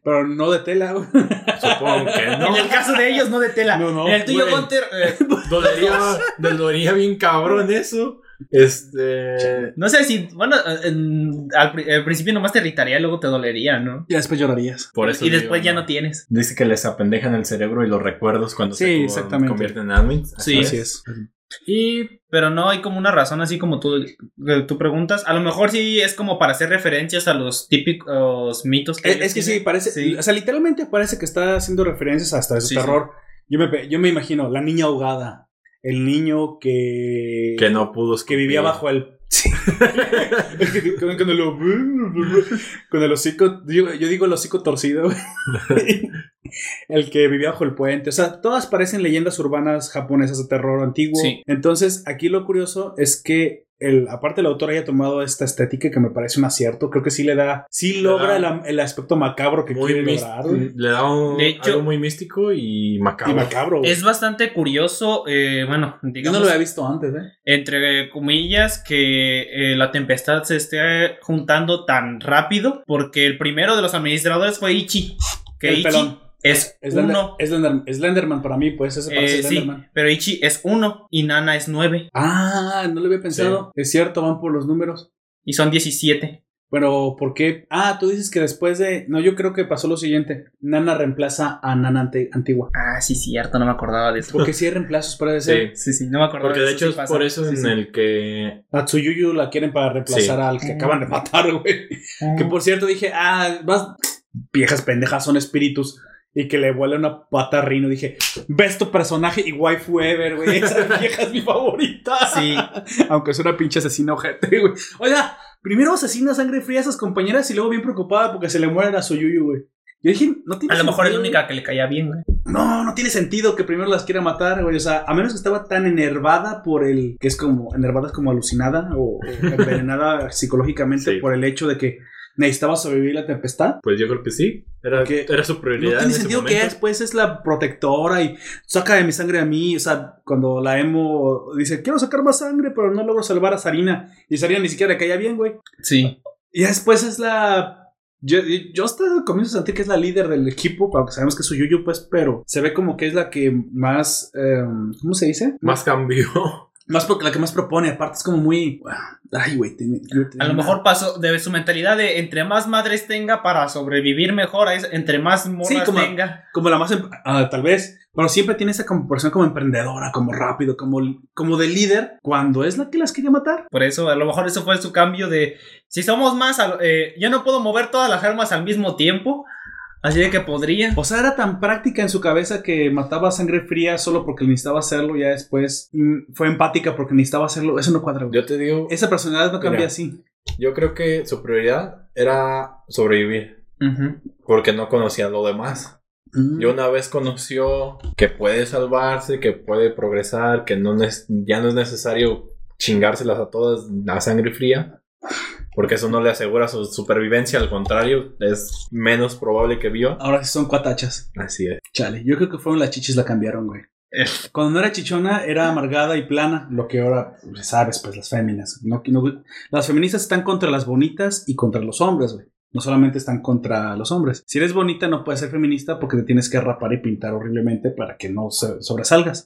A: pero no de tela. güey. (laughs)
E: supongo que no.
G: (laughs) En el caso de ellos, no de tela.
A: No, no,
G: en el tuyo,
E: güey.
G: Gunter, eh, (laughs)
E: Dolería, dolería bien cabrón eso. Este.
G: no sé si, bueno, eh, en- al, pri- al principio nomás te irritaría, luego te dolería, ¿no?
A: Ya después llorarías.
E: Por eso
G: y después
E: digo,
G: ya no tienes.
E: Dice que les apendejan el cerebro y los recuerdos cuando
A: Sí,
E: se co-
A: exactamente.
E: convierten en admins.
G: Sí.
A: Así es.
E: Y
G: Pero no hay como una razón así como tú, que tú preguntas. A lo mejor sí es como para hacer referencias a los típicos mitos que
A: Es,
G: ellos
A: Eh, es que sí,
G: tienen.
A: parece.
G: Sí.
A: O sea, literalmente parece que está haciendo referencias hasta de su
G: Sí,
A: terror. Yo, me, pe- yo me imagino, la niña ahogada. El niño que.
E: que no pudo.
A: que vivía bajo el.
G: (laughs)
A: Sí. con, con el, (laughs) con el hocico. Yo, yo digo el hocico torcido.
G: (laughs)
A: güey. el que vivía bajo el puente. O sea, todas parecen leyendas urbanas japonesas de terror antiguo.
G: Sí.
A: Entonces, aquí lo curioso es que. El, aparte el autor haya tomado esta estética que me parece un acierto, creo que sí le da, sí logra
E: da-
A: la- el aspecto macabro que
E: Muy
A: quiere
E: mis-
A: lograr.
G: mm,
A: güey.
E: le da un,
G: De hecho-
E: algo muy místico y macabro.
A: Y macabro. güey.
G: Es bastante curioso, eh, bueno,
A: Yo no
G: digamos,
A: lo había visto antes, ¿eh?
G: entre comillas, que eh, la tempestad se esté juntando tan rápido, porque el primero de los administradores fue Ichi. Que
A: El
G: Ichi
A: pelón.
G: es
A: Slender-
G: uno.
A: Slender- Slenderman para mí, pues, ese parece
G: eh, sí,
A: Slenderman.
G: pero Ichi es uno y Nana es nueve
A: Ah, no lo había pensado. Es cierto, van por los números.
G: y son 17.
A: Pero, ¿por qué? Ah, tú dices que después de. No, yo creo que pasó lo siguiente. Nana reemplaza a Nana ante- antigua.
G: Ah, sí, cierto, no me acordaba de eso.
A: Porque sí hay reemplazos, parece
E: (laughs) Sí.
A: ser.
G: Sí, sí, no me acordaba
E: Porque de
G: eso,
E: hecho
G: sí
E: es
G: pasa.
E: por eso
G: Sí,
E: en
G: sí.
E: el que.
A: A Tsuyuyu la quieren para reemplazar
E: Sí.
A: al que acaban de matar, güey. Que por cierto dije, ah, vas. Viejas pendejas son espíritus. Y que le vuela una pata a Rino. Dije, ves tu personaje y waifu ever, güey. Esa vieja es mi favorita.
G: Ah, Sí,
A: Aunque es una pinche asesina ojete, güey. Oiga, primero asesina a sangre fría a sus compañeras y luego bien preocupada porque se le mueren a su yuyu, güey. Yo dije, no tiene
G: A lo mejor es la
A: sentido.
G: única que le caía bien, güey.
A: No, no tiene sentido que primero las quiera matar, güey. O sea, a menos que estaba tan enervada por el. que es como. enervada es como alucinada o, o envenenada (laughs) psicológicamente
E: Sí.
A: por el hecho de que necesitaba sobrevivir la tempestad.
E: Pues yo creo que sí. Era,
A: Que
E: era su
A: No
E: prioridad. en
A: tiene
E: ese
A: sentido que
E: momento.
A: es, pues es la protectora y saca de mi sangre a mí. O sea, cuando la emo dice, quiero sacar más sangre, pero no logro salvar a Sarina. Y Sarina ni siquiera le caía bien, güey.
G: Sí.
A: Y ya después es la. Yo, yo hasta comienzo a sentir que es la líder del equipo, aunque sabemos que es Yuyu, pues, pero se ve como que es la que más. em, ¿Cómo se dice?
E: Más cambió.
A: (laughs) Más porque la que más propone. Aparte, es como muy. Ay, güey. tiene- yo tenía-
G: A lo mejor pasó de su mentalidad de entre más madres tenga para sobrevivir mejor, es entre más morras
A: como-
G: tenga.
A: Como la más. em- ah, tal vez. Pero siempre tiene esa comparación como emprendedora, como rápido, como, como de líder, cuando es la que las quiere matar.
G: Por eso, a lo mejor eso fue su cambio de si somos más, a lo- eh, yo no puedo mover todas las armas al mismo tiempo, así de que podría.
A: O sea, era tan práctica en su cabeza que mataba a sangre fría solo porque necesitaba hacerlo. Ya después mm, fue empática porque necesitaba hacerlo. Eso no cuadra, güey.
E: Yo te digo,
A: Esa personalidad no cambia
E: Mira.
A: así.
E: yo creo que su prioridad era sobrevivir. Porque no conocían lo demás. Y una vez conoció que puede salvarse, que puede progresar, que no nes- ya no es necesario chingárselas a todas a sangre fría. Porque eso no le asegura su supervivencia, al contrario, es menos probable que viva.
A: Ahora sí son cuatachas.
E: Así es.
A: Chale, yo creo que fueron las chichis la cambiaron, güey. Cuando no era chichona, era amargada y plana. Lo que ahora pues, sabes, pues las féminas. No, no- las feministas están contra las bonitas y contra los hombres, güey. No solamente están contra los hombres. Si eres bonita, no puedes ser feminista porque te tienes que rapar y pintar horriblemente para que no se- sobresalgas.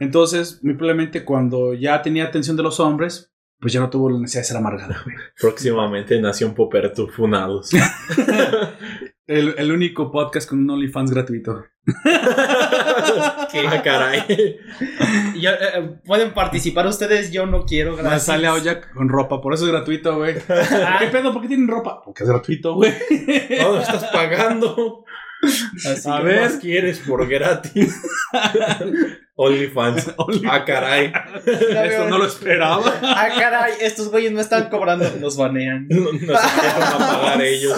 A: Entonces, muy probablemente cuando ya tenía atención de los hombres, pues ya no tuvo la necesidad de ser amargada, güey.
E: Próximamente Nación Poperto Funados.
A: El, el único podcast con un OnlyFans gratuito.
E: Ah, caray.
G: Y, eh, eh, Pueden participar ustedes, yo no quiero,
A: Me
G: gracias.
A: sale
G: (laughs)
A: olla con ropa, por eso es gratuito, güey.
G: Ah.
A: (laughs) ¿Qué pedo? ¿Por qué tienen ropa? Porque es gratuito,
G: (laughs)
A: güey.
E: No, lo estás pagando.
G: Así
A: Ah,
E: A
G: que
E: ver.
G: más-
E: más quieres por gratis? (laughs)
A: (laughs)
E: OnlyFans. Ah, caray.
G: Ya veo-
A: lo esperaba.
G: Ah, caray, estos güeyes no están cobrando, nos banean.
E: No, no se empiezan a pagar ellos.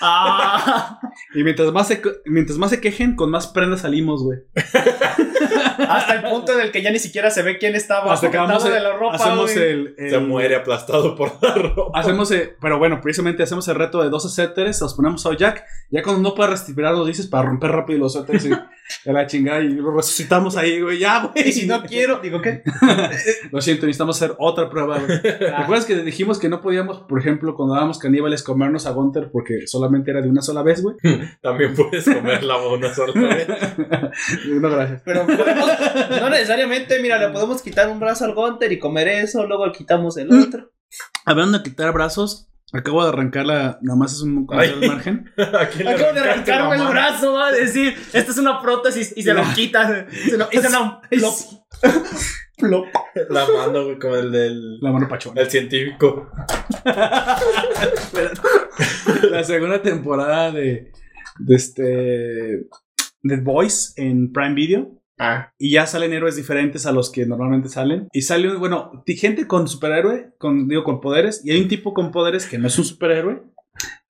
G: Ah,
A: Y mientras más se, mientras más se quejen, con más prendas salimos, güey.
G: hasta el punto en el que ya ni siquiera se ve quién estaba.
A: Hasta que vamos
G: de
A: a-
G: la ropa.
A: Hacemos
G: güey.
A: el, el-
E: Se muere aplastado por la ropa.
A: Hacemos, el- pero bueno, precisamente hacemos el reto de 12 setters, los ponemos a Jack. Ya cuando no pueda respirar, lo dices para romper rápido los
G: (laughs)
A: setters y de la chingada y lo resucitamos ahí, güey. Ya, güey.
G: Y si no quiero, digo qué.
A: Lo siento, necesitamos hacer otra prueba.
G: (laughs)
A: güey.
G: Ah.
A: ¿Recuerdas que dijimos que no podíamos, por ejemplo, cuando éramos caníbales, comernos a Gunter porque solamente era de una sola vez,
G: (laughs)
A: güey?
E: También puedes comerla una sola vez.
A: No, gracias.
G: Pero podemos- no necesariamente, mira, le podemos quitar un brazo al Gunter y comer eso, luego le quitamos el otro.
A: Hablando de quitar brazos, acabo de arrancar la. Nada más es un comentario al margen.
E: ¿A quién le
G: Acabo de
E: arrancaste,
G: arrancarme el
E: mamá?
G: brazo, va a decir, esta es una prótesis y se lo (laughs) quita. Se lo, y se lo-
A: Plop.
E: La mano, güey, como el del
A: La mano pachona.
E: (laughs) el científico.
A: La segunda temporada de. De este. The Voice en Prime Video.
G: Ah.
A: Y ya salen héroes diferentes a los que normalmente salen. Y sale, un- bueno, ti- gente con superhéroe, con, digo, con poderes. Y hay un tipo con poderes que no es un superhéroe.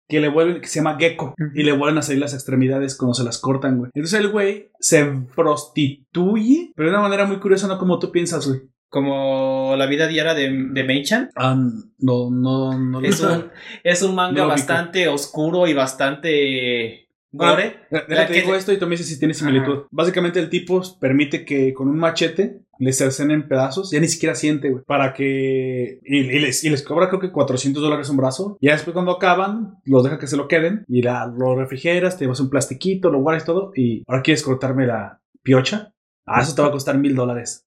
A: Que le vuelven, que se llama Gecko. Y le vuelven a salir las extremidades cuando se las cortan, güey. Entonces el güey se prostituye. Pero de una manera muy curiosa, no como tú piensas, güey.
G: Como la vida diaria de, de Mei-chan.
A: Ah, no, no, no. lo
G: Es un, es un manga
A: No lo ubico.
G: bastante oscuro y bastante
A: Bueno,
G: gore.
A: Déjate,
G: que-
A: digo esto y también sé si tiene similitud. Básicamente el tipo permite que con un machete les cercenen pedazos, ya ni siquiera siente, güey, para que... Y, y les, y les cobra creo que 400 dólares un brazo. Y ya después cuando acaban, los deja que se lo queden y la, lo refrigeras, te llevas un plastiquito, lo guardas todo y ahora quieres cortarme la piocha. Ah, eso te va a costar mil
G: (laughs)
A: dólares.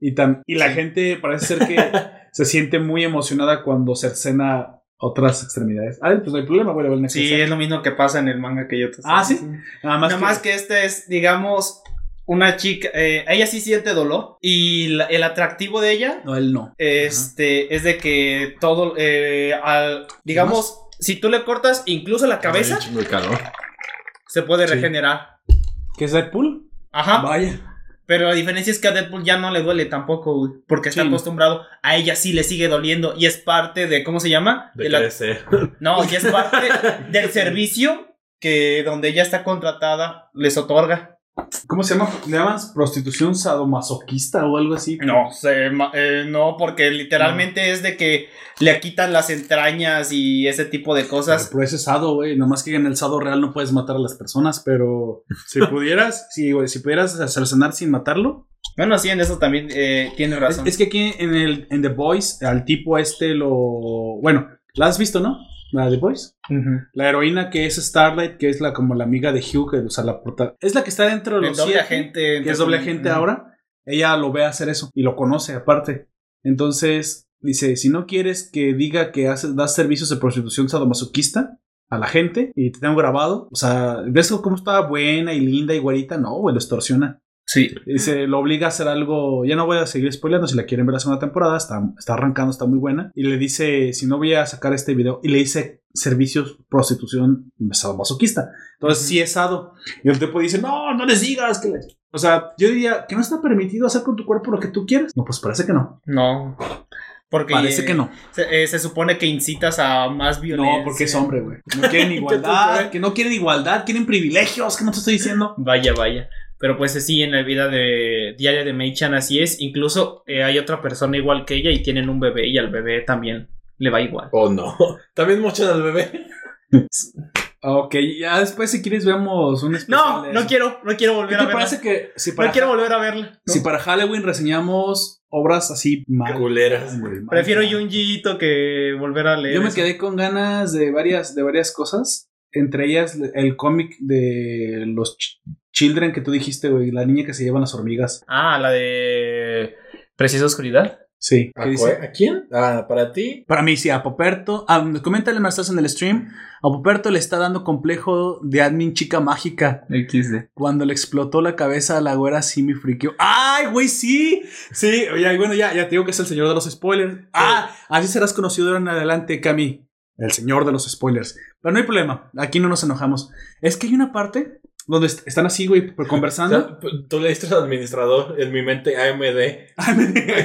A: Y, tam- y la gente parece ser que se siente muy emocionada cuando cercena otras extremidades. Ah, pues no hay problema, güey. le vale
G: Sí,
A: una cosa.
G: es lo mismo que pasa en el manga que yo te
A: Ah, ¿sí? Nada más
G: Nada más que este es, digamos, una chica. eh, ella sí siente dolor. Y la- el atractivo de ella
A: No, él no.
G: este, es de que todo. eh, al- digamos, si tú le cortas incluso la cabeza,
E: Ay, chingo de calor.
G: se puede regenerar.
A: ¿Qué es Deadpool?
G: Ajá.
A: Ah, Vaya.
G: Pero la diferencia es que a Deadpool ya no le duele tampoco, güey, Porque está
A: Sí.
G: acostumbrado. A ella sí le sigue doliendo. Y es parte de. ¿Cómo se llama?
E: De
G: De la-
E: crecer.
G: (laughs) no, y es parte del servicio que donde ella está contratada les otorga.
A: ¿Cómo se llama? ¿Le llamas prostitución sadomasoquista o algo así?
G: No, se ma- eh, no, porque literalmente es de que le quitan las entrañas y ese tipo de cosas.
A: Pero ese es sado, güey. Nomás que en el sado real no puedes matar a las personas,
G: (laughs)
A: pero si pudieras, si, güey, si pudieras asesinar sin matarlo.
G: pues, Bueno, sí, en eso también eh, tienes
A: Es,
G: razón.
A: es que aquí en el en The Boys, al tipo este lo. Bueno, la has visto, ¿no? La de The Boys.
G: Ujú.
A: La heroína que es Starlight, que es la como la amiga de Hugh, que, o sea, la porta. Es la que está dentro de
G: El
A: los
G: doble
A: siete,
G: agente.
A: que es doble agente
G: Ujú.
A: ahora. Ella lo ve hacer eso y lo conoce aparte. Entonces dice: Si no quieres que diga que haces, das servicios de prostitución sadomasoquista a la gente y te tengo grabado, o sea, ¿ves cómo está buena y linda y guarita? No, güey, lo extorsiona.
G: Sí.
A: Dice, lo obliga a hacer algo. Ya no voy a seguir spoileando. Si la quieren ver la segunda temporada, está, está arrancando, está muy buena. Y le dice, si no voy a sacar este video. Y le dice servicios, prostitución, masoquista. Entonces, sí es sado. Y el tipo dice, no, no les digas. Que le-". O sea, yo diría que no está permitido hacer con tu cuerpo lo que tú quieras. No, pues parece que no.
G: No. Porque
A: Parece
G: eh,
A: que no.
G: Se, eh, se supone que incitas a más violencia.
A: No, porque es hombre, güey. No quieren igualdad. (laughs) que no quieren igualdad. Quieren privilegios. Que no te estoy diciendo.
G: Vaya, vaya. Pero pues sí, en la vida de diaria de Mei-chan así es. Incluso eh, hay otra persona igual que ella y tienen un bebé y al bebé también le va igual.
E: Oh, no. También mochan al bebé.
A: Ok, ya después, si quieres, vemos un especial
G: No,
A: de
G: no
A: eso.
G: quiero, no quiero volver
A: ¿Qué
G: a
A: te
G: verla.
A: parece que si para
G: No quiero volver a verla.
A: Si para Halloween reseñamos obras así mal.
E: Culeras.
A: güey, mal.
G: Prefiero Junjiito que volver a leer.
A: Yo me
G: eso.
A: quedé con ganas de varias, de varias cosas. Entre ellas el cómic de los ch- children que tú dijiste, güey. La niña que se llevan las hormigas.
G: Ah, la de Preciosa Oscuridad.
A: Sí. ¿qué
E: ¿A,
A: dice?
E: cue- a quién? Ah, para ti.
A: Para mí, sí, a Poperto. ah, coméntale más estás en el stream. A Poperto le está dando complejo de admin chica mágica. Cuando le explotó la cabeza a la güera, sí me friqueó. ¡Ay, güey, sí! Sí, oye, bueno, ya, ya te digo que es el señor de los spoilers. Ah, así serás conocido de ahora en adelante, Cami. El señor de los spoilers. Pero no hay problema, aquí no nos enojamos. Es que hay una parte donde est- están así, güey, pues,
G: (laughs)
A: conversando.
E: O sea, Tú le diste al administrador en mi mente AMD.
G: Ah,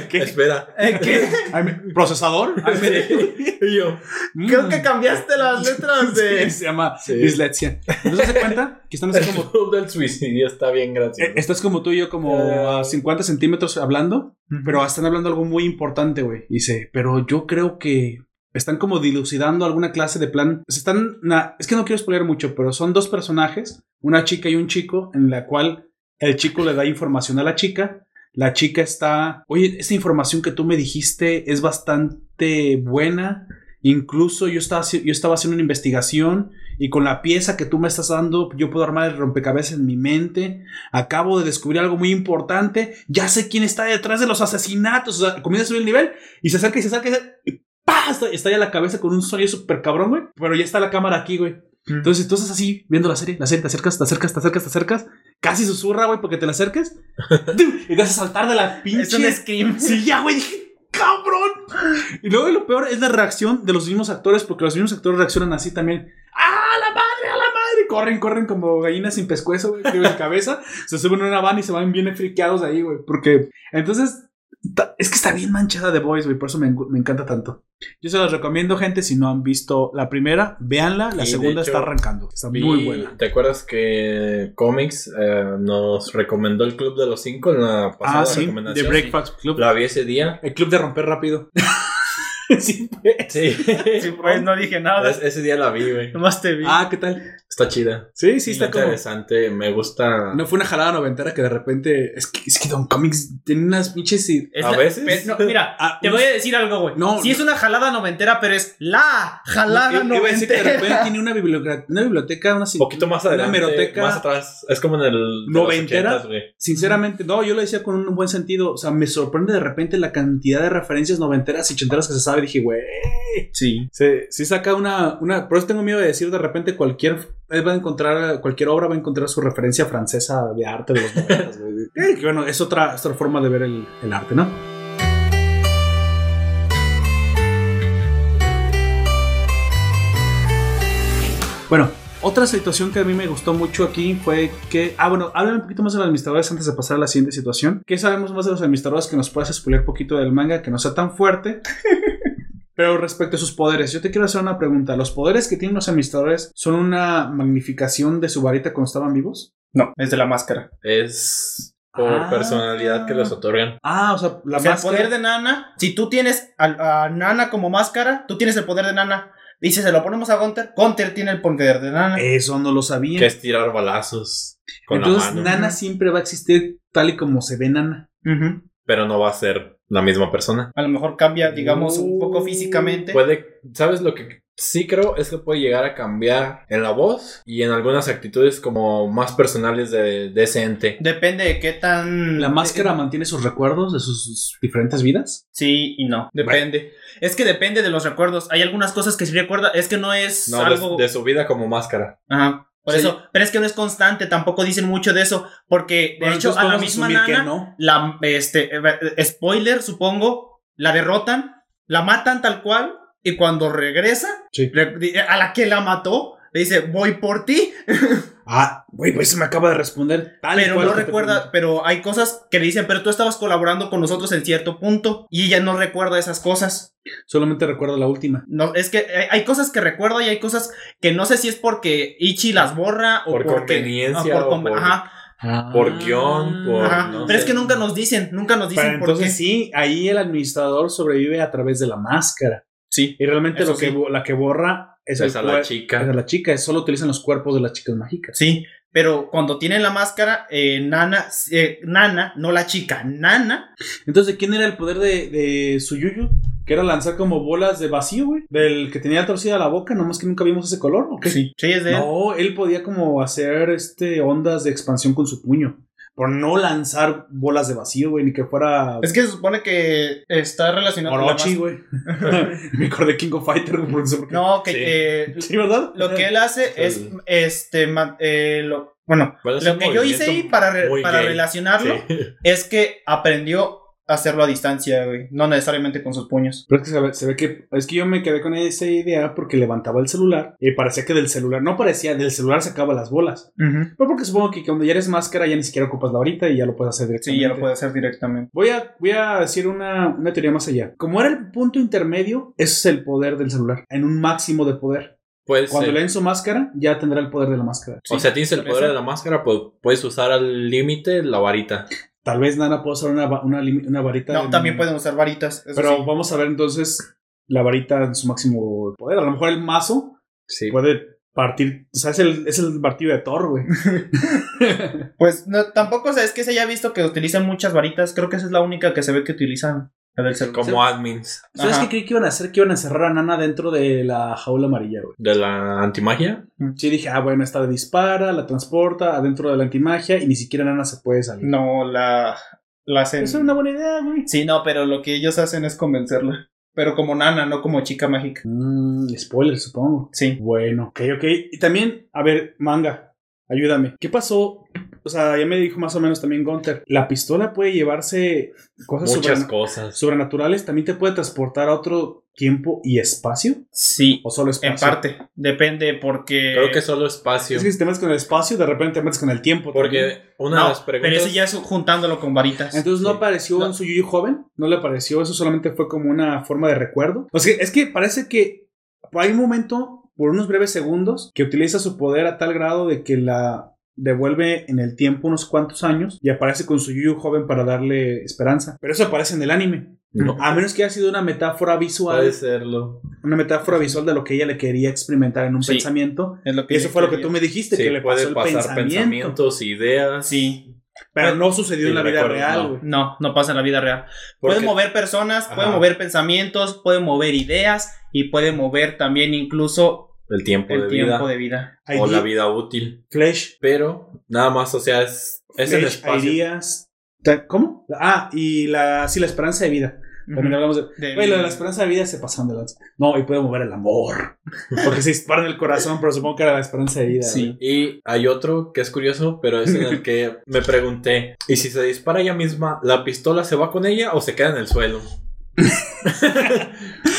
A: (laughs) ¿Qué?
G: (laughs)
E: Espera.
G: Eh,
E: (laughs)
A: ¿Procesador? (laughs)
E: Sí. (laughs) Y yo.
G: Ah, Creo que cambiaste las letras de.
A: Sí, se llama
E: Sí.
A: dislexia. Entonces se cuenta que están así
E: (laughs) El
A: como
E: club del suicidio está bien gracioso.
A: Eh,
G: E-,
A: Estás como tú y yo, como a 50 centímetros hablando, pero están hablando algo muy importante, güey. Dice, pero yo creo que están como dilucidando alguna clase de plan. Se están, na- es que no quiero spoiler mucho, pero son dos personajes, una chica y un chico, en la cual el chico le da información a la chica. La chica está, oye, esa información que tú me dijiste es bastante buena. Incluso yo estaba, haci- yo estaba haciendo una investigación y con la pieza que tú me estás dando, yo puedo armar el rompecabezas en mi mente. Acabo de descubrir algo muy importante. Ya sé quién está detrás de los asesinatos. O sea, comienza a subir el nivel y se acerca y se acerca y se- y ¡pah! Está, está ya la cabeza con un sonido súper cabrón, güey. Pero ya está la cámara aquí, güey. Entonces tú estás así viendo la serie, la serie, te acercas, te acercas, te acercas, te acercas. Casi susurra, güey, porque te la acerques. y te haces saltar de la pinche.
G: Es un scream.
A: Sí, ya, güey, dije, cabrón. Y luego lo peor es la reacción de los mismos actores, porque los mismos actores reaccionan así también. ¡Ah, la madre, a la madre! Corren, corren como gallinas sin pescuezo, güey, digo, sin cabeza. (laughs) Se suben a una van y se van bien friqueados ahí, güey. Porque, entonces, ta- es que está bien manchada de Boys, güey, por eso me, engu- me encanta tanto. Yo se los recomiendo, gente, si no han visto la primera, véanla. La
E: Y, de
A: segunda
E: hecho,
A: está arrancando. Está
E: Vi-
A: muy buena.
E: ¿Te acuerdas que Comics eh, nos recomendó el Club de los Cinco en la pasada
A: Ah, sí, The
E: recomendación?
A: Breakfast Club.
E: La vi
A: (laughs)
E: ese día.
A: El club de romper rápido. (laughs) sí,
E: Sí.
G: Sí, pues no dije nada.
E: Es- ese día la vi, güey.
G: Nomás te vi.
A: Ah, ¿qué tal?
E: Está chida.
A: Sí, sí, está como.
E: interesante. Me gusta.
A: No fue una jalada noventera que de repente. Es que, es que Don Comics tiene unas pinches. y-
G: Es
E: a
G: la-
E: veces.
G: pe- no, mira,
A: Ah,
G: te
A: unos-
G: voy a decir algo, güey.
A: No,
G: sí
A: no.
G: es una jalada noventera, pero es la jalada
A: Iba a decir que de repente
G: noventera.
A: tiene una biblioteca, una, biblioteca, una
E: Un poquito más adelante.
A: Una hemeroteca.
E: Más atrás. Es como en el. de los
A: ¿Noventera?
E: 80s, güey.
A: Sinceramente, no, yo lo decía con un buen sentido. O sea, me sorprende de repente la cantidad de referencias noventeras y ochenteras que se sabe. Dije, güey.
G: Sí.
A: Se, sí saca una, una. Por eso tengo miedo de decir de repente cualquier. Él va a encontrar. Cualquier obra va a encontrar su referencia francesa de arte de los noventas, güey. Eh, que bueno, es otra, es otra forma de ver el, el arte, ¿no? Bueno, otra situación que a mí me gustó mucho aquí fue que. Ah, bueno, háblame un poquito más de los administradores antes de pasar a la siguiente
G: (laughs)
A: situación. ¿Qué sabemos más de los administradores que nos puedas spoiler un poquito del manga que no sea tan fuerte? Pero respecto a sus poderes, yo te quiero hacer una pregunta. ¿Los poderes que tienen los administradores son una magnificación de su varita cuando estaban vivos?
G: No, es de la máscara.
E: Es por
A: Ah.
E: personalidad que les otorgan.
A: Ah, o sea, la
G: o sea, el
A: máscara-
G: poder de Nana, si tú tienes a, a Nana como máscara, tú tienes el poder de Nana. Y si se lo ponemos a Gunter, Gunter tiene el poder de Nana.
A: Eso no lo sabía.
E: Que es tirar balazos con la
A: Entonces,
E: mano.
A: Nana siempre va a existir tal y como se ve Nana.
G: Ujú.
E: Pero no va a ser la misma persona.
G: A lo mejor cambia, digamos, un poco
E: Uh,
G: físicamente.
E: Puede, ¿sabes lo que sí creo? Es que puede llegar a cambiar en la voz y en algunas actitudes como más personales de, de ese ente.
G: Depende de qué tan... eh,
A: ¿La máscara mantiene sus recuerdos de sus, sus diferentes vidas?
G: Sí y no, depende. Es que depende de los recuerdos. Hay algunas cosas que sí recuerda, es que no es
E: No, de-
G: algo...
E: de, su vida como máscara.
G: Ajá. Por
A: Sí.
G: eso, pero es que no es constante, tampoco dicen mucho de eso, porque de
A: Bueno,
G: hecho
A: entonces
G: a la
A: podemos
G: misma
A: asumir que
G: Nana,
A: no.
G: la, este, eh, eh, spoiler supongo, la derrotan, la matan tal cual, y cuando regresa, re- di- eh, a la que la mató, le dice, voy por ti,
A: Ah, güey, pues se me acaba de responder. Tal y
G: pero
A: cual
G: no
A: que te
G: recuerda, pero hay cosas que le dicen, pero tú estabas colaborando con nosotros en cierto punto, y ella no recuerda esas cosas.
A: pregunté. Solamente recuerdo la última.
G: No, es que hay- hay cosas que recuerdo y hay cosas que no sé si es porque Ichi las borra o
E: Por
G: porque-
E: conveniencia
G: ah, por
E: o
G: con-
E: por-
G: ajá,
E: Por guión, por...
G: ajá.
E: no
G: pero
E: sé.
G: es que nunca nos dicen, nunca nos dicen
A: Pero
G: por qué.
A: entonces sí, ahí el administrador sobrevive a través de la máscara.
G: Sí.
A: Y realmente
G: Eso
A: lo que,
G: sí.
A: bo- la que borra es,
E: Es
A: el
E: a la
A: cuer-
E: chica.
A: es a la chica. es- Solo utilizan los cuerpos de las chicas mágicas.
G: Sí, pero cuando tienen la máscara, eh, Nana, eh, Nana, no la chica, Nana,
A: Entonces, ¿quién era el poder de, de Tsuyuyu? Que era lanzar como bolas de vacío, güey. Del que tenía torcida la boca, nomás que nunca vimos ese color, ¿o qué?
G: sí, es de él.
A: No, él podía como hacer este ondas de expansión con su puño. Por no lanzar bolas de vacío, güey, ni que fuera
G: Es que se supone que está relacionado con la
A: Orochi,
G: más- (laughs)
A: güey. (laughs) Me acordé de King of Fighter, güey, por no sé por qué.
G: No, que
E: Sí.
G: eh,
A: (laughs) ¿Sí, verdad?
G: lo que él hace es
E: Sí.
G: este ma- eh, lo- bueno,
E: Bueno, es
G: lo
E: un
G: que yo hice
E: movimiento
G: ahí para, re-
E: muy
G: para
E: gay.
G: relacionarlo
E: Sí. (laughs)
G: es que aprendió a hacerlo a distancia, güey. No necesariamente con sus puños.
A: Pero es que se ve, se ve que. Es que yo me quedé con esa idea porque levantaba el celular y parecía que del celular. No parecía, del celular sacaba las bolas. Pero porque supongo que cuando ya eres máscara ya ni siquiera ocupas la varita y ya lo puedes hacer
G: Sí,
A: directamente.
G: ya lo puede hacer directamente.
A: Voy a, voy a decir una, una teoría más allá. Como era el punto intermedio, ese es el poder del celular. En un máximo de poder.
E: Puede
A: Cuando
E: ser.
A: le den su máscara, ya tendrá el poder de la máscara.
E: O sea, tienes el poder de la máscara, pues puedes usar al límite la varita.
A: Tal vez Nana pueda usar una, va- una, lim- una varita.
G: No,
A: en-
G: también pueden usar varitas. eso
A: Pero
G: sí.
A: vamos a ver entonces la varita en su máximo poder. A lo mejor el mazo
E: Sí.
A: puede partir. O sea, es el, es el partido de Thor, güey.
G: Pues no, tampoco o sea, es que se haya visto que utilizan muchas varitas. Creo que esa es la única que se ve que utilizan. La del celular.
E: Como admins
A: (laughs) ¿Sabes
G: Ajá.
A: qué creí que iban a hacer? Que iban a encerrar a Nana dentro de la jaula amarilla, güey.
E: de la antimagia.
A: Sí, dije, ah, bueno, esta dispara, la transporta adentro de la antimagia y ni siquiera Nana se puede salir.
G: No, la. La hacen.
A: Esa es una buena idea, güey.
G: Sí, no, pero lo que ellos hacen es convencerla. Pero como nana, no como chica mágica.
A: Mm, spoiler, supongo.
G: Sí.
A: Bueno, ok, ok. Y también, a ver, manga, ayúdame. ¿Qué pasó? O sea, ya me dijo más o menos también Gunter. La pistola puede llevarse cosas
E: Muchas
A: sobrenaturales.
E: cosas.
A: sobrenaturales también te puede transportar a otro tiempo y espacio
G: Sí.
A: o solo espacio.
G: En parte. Depende porque.
E: Creo que solo espacio.
A: Es que si te metes con el espacio, de repente te metes con el tiempo. también.
E: Porque una
G: No,
E: de las preguntas.
G: Pero eso ya es juntándolo con varitas.
A: Entonces no
E: Sí.
A: apareció
E: No.
A: en su Yuyu joven, no le apareció, eso solamente fue como una forma de recuerdo. O sea, es que parece que hay un momento, por unos breves segundos, que utiliza su poder a tal grado de que la devuelve en el tiempo unos cuantos años y aparece con su Yuyu joven para darle esperanza. Pero eso aparece en el anime.
E: No.
A: A menos que haya sido una metáfora visual.
E: Puede serlo.
A: una metáfora visual de lo que ella le quería experimentar en un
G: Sí.
A: pensamiento.
G: Es lo que
A: Y eso
G: yo
A: fue lo que
G: quería.
A: tú me dijiste,
E: Sí,
A: que le pasó
E: puede
A: el
E: pasar
A: pensamiento,
E: pensamientos, ideas.
G: Sí.
A: Pero no sucedió
E: Sí,
A: en la vida
E: recuerdo,
A: real,
E: no.
A: güey.
G: No, no pasa en la vida real.
E: Porque-
G: Puede mover personas,
E: Ajá.
G: puede mover pensamientos, puede mover ideas y puede mover también incluso
E: El tiempo
G: el
E: de
G: tiempo
E: vida.
G: de vida.
A: Hay
E: O la
A: di-
E: vida útil.
A: Flash,
E: Pero nada más, o sea, es, es el
A: Flash,
E: espacio.
A: ideas. Ta- ¿Cómo? Ah, y la, sí, la esperanza de vida. También hablamos de.
G: De-
A: Güey, lo de la esperanza de vida se pasan de lanza. No, y puede mover el amor. Porque se dispara en el corazón, pero supongo que era la esperanza de vida.
G: Sí.
E: Y hay otro que es curioso, pero es
A: (laughs)
E: en el que me pregunté, ¿y si se dispara ella misma, la pistola se va con ella o se queda en el suelo?
G: La-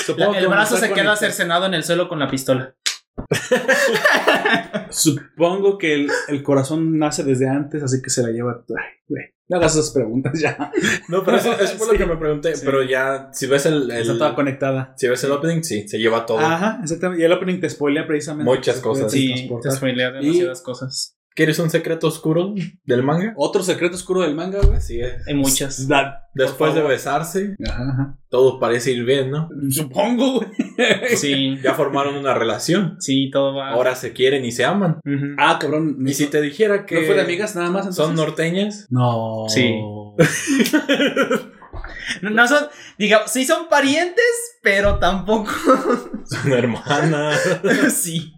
A: Supongo que
G: el brazo
A: está
G: se queda
A: conectado.
G: cercenado en el suelo con la pistola.
A: Supongo que el, el corazón nace desde antes, así que se la lleva. Ay, güey. No hagas esas preguntas ya.
E: No, pero eso, eso fue
A: (laughs)
E: lo
A: Sí.
E: que me pregunté.
A: Sí.
E: Pero ya, si ves el, el-
A: Está toda conectada.
E: si ves el opening, sí, se lleva todo.
A: Ajá, exactamente. Y el opening te spoilea precisamente.
E: Muchas
A: Se
E: cosas.
A: puede
G: Sí,
A: transportar.
G: te spoilea
A: Y-
G: demasiadas cosas.
E: ¿Quieres un secreto oscuro
A: (laughs)
E: del manga?
A: Otro secreto oscuro del manga, güey.
E: Así es.
A: (laughs)
G: Hay muchas.
A: Da-
E: Después de
A: favor.
E: besarse,
A: Ajá, ajá.
E: todo parece ir bien, ¿no?
A: Supongo, güey.
G: Sí,
E: Ya formaron
A: (laughs)
E: una relación.
G: sí, todo va.
E: Ahora se quieren y se aman.
G: Ujú.
A: Ah, cabrón.
E: Y si te dijera que
A: ¿No fue de amigas nada más?
E: son
A: Entonces?
E: norteñas, (laughs)
A: No.
G: Sí. No, no son, digamos, sí son parientes, pero tampoco. (laughs)
A: (laughs)
E: son hermanas.
G: sí.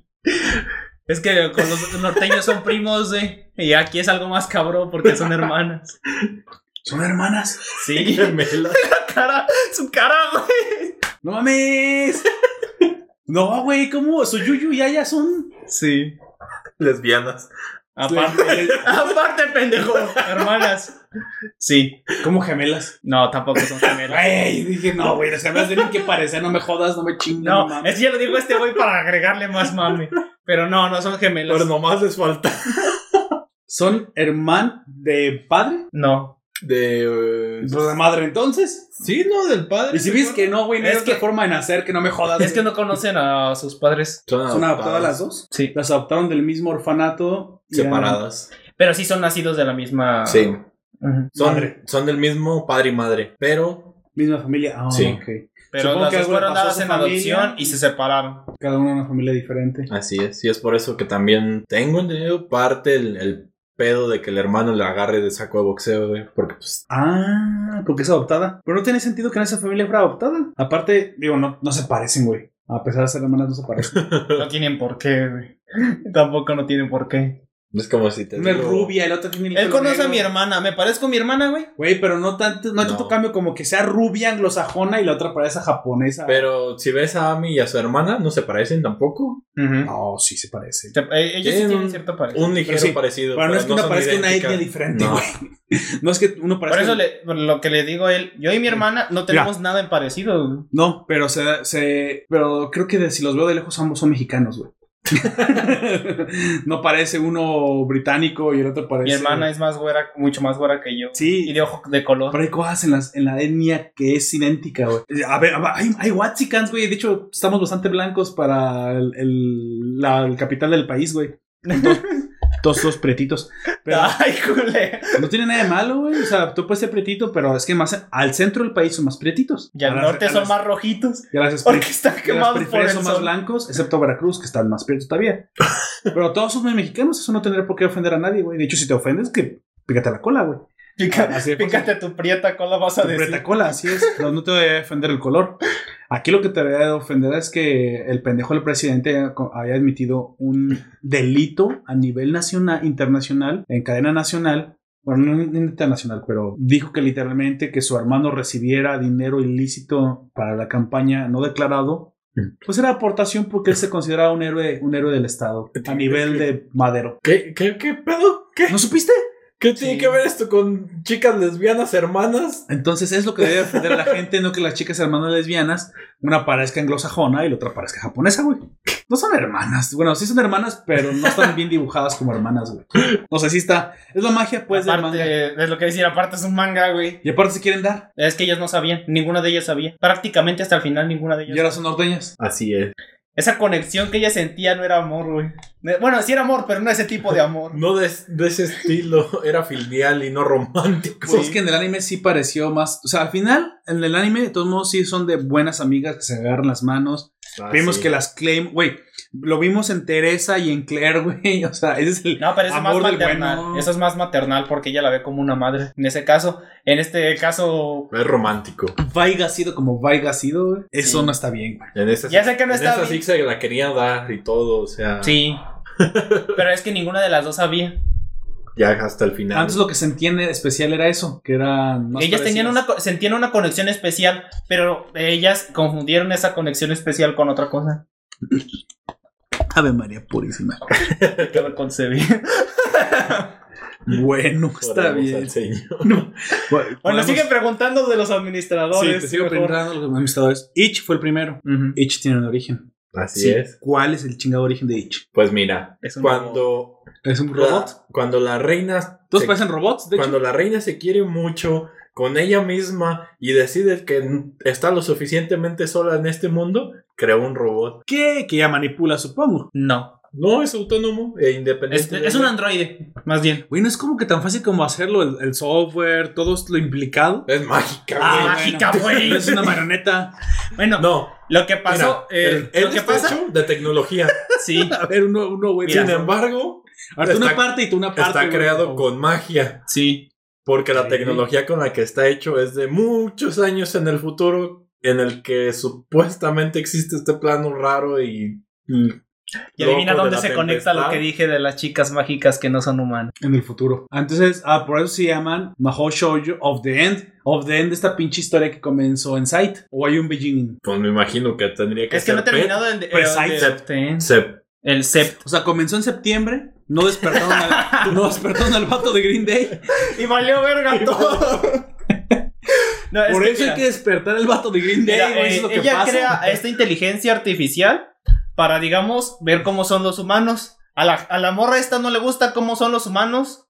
G: Es que con los norteños son primos, eh. Y aquí es algo más cabrón porque son hermanas.
A: Son hermanas.
G: Sí. cara, su cara, güey.
A: ¡No mames! No, güey, ¿cómo? Su Yuyu y Aya son.
G: Sí.
E: Lesbianas.
G: Aparte, (laughs) aparte, pendejo. Hermanas. Sí.
A: Como gemelas.
G: No, tampoco son gemelas.
A: Güey, dije, no, güey, las gemelas tienen que parecer, no me jodas, no me chingas.
G: No,
A: mames.
G: es que ya lo dijo este güey para agregarle más mame. Pero no, no son gemelos.
E: Pero nomás les falta
A: ¿Son herman de padre?
G: No.
E: de... eh,
A: Pues de madre, entonces.
E: sí, ¿no? Del padre.
A: Y si ves que no, güey, no
G: Es
A: es que
G: que-
A: forma de nacer, que no me jodas.
G: Es que
A: güey.
G: no conocen a sus padres.
E: Son
A: Son adoptadas las dos.
G: Sí.
A: Las adoptaron del mismo orfanato. y eran-
E: Separadas.
G: Pero sí son nacidos de la
A: Ah,
G: misma.
E: Sí.
G: Ujú.
E: Son,
A: Madre.
E: son del mismo padre y madre. Pero
A: Misma familia. Ah,
E: Sí.
A: ok.
G: Pero
A: Supongo
G: las
A: que
G: dos
A: algo le
G: fueron
A: pasó a
G: dadas
A: su
G: en
A: familia.
G: adopción y se separaron.
A: Cada una una familia diferente.
E: así es. Y es por eso que también tengo entendido parte el, el pedo de que el hermano le agarre de saco de boxeo, güey. Porque pues...
A: Ah, porque es adoptada. Pero no tiene sentido que en esa familia fuera adoptada. Aparte, digo, no, no se parecen, güey. A pesar de ser hermanas, no se parecen.
G: No tienen por qué, güey. Tampoco no tienen por qué.
E: Es como si te
A: (laughs) Una es
E: digo-
A: rubia, el otro tiene el
G: Él
A: pelo
G: conoce a
A: negro.
G: mi hermana. ¿Me parezco a mi hermana, güey?
A: Güey, pero no tanto, no hay
E: No.
A: tanto cambio como que sea rubia anglosajona y la otra parece japonesa.
E: Pero si ves a Ami y a su hermana, no se parecen tampoco.
A: No, sí se parece.
G: Te- eh, ellos sí
E: Tienen
G: tienen
E: un-
G: cierto parecido.
E: Un ligero
A: Pero sí,
E: parecido.
A: Pero no es que una
E: son
A: parezca una
E: idénticas.
A: etnia diferente,
E: No.
A: güey. No. es que uno
G: Por
A: parezca.
G: eso le- por lo que le digo a él, yo y mi hermana no tenemos nada en parecido. güey.
A: No, pero se, se- Pero creo que de- si los veo de lejos, ambos son mexicanos, güey. (laughs) no parece uno británico y el otro parece.
G: Mi hermana es más güera, mucho más güera que yo.
A: Pues Sí.
G: Y de ojo de color.
A: Pero hay cosas en, las, en la etnia que es idéntica, güey. A ver, a ver, hay, hay Waxicans, güey. De hecho, estamos bastante blancos para el, el- la el capital del país, güey.
G: (laughs)
A: Entonces, todos los pretitos. Pero
G: Ay, culé.
A: no tiene nada de malo, güey. O sea, tú puedes ser pretito, pero es que más al centro del país son más pretitos.
G: Y al
A: A las-
G: norte
A: a
G: son
A: las-
G: más rojitos.
A: y a las
G: Porque están
A: que las
G: quemados por el
A: periferias son más
G: sol.
A: blancos, excepto Veracruz, que están más prietos
G: (laughs)
A: todavía. Pero todos son muy mexicanos, eso no tendría por qué ofender a nadie, güey. De hecho, si te ofendes, que pícate la cola, güey.
G: Pica-
A: Así de
G: Pícate tu prieta cola, vas a
A: Tu
G: decir.
A: preta cola, así es. Pero no te voy a ofender el color. Aquí lo que te voy a ofender es que el pendejo del presidente había admitido un delito a nivel nacional, internacional, en cadena nacional. Bueno, no en- en internacional, pero dijo que literalmente que su hermano recibiera dinero ilícito para la campaña no declarado. Pues era aportación porque él se consideraba un héroe, un héroe del Estado a nivel de Madero.
E: ¿Qué, qué, qué pedo? ¿Qué,
A: ¿No supiste?
E: qué tiene que ver esto con chicas lesbianas hermanas?
A: Entonces es lo que debe defender
G: (laughs)
A: a la gente, no que las chicas hermanas lesbianas, una parezca anglosajona y la otra parezca japonesa, güey. No son hermanas. Bueno, sí son hermanas, pero no están bien dibujadas como hermanas, güey. O sea, sí está. Es la magia, pues, del manga.
G: Aparte, es lo que decir, aparte es un manga, güey.
A: Y aparte se quieren dar.
G: Es que ellas no sabían, ninguna de ellas sabía. Prácticamente hasta el final ninguna de ellas.
A: Y ahora son norteñas.
E: Así es.
G: Esa conexión que ella sentía no era amor, güey. Ne- Bueno, sí era amor, pero no ese tipo
A: (laughs)
G: de amor.
E: No de, de ese estilo, (laughs) era filial y no romántico.
A: Pues es que en el anime sí pareció más. O sea, al final, en el anime, de todos modos, sí son de buenas amigas que se agarran las manos.
E: Ah,
A: Vimos
E: sí.
A: que las claim. Güey, lo vimos en Teresa y en Claire, güey. (laughs) O sea, ese es el.
G: No, pero eso es más
A: Amor del
G: maternal.
A: bueno.
G: Eso es más maternal porque ella la ve como una madre. En ese caso, en este caso,
E: Es romántico.
A: Vaiga ha sido como Vaiga ha sido, güey. Eso
G: Sí.
A: no está bien, güey.
E: En esa,
G: Ya sé que no
E: en
G: está
E: esa
G: bien.
E: sí se la quería dar y todo, o sea.
G: sí. (laughs) Pero es que ninguna de las dos sabía.
E: Ya hasta el final.
A: Antes lo que se entiende especial era eso, que eran más
G: ellas tenían
A: parecidas.
G: una, co- sentían una conexión especial, pero ellas confundieron esa conexión especial con otra cosa.
A: Ave María purísima.
G: Que me concebí.
A: Bueno, está
E: Oramos
A: bien.
E: al Señor.
A: Mm. Bueno,
G: Bueno,
A: podemos-
G: sigue preguntando de los
A: Sí,
G: administradores.
A: te sigo
G: mejor.
A: preguntando los administradores. Itch fue el primero.
G: Ujú.
A: Itch tiene un origen.
E: Así
A: Sí.
E: es.
A: ¿Cuál es el chingado origen de Itch?
E: Pues mira,
G: Es un
E: cuando
A: ¿Es un
E: la,
A: robot?
E: cuando la reina
P: Todos
E: Sí.
P: parecen robots, de
E: Cuando la reina se quiere mucho con ella misma y decide que n- está lo suficientemente sola en este mundo, creó un robot.
A: ¿Qué? Que ya manipula, supongo.
G: No.
E: No, es autónomo e
G: Es,
E: independiente. de
G: es un
E: ella.
G: androide, más bien.
A: Güey, no es como que tan fácil como hacerlo, el, el software, todo es lo implicado.
E: Es mágica,
A: Ah,
E: güey.
G: mágica, güey.
A: (laughs) Es una marioneta.
G: Bueno,
E: No,
G: lo que pasó.
E: mira,
G: eh,
E: el- él
G: lo que
E: está
G: pasa.
E: hecho de tecnología.
G: (laughs) Sí,
A: A ver, uno, uno, güey.
E: Sin embargo,
A: Ahora tú una
E: está-
A: parte y tú una parte.
E: está
A: güey.
E: creado con magia.
G: sí.
E: Porque la tecnología con la que está hecho es de muchos años en el futuro, en el que supuestamente existe este plano raro y. y
G: Y adivina
E: loco de
G: dónde
E: la
G: se conecta lo
E: tempestad.
G: que dije de las chicas mágicas que no son humanas.
A: En el futuro. Ah, Entonces, ah, por eso se llaman Mahou Shoujo of the End. Of the End, esta pinche historia que comenzó en Sight. O hay un beginning.
E: Pues me imagino que tendría que
G: Es que
E: ser
G: no he terminado el. de-
A: Precise.
G: el de-
E: Se-
G: El Sept.
A: O sea, comenzó en septiembre. No despertaron
G: (laughs)
A: al, no despertaron al vato de Green Day.
G: Y valió (laughs) verga todo. No,
A: Por
G: que
A: eso
G: mira,
A: hay que despertar al vato de Green Day,
G: mira,
A: güey. eso
G: eh,
A: es lo que
G: ella
A: pasa.
G: crea esta inteligencia artificial para, digamos, ver cómo son los humanos. A la, a la morra esta no le gusta cómo son los humanos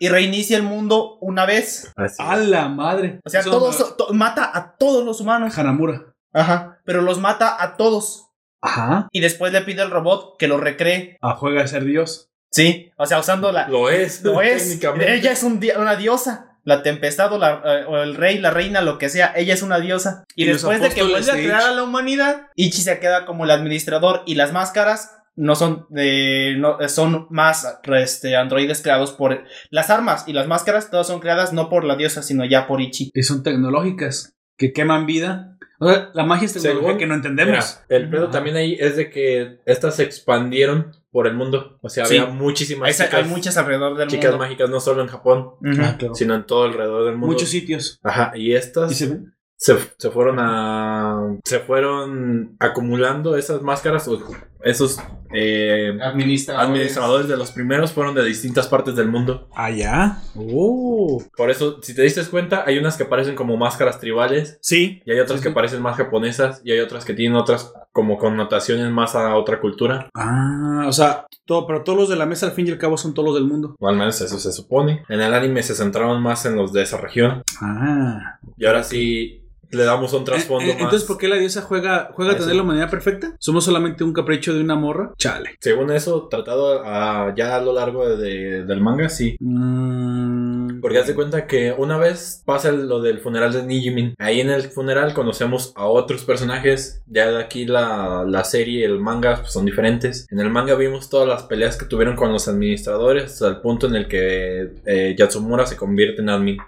G: y reinicia el mundo una vez.
E: Así.
A: A la madre.
G: O sea,
A: Eso
G: todos,
A: no-
G: to- mata a todos los humanos.
A: Hanamura.
G: Ajá. Pero los mata a todos.
A: Ajá.
G: Y después le pide al robot que lo recree.
A: A juega a ser Dios.
G: Sí. O sea, usando la,
E: Lo es.
G: Lo es.
E: técnicamente.
G: Ella es un di- una diosa. La tempestad o, la- eh, o el rey, la reina, lo que sea, ella es una diosa. Y,
A: Y los
G: después de que
A: apóstoles
G: vuelve a
A: de
G: crear
A: Ichi.
G: a la humanidad, Ichi se queda como el administrador y las máscaras no son de no eh, son más este androides creados por las armas y las máscaras todas son creadas no por la diosa sino ya por Ichi.
A: Y son tecnológicas que queman vida. O sea, la magia es tecnología
E: Según-
A: que no entendemos.
E: Mira, el pedo también ahí es de que estas se expandieron por el mundo. O sea,
G: Sí.
E: había muchísimas
G: Hay, hay muchas alrededor del
E: chicas
G: mundo.
E: mágicas, no solo en Japón,
G: Ujú.
A: Ah, claro.
E: sino en todo alrededor del mundo.
A: Muchos sitios.
E: Ajá, y estas
A: Y se ven.
E: se, se fueron a. Se fueron acumulando esas máscaras. o Esos eh, administradores de los primeros fueron de distintas partes del mundo.
A: Allá. Oh.
E: Por eso, si te diste cuenta, hay unas que parecen como máscaras tribales.
A: Sí.
E: Y hay otras
A: Sí,
E: que
A: sí.
E: parecen más japonesas. Y hay otras que tienen otras como connotaciones más a otra cultura.
A: Ah, o sea, todo, pero todos los de la mesa al fin y al cabo son todos los del mundo.
E: O al menos eso se supone. En el anime se centraron más en los de esa región.
A: Ah.
E: Y ahora sí le damos un trasfondo más.
A: Eh, Entonces, ¿por qué la diosa juega, juega a
E: Eso.
A: tener la humanidad perfecta? ¿Somos solamente un capricho de una morra? Chale.
E: Según eso, tratado a- ya a lo largo de- de- del manga, sí.
A: Mm.
E: Porque haz de cuenta que una vez pasa lo del funeral de Nijimin. Ahí en el funeral conocemos a otros personajes. Ya de aquí la, la serie, el manga, pues, son diferentes. En el manga vimos todas las peleas que tuvieron con los administradores. Hasta el punto en el que eh, Yatsumura se convierte en admin.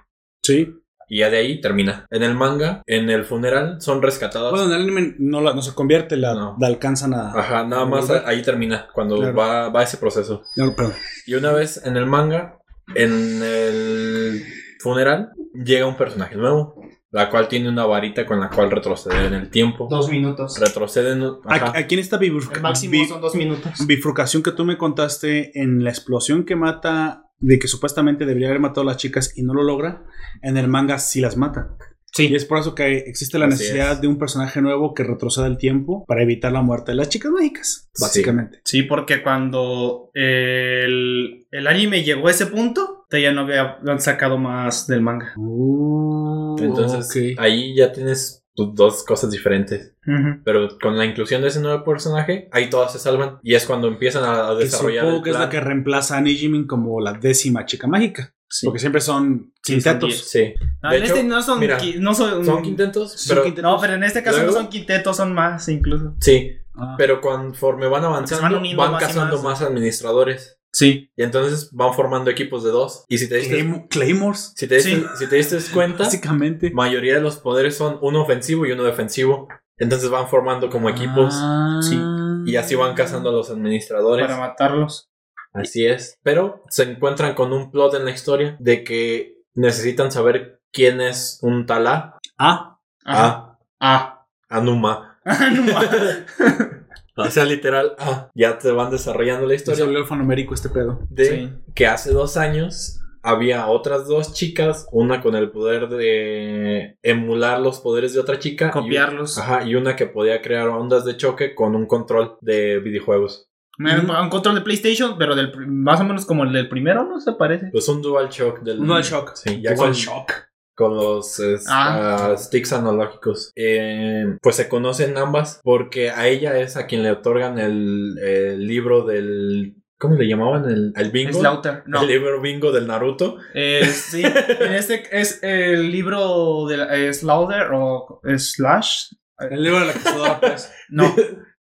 A: Sí.
E: Y ya de ahí termina. En el manga, en el funeral, son rescatadas.
A: Bueno, en el anime no, la, no se convierte, la,
E: No.
A: la alcanzan a.
E: Ajá, nada más
A: Volver.
E: ahí termina, cuando
A: Claro.
E: va, va ese proceso.
A: No, perdón.
E: Y una vez en el manga, en el funeral, llega un personaje nuevo, la cual tiene una varita con la cual retroceder en el tiempo.
G: Dos minutos.
E: Retroceden. Ajá.
A: Aquí, aquí en esta bifurca-
G: El máximo
A: bi-
G: son dos minutos.
A: bifurcación que tú me contaste en la explosión que mata, de que supuestamente debería haber matado a las chicas y no lo logra, en el manga sí las mata.
G: Sí.
A: Y es por eso que existe la
E: Así
A: necesidad
E: es.
A: de un personaje nuevo que retroceda el tiempo para evitar la muerte de las chicas mágicas,
E: Sí.
A: básicamente.
G: Sí, porque cuando eh, el, el anime llegó a ese punto, ya no habían sacado más del manga. Uh,
E: Entonces, ahí ya tienes tus dos cosas diferentes. Pero con la inclusión de ese nuevo personaje, ahí todas se salvan. Y es cuando empiezan a, a
A: Que
E: desarrollar.
A: supongo
E: El
A: que es la
E: plan.
A: que reemplaza a Nijimin como la décima chica mágica. Porque siempre son
G: Sí, son
A: quintetos.
G: diez.
E: Sí.
G: No,
E: De
G: en
E: hecho,
G: este no son,
E: mira,
G: qui- no son,
E: Son quintetos,
A: Son
E: pero.
A: quintetos.
G: No, pero en este caso
E: Luego-
G: no son quintetos, son más incluso.
E: Sí,
A: Ah.
E: pero conforme van
G: se
E: avanzando,
G: van
E: van,
G: uniendo más y
E: cazando
G: más.
E: más administradores.
G: Sí.
E: Y entonces van formando equipos de dos. Y si te diste,
A: Claym- Claymores,
E: si te diste-
G: Sí.
E: si te diste cuenta,
A: básicamente.
E: la mayoría de los poderes son uno ofensivo y uno defensivo. Entonces van formando como equipos.
A: Sí.
E: Y así van cazando a los administradores.
G: Ah. Para matarlos.
E: Así es. Pero se encuentran con un plot en la historia de que necesitan saber quién es un talá.
A: Ah,
G: Ajá. Ah.
E: A
G: (laughs)
E: Anuma.
G: No mames.
E: (laughs) O sea, literal, ah, ya te van desarrollando la
A: se
E: historia.
A: volvió alfanumérico este pedo.
E: de
G: Sí.
E: que hace dos años había otras dos chicas, una con el poder de emular los poderes de otra chica. y-
G: Copiarlos.
E: ajá, y una que podía crear ondas de choque con un control de videojuegos.
G: Era Un control de PlayStation, pero del, pr- más o menos como el del primero, ¿no se parece?
E: Pues un dual shock del.
A: Un DualShock.
E: Sí, ya con, con los es-
G: Ah.
E: ah, sticks analógicos. Eh, pues se conocen ambas porque a ella es a quien le otorgan el, el libro del. ¿Cómo le llamaban? El, al bingo.
G: Es Lauter. No.
E: El libro bingo del Naruto.
G: Eh, sí, en este es el libro de la- eh, Slaughter o Slash.
A: El libro de la cazadora, pues.
E: (laughs)
G: No,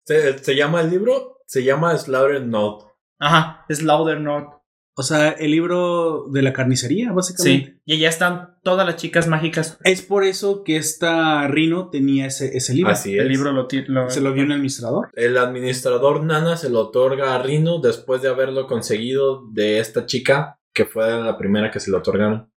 E: Se, se llama el libro, se llama Slaughter Note.
G: ajá, Slaughter North.
A: O sea, el libro de la carnicería, básicamente.
G: Sí, y allá están todas las chicas mágicas.
A: Es por eso que esta Rino tenía ese, ese libro.
E: Así es.
G: El libro lo tiene.
A: Se lo dio un administrador.
E: El administrador Nana se lo otorga a Rino después de haberlo conseguido de esta chica que fue la primera que se lo otorgaron.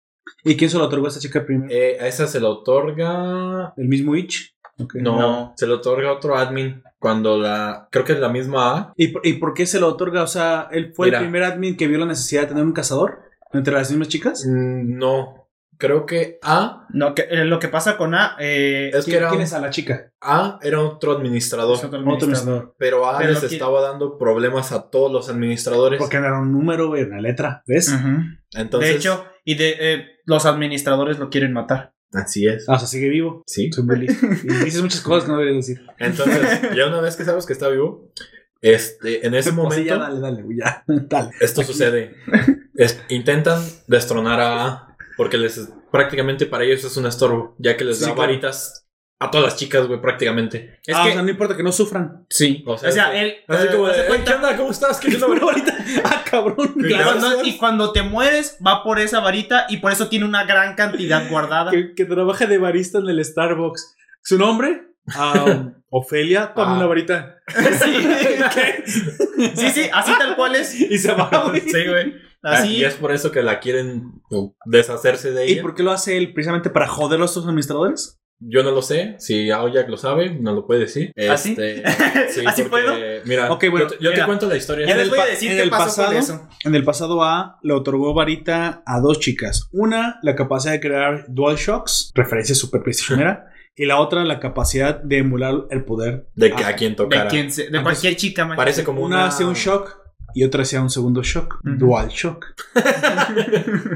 A: ¿Y quién se lo otorgó a esta chica primero?
E: Eh, a esa se lo otorga.
A: ¿El mismo Itch? Ok.
E: No, se lo otorga otro admin cuando la. Creo que es la misma A.
A: ¿Y por, y por qué se lo otorga? O sea, él fue
E: Mira.
A: el primer admin que vio la necesidad de tener un cazador entre las mismas chicas.
E: Mm, No, creo que A
G: No, que, eh, lo que pasa con A. eh,
E: es que
A: ¿Quién,
E: era,
A: quién
E: un-
A: es a la chica?
E: A era otro administrador,
G: es otro
A: Otro
G: administrador.
A: administrador.
E: pero A
G: Pero
E: les
G: lo que-
E: estaba dando problemas a todos los administradores.
A: Porque era un número y una letra, ¿ves?
G: Ujú.
E: Entonces,
G: de hecho, y de eh, los administradores lo quieren matar.
E: así es.
A: Ah, o sea, sigue vivo.
E: Sí.
A: Soy
G: (laughs)
A: muy listo. Y dices muchas cosas que no deberías decir.
E: Entonces, ya una vez que sabes que está vivo, este, en ese
G: Pues
A: O sea, Pues ya
E: momento
A: dale, dale, güey, ya. (laughs) Dale.
E: esto sucede. Es- intentan destronar a A porque les prácticamente para ellos es un estorbo, ya que les
A: Sí,
E: da
A: claro.
E: varitas a todas las chicas, güey, prácticamente.
G: Es
A: ah,
G: que,
A: o sea, no importa que no sufran.
G: sí.
E: o
G: O
E: sea,
G: sea,
E: es-
G: él.
E: Así
G: eh,
E: como, de,
G: hace
E: "Eh,
G: cuenta-
E: ¿qué onda? ¿Cómo
A: (laughs)
E: estás?
G: (laughs)
E: ¿Qué onda, bro?"
A: ahorita. Ah, cabrón.
G: Y
E: Claro,
G: cuando-
E: sí.
G: y cuando te mueres, va por esa varita y por eso tiene una
E: (laughs)
G: gran cantidad guardada.
A: Que, que trabaja de barista en el Starbucks. ¿Su nombre? Ah,
G: (laughs)
A: Ofelia. Toma
E: Ah.
A: una varita.
G: Sí. sí, sí, así tal cual es.
E: (laughs)
A: Y se va,
G: (laughs)
A: güey.
G: Sí, güey. Así.
E: Ah, Y es por eso que la quieren o, deshacerse de
A: ¿Y
E: ella.
A: por qué lo hace él? ¿Precisamente para joder a los otros administradores?
E: Yo no lo sé, si Aoyak lo sabe, no lo puede decir. Este,
G: ¿Ah, sí? (laughs)
E: sí,
G: ¿Así
E: porque, Mira,
A: Ok, bueno,
E: yo, te, yo te
A: mira.
E: cuento la historia.
G: Ya les
A: el
G: voy a
A: pa-
G: decir
A: en
G: qué
A: el
G: pasó
A: pasado-
G: con eso.
A: En el pasado A le otorgó varita a dos chicas. Una, la capacidad de crear dual shocks, referencia super
G: (laughs)
A: PlayStationera, y la otra, la capacidad de emular el poder.
E: De que
A: Ah,
E: a quien
G: De,
E: tocara.
G: quien se- de cualquier chica, man.
E: Parece como
A: Una,
E: una...
A: hacía un shock y otra hacía un segundo shock.
G: Ujú.
A: Dual
G: (laughs)
A: shock.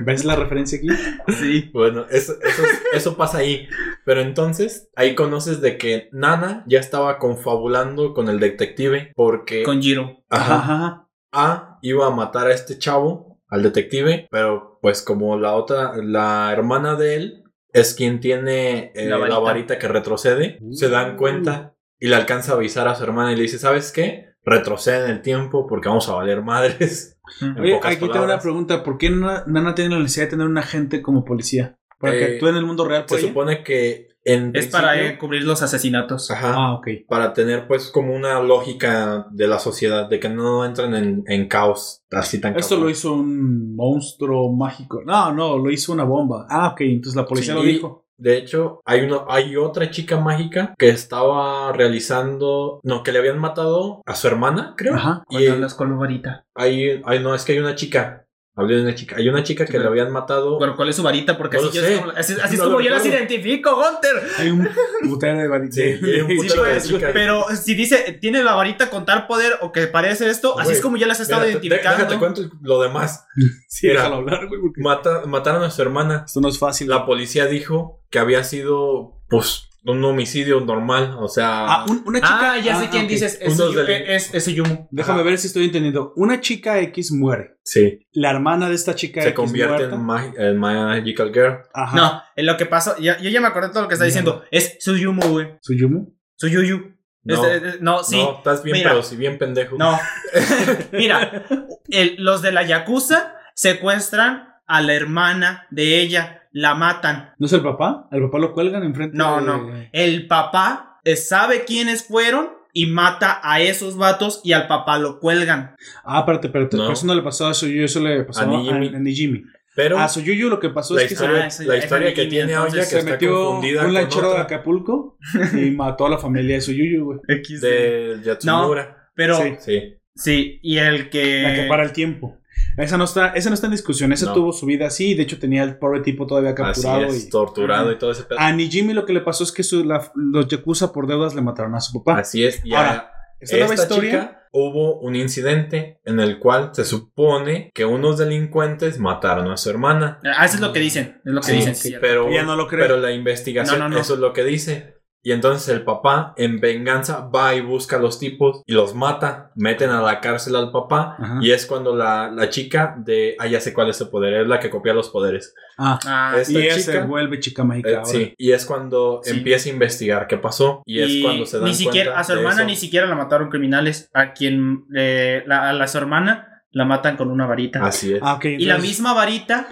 A: ¿Ves la referencia aquí?
G: Sí.
E: Bueno, eso, eso, es- eso pasa ahí. Pero entonces, ahí conoces de que Nana ya estaba confabulando con el detective porque
G: Con Giro.
E: ajá,
A: ajá.
E: A iba a matar a este chavo, al detective, pero pues como la otra, la hermana de él es quien tiene eh,
G: La
E: la, varita.
G: varita.
E: que retrocede, se dan cuenta y le alcanza a avisar a su hermana y le dice, ¿sabes qué? Retrocede en el tiempo porque vamos a valer madres. En
A: Oye,
E: pocas
A: aquí te hago una
E: palabras.
A: pregunta. ¿Por qué Nana, Nana tiene la necesidad de tener un agente como policía? ¿Para
E: Eh,
A: que actúe en el mundo real?
E: Se
A: por ella?
E: supone que en
G: Es para eh,
E: principio-
G: cubrir los asesinatos.
E: Ajá.
A: Ah, ok.
E: para tener pues como una lógica de la sociedad, de que no entren en, en caos así tan
A: Esto
E: cabrón.
A: lo hizo un monstruo mágico. No, no, lo hizo una bomba. Ah, ok, entonces la policía
E: Sí.
A: lo dijo.
E: De hecho, hay, una, hay otra chica mágica que estaba realizando, no, que le habían matado a su hermana, creo.
A: Ajá.
E: Y
G: Cuando hablas con la varita.
E: hay, hay- no, es que hay una chica, hablé de una chica, hay una chica que le habían matado.
G: Bueno, ¿cuál es su varita? Porque
E: No
G: así,
E: lo
G: yo es
E: sé.
G: como, así, así es
E: No
G: como
E: lo
G: yo las
E: recuerdo.
G: identifico, Gunter.
A: Hay un putero de varita. (laughs)
E: Sí, hay un putero de
G: pues,
E: chicas.
G: Pero si dice, tiene la varita con tal poder o que parece esto, así
E: Güey,
G: es como ya las he
E: Mira,
G: estado
E: te-
G: identificando.
E: déjate cuento lo demás.
A: Sí,
E: Mira.
A: déjalo hablar, güey. porque
E: Mata- mataron a su hermana.
A: Esto no es fácil.
E: La policía dijo que había sido, pues, un homicidio normal, o sea...
A: Ah, un- una chica.
G: Ah, ya sé
A: ah,
G: quién
A: ok.
G: dices.
E: Un
G: Es,
E: dos
G: Suyu-
E: del-
G: es, es Suyumu.
A: Déjame ver si estoy entendiendo. Una chica X muere.
E: sí.
A: La hermana de esta chica
E: se
A: X
E: convierte
A: muerta.
E: en, mag- en Magical Girl.
A: Ajá.
G: No, en lo que pasó, ya- yo ya me acordé de todo lo que está diciendo. Es Suyumu, güey.
A: ¿Suyumu?
G: Suyuyu.
E: No,
G: Este, este, no, sí.
E: no, estás bien,
G: mira.
E: pero si bien pendejo.
G: No. (laughs) Mira, el- los de la Yakuza secuestran a la hermana de ella, la matan.
A: ¿No es el papá? ¿Al papá lo cuelgan enfrente?
G: No,
A: de-
G: no. El papá eh, sabe quiénes fueron y mata a esos vatos y al papá lo cuelgan.
A: Ah, espérate, espérate.
E: No.
A: Pero Eso no le pasó a Suyuyu, eso le pasó
E: A
A: a
E: Nijimi.
A: a- a Nijimi.
E: Pero
A: A Suyuyu lo que pasó
E: la
A: es que se
E: historia,
G: Ah, eso ya
E: la
G: es
E: historia que
G: anime,
E: tiene Aoya que
G: entonces.
A: se
E: está
A: metió
E: confundida
A: un
E: con
A: lanchero de
E: otra (laughs)
A: Acapulco y mató a la familia de Suyuyu, güey.
E: de Yatsumura.
G: Pero
A: Sí.
G: sí.
E: Sí.
G: y el que.
A: La que para el tiempo. Esa no está, esa no está en discusión. Esa
E: Eh. No.
A: tuvo su vida así. De hecho, tenía al pobre tipo todavía
E: Así
A: capturado.
E: es,
A: y... Ah,
E: torturado y todo ese pedo.
A: A Nijimi lo que le pasó es que su- la- los Yakuza por deudas le mataron a su papá.
E: Así es. Y
A: Ahora,
E: a
A: Esta nueva
E: esta
A: historia
E: chica hubo un incidente en el cual se supone que unos delincuentes mataron a su hermana.
G: Ah, eso es lo que dicen. Es lo que
E: Sí,
G: dicen.
E: sí,
G: sí.
E: pero,
A: Ya no lo creo.
E: pero la investigación,
G: No, no, no.
E: eso es lo que dice. Y entonces el papá, en venganza, va y busca a los tipos y los mata. Meten a la cárcel al papá.
A: Ajá.
E: Y es cuando la, la chica de. Ah, ya sé cuál es el poder. Es la que copia los poderes.
A: Ah,
G: Ah,
E: Esta
A: y ella se
E: chica-
A: vuelve chica mágica
E: eh,
A: ahora.
E: sí, y es cuando
G: Sí.
E: empieza a investigar qué pasó. Y es cuando se dan
G: ni siquiera
E: cuenta
G: a su
E: de
G: hermana
E: eso.
G: ni siquiera la mataron criminales a quien eh, la, a la su hermana la matan con una varita
E: Así es.
A: Ah, ok.
G: y la
A: entonces,
G: misma varita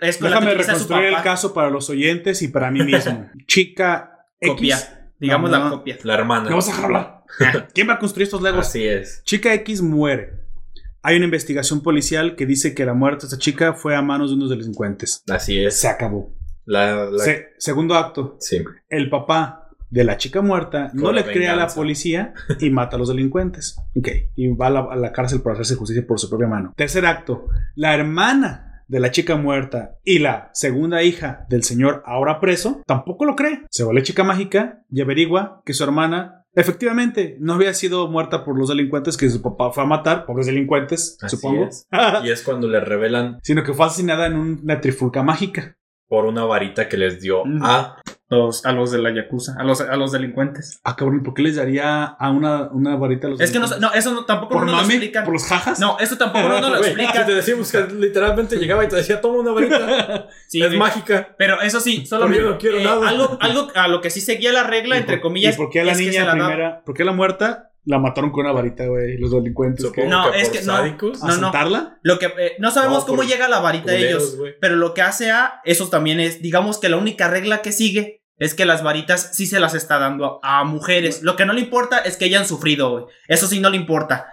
G: es con
A: Déjame
G: la que utiliza su
A: reconstruir el
G: papá
A: caso para los oyentes y para mí
G: (laughs)
A: mismo. chica X.
G: copia digamos
A: No,
G: la
A: no.
G: copia
E: La hermana.
A: ¿Me vas a dejar
G: (laughs)
A: hablar? ¿Quién va a construir estos legos?
E: Así es.
A: Chica X muere. Hay una investigación policial que dice que la muerte de esta chica fue a manos de unos delincuentes.
E: Así es.
A: Se acabó.
E: La, la-
A: Se- segundo acto.
E: sí.
A: El papá de la chica muerta no
E: Por
A: le
E: venganza.
A: cree a la policía y mata a los delincuentes. Ok. Y va a la, a la cárcel por hacerse justicia por su propia mano. Tercer acto. La hermana de la chica muerta y la segunda hija del señor ahora preso tampoco lo cree. Se vuelve chica mágica y averigua que su hermana efectivamente no había sido muerta por los delincuentes que su papá fue a matar, pobres delincuentes,
E: Así
A: supongo.
E: es. Y es cuando le revelan
A: sino que fue asesinada en una trifulca mágica.
E: por una varita que les
G: (laughs)
E: dio
G: Mm.
E: a.
G: los, a los de la yakuza a los, a los delincuentes
A: Ah, cabrón, ¿por qué les daría a una, una varita a los
G: es que no,
A: delincuentes?
G: no eso no, tampoco
A: ¿Por
G: no nos lo
A: mame?
G: explican
A: ¿Por los jajas?
G: no eso tampoco no nos lo
E: Güey, si
G: explican
E: te decimos que literalmente llegaba y te decía, toma una varita.
A: (laughs)
G: Sí,
E: es
G: güey.
E: mágica.
G: pero eso sí solamente
E: no quiero
G: eh,
E: nada.
G: algo algo a lo que sí seguía la regla
A: ¿Y
G: entre
A: por-
G: comillas
A: ¿Y por qué a la
G: es que se
A: niña
G: la daba.
A: primera? ¿Por qué a la muerta la mataron con una varita, güey? Los delincuentes.
E: Supongo
G: No,
E: que
G: es
E: por
G: que no. Ah,
E: sádicos.
G: No, no.
A: ¿Asentarla?
G: Lo que eh, no sabemos
E: No,
G: cómo
E: por-
G: llega la varita de
E: culeros,
G: ellos,
E: güey.
G: pero lo que hace A, eso también es, digamos que la única regla que sigue es que las varitas sí se las está dando a, a mujeres. Lo que no le importa es que hayan sufrido, güey. Eso sí no le importa.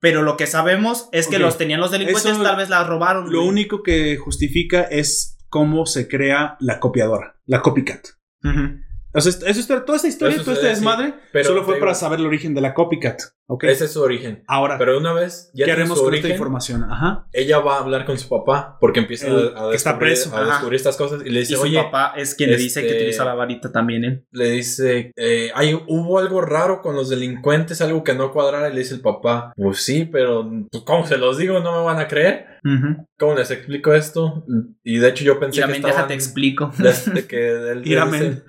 G: Pero lo que sabemos es que
A: Ok.
G: los tenían los delincuentes,
A: Eso-
G: tal vez las robaron.
A: Lo
G: güey.
A: único que justifica es cómo se crea la copiadora, la copycat.
G: Ujú.
A: O sea, esto- eso está- toda esta historia,
E: Eso
A: todo este
E: sucede, sí.
A: desmadre,
E: Pero
A: solo
E: te
A: fue
E: digo,
A: para saber el origen de la copycat. ¿Ok?
E: Ese es su origen.
G: Ah.
A: Ahora,
E: Pero una vez
A: ¿qué
E: ya tiene
A: haremos
E: su
A: con
E: origen,
A: esta información? Ajá.
E: ella va a hablar con su papá porque empieza
A: El-
E: a, a
A: que está
E: descubrir-
A: preso,
E: a
G: ajá.
E: descubrir estas cosas y le
G: Y
E: dice,
G: su
E: oye,
G: papá es quien le dice que
E: este-
G: utiliza la varita también, ¿eh?
E: le dice, eh, "Ay, hubo algo raro con los delincuentes, algo que no cuadrara, y le dice el papá, pues sí, pero pues, ¿cómo se los digo? ¿No me van a creer?
G: Ujú.
E: ¿Cómo les explico esto? Y de hecho yo
G: Y
E: pensé
G: la
E: que
G: mendeja
E: estaban...
G: te explico.
E: desde que él-
A: (laughs) Ir,
E: él
A: amén.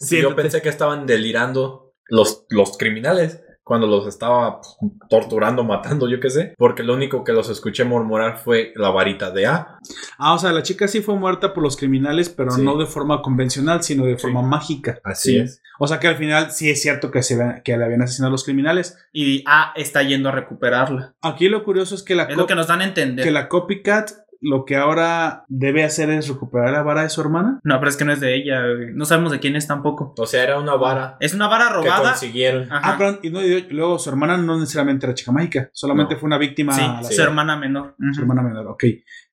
E: dice, yo pensé que estaban delirando los, los criminales cuando los estaba pues, torturando, matando, yo qué sé, porque lo único que los escuché murmurar fue la varita de A.
A: Ah, o sea, la chica sí fue muerta por los criminales, pero
E: Sí.
A: no de forma convencional, sino de forma mágica.
E: Así
A: Sí.
E: es.
A: O sea que al final sí es cierto que, se, ve- que le habían asesinado a los criminales.
G: Y A está yendo a recuperarla.
A: Aquí lo curioso es que la,
G: Es lo
A: cop-
G: que nos dan a
A: que
G: entender.
A: la copycat lo que ahora debe hacer es recuperar la vara de su hermana.
G: No, pero es que no es de ella. güey. No sabemos de quién es tampoco.
E: O sea, era una vara
G: Es una vara
E: que
G: robada.
E: consiguieron.
G: Ajá.
A: Ah, perdón, y, no, y luego su hermana no necesariamente era chica mágica, solamente
E: No.
A: fue una víctima.
G: Sí,
A: a Ah, la-
G: su hermana menor.
A: Su hermana menor, ok.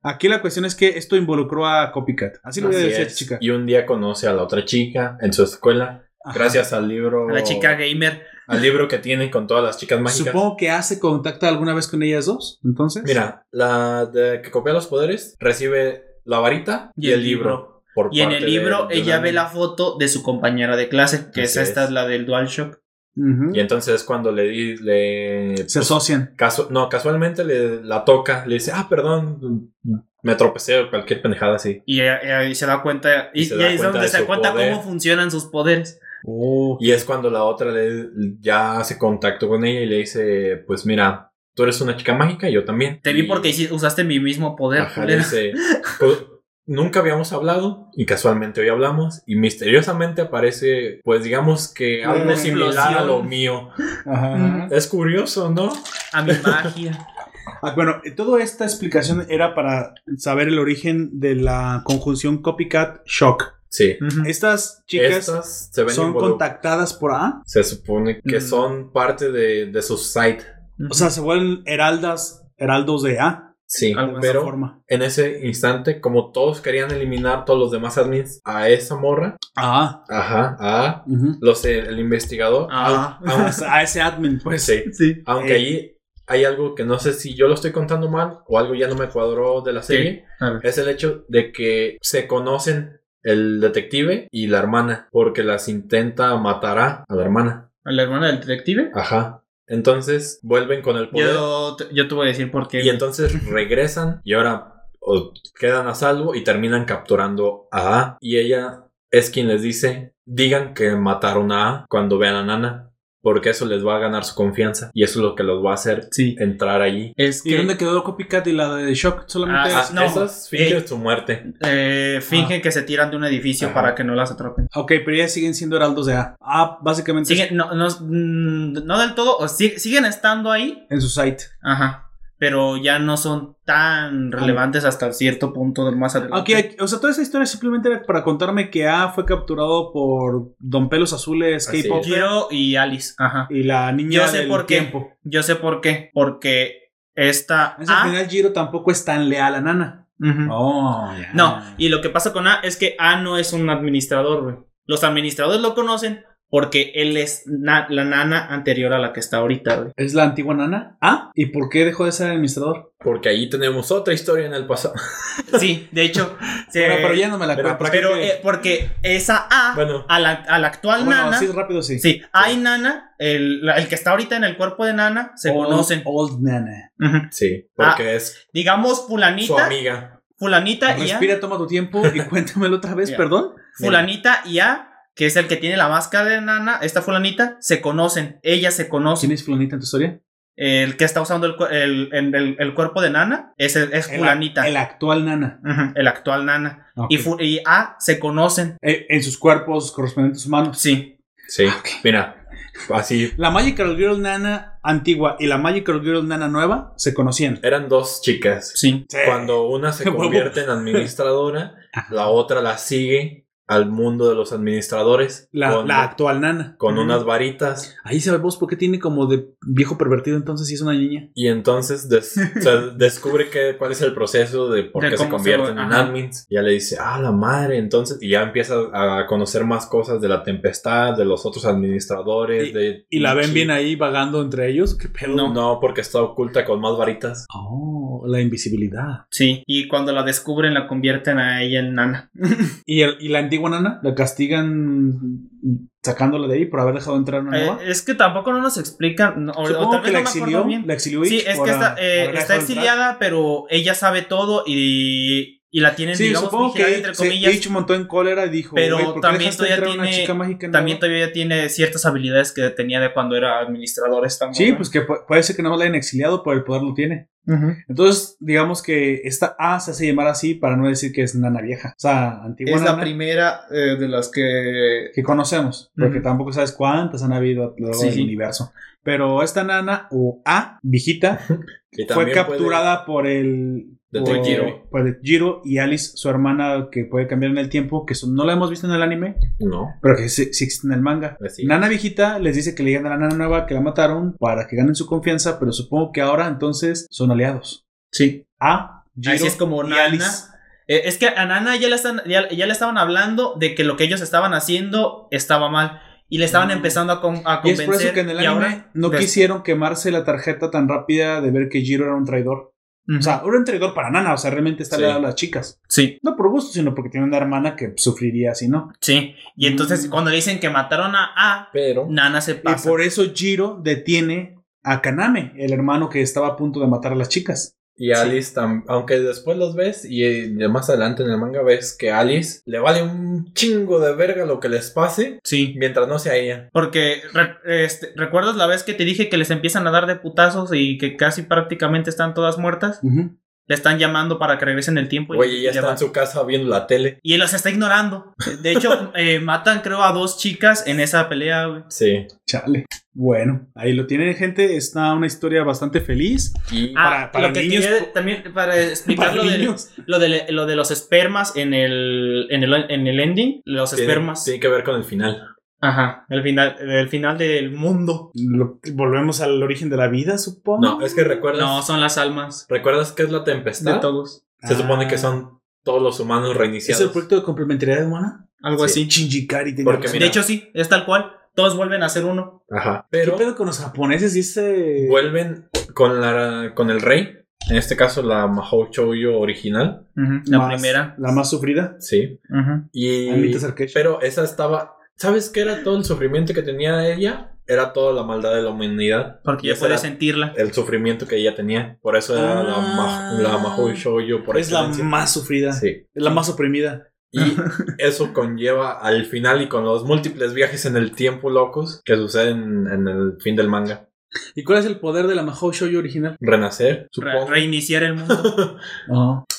A: Aquí la cuestión es que esto involucró a Copycat. Así lo voy a
E: Así
A: decir,
E: es.
A: chica.
E: Y un día conoce a la otra chica en su escuela,
A: Ajá.
E: gracias al libro,
G: A la chica gamer.
E: al libro que tiene con todas las chicas mágicas.
A: Supongo que hace contacto alguna vez con ellas dos, entonces.
E: Mira, la de que copia los poderes recibe la varita y, el libro. por
G: Y en
E: parte
G: el libro
E: de- de
G: ella
E: una
G: ve
E: niña.
G: la foto de su compañera de clase, que
E: Así
G: esa esta
E: es.
G: es la del DualShock.
A: Ujú.
E: Y entonces es cuando le di- le
A: Se
E: pues,
A: asocian.
E: casu- no, casualmente le la toca, le dice, "Ah, perdón, me tropecé o cualquier pendejada así."
G: Y ella- ella ahí se da cuenta, y,
E: Y se
G: y
E: da
G: ahí es
E: cuenta
G: donde
E: de
G: se
E: su
G: cuenta
E: poder.
G: cómo funcionan sus poderes.
E: Y es cuando la otra le ya hace contacto con ella y le dice, "Pues mira, tú eres una chica mágica y yo también."
G: Te vi
E: Y-
G: porque hici- usaste mi mismo poder.
E: Ajá, le
G: culera. (laughs)
E: dice, "Pues, Nunca habíamos hablado y casualmente hoy hablamos y misteriosamente aparece, pues digamos que
A: Una
E: algo similar a
G: explosión.
E: lo mío.
A: Ajá.
E: Es curioso, ¿no?
G: A mi magia.
A: (laughs) Ah, bueno, eh, toda esta explicación era para saber el origen de la conjunción copycat shock.
E: Sí.
G: Ujú.
A: Estas chicas
E: Estas se ven
A: son
E: involu-
A: contactadas por A,
E: Se supone que
G: Mm.
E: son parte de, de su site.
A: o sea, se vuelven heraldas, heraldos de A,
E: Sí,
G: Algo
A: de esa
E: pero
A: forma.
E: en ese instante, como todos querían eliminar todos los demás admins a esa morra,
A: A.
E: ajá, a los el, el investigador,
G: Ah.
E: au-
G: (laughs)
E: au-
A: a ese admin, pues.
E: sí,
G: Sí.
E: aunque
A: Eh.
E: ahí hay algo que no sé si yo lo estoy contando mal o algo ya no me cuadró de la serie,
G: A ver.
E: es el hecho de que se conocen el detective y la hermana, porque las intenta matar a, a la hermana,
G: ¿A la hermana del detective?
E: ajá. Entonces vuelven con el poder.
G: Yo te, yo te voy a decir por qué.
E: Y entonces regresan y ahora o, quedan a salvo y terminan capturando a A. Y ella es quien les dice, digan que mataron a A cuando vean a Nana, porque eso les va a ganar su confianza y eso es lo que los va a hacer
G: Sí.
E: entrar allí.
G: Es
A: ¿Y
G: que
A: dónde quedó Copycat y la de Shock? Solamente
G: Ah,
A: es-
G: ah, no.
E: Esas fingen
G: Eh.
E: su muerte.
A: Ah.
G: eh, fingen que se tiran de un edificio
E: Ajá.
G: para que no las atropen.
A: Ok, pero ya siguen siendo heraldos de A. A básicamente
G: Siguen, no, no, mm, no del todo, o sig- siguen estando ahí,
A: en su site.
G: ajá, pero ya no son
A: Ah.
G: tan relevantes hasta cierto punto del más adelante.
A: Aquí, aquí- o sea, toda esa historia simplemente era para contarme que A fue capturado por Don Pelos Azules,
E: Así
A: K-Pop
G: Giro y Alice, ajá.
A: y la niña
G: Yo sé
A: del
G: por qué.
A: tiempo.
G: Yo sé por qué, porque esta
A: Entonces,
G: A,
A: Al final Giro tampoco es tan leal a Nana.
G: Ujú.
A: Oh,
G: no, y lo que pasa con A es que A no es un administrador, güey. Los administradores lo conocen porque él es na- la nana anterior a la que está ahorita, güey.
A: ¿Es la antigua Nana? Ah, ¿y por qué dejó de ser administrador?
E: Porque allí tenemos otra historia en el pasado.
G: Sí, de hecho, se-
A: (laughs) Bueno, pero ya no me la
E: pero-
A: cuento.
G: Eh, pero, eh, porque esa A
E: Bueno,
G: a la, a la actual
A: bueno,
G: nana.
A: así rápido sí.
G: Sí, hay Nana, el, la- el que está ahorita en el cuerpo de Nana, se
A: Old-
G: conocen.
A: Old Nana.
G: Ujú.
E: sí, porque es
G: Digamos
E: su
G: fulanita,
E: amiga.
G: fulanita y A,
A: Respira, toma tu tiempo
G: (laughs)
A: y cuéntamelo otra vez,
G: Ya.
A: perdón.
G: fulanita y A, que es el que tiene la máscara de Nana, esta fulanita, se conocen, ellas se
A: ¿Quién
G: conocen.
A: es Fulanita en tu historia?
G: El que está usando el, cu- el- el- el- el cuerpo de Nana es, es
A: El-
G: fulanita,
A: El actual Nana.
G: Ujú, el actual Nana.
A: Ok.
G: Y, fu- y A se conocen,
A: Eh, en sus cuerpos correspondientes humanos.
G: sí.
E: Sí,
G: Ah,
E: mira, así
A: La Magical Girl Nana antigua y la Magical Girl Nana nueva se conocían.
E: eran dos chicas.
G: Sí.
E: Cuando una se
A: Eh, (laughs) Huevo.
E: convierte en administradora, la otra la sigue al mundo de los administradores
A: La,
E: con,
A: la actual Nana.
E: con unas varitas
A: Ahí sabemos por qué tiene como de viejo pervertido entonces si es una niña.
E: y
A: (laughs)
E: entonces des- se descubre que, cuál es el proceso de por
G: De
E: qué se
G: cómo se
E: convierten
G: vuelve-
E: en
G: ajá.
E: admins. Ya le dice, ah, la madre, entonces, y ya empieza a conocer más cosas de la tempestad, de los otros administradores.
A: Y-
E: de
A: Y
G: Mm,
A: la ven
E: Ichi.
A: bien ahí vagando entre ellos. ¿Qué pedo?
E: No. porque está oculta con más varitas.
A: Oh, la invisibilidad.
G: Sí, y cuando la descubren la convierten a ella en nana.
A: ¿Y, el- y la antigua nana? ¿La castigan sacándola de ahí por haber dejado entrar una
G: Eh,
A: nueva?
G: es que tampoco no nos explican, no, o- o
A: Supongo
G: tal
A: que
G: vez
A: la
G: no me acuerdo
A: exilió.
G: bien.
A: La exilió
G: Sí,
A: Ichi
G: es
A: por
G: que está,
A: a-
G: eh,
A: haber
G: está
A: dejado entrar.
G: exiliada, pero ella sabe todo y, y la tienen,
A: Sí,
G: digamos,
A: supongo
G: vigilada,
A: que
G: entre
A: se-
G: comillas.
A: Ichi montó en cólera y dijo,
G: Pero
A: "Güey, ¿por qué
G: también
A: dejaste
G: todavía
A: entrar a una
G: tiene-
A: chica mágica nueva?"
G: También todavía tiene ciertas habilidades que tenía de cuando era administrador esta morra.
A: Sí, pues que pu- puede ser que no la hayan exiliado, pero el poder lo tiene.
G: Ujú.
A: Entonces, digamos que esta A se hace llamar así para no decir que es nana vieja. O sea, antigua
G: Es la
A: nana
G: primera eh, de las que...
A: que conocemos, porque
G: Ujú.
A: tampoco sabes cuántas han habido a lo largo
G: Sí,
A: del
G: sí.
A: universo. Pero esta nana o A, viejita, fue
E: Y también
A: capturada por el
E: Detective
A: por,
E: Giro.
A: por el Giro y Alice, su hermana que puede cambiar en el tiempo, que eso no la hemos visto en el anime,
E: puede- No.
A: pero que sí, sí existe en el manga.
G: Ah,
E: Así.
A: Nana viejita les dice que le digan a la nana nueva que la mataron para que ganen su confianza, pero supongo que ahora entonces son aliados.
G: Sí.
A: A, Giro
G: Así es como
A: y
G: Nana.
A: Alice.
G: Eh, es que a Nana ya le, están, ya, ya le estaban hablando de que lo que ellos estaban haciendo estaba mal. Y le estaban empezando a, con- a
A: Mm. Y es
G: convencer.
A: por eso que en el
G: y
A: anime
G: ahora-
A: no
G: des-
A: quisieron quemarse la tarjeta tan rápida de ver que Jiro era un traidor.
G: Ujú.
A: O sea, era un traidor para Nana, o sea, realmente está
E: Sí.
A: ligado a las chicas.
G: sí.
A: No por gusto, sino porque tiene una hermana que sufriría si no.
G: Sí, y entonces
A: Mm.
G: cuando le dicen que mataron a A,
E: Pero
G: Nana se
A: Y
G: pasa.
A: por eso Jiro detiene a Kaname, el hermano que estaba a punto de matar a las chicas.
E: Y Alice, tam- aunque después los ves y eh, de más adelante en el manga ves que a Alice le vale un chingo de verga lo que les pase
G: Sí.
E: mientras no sea ella.
G: Porque re- este, recuerdas la vez que te dije que les empiezan a dar de putazos y que casi prácticamente están todas muertas. Le están llamando para que regresen el tiempo. y-
E: Oye, ya
G: y
E: está
G: va-
E: en su casa viendo la tele.
G: Y él las está ignorando.
E: (laughs)
G: De hecho, eh, matan creo a dos chicas en esa pelea, güey.
E: Sí.
A: Chale. Bueno, ahí lo tienen, gente. Está una historia bastante feliz.
E: Y
G: Ah,
A: Para- para
G: lo que
A: niños- (laughs)
G: quería también para explicar
A: Para
G: lo, de,
A: niños.
G: lo, de, lo de los espermas en el, en el, en el ending. Los
E: tiene,
G: espermas.
E: tiene que ver con el final.
G: Ajá. El final, el final del mundo.
A: Lo- volvemos al origen de la vida, supongo.
E: No, es que recuerdas.
G: No, son las almas.
E: ¿Recuerdas qué es la
G: de
E: tempestad?
G: todos.
E: Se
A: Ah.
E: supone que son todos los humanos
A: ¿Es
E: reiniciados.
A: el proyecto de complementariedad humana?
G: Algo
E: Sí.
G: así.
A: Shinjikari tenía
E: Porque
A: razón.
E: mira,
G: De hecho, sí, es tal cual. Todos vuelven a ser uno.
E: Ajá. Pero
A: ¿Qué pedo con los japoneses y ese...?
E: vuelven con la con el rey. En este caso, la Mahou Shoujo original.
G: La
A: más-
G: primera.
A: La más sufrida.
E: Sí.
G: Ujú.
E: Y.
A: Amita Sarkesh.
E: Pero esa estaba ¿Sabes qué era todo el sufrimiento que tenía ella? Era toda la maldad de la humanidad. Y
G: Porque ya
E: ese era
G: puedes sentirla.
E: El sufrimiento que ella tenía. Por eso era la,
P: Ah.
E: ma la Mahou Shoujo. Por
A: Es la
E: excelencia.
A: más sufrida.
E: Sí.
A: Es la más oprimida.
G: (laughs)
E: Y eso conlleva al final y con los múltiples viajes en el tiempo locos que suceden en el fin del manga.
A: ¿Y cuál es el poder de la Mahou Shoujo original?
E: Renacer,
G: Re-
E: supongo.
G: reiniciar el mundo.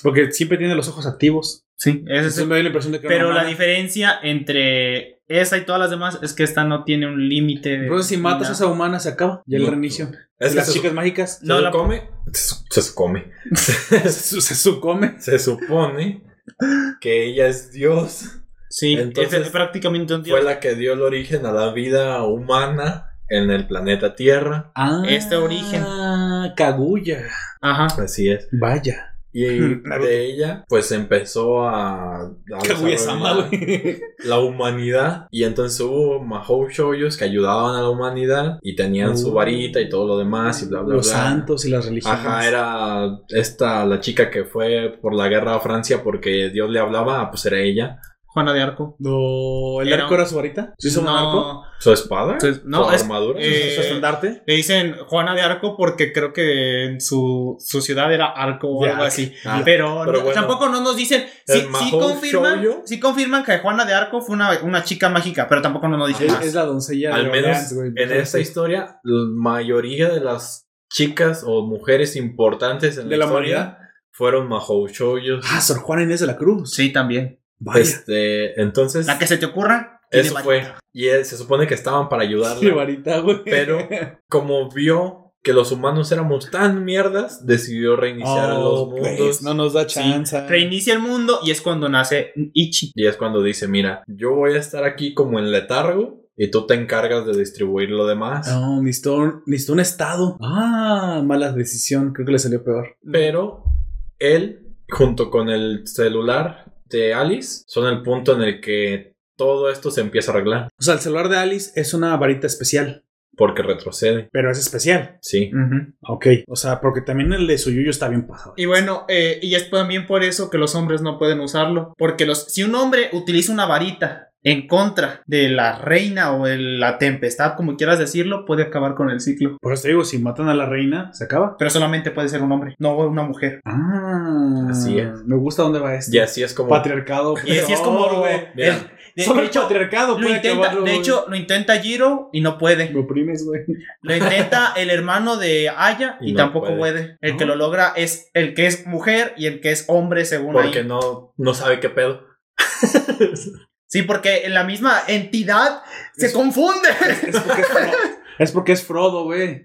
A: Porque siempre tiene los ojos activos.
G: (laughs) sí, ese es
A: Entonces
G: el-
A: me da la impresión de que
G: Pero
A: era
G: la
A: una mala.
G: diferencia entre esa y todas las demás es que esta no tiene un límite. de-
A: Entonces si matas a
G: nada.
A: esa humana se acaba. Y el
E: No.
A: reinicio.
E: es que
A: las
E: se,
A: chicas
E: (laughs)
A: mágicas. (laughs)
G: No,
E: se
G: la-
E: come. Se, se come.
A: Se, se sucome.
E: Se
G: (laughs)
E: supone que ella es Dios.
G: Sí,
E: Entonces-
G: es prácticamente un dios.
E: Fue la que dio el origen a la vida humana en el planeta Tierra.
A: Ah,
G: Este origen.
A: Kaguya.
G: Ajá.
E: Así es.
A: Vaya.
E: Y
A: (laughs) Naruto.
E: de ella, pues empezó a. a desarrollar-
A: güey.
E: la humanidad y entonces hubo Mahou Shoyos que ayudaban a la humanidad y tenían su
A: Uh.
E: varita y todo lo demás y Ah, bla bla
A: Los
E: bla.
A: santos y las religiones.
E: Ajá, era esta la chica que fue por la guerra a Francia porque Dios le hablaba, ah, pues era ella.
G: Juana de Arco.
A: No, ¿El
G: Era-
A: arco era su varita? ¿Se hizo un arco?
E: ¿Su espada?
G: Entonces, no,
E: ¿Su
G: es-
E: armadura?
G: eh,
A: ¿Su estandarte?
G: Le dicen Juana de Arco porque creo que en su, su ciudad era Arco o
A: De
G: algo
A: Arco.
G: así.
E: Ah,
G: pero
E: pero
G: no-
E: bueno.
G: tampoco no nos dicen.
E: El
G: Sí, sí
E: Mahou
G: confirman,
E: Shoujo.
G: sí confirman que Juana de Arco fue una, una chica mágica, pero tampoco no nos dicen
A: Es,
G: más.
A: es la doncella
E: Al
A: de
E: menos
A: Orleans, güey.
E: en esta historia, la mayoría de las chicas o mujeres importantes en
A: ¿De la
E: historia
A: humanidad?
E: fueron Mahou Shoyos.
A: Ah, Sor Juana Inés de la Cruz.
G: Sí, también.
A: Vaya.
E: Este, entonces,
G: La que se te ocurra. tiene
E: eso fue.
G: varita.
E: Y él- se supone que estaban para ayudarla.
A: (laughs) Qué varita, güey. (laughs)
E: Pero como vio que los humanos éramos tan mierdas, decidió reiniciar los
A: Oh, pues,
E: mundos.
A: no nos da
G: Sí,
A: chance.
G: Reinicia el mundo y es cuando nace Ichi.
E: Y es cuando dice, mira, yo voy a estar aquí como en letargo y tú te encargas de distribuir lo demás.
A: No, necesitó, un- necesitó un estado. Ah, mala decisión. Creo que le salió peor.
E: Pero él, junto con el celular de Alice, son el punto en el que todo esto se empieza a arreglar.
A: O sea, el celular de Alice es una varita especial,
E: Porque retrocede,
A: pero es especial.
E: sí.
A: Ok. O sea, porque también el de su yuyo está bien pasado.
G: Y bueno, eh, y es también por eso que los hombres no pueden usarlo. Porque los, si un hombre utiliza una varita en contra de la reina o de la tempestad, como quieras decirlo, puede acabar con el ciclo.
A: Por eso te digo, si matan a la reina, se acaba.
G: Pero solamente puede ser un hombre, no una mujer.
A: Ah,
E: Así es.
A: Me gusta dónde va esto.
E: Y así es como...
A: Patriarcado.
G: Y
A: (laughs)
G: así es como...
A: güey.
E: Mira,
G: el- de,
A: Solo
G: de
A: el
G: hecho,
A: patriarcado
G: lo
A: puede
G: intenta,
A: acabarlo,
G: de
A: güey.
G: hecho, lo intenta Jiro y no puede.
A: Me oprimes, güey.
G: Lo (laughs) intenta el hermano de Aya y,
E: Y no
G: tampoco puede.
E: puede.
G: El que lo logra es el que es mujer y el que es hombre, según ahí.
E: porque no, no sabe qué pedo.
G: Sí, porque la misma entidad se
A: Es-
G: (laughs) confunde.
A: Es porque es Frodo, es, porque es Frodo, güey.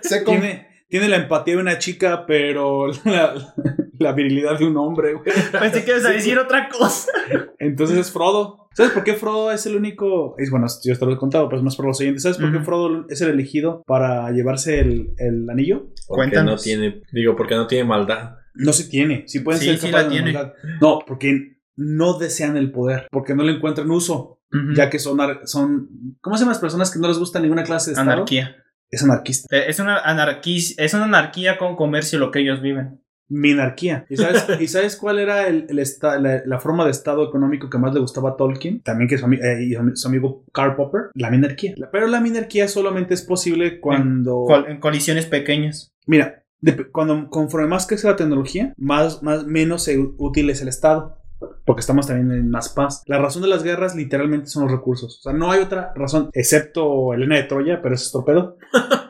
G: Se confunde.
A: Tiene, tiene la empatía de una chica, pero la, la virilidad de un hombre, güey.
G: Pensé que ibas a decir otra cosa.
A: Entonces es Frodo. ¿Sabes por qué Frodo es el único? Es bueno, yo te lo he contado, pero es más por los siguientes. ¿Sabes por qué
G: Ujú.
A: Frodo es el elegido para llevarse el, el anillo?
E: Porque no
G: Cuéntanos.
E: tiene, digo, porque no tiene maldad.
A: No se tiene. Sí pueden
G: Sí,
A: ser
G: sí
A: capaces
G: la
A: de
G: tiene.
A: maldad. No, porque no desean el poder, porque no le encuentran uso, ya que son, ar- son ¿cómo se llaman las personas que no les gusta ninguna clase de estado?
G: Anarquía.
A: Es anarquista.
G: Eh, Es una, anarquía. es una anarquía con comercio lo que ellos viven.
A: Minarquía. ¿Y sabes, ¿y sabes cuál era el, el esta- la, la forma de estado económico que más le gustaba a Tolkien? También que su, ami- eh, y su ami- su amigo Karl Popper. La minarquía. La- Pero la minarquía solamente es posible cuando...
G: Col- en colisiones pequeñas.
A: Mira, dep- cuando conforme más crece la tecnología, más, más menos se- útil es el Estado. Porque estamos también en más paz. La razón de las guerras literalmente son los recursos. O sea, no hay otra razón, excepto Elena de Troya, pero eso es torpedo.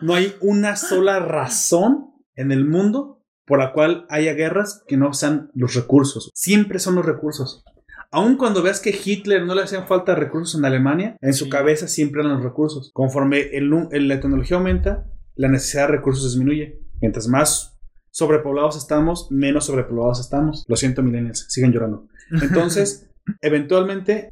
A: No hay una sola razón en el mundo por la cual haya guerras que no sean los recursos. Siempre son los recursos. Aun cuando veas que Hitler no le hacían falta recursos en Alemania, en su
G: Sí.
A: cabeza siempre eran los recursos. Conforme el nu- el- la tecnología aumenta, la necesidad de recursos disminuye. Mientras más sobrepoblados estamos, menos sobrepoblados estamos. Lo siento, millennials, siguen llorando. Entonces, eventualmente,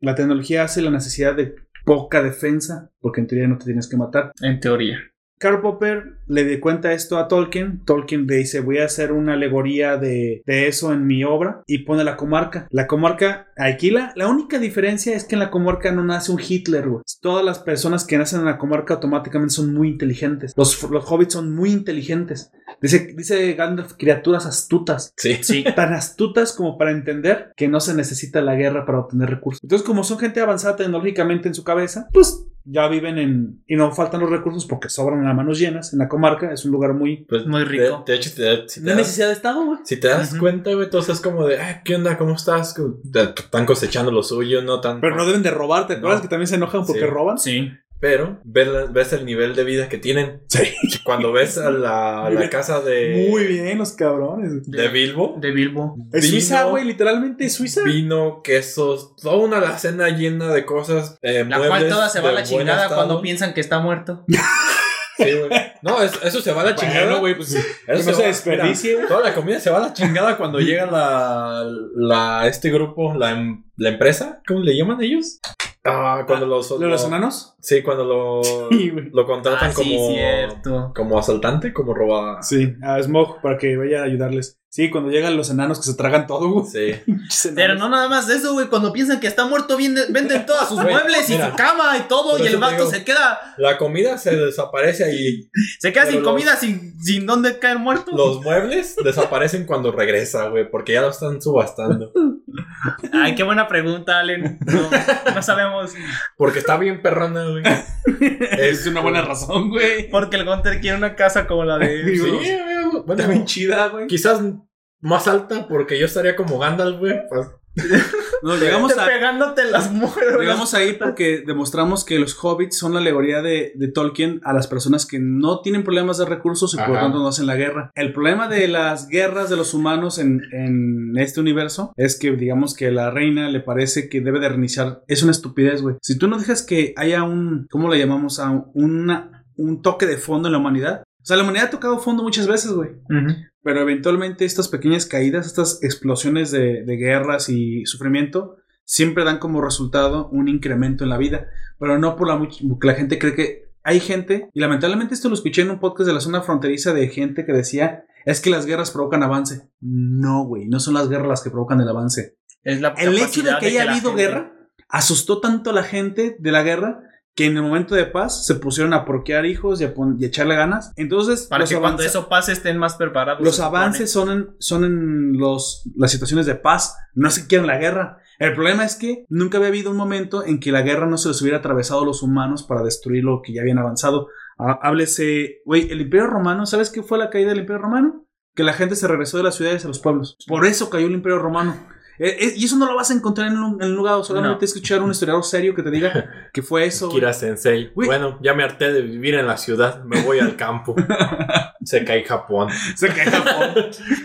A: la tecnología hace la necesidad de poca defensa, porque en teoría no te tienes que matar.
G: En teoría.
A: Karl Popper le di cuenta esto a Tolkien. Tolkien le dice: Voy a hacer una alegoría de, de eso en mi obra y pone la comarca. La comarca alquila. La única diferencia es que en la comarca no nace un Hitler. güey. Todas las personas que nacen en la comarca automáticamente son muy inteligentes. Los, los hobbits son muy inteligentes. Dice, dice Gandalf, criaturas astutas.
E: Sí.
A: (laughs) Tan astutas como para entender que no se necesita la guerra para obtener recursos. Entonces, como son gente avanzada tecnológicamente en su cabeza, pues ya viven en... Y no faltan los recursos porque sobran a manos llenas en la comarca. Es un lugar muy...
F: Pues,
G: Muy rico.
F: De, de hecho, te- si te
A: No hay
F: das-
A: necesidad de Estado, güey.
E: Si te das
G: Ujú.
E: cuenta, güey, todo es como de, "Ah, ¿qué onda? ¿Cómo estás? Están cosechando lo suyo, no tan.
A: Pero no deben de robar, ¿te acuerdas
E: No.
A: que también se enojan porque
E: Sí.
A: roban?
G: Sí.
E: Pero ves, la- ves el nivel de vida que tienen. Cuando ves a la, a
A: Muy
E: la
A: bien.
E: casa de.
A: Muy Eh, bien, los cabrones.
E: De Bilbo.
G: De Bilbo.
A: Es
E: vino-
A: Suiza, güey, literalmente es Suiza.
E: Vino, quesos, toda una alacena llena de cosas. eh,
G: La cual
E: muebles
G: toda se va a
E: de
G: la
E: buen
G: chingada
E: estado.
G: cuando piensan que está muerto.
E: Sí, güey. No, es- eso se va a la chingada.
A: Bueno, güey, pues
E: Eso
A: que no
E: va-
A: se desperdicie.
E: mira, Toda la comida se va a la chingada cuando llega la, la este grupo, la, em- la empresa, ¿cómo le llaman ellos? Ah, cuando los,
A: ¿Lo de los enanos?
E: Sí, cuando lo,
A: Sí, güey.
E: lo contratan
G: Ah, sí,
E: como
G: cierto.
E: como asaltante, como roba.
A: Sí, a Smog para que vaya a ayudarles. Sí, cuando llegan los enanos que se tragan todo, güey.
E: Sí.
A: (laughs) Pinches
G: Pero
A: enanos.
G: no nada más de eso, güey. Cuando piensan que está muerto, vienen- venden todas (laughs) sus
E: Güey,
G: muebles y
E: mira,
G: su cama y todo.
E: por
G: Y el
E: eso te
G: vato
E: digo.
G: se queda,
E: La comida se desaparece ahí.
G: se queda
E: Pero
G: sin
E: los-
G: comida, sin, sin dónde caer muerto.
E: Los muebles desaparecen cuando regresa, güey, porque ya lo están subastando.
G: Ay, qué buena pregunta, Allen. No, no sabemos.
E: Porque está bien perrona,
A: (laughs)
E: güey.
A: Es una buena razón, güey.
G: Porque el Gunter quiere una casa como la de.
E: Sí,
A: Digo,
E: güey,
A: Está
E: bueno,
A: bien chida, güey.
E: quizás más alta porque yo estaría como Gandalf, güey.
A: No,
G: (laughs)
A: llegamos
G: Te
A: a,
G: pegándote las muelas.
A: llegamos a ir porque demostramos que los hobbits son la alegoría de, de Tolkien a las personas que no tienen problemas de recursos y por lo
E: Ajá.
A: tanto no hacen la guerra. El problema de las guerras de los humanos en, en este universo es que digamos que la reina le parece que debe de reiniciar. Es una estupidez, güey. Si tú no dejas que haya un, ¿cómo le llamamos? A una, un toque de fondo en la humanidad. O sea, la humanidad ha tocado fondo muchas veces, güey. Pero eventualmente estas pequeñas caídas, estas explosiones de, de guerras y sufrimiento, siempre dan como resultado un incremento en la vida. Pero no por la, much- porque la gente cree que hay gente, y lamentablemente esto lo escuché en un podcast de la zona fronteriza de gente que decía, es que las guerras provocan avance. No, güey, no son las guerras las que provocan el avance.
G: Es la
A: El hecho de
G: capacidad
A: que haya
G: la
A: habido
G: gente-
A: guerra asustó tanto a la gente de la guerra que en el momento de paz se pusieron a porquear hijos y a, pon- y a echarle ganas. Entonces,
G: Para
A: los
G: que cuando
A: avanza-
G: eso pase estén más preparados.
A: los
G: se supone.
A: avances son en, son en los, las situaciones de paz, no es que quieran la guerra. El problema es que nunca había habido un momento en que la guerra no se les hubiera atravesado a los humanos para destruir lo que ya habían avanzado. Ah, Háblese, güey, el Imperio Romano, ¿sabes qué fue la caída del Imperio Romano? Que la gente se regresó de las ciudades a los pueblos. Por eso cayó el Imperio Romano. Eh, eh, y eso no lo vas a encontrar en un, en un lugar, solamente escuchar un historiador serio que te (laughs) diga que fue eso. güey.
E: Kira Sensei.
A: Güey.
E: Bueno, ya me harté de vivir en la ciudad, me voy al campo.
A: (laughs)
E: Se cae Japón.
A: Se cae Japón.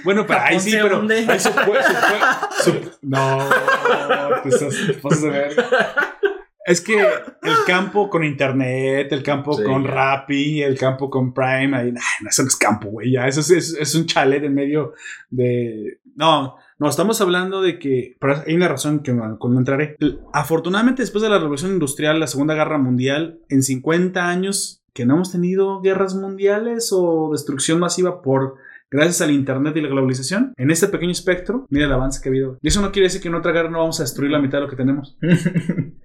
A: Bueno, pero ahí
G: Japón
A: sí,
G: se
A: pero.
G: hunde.
A: ahí supue-
G: (laughs)
A: supue- sup- no, te estás- te pasas de verga. Es que el campo con internet, el campo
E: Sí.
A: con Rappi, el campo con Prime, ahí, nah, no, eso no es campo, güey. Ya, eso es, es- es un chalet en medio de. No, no, estamos hablando de que. Pero hay una razón que no, cuando entraré. Afortunadamente, después de la Revolución Industrial, la Segunda Guerra Mundial, en 50 años que no hemos tenido guerras mundiales o destrucción masiva por gracias al internet y la globalización, en este pequeño espectro, mira el avance que ha habido. Y eso no quiere decir que en otra guerra no vamos a destruir la mitad de lo que
E: (laughs)
A: tenemos.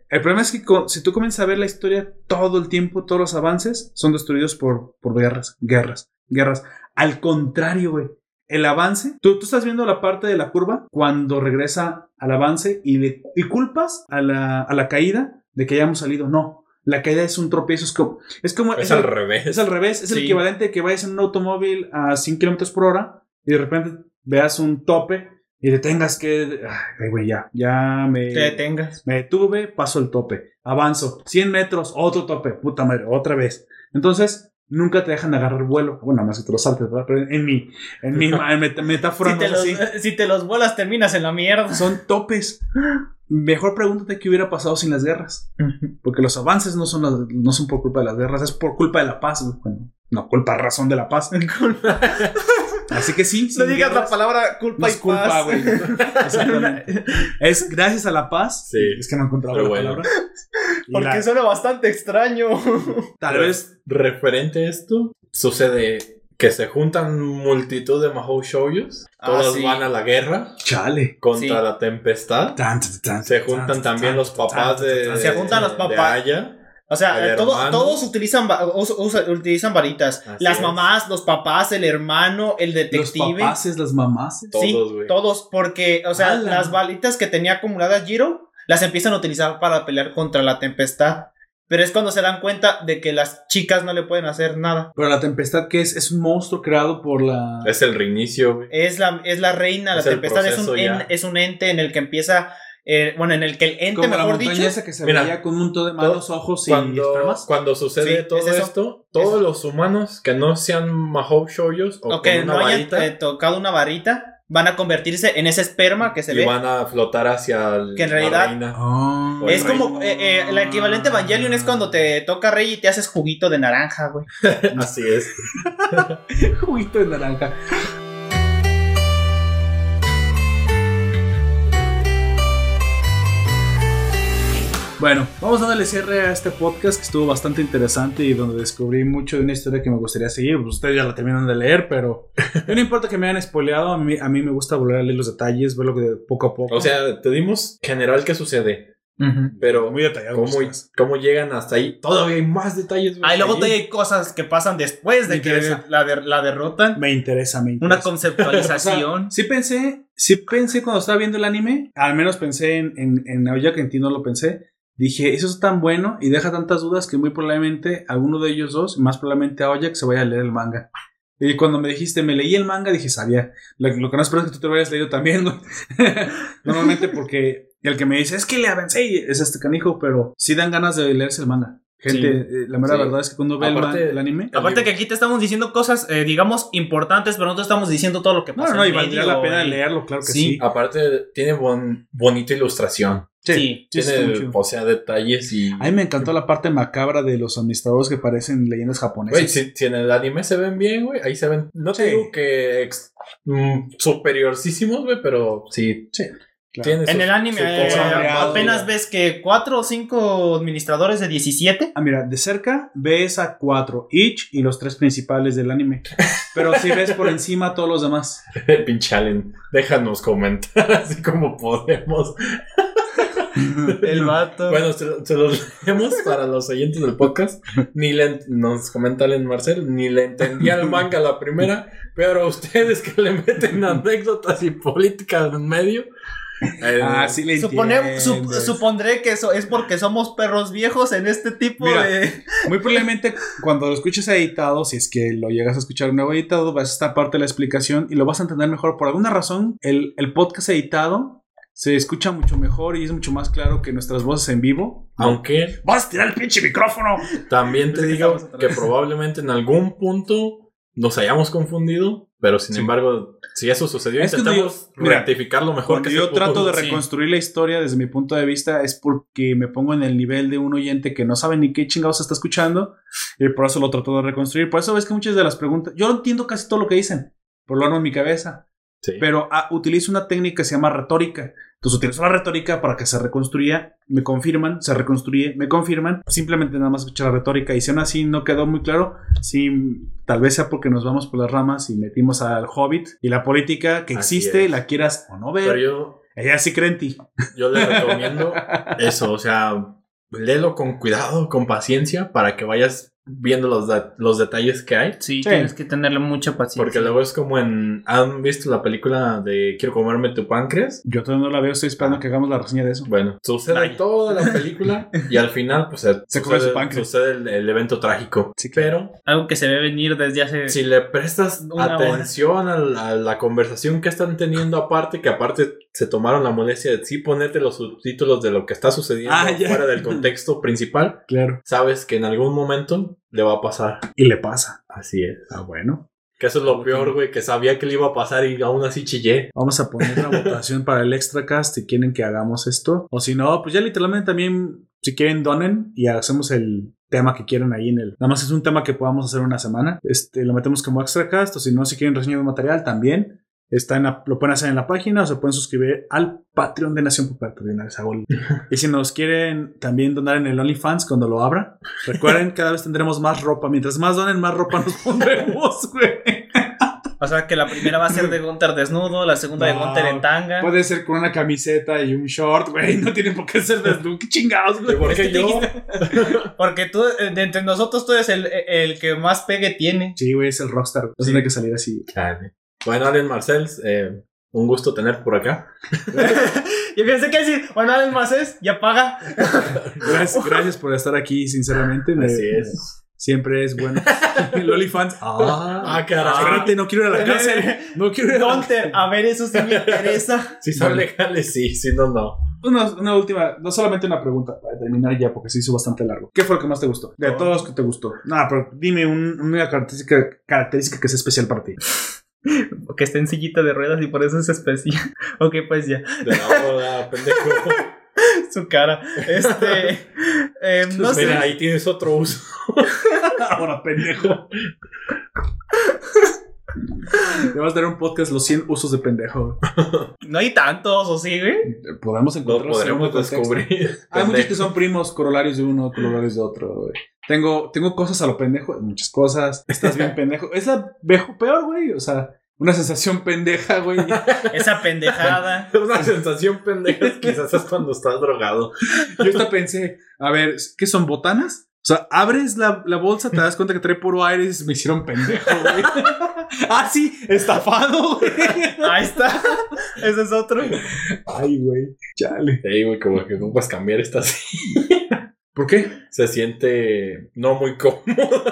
A: el problema es que co- si tú comienzas a ver la historia todo el tiempo, todos los avances son destruidos por, por guerras, guerras, guerras. Al contrario, güey. El avance, tú, tú estás viendo la parte de la curva cuando regresa al avance y, le, y culpas a la, a la caída de que hayamos salido. No, la caída es un tropiezo, es como... Es, como,
E: Es
A: es
E: al
A: el-
E: revés.
A: es al revés, es el
G: Sí.
A: equivalente de que vayas en un automóvil a 100 kilómetros por hora y de repente veas un tope y te tengas que. Ay, güey, ya, ya me.
G: Te detengas.
A: Me detuve, paso el tope, avanzo, 100 metros, otro tope, puta madre, otra vez. Entonces, nunca te dejan agarrar vuelo. Bueno, más que te lo saltes, ¿verdad? Pero en mi, en
G: (laughs)
A: mi ma- met- metáfora
G: Si
A: no
G: te,
A: es
G: los,
A: así.
G: (laughs) si te los vuelas, terminas en la mierda.
A: Son topes. Mejor pregúntate qué hubiera pasado sin las guerras. Porque los avances no son, las- no son por culpa de las guerras, es por culpa de la paz. güey. Bueno, no, culpa, razón de la
G: (laughs)
A: paz. Así que sí,
G: No
A: sin
G: digas la
A: guerras,
G: palabra
A: no
G: culpa
A: es
G: y culpa,
A: culpa,
G: güey.
A: güey. Exactamente. Es gracias a la paz.
E: Sí.
A: Es que no encontraba
E: Pero
A: la
E: bueno.
G: (laughs)
A: palabra. Y
G: Porque
A: la-
G: suena bastante extraño.
A: tal vez.
E: Referente a esto, sucede que se juntan multitud de Mahou Shouyos.
G: Ah,
E: Todas
G: sí.
E: van a la guerra
A: Chale.
E: contra
G: Sí.
E: la tempestad.
A: Tan, tan, tan,
E: Se juntan
A: tan,
E: también
A: tan,
E: los
A: tan,
E: papás
A: tan,
E: de.
G: Se juntan los
E: de
G: papás.
E: Aya.
G: O sea, eh,
E: El
G: todo-
E: hermano.
G: todos utilizan, va- us- usa- utilizan varitas.
E: Así
G: las
E: es.
G: mamás, los papás, el hermano, el
A: Los
G: detective.
A: papaces, las mamás.
G: Sí,
E: Todos, güey.
G: todos, porque, o sea,
A: ¡Hala!
G: las balitas que tenía acumuladas Giro las empiezan a utilizar para pelear contra la tempestad. Pero es cuando se dan cuenta de que las chicas no le pueden hacer nada.
A: Pero la tempestad que es, es un monstruo creado por la.
E: Es el reinicio, güey.
G: Es la, es la reina, la
E: Es el
G: tempestad es
E: proceso
G: un,
E: ya.
G: en- es un ente en el que empieza, eh, bueno, en el que el ente,
A: como la
G: mejor
A: montaña
G: dicho,
A: esa que se
E: Mira,
A: veía con un montón de malos ojos y
E: Cuando,
A: escamas.
E: cuando sucede
G: Sí,
E: todo
G: es eso.
E: esto, todos
G: Eso.
E: los humanos que no sean Mahou Shoyos o
G: o que
E: con una
G: no hayan
E: varita
G: eh, tocado una varita, van a convertirse en ese esperma que se
E: y
G: ve.
E: van a flotar hacia el-
G: Que en realidad-
E: la reina.
A: Ah.
E: O el
G: Es como eh, eh, el equivalente a Evangelion es cuando te (laughs) toca rey y te haces juguito de naranja, güey.
E: (laughs) Así es.
A: juguito de naranja. Bueno, vamos dándole cierre a este podcast que estuvo bastante interesante y donde descubrí mucho de una historia que me gustaría seguir. Pues ustedes ya la terminan de leer,
G: (laughs)
A: pero no importa que me hayan spoileado, a mí, a mí me gusta volver a leer los detalles, verlo de poco a poco.
E: O sea, te dimos general qué sucede,
A: Ujú.
E: pero
A: muy detallado.
E: cómo,
A: ustedes.
E: cómo llegan hasta ahí. Todavía hay más detalles. güey,
G: Ahí luego
E: ahí.
G: te hay cosas que pasan después
A: Me
G: de que
A: interesa.
G: la, der- la derrotan.
A: Me interesa, me interesa.
G: Una conceptualización.
A: Pues. (laughs) Sí pensé, sí pensé cuando estaba viendo el anime, al menos pensé en, en, en Naoya Kentino, lo pensé. Dije, eso es tan bueno y deja tantas dudas que muy probablemente alguno de ellos dos, y más probablemente Aoya, que se vaya a leer el manga. Y cuando me dijiste, me leí el manga, dije, sabía. Lo, lo que no espero es que tú te lo hayas leído también, güey. (laughs) Normalmente porque el que me dice, es que le avancé, y es este canijo, pero sí dan ganas de leerse el manga. Gente, eh, la mera
E: Sí.
A: verdad es que cuando ve el ma-
E: Aparte-
A: el, anime...
G: Aparte que aquí te estamos diciendo cosas, eh, digamos, importantes, pero no te estamos diciendo todo lo que
A: No,
G: pasa.
A: no, no,
G: en
A: y valdría
G: medio,
A: la pena
G: y-
A: leerlo, claro que
G: Sí.
A: sí.
E: Aparte, tiene bon- bonita ilustración.
G: Sí.
A: sí, está muy
E: tiene,
A: chido.
E: o sea, detalles y.
A: A mí me encantó la parte macabra de los administradores que parecen leyendas japonesas.
E: Güey, si, si en el anime se ven bien, güey, ahí se ven. No
A: Sí.
E: te digo que ex- mm, superiorcísimos, güey, pero sí.
A: Sí, claro.
E: Tiene
G: En
E: sus-
G: el anime
E: su
G: eh,
E: cosa real,
G: apenas
E: güey.
G: ves que cuatro o cinco administradores de 17.
A: Ah, mira, de cerca ves a cuatro, Itch y los tres principales del anime. Pero si ves por encima a todos los demás.
E: (laughs) Pinche Allen, déjanos comentar (laughs) así como podemos.
G: El
A: (laughs)
G: vato.
E: Bueno, se, lo- se los leemos para los oyentes del podcast. Ni le ent- nos comenta Allen Marcel, ni le entendía al manga la primera, pero a ustedes que le meten anécdotas y políticas en medio. eh,
A: Ah, sí le
G: Supone- sup-
A: entiendes.
G: supondré que eso es porque somos perros viejos en este tipo
A: Mira.
G: de.
A: Muy probablemente cuando lo escuches editado, si es que lo llegas a escuchar nuevo editado, vas a esta parte de la explicación y lo vas a entender mejor. Por alguna razón, el, el podcast editado se escucha mucho mejor y es mucho más claro que nuestras voces en vivo.
E: Aunque
A: ¡Vas a tirar el pinche micrófono!
E: También te
G: Pues es que
E: digo
G: estamos otra
E: que
G: vez.
E: probablemente en algún punto nos hayamos confundido, pero sin embargo, si eso sucedió,
A: Es que
E: intentamos
A: digo, mira,
E: rectificar lo mejor
A: Cuando
E: que
A: yo
E: se
A: trato de
E: pudo.
A: reconstruir la historia desde mi punto de vista es porque me pongo en el nivel de un oyente que no sabe ni qué chingados está escuchando y por eso lo trato de reconstruir. Por eso ves que muchas de las preguntas, yo entiendo casi todo lo que dicen, por lo menos en mi cabeza,
E: Sí. Sí.
A: pero ah, utilizo una técnica que se llama retórica. Entonces utilizo la retórica para que se reconstruya, me confirman, se reconstruye, me confirman. Simplemente nada más escuché la retórica y si aún así no quedó muy claro, sí, tal vez sea porque nos vamos por las ramas y metimos al hobbit y la política que
E: Así
A: existe,
E: es.
A: la quieras o no ver.
E: Pero yo,
A: Ella sí cree en ti. (laughs)
E: yo les recomiendo eso, o sea, léelo con cuidado, con paciencia, para que vayas viendo los, da- los detalles que hay.
G: Sí,
A: tienes
G: que tenerle mucha paciencia.
E: Porque luego es como en... ¿Han visto la película de Quiero comerme tu páncreas?
A: Yo todavía no la veo, estoy esperando que hagamos la reseña de eso.
E: Bueno, sucede
G: Ay.
E: toda la película y al final, pues, se,
A: (laughs) Se come su
E: sucede-
A: páncreas.
E: sucede el, el evento trágico.
A: Sí,
E: Pero
G: Algo que se ve venir desde hace.
E: si le prestas
G: Una
E: atención a la, a la conversación que están teniendo aparte, que aparte se tomaron la molestia de sí ponerte los subtítulos de lo que está sucediendo
A: Ah, ya.
E: fuera
A: (laughs)
E: del contexto principal,
A: Claro.
E: sabes que en algún momento le va a pasar.
A: Y le pasa.
E: Así es.
A: Ah, bueno.
E: Que eso es lo peor, güey, que sabía que le iba a pasar y aún así chillé.
A: Vamos a poner la votación para el extra cast si quieren que hagamos esto. O si no, pues ya literalmente también, si quieren, donen y hacemos el tema que quieran ahí en el. Nada más es un tema que podamos hacer una semana. Este, lo metemos como extra cast. O si no, si quieren reseñar material también. Está en la- lo pueden hacer en la página o se pueden suscribir al Patreon de Nación Popular. Pues, de una vez hago el- Y si nos quieren también donar en el OnlyFans cuando lo abra, (laughs) recuerden, cada vez tendremos más ropa. Mientras más donen, más ropa nos pondremos, güey.
G: O sea, que la primera va a (laughs) ser de Gunther desnudo, la segunda de
A: No,
G: Gunther en tanga.
A: Puede ser con una camiseta y un short, güey. No tiene por qué ser (laughs) desnudo. Qué chingados, güey.
E: ¿Por qué yo?
G: Porque tú, eh, de entre nosotros, tú eres el, e, el que más pegue tiene.
A: Sí, güey, es el rockstar. güey. Vas a tener que salir así.
E: Chale. Bueno, Allen Marcel, eh, un gusto tenerte por acá.
G: (laughs) Yo pensé que decir, bueno, alguien más es, ya paga.
A: Gracias, gracias por estar aquí, sinceramente. me-
E: Así es.
A: Siempre es (laughs) bueno. Loli fans. Eh, Ah, Eh,
E: Ah, caray.
A: espérate, no quiero ir a la cárcel. No quiero ir a la
G: Gunther, a ver, eso sí me (laughs) interesa.
E: Si son
A: Bueno.
E: legales, sí. Si no, no.
A: Una, una última, no solamente una pregunta para terminar ya, porque se hizo bastante largo. ¿Qué fue lo que más te gustó? De todos los que te gustó. Nada, pero dime un- una característica, característica que sea especial para ti.
G: Que está en sillita de ruedas y por eso es especial. (laughs) ok, pues ya.
E: De la
A: (laughs)
E: boda, pendejo.
G: Su cara. (laughs) Este. eh, no sé.
E: Mira, ahí tienes otro uso.
A: (laughs) Ahora, pendejo. Te vas a dar un podcast Los 100 usos de pendejo.
G: No hay tantos, ¿o sí, güey?
A: Podemos
E: Lo
A: encontrar
E: podremos descubrir.
A: Hay muchos
E: Pendejo.
A: que
E: (laughs)
A: son primos, corolarios de uno, corolarios de otro. güey. Tengo, tengo cosas a lo pendejo, muchas cosas. Estás bien pendejo. Es la vejo- peor, güey. O sea, una sensación pendeja, güey.
G: Esa pendejada.
A: (laughs)
E: Una sensación pendeja quizás es cuando estás drogado.
A: Yo hasta pensé, a ver, ¿qué son botanas? O sea, abres la, la bolsa, te das cuenta que trae puro aire y dices, me hicieron pendejo, güey. (laughs) ah, sí, estafado, güey.
G: (laughs) Ahí está. (laughs) Ese es (laughs) otro.
A: Ay, güey, chale.
E: Sí, güey, como que no puedes cambiar esta (laughs) así.
A: ¿Por qué?
E: Se siente no muy cómodo.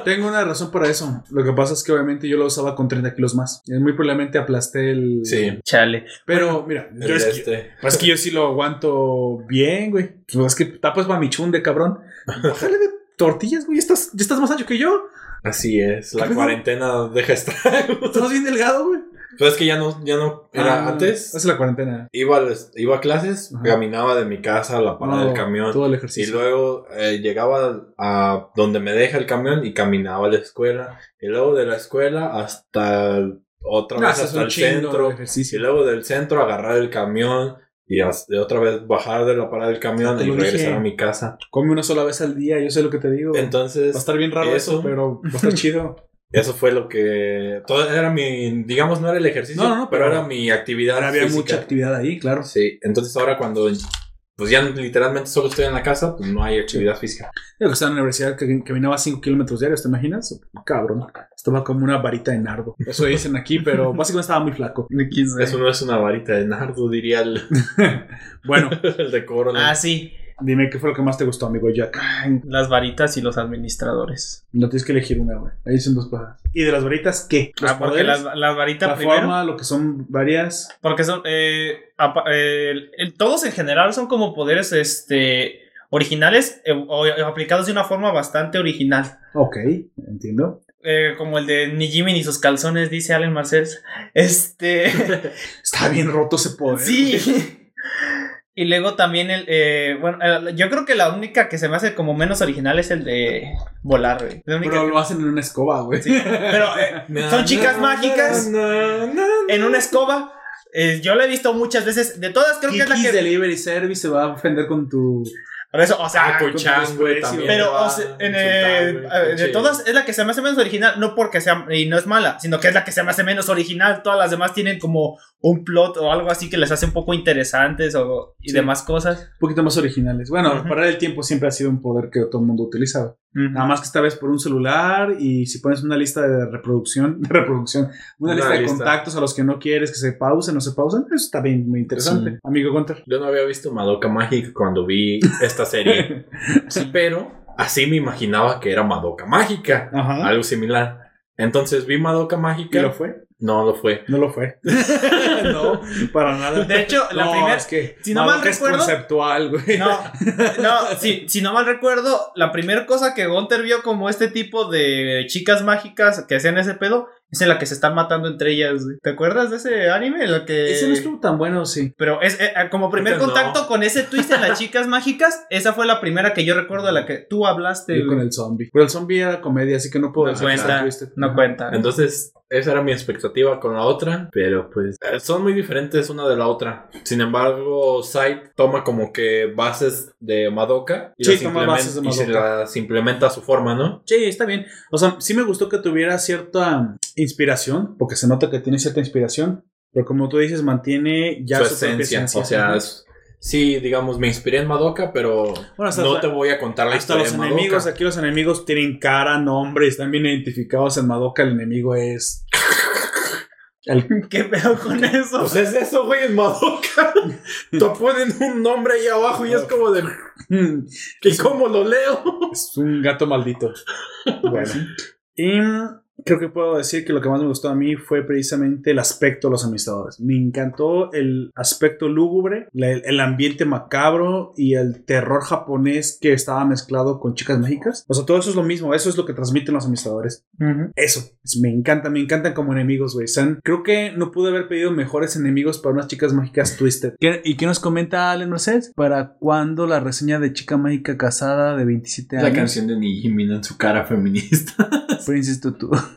A: Tengo una razón para eso. Lo que pasa es que obviamente yo lo usaba con 30 kilos más. Y muy probablemente aplasté el...
E: Sí.
G: Chale.
A: Pero, mira,
E: el
A: yo es,
E: de
A: que,
E: este.
A: pues es que yo sí lo aguanto bien, güey. Pues es que tapas mamichunde,
E: (laughs)
A: cabrón. Bájale de tortillas, güey. Estás, ya estás más ancho que yo.
E: Así es. La
A: ¿Qué pedo?
E: cuarentena deja (laughs) estragos.
A: Estás bien delgado, güey.
E: Pues es que ya no, ya no. Era
A: Ah,
E: antes.
A: Hace la cuarentena.
E: Iba a, las- iba a clases,
A: Ajá.
E: caminaba de mi casa a la parada
A: No,
E: del camión.
A: Todo el
E: Y
A: ejercicio.
E: luego eh, llegaba a donde me deja el camión y caminaba a la escuela. Y luego de la escuela hasta el- otra
A: No,
E: vez
A: haces
E: hasta
A: Ah, un
E: el
A: chingo de
E: centro.
A: ejercicio.
E: Y luego del centro agarrar el camión y as- de otra vez bajar de la parada del camión
A: Te
E: y
A: lo
E: regresar
A: dije.
E: a mi casa.
A: Come una sola vez al día, yo sé lo que te digo. va a
E: Entonces,
A: estar bien raro eso,
E: eso.
A: pero va a estar
E: (laughs)
A: chido.
E: eso fue lo que... Todo era mi... Digamos, no era el ejercicio,
A: No, no, no,
E: pero,
A: pero-
E: era mi actividad
A: Ahora había
E: física.
A: mucha actividad ahí, claro.
E: Sí, entonces ahora cuando... Pues ya literalmente solo estoy en la casa, pues no hay actividad física.
A: Yo que estaba en la universidad que que caminaba 5 kilómetros diarios, ¿te imaginas? Cabrón. Estaba como una varita de nardo. Eso dicen aquí, pero
G: (laughs)
A: básicamente estaba muy flaco. (laughs)
E: Eso no es una varita de nardo, diría el,
A: Bueno,
E: (laughs) el de Corona.
G: Ah, sí.
A: dime qué fue lo que más te gustó, amigo Jack.
G: Las varitas y los administradores.
A: No tienes que elegir una, güey. Ahí son dos cosas. ¿Y de las varitas qué? Los
G: Ah, porque
A: poderes,
G: las, las varitas
A: la
G: primero.
A: forma, lo que son varias.
G: Porque son. eh, apa- eh, el- el- todos en general son como poderes este, originales eh, o, o aplicados de una forma bastante original.
A: Ok, entiendo.
G: Eh, como el de ni Jimmy ni sus calzones, dice Allen Marcells.
A: (laughs)
G: Este.
A: Está bien roto ese poder.
G: sí. (laughs) Y luego también el. eh, bueno, el- yo creo que la única que se me hace como menos original es el de volar, güey. La única
A: Pero lo hacen en una escoba, güey.
G: Pero eh, son chicas mágicas en una escoba. Eh, yo la he visto muchas veces. De todas, creo que es la
A: Kiki's
G: que.
A: Delivery Service se va a ofender con tu.
G: Por eso, o sea,
E: Taco Chan, güey, también.
G: pero
E: Ah, va
G: o sea,
E: a
G: en,
E: insultar,
G: eh,
E: güey,
G: eh, de
E: pinche-
G: todas es la que se me hace menos original, no porque sea y no es mala, sino que es la que se me hace menos original. Todas las demás tienen como un plot o algo así que les hace un poco interesantes o, y
A: Sí.
G: demás cosas.
A: Un poquito más originales. Bueno,
G: Ujú.
A: parar el tiempo siempre ha sido un poder que todo el mundo utilizaba. Nada
G: Ujú.
A: más que esta vez por un celular y si pones una lista de reproducción, (laughs) de reproducción, una,
E: Una
A: lista, de
E: lista.
A: contactos a los que no quieres que se pausen o se pausen, eso está bien muy interesante.
E: Sí.
A: Amigo Gunter.
E: Yo no había visto Madoka Mágica cuando vi esta serie,
G: (laughs)
E: pero así me imaginaba que era Madoka Mágica,
A: Ajá.
E: algo similar. Entonces vi Madoka
A: ¿Y
E: Mágica.
A: lo fue?
E: No lo fue.
A: No lo
G: (laughs)
A: fue. no, para nada.
G: De hecho, la
A: no,
G: primera.
A: es que
G: si no mal
A: Madoka es
G: recuerdo-
A: conceptual, güey. (laughs)
G: No, no, si, si no mal recuerdo, la primera cosa que Gunter vio como este tipo de chicas mágicas que hacían ese pedo es en la que se están matando entre ellas. güey. ¿Te acuerdas de ese anime? Lo que...
A: Ese no estuvo tan bueno, sí.
G: Pero es eh, eh, como primer
E: Ahorita no.
G: contacto con ese twist en las chicas mágicas, esa fue la primera que yo recuerdo de la que tú hablaste.
A: Yo con el zombie. Pero el zombie era comedia, así que no puedo
G: No
A: decir que
G: cuenta,
A: sea twisted.
G: No cuenta.
E: Entonces, esa era mi expectativa con la otra, pero pues eh, son muy diferentes una de la otra. Sin embargo, Sight toma como que bases de Madoka y,
A: Sí,
E: las
A: toma
E: implemen-
A: bases de
E: y se
A: Madoka.
E: las implementa a su forma, ¿no?
A: Sí, está bien. O sea, sí me gustó que tuviera cierta mm, inspiración, porque se nota que tiene cierta inspiración, pero como tú dices, mantiene ya
E: su,
A: propia
E: esencia. O
A: Ajá.
E: sea, es- sí, digamos, me inspiré en Madoka, pero
A: Bueno, hasta-
E: no te voy a contar la
A: Hasta
E: historia
A: los
E: de
A: enemigos,
E: Madoka.
A: aquí los enemigos tienen cara, nombre, y están bien identificados en Madoka. El enemigo es. (laughs)
G: ¿Qué pedo con eso?
E: Pues es eso, güey,
A: (laughs)
E: en Madoka. te ponen un nombre ahí abajo y es como de.
A: es
E: ¿Y cómo lo leo?
A: un gato maldito. Bueno. Y mm, creo que puedo decir que lo que más me gustó a mí fue precisamente el aspecto de los amistadores. Me encantó el aspecto lúgubre, la- el ambiente macabro y el terror japonés que estaba mezclado con chicas mágicas. O sea, todo eso es lo mismo. Eso es lo que transmiten los amistadores. Eso, es- me encanta, me encantan como enemigos, güey. Son- creo que no pude haber pedido mejores enemigos para unas chicas mágicas twisted. ¿Qué- ¿Y qué nos comenta Allen Mercedes? ¿Para cuándo la reseña de chica mágica casada de 27 años?
F: de Nijimina en su cara feminista.
A: Princess Tutu. (laughs)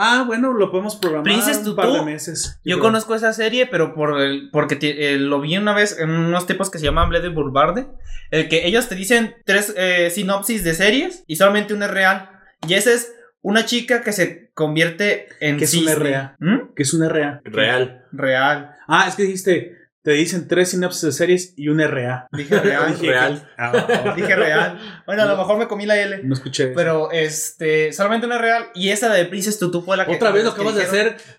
A: Ah, bueno, lo podemos programar
G: Princess
A: un par de
G: Tutu.
A: meses.
G: Yo
A: creo.
G: conozco esa serie, pero por el- porque te- eh, lo vi una vez en unos tipos que se llaman Blade Boulevard, el que ellos te dicen tres eh, sinopsis de series y solamente una es real. Y esa es una chica que se convierte en
A: ¿Qué es una
G: cisne.
A: RA?
G: ¿Mm?
A: que es un RA.
E: Real.
G: Real.
A: Ah, es que dijiste, te dicen tres sinapsis de series y un RA. (laughs)
G: Dije real.
E: Real.
A: Ah,
G: Dije real. Bueno, a lo mejor me comí la L.
A: (laughs) no escuché. eso.
G: Pero este, solamente una real. Y esa de Princess Tutu fue la que.
A: Otra vez lo acabas de
G: dijeron-
A: hacer.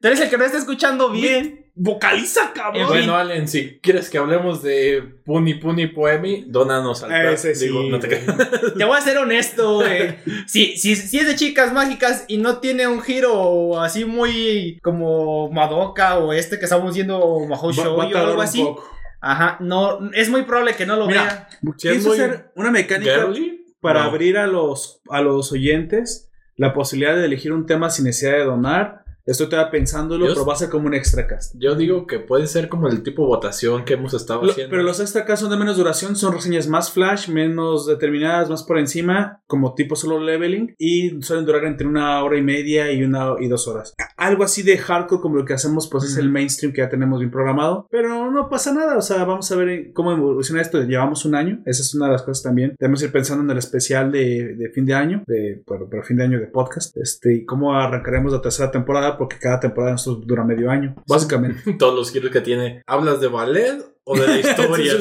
G: Tú eres el que no está escuchando bien.
D: Vocaliza, cabrón.
G: En fin.
E: Bueno, Allen, si quieres que hablemos de Puni Puni Poemi, dónanos al Prime.
A: Ese Eh, sí,
E: Digo, no te
A: güey.
E: creas.
G: Te voy a ser honesto, güey. Si, si, si es de chicas mágicas y no tiene un giro así muy como Madoka o este que estamos viendo o Mahou
A: Va- va a
G: Shoujo o
A: tardar
G: algo
A: un
G: así.
A: poco.
G: Ajá, no, es muy probable que no lo
A: Mira,
G: vea.
E: Si es
A: Pienso
E: muy
A: hacer una mecánica
E: girly,
A: para
E: no.
A: abrir a los, a los oyentes la posibilidad de elegir un tema sin necesidad de donar. Estoy todavía pensándolo,
E: Yo-
A: pero va a ser como un extra cast.
E: Yo digo que puede ser como el tipo de votación que hemos estado
A: Lo-
E: haciendo.
A: pero los extra cast son de menos duración, son reseñas más flash, menos determinadas, más por encima, como tipo solo leveling, y suelen durar entre una hora y media y una y dos horas. Algo así de hardcore como lo que hacemos, pues es el mainstream que ya tenemos bien programado, pero no pasa nada, o sea, vamos a ver en- cómo evoluciona esto. Llevamos un año, esa es una de las cosas también. Debemos ir pensando en el especial de, de fin de año, de, pero, pero fin de año de podcast, este, y cómo arrancaremos la tercera temporada, porque cada temporada nosotros dura medio año, básicamente.
E: Todos los giros que tiene. ¿Hablas de ballet o de
A: (laughs)
E: la historia?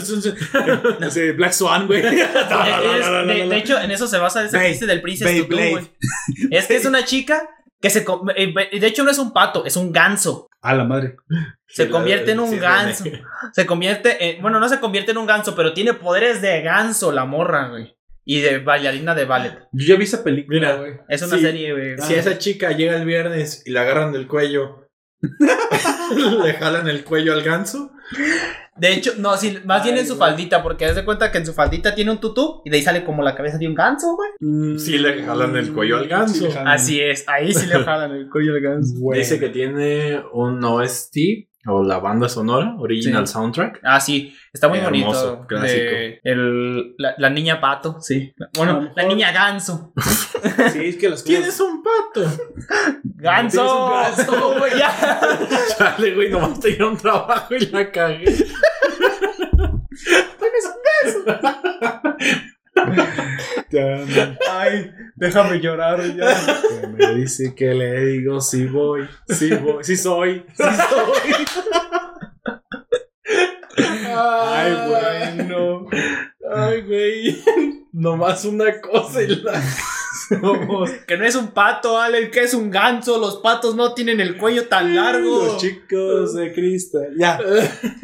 A: Ese Black Swan,
E: (laughs)
A: güey.
G: Es- de, de hecho, en eso se basa esa
A: Bey-
G: triste del Princess Tutu,
A: Beyblade.
G: güey.
A: (laughs)
G: Es que es una chica que se. com- eh, De hecho, no es un pato, es un ganso.
A: A la madre.
G: Se
E: Sí, la-
G: convierte en un
E: sí, es
G: ganso.
E: nene.
A: Ah.
G: Se convierte en. Bueno, no se convierte en un ganso, pero tiene poderes de ganso la morra, güey. Y de bailarina de ballet.
A: Yo ya vi esa película.
E: Mira,
A: güey.
G: Es una
E: Sí.
G: serie, güey.
E: Si esa chica llega el viernes y la agarran del cuello, (laughs) le jalan el cuello al ganso.
G: De hecho, no, sí, más bien en su faldita, porque haz de cuenta que en su faldita tiene un tutú y de ahí sale como la cabeza de un ganso, güey.
E: Sí, le jalan el cuello al ganso.
A: Sí, le jalan.
G: Así es, ahí
A: (laughs)
G: sí le jalan el cuello al ganso.
A: Bueno.
E: Dice que tiene un OST o la banda sonora, original
G: Sí.
E: soundtrack.
G: Ah, sí, está muy
E: Hermoso,
G: bonito.
E: clásico.
G: de el- la, la niña pato, sí.
A: A lo
G: Bueno,
A: mejor-
G: la niña
A: (laughs)
G: ganso.
A: Sí, es que las
E: (laughs) ¿Tienes un pato?
G: ¡Ganso! (laughs) ¡Ganso, güey! ya.
E: Chale, güey, nomás te dieron trabajo y la cagué.
G: Ay, déjame llorar ya.
A: (laughs) Que me dice que le digo sí voy, sí voy, sí soy, sí soy.
E: Ay,
G: bueno.
E: Ay, güey. Nomás una cosa y la.
G: Vamos, (laughs) que no es un pato, Allen, que es un ganso. Los patos no tienen el cuello tan largo.
A: Los chicos de Cristo. Ya.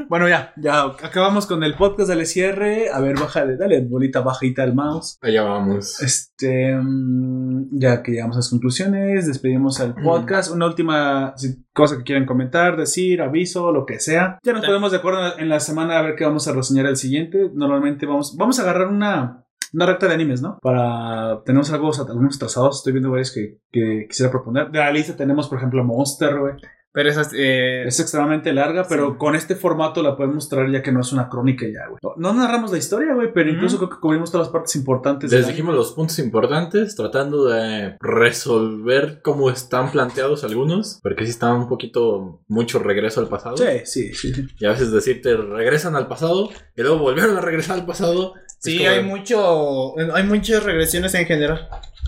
A: Bueno, ya, ya. Acabamos con el podcast. Dale cierre. A ver, bájale, dale bolita bajita al mouse.
E: Allá vamos.
A: Este, mm, ya que llegamos a las conclusiones, despedimos al podcast. Una última si- cosa que quieran comentar, decir, aviso, lo que sea. Ya nos
G: Ta-
A: ponemos de acuerdo en la semana a ver qué vamos a reseñar el siguiente. Normalmente vamos, vamos a agarrar una, una recta de animes, ¿no? Para, tenemos algo, algunos trazados, estoy viendo varios que, que quisiera proponer. De la lista tenemos, por ejemplo, Monster, güey.
G: Pero esas. Eh,
A: Es extremadamente larga, pero
G: Sí.
A: con este formato la podemos traer ya que no es una crónica ya, güey. No, no narramos la historia, güey, pero incluso
G: Ujú.
A: creo que cubrimos todas las partes importantes. de
E: Les
A: la-
E: dijimos los puntos importantes, tratando de resolver cómo están planteados algunos, porque sí están un poquito mucho regreso al pasado.
A: Sí, sí, sí.
E: Y a veces decirte regresan al pasado y luego volvieron a regresar al pasado. Es
G: sí,
E: como-
G: hay mucho. Hay muchas regresiones en general.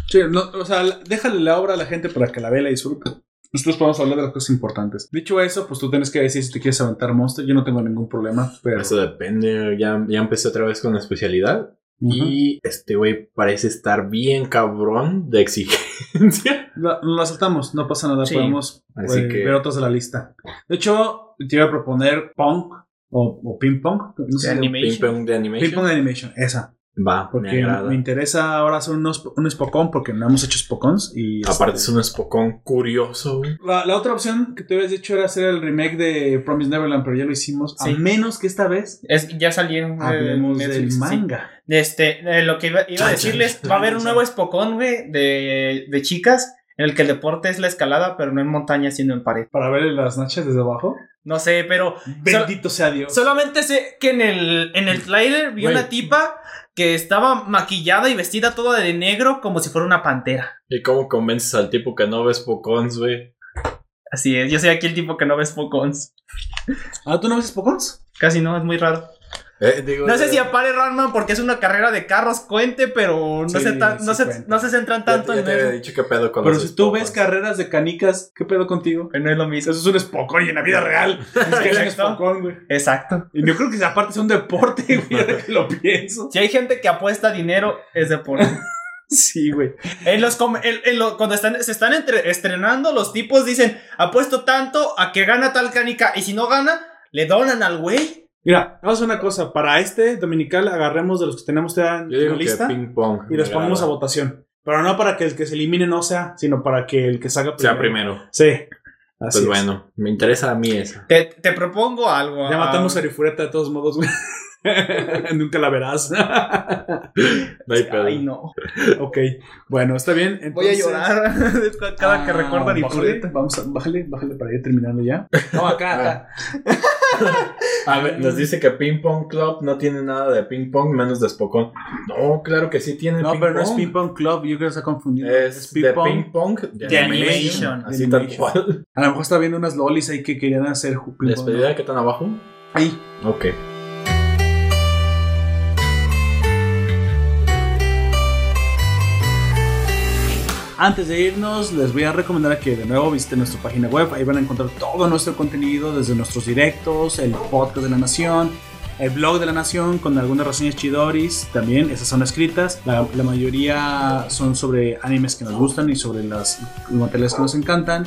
A: Sí, no, o sea, la- déjale la obra a la gente para que la vea y la disfrute. Nosotros podemos hablar de las cosas importantes. Dicho eso, pues tú tienes que decir si te quieres aventar Monster. Yo no tengo ningún problema, pero...
E: Eso depende. Ya, ya empecé otra vez con la especialidad. Y este güey parece estar bien cabrón de exigencia.
G: (laughs)
A: La- Lo aceptamos, no pasa nada,
G: Sí.
A: podemos
E: Así
A: eh,
E: que-
A: ver otros de la lista. De hecho, te iba a proponer Punk o, o Ping Pong. No sé,
E: Ping pong de animation.
A: Ping Pong Animation, esa.
E: Va, me
A: Porque me,
E: agrada.
A: interesa ahora hacer unos, un Spokon porque no hemos hecho Spokons. Y
E: Aparte es un espocón curioso, güey.
A: La, la otra opción que te habías dicho era hacer el remake de Promise Neverland, pero ya lo hicimos.
G: Sí.
A: A menos que esta vez
G: Es, ya salieron. eh,
A: hablemos
G: Netflix,
A: del
G: sí.
A: manga.
G: De este, de lo que iba, iba a
E: Chan,
G: decirles,
E: chan,
G: va a haber un
E: chan.
G: nuevo espocón, güey, de, de chicas, en el que el deporte es la escalada, pero no en montaña, sino en pared.
A: Para ver las nachas desde abajo.
G: No sé, pero
A: Bendito sea Dios.
G: solamente sé que en el, en el trailer vi
E: Güey.
G: una tipa que estaba maquillada y vestida toda de negro como si fuera una pantera.
E: ¿Y cómo convences al tipo que no ves pocons, güey?
G: Así es, yo soy aquí el tipo que no ve espocons.
A: Ah, ¿tú no ves Spokons?
G: Casi no, es muy raro.
E: Eh, digo,
G: No sé
E: eh,
G: si apare Ranman porque es una carrera de carros cuente, pero no,
A: Sí,
G: se, ta-
A: sí
G: no, se,
A: cuenta.
G: no se centran
E: ya te-
G: tanto
E: ya
G: en
E: te había
G: eso.
E: dicho qué pedo con
A: Pero
E: los
A: si tú
E: Spokons.
A: ves carreras de canicas, ¿qué pedo contigo?
G: No es lo
A: Eso
G: mismo.
A: es un Spokon y en la (laughs) vida real. Es que es un
G: Exacto.
A: Spokon, güey.
G: Exacto.
A: Y Yo creo que aparte es un deporte, güey, ahora que lo pienso.
G: Si hay gente que apuesta dinero, es deporte.
A: Sí, güey.
G: en los com- en- en lo- cuando están, se están entre- estrenando, los tipos dicen, apuesto tanto a que gana tal canica. Y si no gana, le donan al güey.
A: Mira, vamos a hacer una cosa. Para este dominical agarremos de los que tenemos ya en
E: Yo digo
A: la lista
E: que ping pong.
A: y los
E: me
A: pongamos a
E: agrada.
A: votación. Pero no para que el que se elimine no sea, sino para que el que salga primero.
E: Sea primero.
A: Sí.
E: Pues
A: Así es.
E: bueno, me interesa a mí esa.
G: Te, te propongo algo.
A: Ya
G: ah,
A: matamos a Arifureta de todos modos, güey. (laughs) Nunca la verás.
E: No hay pedo.
G: Ay, no.
A: ok. Bueno, está bien.
G: Voy a
A: entonces-
G: llorar (laughs) cada que
A: Ah,
G: recuerdo a mi
A: bájale,
G: pureta.
A: Vamos a, bájale, bájale para ir terminando ya. No, acá.
E: A ver, nos dice que Ping Pong Club no tiene nada de ping pong menos de Spokon. No, claro que sí tiene
A: No,
E: ping
A: pero no
E: pong.
A: es Ping Pong Club, yo creo que está confundido.
E: Es de ping pong de,
G: De
E: animation.
G: animation.
E: Así
A: De
E: tal
A: animation.
E: (laughs) cual.
A: A lo mejor está viendo unas lolis ahí que querían hacer ju- ping pong.
E: Despedida que tan abajo.
A: Ahí.
E: Ok.
A: Antes de irnos, les voy a recomendar que de nuevo visiten nuestra página web. Ahí van a encontrar todo nuestro contenido, desde nuestros directos, el podcast de la Nación, el blog de la Nación con algunas reseñas chidoris. También esas son escritas. La, la mayoría son sobre animes que nos gustan y sobre las, los materiales que nos encantan.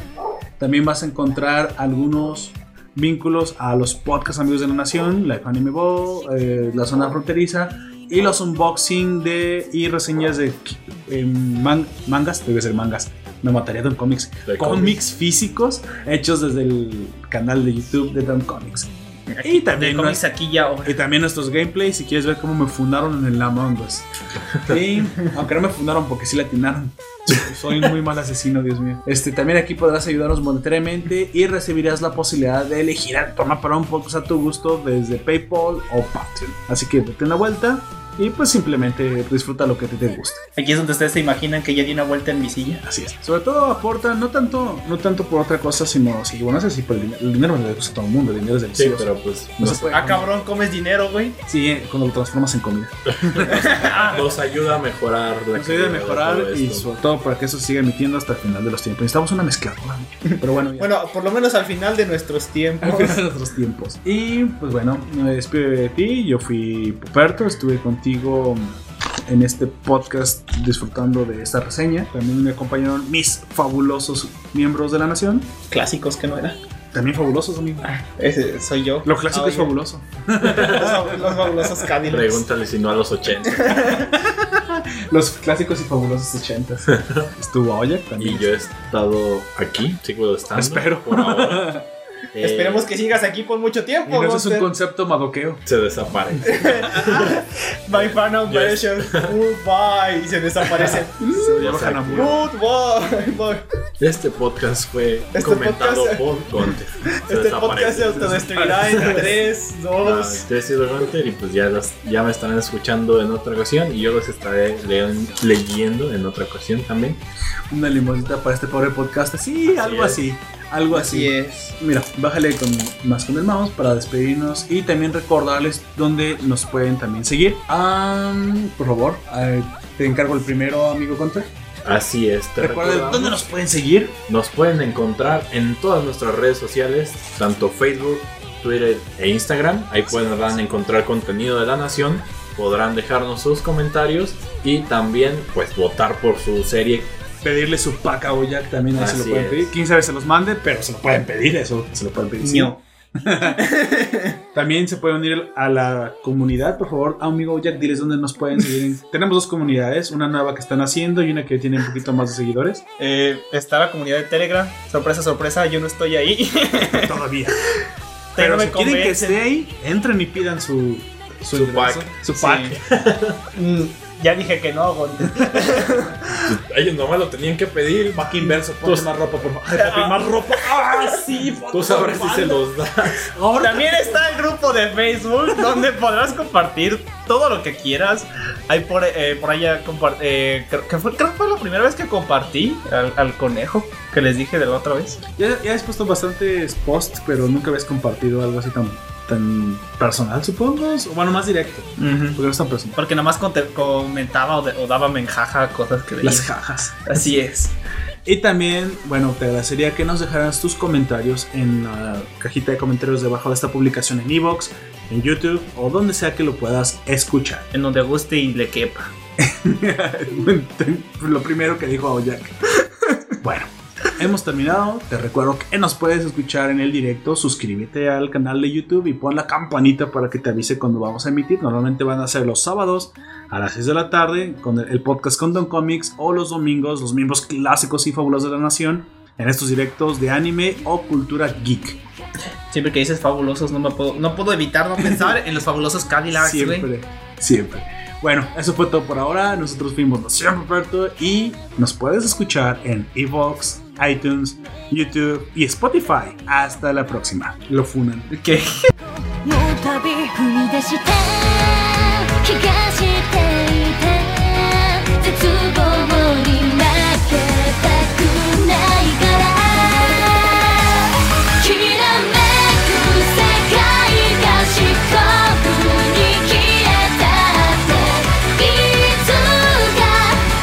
A: También vas a encontrar algunos vínculos a los podcast amigos de la Nación, Life Anime Bowl, eh, la zona fronteriza y los unboxing de y reseñas de eh, man- mangas, debe ser mangas, me mataría Don Comics,
E: De cómics.
A: cómics físicos hechos desde el canal de YouTube de Don Comics. Y
G: De
A: también,
G: cómics aquí ya oh, ahora.
A: y también nuestros gameplays si quieres ver cómo me fundaron en el Among Us. Sí, aunque no me fundaron porque sí latinaron. Soy un muy mal asesino, Dios mío. Este, también aquí podrás ayudarnos monetariamente y recibirás la posibilidad de elegir a tomar para un podcast a tu gusto desde PayPal o Patreon. Así que date una vuelta y pues simplemente disfruta lo que a ti te guste.
G: Aquí es donde ustedes se imaginan que ya di una vuelta en mi silla.
A: Así es. Sobre todo aporta, no tanto, no tanto por otra cosa, sino, sí, bueno, eso sí, por el dinero. El dinero le gusta a todo el mundo, el dinero es
E: Sí,
A: delicioso.
E: pero pues
A: no
E: nos,
A: se puede.
G: Ah, cabrón, comes dinero, güey.
A: Sí, eh, cuando lo transformas en comida.
E: nos ayuda a mejorar.
A: Ah.
E: la
A: Nos ayuda a
E: calidad de todo
A: mejorar y
E: esto.
A: sobre todo para que eso se siga emitiendo hasta el final de los tiempos. Necesitamos una mezcladora. Pero bueno, ya.
G: Bueno, por lo menos al final de nuestros
A: (laughs)
G: tiempos.
A: Al final de otros tiempos. Y pues bueno, me despido de ti. Yo fui Puperto, estuve contigo en este podcast disfrutando de esta reseña. También me acompañaron mis fabulosos miembros de la nación.
G: Clásicos que no era.
A: También fabulosos, amigo.
G: Ese soy yo.
A: Lo clásico
G: Oye.
A: es fabuloso.
G: (laughs) Los, los fabulosos Cadillacs.
E: Pregúntale si no a
A: (laughs)
E: los 80.
A: Los clásicos y fabulosos 80
E: (laughs)
A: Estuvo Oye también.
E: y
A: (laughs)
E: yo he estado aquí, sigo estando.
A: Espero. (laughs)
E: Por ahora. Eh,
G: Esperemos que sigas aquí por mucho
A: Y
G: tiempo.
A: no, eso es un
G: Monster.
A: concepto madoqueo.
E: se desaparece.
G: My final
E: Ya
G: (laughs) version. Goodbye. Y se desaparece.
A: Se llama
E: O sea,
A: Hanabu.
G: Goodbye. boy.
E: Este podcast fue
G: Este
E: comentado
G: podcast-
E: por
G: (laughs)
E: Gonte. Se
G: Este podcast se
E: (laughs)
G: autodestruirá en 3, 2.
E: Yo he sido Gunter y pues ya, los- ya me estarán escuchando en otra ocasión y yo los estaré le- leyendo en otra ocasión también.
A: Una limonita para este pobre podcast. Sí, algo
E: es.
A: así. Algo así.
G: es.
A: Mira, bájale con, más con el mouse para despedirnos y también recordarles dónde nos pueden también seguir. Am, por favor, eh, te encargo el primero, amigo Contra.
E: Así es, te
A: Recuerden,
E: recordamos.
A: ¿dónde nos pueden seguir?
E: Nos pueden encontrar en todas nuestras redes sociales, tanto Facebook, Twitter e Instagram. Ahí podrán encontrar contenido de la nación, podrán dejarnos sus comentarios y también pues votar por su serie.
A: Pedirle su paca o Jack también ahí se lo
E: Así
A: pueden
E: es.
A: pedir. Quién sabe se los mande, pero se lo pueden pedir eso. Se lo pueden pedir. sí.
G: Ño.
A: También se pueden unir a la comunidad, por favor, Ah, amigo Jack, diles dónde nos pueden seguir. (laughs) Tenemos dos comunidades, una nueva que están haciendo y una que tiene un poquito más de seguidores.
G: Eh, está la comunidad de Telegram. Sorpresa, sorpresa, yo no estoy ahí. (laughs)
A: Todavía. Pero
G: Pero no
A: si
G: me
A: quieren que
G: convencen.
A: esté ahí, entren y pidan su su, ingreso, su pack.
G: Mm, ya dije que no, Gon.
E: Ellos nomás lo tenían que pedir.
A: Pack inverso, ponte
E: Tú-
A: más ropa, por favor. Ay, papi, más ropa.
G: Ah, sí,
E: Tú sabrás si se los da.
G: También está el grupo de Facebook (laughs) donde podrás compartir todo lo que quieras. Hay por, eh, por allá compar- eh, creo, que fue, creo que fue la primera vez que compartí al, al conejo que les dije de la otra vez.
A: Ya, ya has puesto bastantes posts, pero nunca habías compartido algo así tan, tan personal, supongo. O bueno, más directo, porque no es tan personal.
G: Porque nada más conte- comentaba o, de- o daba menjaja a cosas que veía.
A: Las jajas.
G: Así es.
A: Y también, bueno, te agradecería que nos dejaras tus comentarios en la cajita de comentarios debajo de esta publicación en Evox, en YouTube o donde sea que lo puedas escuchar.
G: En donde guste y le quepa.
A: (laughs) lo primero que dijo Aoyak. Bueno, hemos terminado. Te recuerdo que nos puedes escuchar en el directo. Suscríbete al canal de YouTube y pon la campanita para que te avise cuando vamos a emitir. Normalmente van a ser los sábados a las 6 de la tarde con el- el podcast con Don Comics o los domingos, los miembros clásicos y fabulosos de la nación en estos directos de anime o cultura geek.
G: Siempre que dices fabulosos no me puedo no puedo evitar no pensar en los fabulosos Cadillacs, güey.
A: Siempre, siempre. Bueno, eso fue todo por ahora. Nosotros fuimos los siempre Roberto y nos puedes escuchar en Evox, iTunes, YouTube y Spotify. Hasta la próxima. Lo funan.
G: Que
Q: の旅踏み出した気がしていて絶望に負けたくないからきらめく世界が四国に消えたっていつか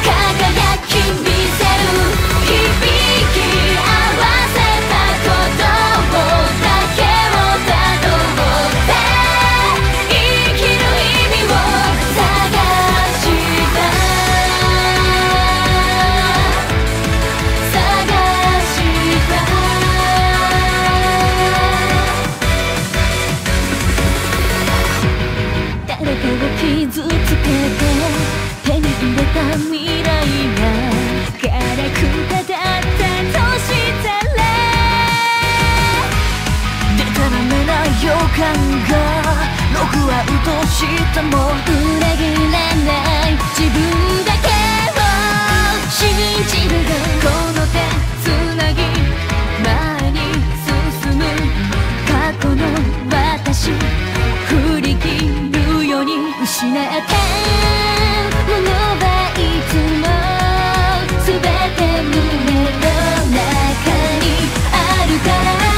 Q: 輝き見せる響き合わせたことをだけをたどって生きる意味を探した探した誰かを傷つけて手に入れた未来がガラクタだったとしたらでたらめな予感がログアウトしても裏切らない自分だけを信じるがこの手つなぎ前に進む過去の私振り切るように失ってものはいつも全て胸の中にあるから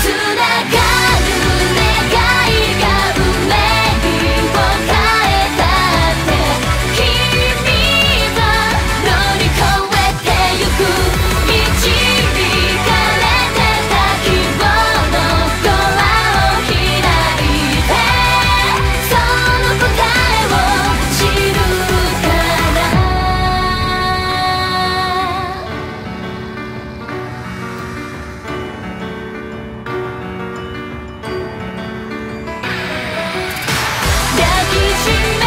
Q: つながる願いが運命を変えたって君を乗り越えてゆく導かれてた希望のドアを開いてその答えを知るから抱きしめ